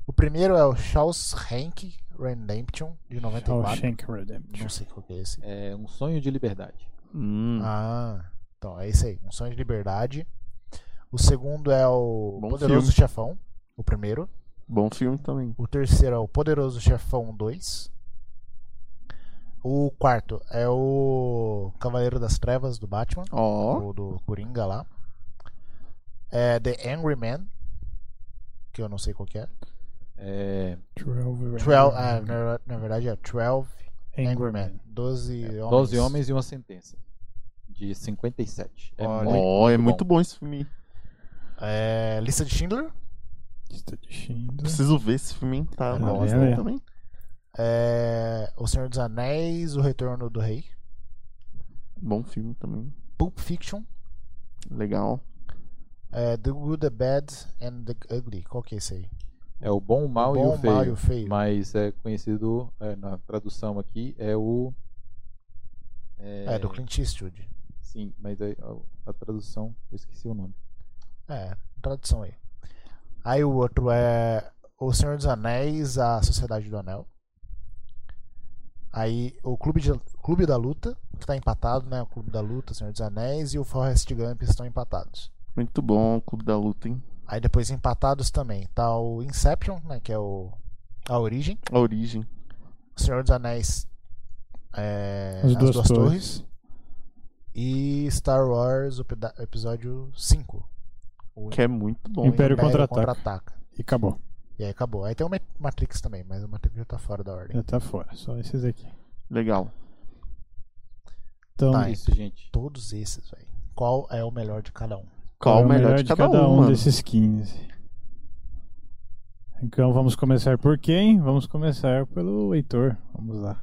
Speaker 1: o primeiro é o Shawshank Redemption, de 94.
Speaker 3: Shawshank Redemption.
Speaker 1: Não sei qual que é esse.
Speaker 4: É um sonho de liberdade.
Speaker 2: Hum,
Speaker 1: Ah, então é isso aí. Um sonho de liberdade. O segundo é o
Speaker 2: Bom
Speaker 1: Poderoso
Speaker 2: filme.
Speaker 1: Chefão, o primeiro.
Speaker 2: bom filme também.
Speaker 1: O terceiro é o Poderoso Chefão 2. O quarto é o Cavaleiro das Trevas do Batman,
Speaker 2: Ó,
Speaker 1: ou do Coringa lá. É The Angry Man, que eu não sei qual que é.
Speaker 4: É,
Speaker 3: 12,
Speaker 1: Twelve, ah, na, na verdade é 12 Angry Man. 12 homens.
Speaker 4: 12 É, homens e uma sentença. De 57. É
Speaker 1: Olha.
Speaker 4: muito
Speaker 2: ó, é muito bom esse filme.
Speaker 1: É, Lista de Schindler.
Speaker 3: Está deixando.
Speaker 2: Preciso ver esse filme, hein? tá?
Speaker 3: É,
Speaker 2: bom
Speaker 3: é,
Speaker 2: né,
Speaker 3: é.
Speaker 2: também.
Speaker 1: É, o Senhor dos Anéis, O Retorno do Rei.
Speaker 2: Bom filme também.
Speaker 1: Pulp Fiction.
Speaker 2: Legal.
Speaker 1: é, the Good, The Bad and The Ugly. Qual que é esse aí?
Speaker 4: É o bom, o mal,
Speaker 1: Bom,
Speaker 4: e, o feio,
Speaker 1: Mau e o Feio.
Speaker 4: Mas é conhecido é, na tradução aqui, é o.
Speaker 1: É, do Clint Eastwood.
Speaker 4: Sim, mas é- a, a tradução, eu esqueci o nome.
Speaker 1: É, tradução aí. Aí o outro é O Senhor dos Anéis, A Sociedade do Anel. Aí o Clube, de- Clube da Luta, que tá empatado, né? O Clube da Luta, Senhor dos Anéis e o Forrest Gump estão empatados.
Speaker 2: Muito bom, Clube da Luta, hein?
Speaker 1: Aí depois empatados também tá o Inception, né? Que é o A Origem.
Speaker 2: A origem.
Speaker 1: O Senhor dos Anéis, é,
Speaker 3: As
Speaker 1: As,
Speaker 3: Duas
Speaker 1: Duas,
Speaker 3: Torres.
Speaker 1: Torres. E Star Wars, o peda- episódio 5. O
Speaker 2: Que é muito bom. hein?
Speaker 3: Império Contra-Ataca.
Speaker 1: Contra-Ataca.
Speaker 3: E acabou.
Speaker 1: E aí acabou. Aí tem o Ma- Matrix também, mas o Matrix já tá fora da ordem.
Speaker 3: Já tá fora. Só esses aqui.
Speaker 2: Legal.
Speaker 3: Então,
Speaker 1: Tá,
Speaker 4: É
Speaker 1: Aí.
Speaker 4: isso, gente.
Speaker 1: Todos esses, velho. Qual é o melhor de cada um?
Speaker 3: é
Speaker 2: Qual o melhor de cada, um, mano?
Speaker 3: desses 15? Então vamos começar por quem? Vamos começar pelo Heitor. Vamos lá.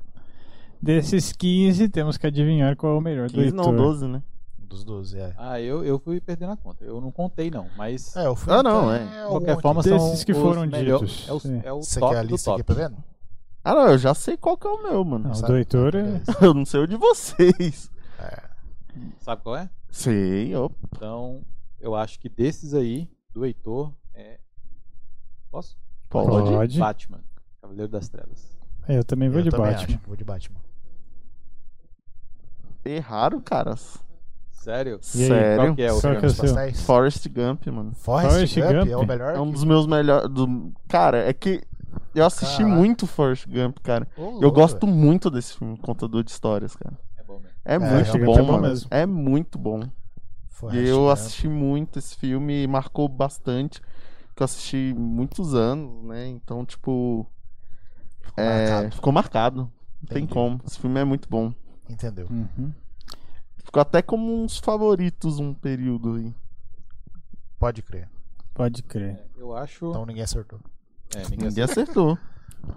Speaker 3: Desses 15, temos que adivinhar qual é o melhor do
Speaker 2: 15
Speaker 3: Heitor.
Speaker 2: não, 12, né?
Speaker 1: Dos 12, é.
Speaker 4: Ah, eu, eu fui perdendo a conta. Eu não contei, não, mas.
Speaker 1: É, eu fui.
Speaker 2: Ah, não,
Speaker 1: até
Speaker 2: é.
Speaker 1: algum
Speaker 4: de qualquer
Speaker 1: aqui.
Speaker 4: forma,
Speaker 3: Desses
Speaker 4: são
Speaker 3: que
Speaker 4: os
Speaker 3: foram
Speaker 4: melhor-
Speaker 3: ditos.
Speaker 4: É, os-
Speaker 3: Sim.
Speaker 4: é o
Speaker 1: Você
Speaker 4: top
Speaker 1: quer a
Speaker 4: do
Speaker 1: lista aqui
Speaker 4: top.
Speaker 1: pra vendo?
Speaker 2: Ah, não, eu já sei qual que é o meu, mano.
Speaker 3: Não, o
Speaker 1: Sabe?
Speaker 3: do Heitor é...
Speaker 2: Eu não sei o de vocês.
Speaker 4: Sabe qual é?
Speaker 2: Sei, ó.
Speaker 4: Então, eu acho que desses aí, do Heitor, é. Posso?
Speaker 2: Pode.
Speaker 3: Pode.
Speaker 4: Batman, Cavaleiro das Trevas.
Speaker 3: É, Eu também vou
Speaker 1: eu
Speaker 3: de
Speaker 1: também
Speaker 3: Batman.
Speaker 1: acho. Vou de Batman.
Speaker 2: Erraram, caras.
Speaker 4: Sério?
Speaker 3: E aí,
Speaker 2: Sério.
Speaker 4: Qual que é o
Speaker 3: Qual que é o
Speaker 4: filme?
Speaker 3: seu?
Speaker 1: Pastéis?
Speaker 2: Forrest Gump, mano.
Speaker 1: Forrest,
Speaker 3: Forrest
Speaker 1: Gump,
Speaker 3: Gump?
Speaker 1: é o melhor.
Speaker 2: É um
Speaker 1: que-
Speaker 2: dos meus melhores. Do... Cara, é que eu assisti
Speaker 1: Caraca.
Speaker 2: muito Forrest Gump, cara.
Speaker 1: Ô,
Speaker 2: Eu
Speaker 1: louco,
Speaker 2: gosto muito desse filme, Contador de Histórias, cara.
Speaker 4: É bom mesmo.
Speaker 2: É,
Speaker 1: Forrest
Speaker 2: muito
Speaker 3: Gump
Speaker 2: bom,
Speaker 3: é bom
Speaker 2: mano.
Speaker 3: mesmo.
Speaker 2: É muito bom.
Speaker 1: velho. Forrest
Speaker 2: E eu
Speaker 1: Gump.
Speaker 2: assisti muito esse filme e marcou bastante. que eu assisti muitos anos, né? Então, tipo. é,
Speaker 1: marcado.
Speaker 2: ficou marcado. Não tem
Speaker 1: Entendi.
Speaker 2: como. Esse filme é muito bom.
Speaker 1: Entendeu?
Speaker 4: Uhum.
Speaker 2: Ficou até como uns favoritos um período aí.
Speaker 1: Pode crer.
Speaker 3: Pode crer.
Speaker 4: É, Eu acho.
Speaker 1: Então ninguém acertou.
Speaker 4: É, ninguém
Speaker 2: Ninguém
Speaker 4: acertou.
Speaker 2: acertou.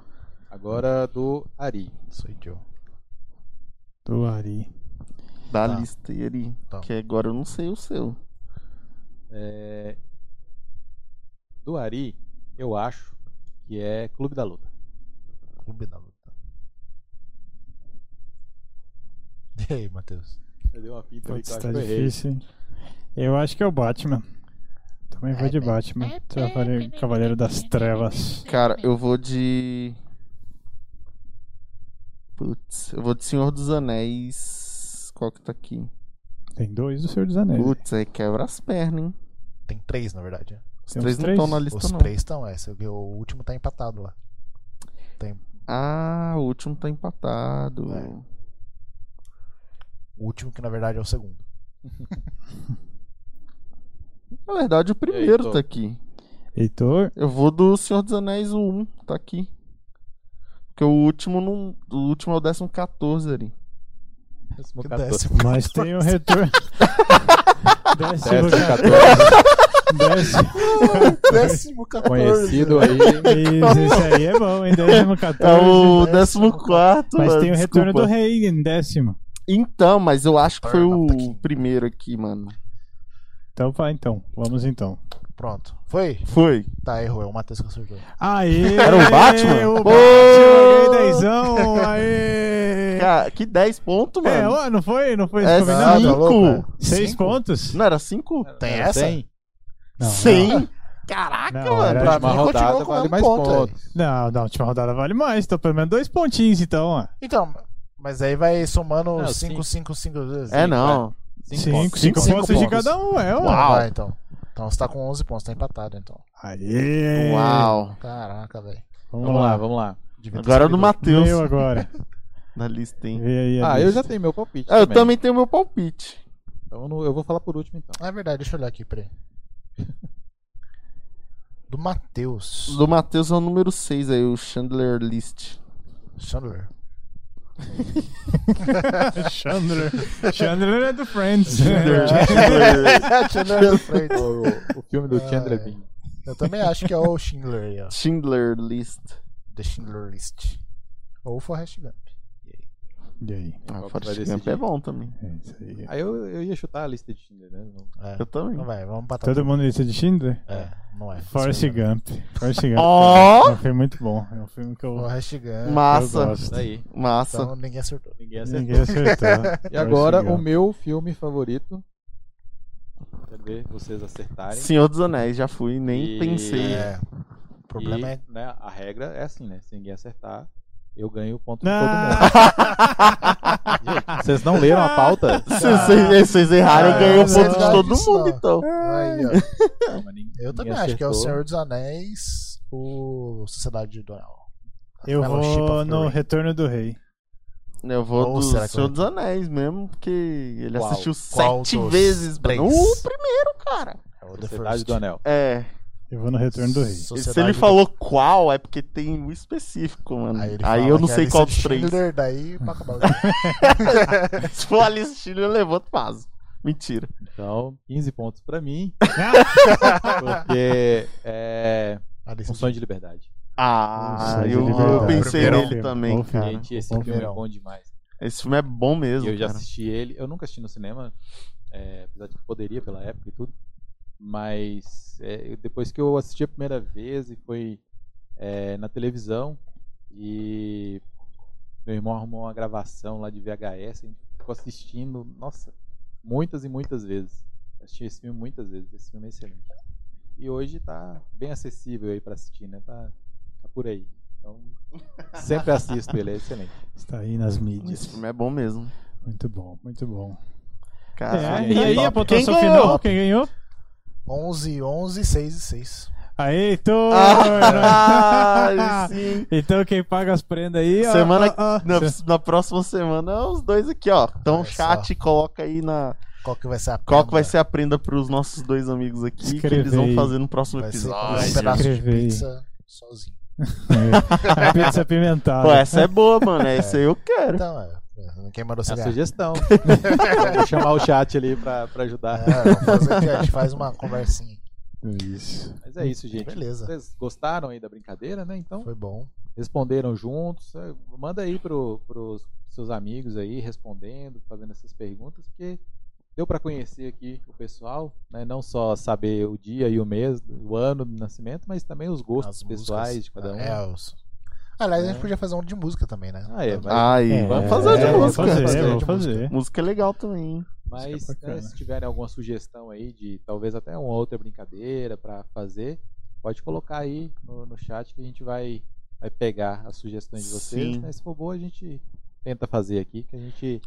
Speaker 4: Agora do Ari.
Speaker 1: Sou idiota.
Speaker 3: Do Ari.
Speaker 2: Da
Speaker 1: Tá.
Speaker 2: lista aí, Ari.
Speaker 1: Tá.
Speaker 2: Que agora eu não sei o seu.
Speaker 4: É, Do Ari, eu acho que é Clube da Luta.
Speaker 1: Clube da Luta. E aí, Matheus?
Speaker 4: Eu dei uma pinta ali
Speaker 3: Putz,
Speaker 4: que eu acho
Speaker 3: tá
Speaker 4: que eu errei.
Speaker 3: difícil, hein? Eu acho que é o Batman. Também vou de Batman. Cavaleiro- Cavaleiro das Trevas.
Speaker 2: Cara, eu vou de. Putz, eu vou de Senhor dos Anéis. Qual que tá aqui?
Speaker 3: Tem dois do Senhor dos Anéis.
Speaker 2: Putz, aí quebra as pernas, hein?
Speaker 1: Tem três, na verdade. né?
Speaker 2: Os
Speaker 3: Tem uns
Speaker 2: três não
Speaker 3: três?
Speaker 2: estão na lista,
Speaker 1: Os
Speaker 2: não.
Speaker 1: três estão, é. seu- O último tá empatado lá.
Speaker 2: Ah, o último tá empatado.
Speaker 1: É. O último que na verdade é o segundo.
Speaker 2: Na verdade, o primeiro
Speaker 4: Heitor?
Speaker 2: tá aqui.
Speaker 3: Heitor,
Speaker 2: Eu vou do Senhor dos Anéis, o 1, tá aqui. Porque o último não. O último é o décimo 14 ali.
Speaker 4: Décimo
Speaker 1: Que
Speaker 4: 14.
Speaker 1: décimo.
Speaker 3: mas tem o retorno. Décimo,
Speaker 4: Décimo 14,
Speaker 3: décimo,
Speaker 1: Décimo 14.
Speaker 4: Conhecido aí.
Speaker 3: isso aí é bom, hein? Décimo 14.
Speaker 2: É o décimo quarto.
Speaker 3: Mas
Speaker 2: mano,
Speaker 3: tem o retorno
Speaker 2: É desculpa.
Speaker 3: do rei em décimo.
Speaker 2: Então, mas eu acho que foi
Speaker 1: Retorno, tá aqui.
Speaker 2: o primeiro aqui, mano.
Speaker 3: Então vai então, vamos então.
Speaker 1: Pronto. Foi?
Speaker 2: Foi.
Speaker 1: Tá, errou. É o Matheus que acertou.
Speaker 3: Aê!
Speaker 2: Era o Batman? Pô!
Speaker 3: O Batman, ganhei dezão, aê!
Speaker 2: Cara, que 10 pontos,
Speaker 3: É,
Speaker 2: mano.
Speaker 3: ó, não foi? Não foi
Speaker 2: É
Speaker 3: combinado?
Speaker 1: tá louco,
Speaker 2: cinco.
Speaker 3: Seis
Speaker 1: Cinco?
Speaker 3: pontos?
Speaker 2: Não era 5?
Speaker 1: Tem
Speaker 4: É,
Speaker 1: essa?
Speaker 4: Tem.
Speaker 3: Não,
Speaker 2: Sim. Caraca,
Speaker 3: Não,
Speaker 2: mano.
Speaker 3: era
Speaker 2: Pra
Speaker 4: Uma
Speaker 1: mim,
Speaker 4: rodada
Speaker 1: continua com
Speaker 4: vale
Speaker 1: um
Speaker 4: mais
Speaker 1: ponto aí.
Speaker 4: pontos.
Speaker 3: Não, na última rodada vale mais, então pelo menos dois pontinhos então, ó.
Speaker 1: Então, mas aí vai somando
Speaker 4: Não,
Speaker 1: 5, 5, 5 vezes.
Speaker 2: É, não.
Speaker 4: Cinco,
Speaker 3: Cinco,
Speaker 4: pontos.
Speaker 3: cinco,
Speaker 1: Cinco
Speaker 3: pontos de
Speaker 1: pontos.
Speaker 3: cada um, é, ó.
Speaker 1: Uau. Vai, então. Então você tá com 11 pontos, tá empatado então.
Speaker 4: é.
Speaker 3: Aê!
Speaker 2: Uau.
Speaker 1: Caraca, velho.
Speaker 3: Vamos,
Speaker 4: Vamos lá,
Speaker 3: lá,
Speaker 4: vamos lá.
Speaker 1: Devia ter
Speaker 2: Agora é o do
Speaker 1: escolhido
Speaker 2: Matheus
Speaker 3: Meu agora.
Speaker 2: na lista, hein?
Speaker 3: Vê aí a
Speaker 4: Ah, eu
Speaker 3: lista.
Speaker 4: já tenho meu palpite.
Speaker 2: Ah, eu também tenho meu palpite.
Speaker 4: Então eu não- eu vou falar por último então.
Speaker 1: outro. É verdade, deixa eu olhar aqui, peraí. Do Matheus.
Speaker 2: Do Matheus é o número 6 aí, o Chandler List.
Speaker 1: Chandler.
Speaker 3: Chandler. Chandler é do Friends. É.
Speaker 1: Chandler do Friends.
Speaker 4: O, o filme do Chandler Bing.
Speaker 1: Eu também acho que é o Schindler aí, ó.
Speaker 2: Schindler List.
Speaker 1: The Schindler List. Ou Forrest Gump.
Speaker 3: e aí?
Speaker 2: Ah,
Speaker 4: Qual que vai
Speaker 2: Forrest Gump
Speaker 4: decidir?
Speaker 2: é bom também.
Speaker 3: É isso aí.
Speaker 4: Aí eu, eu ia chutar a lista de Schindler, né? Não-
Speaker 1: É.
Speaker 2: Eu também.
Speaker 1: Então vai, vamos empatar.
Speaker 3: Todo mundo lista de Schindler?
Speaker 1: É, não é.
Speaker 3: Forrest Gump. Forrest Gump.
Speaker 2: Ó!
Speaker 3: É um filme muito bom. É um filme que eu,
Speaker 1: Forrest Gump.
Speaker 3: eu
Speaker 2: Massa,
Speaker 3: gosto.
Speaker 4: Daí.
Speaker 2: massa.
Speaker 1: Então ninguém acertou.
Speaker 4: Ninguém
Speaker 2: é
Speaker 4: acertou.
Speaker 3: Ninguém acertou.
Speaker 4: E agora
Speaker 3: Forrest
Speaker 4: o
Speaker 3: Gump.
Speaker 4: meu filme favorito. Quero ver vocês acertarem.
Speaker 2: Senhor dos Anéis, já fui, nem
Speaker 4: E-
Speaker 2: pensei.
Speaker 1: É. O problema
Speaker 4: e,
Speaker 1: é.
Speaker 4: né, a regra é assim, né? Se ninguém acertar, eu ganho o ponto de todo
Speaker 3: Não.
Speaker 4: mundo. Gente, vocês não leram a pauta?
Speaker 2: Se vocês, se vocês errarem,
Speaker 1: Ah,
Speaker 2: eu ganhei o
Speaker 1: não,
Speaker 2: ponto de
Speaker 1: não,
Speaker 2: todo
Speaker 1: isso
Speaker 2: mundo,
Speaker 1: não.
Speaker 2: então.
Speaker 1: Aí, ó.
Speaker 4: Não, mas ninguém-
Speaker 1: Eu também
Speaker 4: ninguém
Speaker 1: acho que é o
Speaker 4: acertou.
Speaker 1: Senhor dos Anéis, o Sociedade do Anel.
Speaker 3: Eu
Speaker 1: Fellowship
Speaker 3: vou
Speaker 1: of the
Speaker 3: no
Speaker 1: Ring.
Speaker 3: Retorno do Rei.
Speaker 2: Eu vou
Speaker 1: Ou
Speaker 2: do
Speaker 1: será que
Speaker 2: Senhor
Speaker 1: vai?
Speaker 2: dos Anéis mesmo, porque ele
Speaker 4: Qual?
Speaker 2: assistiu
Speaker 1: Qual
Speaker 2: sete
Speaker 1: dos
Speaker 2: vezes,
Speaker 1: três?
Speaker 2: mano. Uh, O primeiro, cara.
Speaker 1: É o The
Speaker 4: Sociedade
Speaker 1: First.
Speaker 4: do Anel.
Speaker 2: É.
Speaker 3: Eu vou no Retorno do Rei.
Speaker 1: Sociedade
Speaker 2: se ele
Speaker 1: do-
Speaker 2: falou qual, é porque tem um específico, mano. Aí,
Speaker 1: ele fala
Speaker 2: eu não
Speaker 1: que é
Speaker 2: sei
Speaker 1: a
Speaker 2: qual dos
Speaker 1: lista de
Speaker 2: três.
Speaker 1: Schindler, daí pra acabar o jogo.
Speaker 2: Se for a lista de Schindler, eu levanto o vaso. Mentira.
Speaker 4: Então, 15 pontos pra mim. porque é
Speaker 1: A lista
Speaker 4: um
Speaker 1: de-
Speaker 4: sonho de liberdade.
Speaker 2: Ah,
Speaker 3: Nossa,
Speaker 2: eu,
Speaker 3: é de
Speaker 2: eu
Speaker 3: verdade.
Speaker 2: pensei
Speaker 1: Primeiro
Speaker 2: nele
Speaker 3: filme,
Speaker 2: também,
Speaker 3: bom filme.
Speaker 2: cara.
Speaker 4: Gente, esse
Speaker 3: bom
Speaker 4: filme é
Speaker 1: um verão.
Speaker 4: bom demais.
Speaker 2: Esse filme é bom mesmo,
Speaker 4: eu já
Speaker 2: cara.
Speaker 4: assisti ele. Eu nunca assisti no cinema, é, apesar de que poderia pela época e tudo. Mas é, eu- depois que eu assisti a primeira vez e foi é, na televisão e meu irmão arrumou uma gravação lá de VHS, a gente ficou assistindo, nossa, muitas e muitas vezes. Assisti esse filme muitas vezes, esse filme é excelente. E hoje tá bem acessível aí pra assistir, né? Tá, tá por aí. Então, sempre assisto ele, é excelente.
Speaker 3: Está aí nas
Speaker 2: Esse
Speaker 3: mídias.
Speaker 2: filme é bom mesmo.
Speaker 3: Muito bom, muito bom.
Speaker 2: Cara,
Speaker 3: É, e aí,
Speaker 2: Ah, top.
Speaker 3: a pontuação
Speaker 2: Quem ganhou?
Speaker 3: final? Quem ganhou?
Speaker 1: 11, 11, 6 e 6.
Speaker 3: Aê, Heitor!
Speaker 2: Ah, sim.
Speaker 3: Então quem paga as prendas aí, ó,
Speaker 2: Semana
Speaker 3: ó, ó.
Speaker 2: na, na próxima semana, os dois aqui, ó. Então,
Speaker 1: Olha
Speaker 2: chat, coloca aí na,
Speaker 1: Qual que vai ser a
Speaker 2: Qual que
Speaker 1: prenda?
Speaker 2: vai ser a prenda pros nossos dois amigos aqui que eles
Speaker 3: Escreve
Speaker 2: vão
Speaker 3: aí.
Speaker 2: fazer no próximo
Speaker 1: Vai ser comer um
Speaker 2: episódio?
Speaker 1: pedaço de
Speaker 3: Escreve aí.
Speaker 1: pizza sozinho.
Speaker 3: É. A pizza apimentada.
Speaker 2: Pô, essa é boa, mano. Essa eu quero.
Speaker 1: Então, é, é, quem mandou
Speaker 4: É a
Speaker 1: você ganhar?
Speaker 4: sugestão. Vou chamar o chat ali pra, pra ajudar.
Speaker 1: É, vamos fazer aqui, a gente faz uma conversinha.
Speaker 3: né? Isso.
Speaker 4: Mas é isso, gente.
Speaker 1: Beleza.
Speaker 4: Vocês gostaram aí da brincadeira, né? Então,
Speaker 1: Foi bom.
Speaker 4: responderam juntos. é, Manda aí pro, pros seus amigos aí, respondendo, fazendo essas perguntas, porque deu para conhecer aqui o pessoal, né? Não só saber o dia e o mês, o ano do nascimento, mas também os gostos
Speaker 1: As músicas.
Speaker 4: pessoais de cada um. É.
Speaker 1: É, os... Aliás, a gente podia fazer um de música também, né?
Speaker 4: Ah, é, mas,
Speaker 2: Aí,
Speaker 3: É,
Speaker 2: vamos fazer de
Speaker 3: é,
Speaker 2: música.
Speaker 3: Vamos fazer,
Speaker 1: Fazer
Speaker 3: vamos
Speaker 1: de
Speaker 3: fazer.
Speaker 2: Música é legal também. hein?
Speaker 4: mas,
Speaker 3: isso é
Speaker 4: né,
Speaker 3: bacana.
Speaker 4: se tiverem alguma sugestão aí de talvez até uma outra brincadeira para fazer, pode colocar aí no, no chat que a gente vai, vai pegar as sugestões de vocês.
Speaker 2: Sim.
Speaker 4: né? Se for boa, a gente tenta fazer aqui, que a gente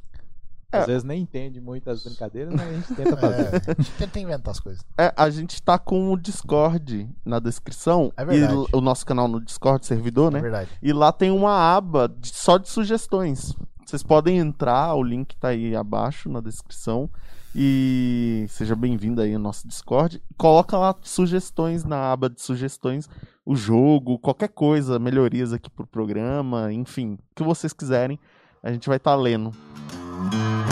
Speaker 2: É.
Speaker 4: às vezes nem entende muito as brincadeiras, mas a gente tenta fazer.
Speaker 1: É, a gente tenta inventar as coisas.
Speaker 2: É, a gente tá com o Discord na descrição.
Speaker 1: É
Speaker 2: e
Speaker 1: verdade.
Speaker 2: l- o nosso canal no Discord, servidor,
Speaker 1: É
Speaker 2: né?
Speaker 1: verdade.
Speaker 2: E lá tem uma aba de- só de sugestões. Vocês podem entrar, o link tá aí abaixo na descrição. E seja bem-vindo aí ao nosso Discord. Coloca lá sugestões na aba de sugestões, o jogo, qualquer coisa, melhorias aqui pro programa, enfim, o que vocês quiserem, a gente vai estar lendo.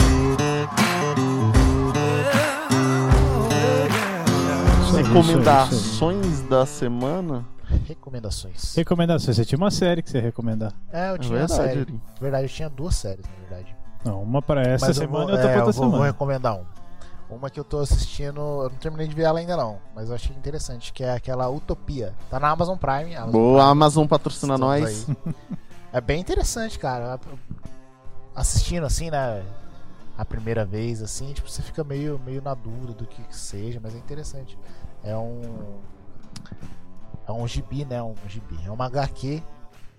Speaker 3: É Isso aí, isso aí, isso aí.
Speaker 2: Recomendações da semana?
Speaker 1: Recomendações.
Speaker 3: Recomendações. Você tinha uma série que você ia recomendar.
Speaker 1: É, eu
Speaker 2: É
Speaker 1: tinha
Speaker 2: verdade,
Speaker 1: série.
Speaker 2: Yuri.
Speaker 1: Na verdade, eu tinha duas séries, na verdade.
Speaker 3: Não, uma pra essa
Speaker 1: Mas eu
Speaker 3: semana
Speaker 1: vou,
Speaker 3: e outra
Speaker 1: é,
Speaker 3: pra outra
Speaker 1: eu vou, vou
Speaker 3: semana.
Speaker 1: recomendar uma. Uma que eu tô assistindo, eu não terminei de ver ela ainda não, mas eu achei interessante, que é aquela Utopia. Tá na Amazon Prime. Amazon
Speaker 2: Boa,
Speaker 1: Prime.
Speaker 2: Amazon patrocina nós.
Speaker 1: Estamos aí. É bem interessante, cara. Assistindo assim, né? A primeira vez, assim, tipo, você fica meio, meio na dúvida do que, que seja, mas é interessante. É um. É um gibi, né? Um gibi. É uma HQ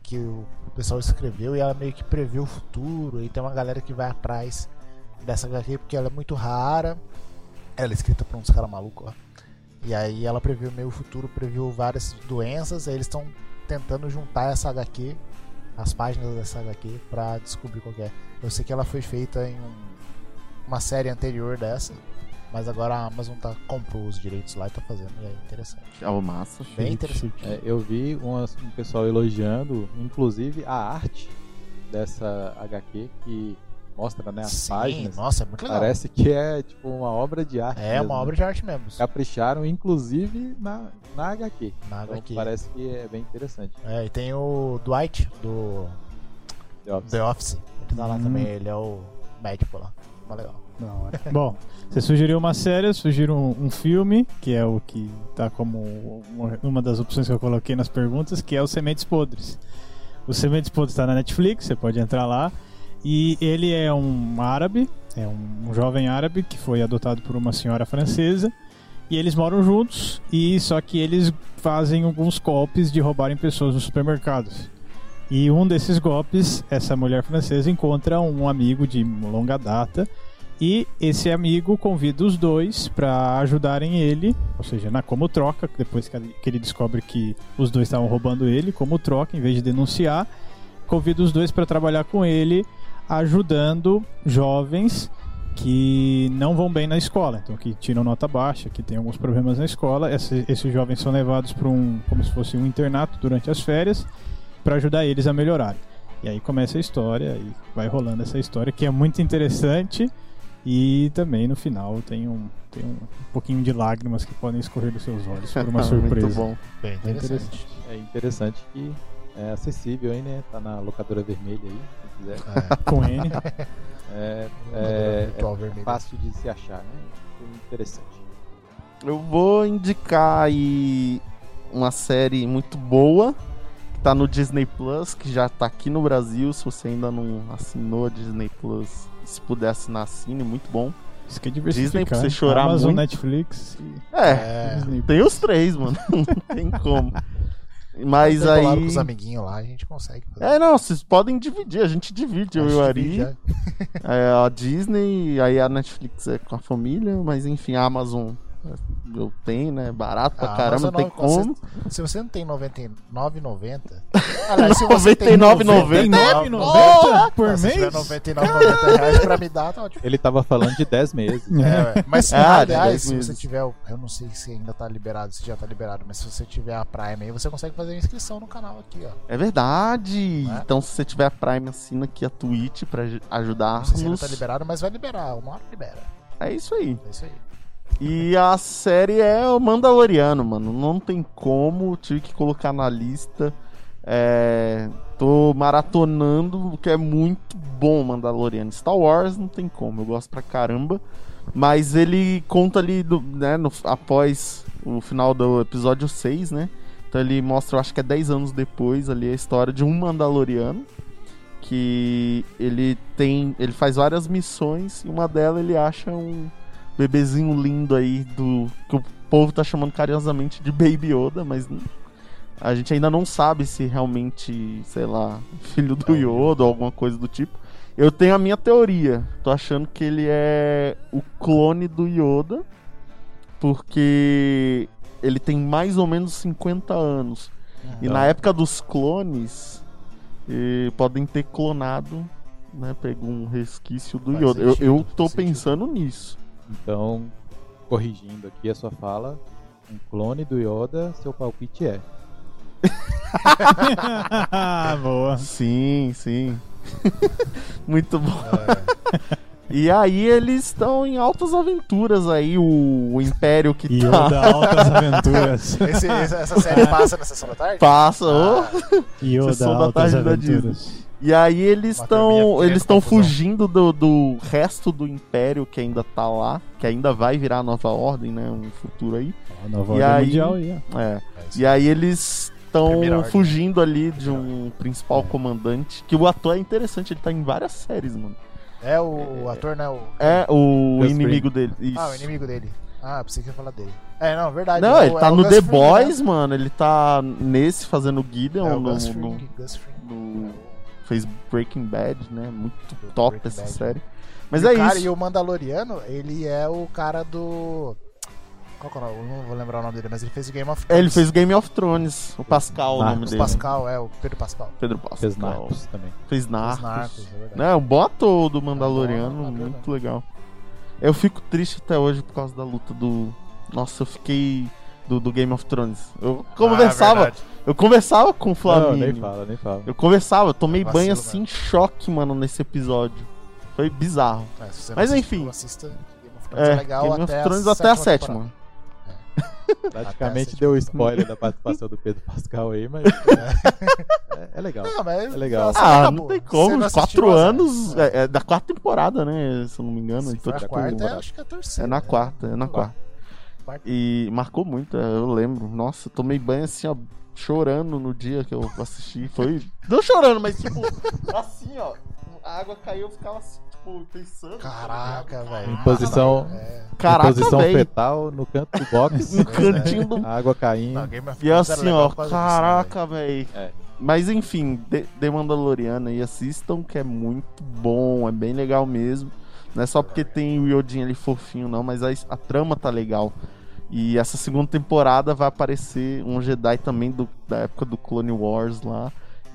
Speaker 1: que o pessoal escreveu e ela meio que prevê o futuro. E tem uma galera que vai atrás dessa HQ porque ela é muito rara. Ela é escrita por uns caras malucos, ó. E aí ela previu meio o futuro, previu várias doenças, aí eles estão tentando juntar essa HQ, as páginas dessa HQ, pra descobrir qual que é. Eu sei que ela foi feita em um- uma série anterior dessa, mas agora a Amazon tá, comprou os direitos lá e tá fazendo, e é interessante.
Speaker 2: Ó, massa.
Speaker 1: Bem interessante.
Speaker 4: É, eu vi umas- um pessoal elogiando, inclusive, a arte dessa HQ que mostra né, as
Speaker 1: Sim,
Speaker 4: páginas.
Speaker 1: nossa, é muito legal.
Speaker 4: Parece que é tipo uma obra de arte.
Speaker 1: é
Speaker 4: mesmo,
Speaker 1: uma
Speaker 4: né?
Speaker 1: obra de arte mesmo,
Speaker 4: Capricharam, inclusive, na, na HQ.
Speaker 1: na
Speaker 4: Então,
Speaker 1: HQ.
Speaker 4: Parece que é bem interessante.
Speaker 1: É, e tem o Dwight, do
Speaker 4: The Office.
Speaker 1: The Office, ele tá lá
Speaker 3: Hum.
Speaker 1: também, ele é o médico lá, Mó legal.
Speaker 3: Não, é. Bom, você sugeriu uma série, eu sugiro um, um filme, que é o que tá como uma- uma das opções que eu coloquei nas perguntas, que é o Sementes Podres. O Sementes Podres está na Netflix, você pode entrar lá. E ele é um árabe, é um, um jovem árabe que foi adotado por uma senhora francesa. E eles moram juntos, e só que eles fazem alguns golpes de roubarem pessoas nos supermercados. E um desses golpes, essa mulher francesa encontra um amigo de longa data e esse amigo convida os dois para ajudarem ele, ou seja, na como troca, depois que ele- que ele descobre que os dois estavam roubando ele, como troca, em vez de denunciar, convida os dois para trabalhar com ele, ajudando jovens que não vão bem na escola, então que tiram nota baixa, que tem alguns problemas na escola. Esse- esses jovens são levados para um, como se fosse um internato durante as férias, para ajudar eles a melhorarem. E aí começa a história e vai rolando essa história que é muito interessante. E também no final tem um, tem um pouquinho de lágrimas que podem escorrer dos seus olhos por uma surpresa.
Speaker 2: Muito bom.
Speaker 1: Bem
Speaker 3: É
Speaker 1: interessante.
Speaker 4: É interessante que é acessível aí, né? Tá na locadora vermelha aí, quem quiser.
Speaker 3: Com N.
Speaker 4: É,
Speaker 1: Locadora
Speaker 4: é-
Speaker 1: virtual vermelha.
Speaker 4: é fácil de se achar, né? Filme Interessante.
Speaker 2: Eu vou indicar aí uma série muito boa que tá no Disney Plus, que já tá aqui no Brasil. Se você ainda não assinou a Disney Plus, se puder assinar, assine, muito bom.
Speaker 3: Isso que é
Speaker 2: Disney
Speaker 3: diversificar.
Speaker 2: pra você chorar
Speaker 3: Amazon,
Speaker 2: muito.
Speaker 3: Netflix e
Speaker 2: É,
Speaker 1: É,
Speaker 3: Disney.
Speaker 2: tem os três, mano. Não tem como. Mas
Speaker 1: tem colado com os
Speaker 2: aí.
Speaker 1: amiguinhos lá, a gente consegue fazer.
Speaker 2: É, não, vocês podem dividir, a gente divide, eu e o
Speaker 1: Acho que
Speaker 2: Ari.
Speaker 1: já-
Speaker 2: É, a Disney, aí a Netflix é com a família, mas enfim, a Amazon é eu tenho, né? Barato pra
Speaker 1: Ah, mas
Speaker 2: caramba,
Speaker 1: eu
Speaker 2: não tem como.
Speaker 1: Você, se você não tem 99,90. Aliás, se você tem
Speaker 2: 99,90.
Speaker 3: 99,90 por
Speaker 2: Tá,
Speaker 1: Ah, se tiver
Speaker 3: mês?
Speaker 1: 99,90 reais pra me dar, tá ótimo.
Speaker 4: Ele tava falando de 10 meses.
Speaker 1: É, ué. mas se-
Speaker 2: Ah,
Speaker 1: aliás,
Speaker 2: dez
Speaker 1: se você
Speaker 2: meses.
Speaker 1: tiver. o- Eu não sei se ainda tá liberado, se já tá liberado, mas se você tiver a Prime aí, você consegue fazer a inscrição no canal aqui, ó.
Speaker 2: É verdade.
Speaker 1: Não é?
Speaker 2: Então, se você tiver a Prime, assina aqui a Twitch pra
Speaker 1: Não sei se ainda
Speaker 2: ajudar-nos.
Speaker 1: tá liberado, mas vai liberar. Uma hora libera.
Speaker 2: É isso aí.
Speaker 1: É isso aí.
Speaker 2: E a série é o Mandaloriano, mano. Não tem como, tive que colocar na lista. É, tô maratonando, o que é muito bom Mandaloriano. Star Wars não tem como, eu gosto pra caramba. Mas ele conta ali, do- né, no- após o final do episódio 6, né? Então ele mostra, eu acho que é 10 anos depois ali, a história de um Mandaloriano. Que ele tem. Ele faz várias missões e uma delas ele acha um bebezinho lindo aí do que o povo tá chamando carinhosamente de Baby Yoda, mas n- a gente ainda não sabe se realmente, sei lá, filho do Yoda ou alguma coisa do tipo. Eu tenho a minha teoria. Tô achando que ele é o clone do Yoda, porque ele tem mais ou menos 50 anos. E na época dos clones, eh, podem ter clonado, né? Pegou um resquício do
Speaker 1: Faz
Speaker 2: Yoda. Eu, eu
Speaker 1: sentido,
Speaker 2: tô
Speaker 1: faz sentido.
Speaker 2: pensando nisso.
Speaker 4: Então, corrigindo aqui a sua fala, um clone do Yoda, seu palpite é.
Speaker 3: Ah, boa.
Speaker 2: Sim, sim. Muito bom. E aí eles estão em altas aventuras aí, o, o Império que
Speaker 3: E
Speaker 2: tá,
Speaker 3: Yoda Altas Aventuras.
Speaker 1: Esse- esse- essa série passa na sessão da tarde?
Speaker 2: passa. ô.
Speaker 1: Ah,
Speaker 3: Yoda
Speaker 2: Sessão da
Speaker 3: Altas
Speaker 2: tarde da
Speaker 3: Aventuras.
Speaker 2: E aí eles
Speaker 1: Uma turminha
Speaker 2: estão.
Speaker 1: querendo
Speaker 2: Eles estão
Speaker 1: confusão.
Speaker 2: fugindo do, do resto do Império que ainda tá lá, que ainda vai virar a nova ordem, né? Um futuro aí.
Speaker 4: A nova
Speaker 2: E aí-
Speaker 3: Mundial aí, ó.
Speaker 2: É.
Speaker 1: é isso.
Speaker 2: E aí eles estão
Speaker 1: Primeira ordem. né?
Speaker 2: fugindo ali de um principal
Speaker 1: Uhum.
Speaker 2: comandante, que o ator é interessante, ele tá em várias séries, mano.
Speaker 1: É o, o ator, né? O,
Speaker 2: É o
Speaker 4: Gus
Speaker 2: inimigo dele. Isso.
Speaker 1: Ah, o inimigo dele. Ah, pensei que ia falar dele. É, não, verdade.
Speaker 2: Não,
Speaker 1: é o-
Speaker 2: ele
Speaker 1: é
Speaker 2: tá
Speaker 1: o
Speaker 2: no
Speaker 1: Gus
Speaker 2: The
Speaker 1: Fring,
Speaker 2: Boys, mano. Ele tá nesse fazendo o
Speaker 1: Né?
Speaker 2: Gideon
Speaker 1: É o
Speaker 2: no,
Speaker 1: Gus
Speaker 2: no-
Speaker 1: Fring, Gus Fring.
Speaker 2: no- Fez Breaking Bad, né? Muito
Speaker 1: Do
Speaker 2: top
Speaker 1: Breaking
Speaker 2: essa
Speaker 1: Bad.
Speaker 2: série. Mas
Speaker 1: E o
Speaker 2: é
Speaker 1: cara,
Speaker 2: isso.
Speaker 1: E o Mandaloriano, ele é o cara do. Qual que é o nome? Eu não vou lembrar o nome dele, mas ele fez o Game of Thrones.
Speaker 2: É, Ele fez Game of Thrones. O Pascal, o
Speaker 4: Narcos.
Speaker 2: nome
Speaker 1: O
Speaker 2: dele.
Speaker 1: Pascal, é, o Pedro Pascal.
Speaker 2: Pedro Pascal.
Speaker 4: Fez Narcos também.
Speaker 2: Fez
Speaker 1: Os
Speaker 2: Narcos.
Speaker 1: Narcos, é verdade.
Speaker 2: Né, um bom ator do Mandaloriano.
Speaker 1: ator,
Speaker 2: muito
Speaker 1: né?
Speaker 2: legal. Eu fico triste até hoje por causa da luta do. Nossa, eu fiquei. Do, do Game of Thrones. Eu
Speaker 1: Ah,
Speaker 2: conversava,
Speaker 1: verdade.
Speaker 2: eu conversava com o
Speaker 4: Não,
Speaker 2: Flavinho.
Speaker 4: nem fala, nem fala.
Speaker 2: Eu conversava, eu tomei
Speaker 1: É vacilo,
Speaker 2: banho assim,
Speaker 1: né?
Speaker 2: choque, mano, nesse episódio. Foi bizarro.
Speaker 1: É, se você não
Speaker 2: Mas
Speaker 1: assistiu,
Speaker 2: enfim.
Speaker 1: Assista. Game of Thrones é,
Speaker 2: É,
Speaker 1: legal
Speaker 2: Game
Speaker 1: até,
Speaker 2: of Thrones
Speaker 1: a
Speaker 2: até a sétima.
Speaker 4: Praticamente
Speaker 1: Até
Speaker 4: deu
Speaker 1: essa, tipo,
Speaker 4: spoiler da participação do Pedro Pascal aí, mas. né? é, é legal.
Speaker 1: Não, mas
Speaker 4: É legal.
Speaker 1: você
Speaker 2: Ah, não
Speaker 1: acabou.
Speaker 2: tem
Speaker 1: Você
Speaker 2: como.
Speaker 1: não
Speaker 2: os
Speaker 1: assistiu,
Speaker 2: Quatro
Speaker 1: azar.
Speaker 2: anos. É, é da quarta temporada, né? Se eu não me engano.
Speaker 1: Se
Speaker 2: então,
Speaker 1: for a
Speaker 2: tipo,
Speaker 1: quarta, é, acho que é a terceira.
Speaker 2: é na
Speaker 1: né?
Speaker 2: quarta, é na quarta.
Speaker 1: Quarta.
Speaker 2: E marcou muito, é, eu lembro. Nossa, eu tomei banho assim, ó, chorando no dia que eu assisti. Foi. Não chorando, mas tipo, assim, ó. A água caiu, eu ficava assim, tipo, pensando.
Speaker 1: Caraca, velho.
Speaker 4: Em posição,
Speaker 2: Ah, Caraca,
Speaker 4: em posição
Speaker 2: velho.
Speaker 4: fetal no canto do box.
Speaker 2: No cantinho do
Speaker 4: A água caindo.
Speaker 1: Não, Game of
Speaker 2: E
Speaker 1: Thrones era
Speaker 2: assim,
Speaker 1: legal
Speaker 2: ó,
Speaker 1: por causa disso, né,
Speaker 2: caraca, véi.
Speaker 4: É.
Speaker 2: Mas enfim, The The Mandaloriano aí, assistam, que é muito bom, é bem legal mesmo. Não é só porque tem o Yodin ali fofinho, não, mas a, a trama tá legal. E essa segunda temporada vai aparecer um Jedi também do- da época do Clone Wars lá.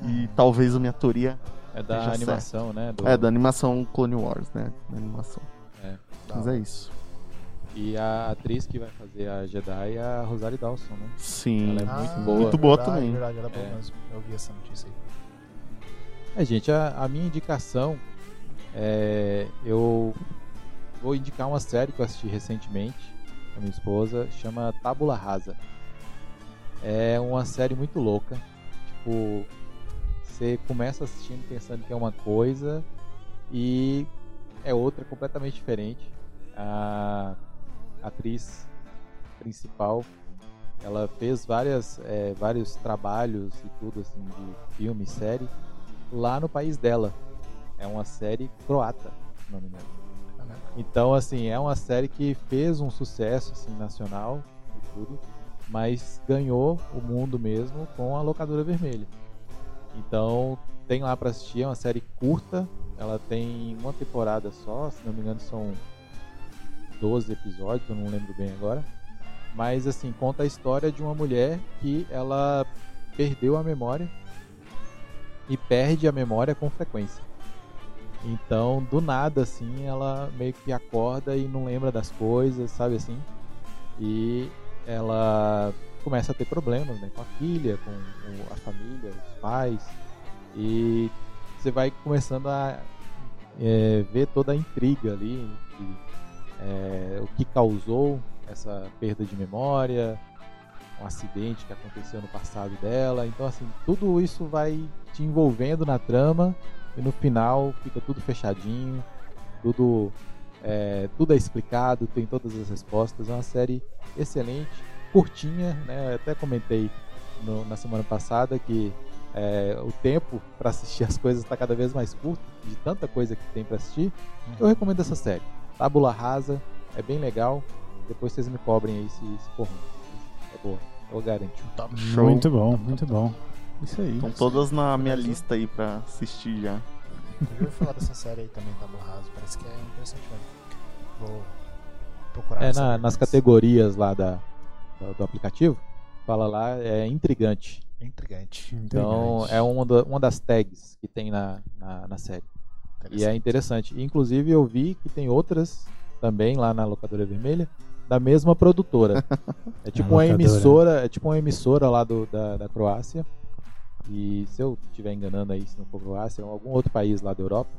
Speaker 2: E talvez a minha teoria
Speaker 4: É da
Speaker 2: Tá, Deixa
Speaker 4: animação, né? do-
Speaker 2: é da animação Clone Wars, né? Da animação.
Speaker 4: É.
Speaker 2: Mas é isso.
Speaker 4: E a atriz que vai fazer a Jedi é a Rosalie Dawson, né?
Speaker 2: Sim.
Speaker 4: Ela é
Speaker 1: velho.
Speaker 4: muito
Speaker 1: Ah,
Speaker 4: boa.
Speaker 2: Muito boa
Speaker 1: verdade,
Speaker 2: também.
Speaker 1: Verdade, era boa
Speaker 4: É.
Speaker 1: mesmo. Eu vi essa notícia aí.
Speaker 4: É, gente, a, a minha indicação é. Eu vou indicar uma série que eu assisti recentemente com a minha esposa, chama Tábula Rasa. É uma série muito louca. Tipo, você começa assistindo pensando que é uma coisa e é outra completamente diferente. A atriz principal ela fez várias, é, vários trabalhos e tudo assim de filme, série lá no país dela. É uma série croata, se não me engano.
Speaker 1: Caraca.
Speaker 4: Então, assim, é uma série que fez um sucesso assim, nacional e tudo, mas ganhou o mundo mesmo com a Locadora Vermelha. Então, tem lá pra assistir, é uma série curta, ela tem uma temporada só, se não me engano são 12 episódios, eu não lembro bem agora. Mas assim, conta a história de uma mulher que ela perdeu a memória e perde a memória com frequência. Então, do nada assim, ela meio que acorda e não lembra das coisas, sabe assim? E ela começa a ter problemas, né, com a filha, com o- a família, os pais. E você vai começando a é, ver toda a intriga ali, de, é, o que causou essa perda de memória, um acidente que aconteceu no passado dela. Então, assim, tudo isso vai te envolvendo na trama e no final fica tudo fechadinho, tudo é, tudo é explicado, tem todas as respostas. É uma série excelente, curtinha, né? Eu até comentei no- na semana passada que é, o tempo para assistir as coisas está cada vez mais curto, de tanta coisa que tem para assistir. Eu recomendo essa série. Tábula rasa, é bem legal. Depois vocês me cobrem aí se, se for ruim. É boa, eu garanto.
Speaker 1: Top.
Speaker 2: Show. Então
Speaker 3: Muito bom, muito bom. Isso aí.
Speaker 2: Estão todas na minha lista aí pra assistir já.
Speaker 1: Eu já ouvi falar dessa série aí também, Tabu Raso. Parece que é interessante mesmo. Vou procurar.
Speaker 4: É
Speaker 1: essa
Speaker 4: na-
Speaker 1: série.
Speaker 4: nas categorias lá da, da- do aplicativo, fala lá, é intrigante.
Speaker 1: Intrigante.
Speaker 4: Então
Speaker 3: um
Speaker 4: é uma, da- uma das tags que tem na, na, na série. E é interessante. Inclusive eu vi que tem outras também lá na locadora vermelha da mesma produtora. É tipo uma
Speaker 3: locadora.
Speaker 4: emissora, é tipo uma emissora lá do, da, da Croácia. E se eu estiver enganando aí, se não for Croácia, é algum outro país lá da Europa.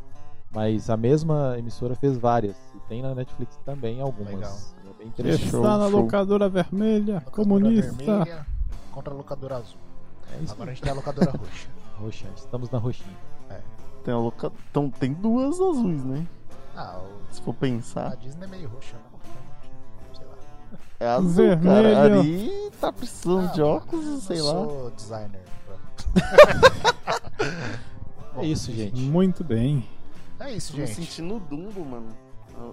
Speaker 4: Mas a mesma emissora fez várias. E tem na Netflix também algumas.
Speaker 1: Legal.
Speaker 4: É bem
Speaker 3: Está
Speaker 4: interessante.
Speaker 2: Show,
Speaker 3: na
Speaker 2: show.
Speaker 3: locadora vermelha,
Speaker 1: Locadora
Speaker 3: comunista.
Speaker 1: vermelha contra a locadora azul.
Speaker 4: É isso
Speaker 1: Agora a gente tem a locadora roxa.
Speaker 4: Roxinha, estamos na roxinha.
Speaker 2: Tem, a loca... então, tem duas azuis, né?
Speaker 1: Ah, o-
Speaker 2: Se for
Speaker 1: a
Speaker 4: Ah.
Speaker 2: pensar.
Speaker 1: Disney é meio roxa, né? Então, Sei lá.
Speaker 2: É azul, cara.
Speaker 3: Vermelho.
Speaker 2: Ali tá precisando de óculos, sei
Speaker 1: Ah, eu
Speaker 2: lá.
Speaker 1: sou designer.
Speaker 4: É isso, gente.
Speaker 3: Muito bem.
Speaker 1: É isso,
Speaker 2: Tô me
Speaker 1: gente.
Speaker 2: sentindo Dumbo, mano.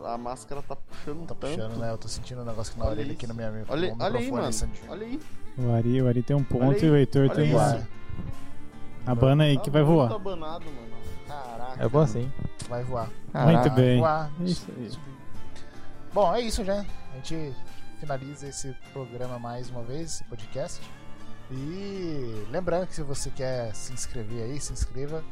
Speaker 2: A, a máscara tá puxando
Speaker 1: Tá
Speaker 2: tanto.
Speaker 1: puxando, né? Eu tô sentindo um negócio que na
Speaker 2: Olha
Speaker 1: orelha
Speaker 2: isso.
Speaker 1: aqui no assim, meu amigo.
Speaker 2: Olha, olha aí, mano.
Speaker 1: Sandy.
Speaker 2: Olha aí.
Speaker 3: O Ari, o Ari tem um ponto
Speaker 2: Olha aí,
Speaker 3: e o Heitor
Speaker 2: olha
Speaker 3: tem
Speaker 2: isso.
Speaker 3: outro. Abana aí que vai
Speaker 2: Tá muito
Speaker 3: voar.
Speaker 2: Abanado, mano. Caraca.
Speaker 4: É bom assim.
Speaker 1: Vai voar.
Speaker 2: Caraca.
Speaker 3: Muito bem.
Speaker 1: Voar.
Speaker 3: Isso aí.
Speaker 1: Bom, é isso já. A gente finaliza esse programa mais uma vez, esse podcast. E lembrando que se você quer se inscrever aí, se inscreva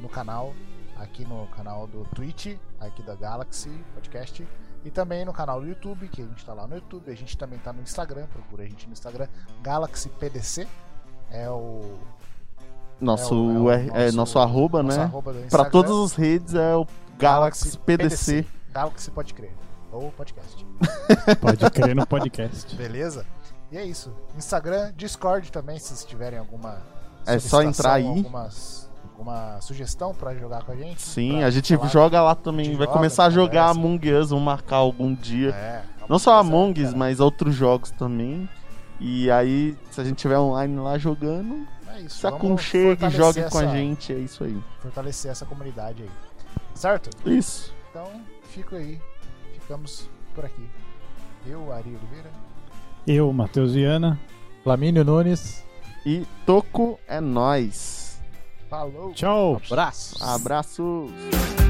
Speaker 1: no canal, aqui no canal do Twitch, aqui da Galaxy Podcast. E também no canal do YouTube, que a gente tá lá no YouTube. A gente também tá no Instagram, procura a gente no Instagram, Galaxy PDC. É o
Speaker 2: Nosso,
Speaker 1: É o- é o
Speaker 2: R- é
Speaker 1: nosso-
Speaker 2: nosso arroba,
Speaker 1: nosso
Speaker 2: né?
Speaker 1: arroba do
Speaker 2: Pra
Speaker 1: Instagram.
Speaker 2: todas as redes é o Galaxy PDC.
Speaker 1: Galaxy Pode Crer. Ou podcast.
Speaker 3: Pode crer no podcast.
Speaker 1: Beleza? E é isso. Instagram, Discord também, se vocês tiverem alguma.
Speaker 2: É só entrar aí.
Speaker 1: Algumas, alguma sugestão pra jogar com a gente.
Speaker 2: Sim,
Speaker 1: pra
Speaker 2: a gente
Speaker 1: falar.
Speaker 2: joga lá também.
Speaker 1: gente
Speaker 2: Vai
Speaker 1: joga, né?
Speaker 2: começar a jogar
Speaker 1: conversa.
Speaker 2: Among Us, vamos marcar algum dia.
Speaker 1: É,
Speaker 2: Não só
Speaker 1: alguma
Speaker 2: Among
Speaker 1: coisa, é,
Speaker 2: Us, mas outros jogos também. E aí, se a gente tiver online lá jogando,
Speaker 1: cara. É isso.
Speaker 2: se
Speaker 1: vamos
Speaker 2: aconchegue,
Speaker 1: fortalecer
Speaker 2: jogue com a
Speaker 1: essa-
Speaker 2: gente, é isso aí.
Speaker 1: Fortalecer essa comunidade aí. Certo?
Speaker 2: Isso.
Speaker 1: Então, fico aí. Ficamos por aqui. Eu, Ari Oliveira.
Speaker 3: Eu, Matheus Viana.
Speaker 4: Flamínio Nunes,
Speaker 2: E Toco é nós.
Speaker 1: Falou!
Speaker 3: Tchau.
Speaker 4: abraço.
Speaker 2: Abraços.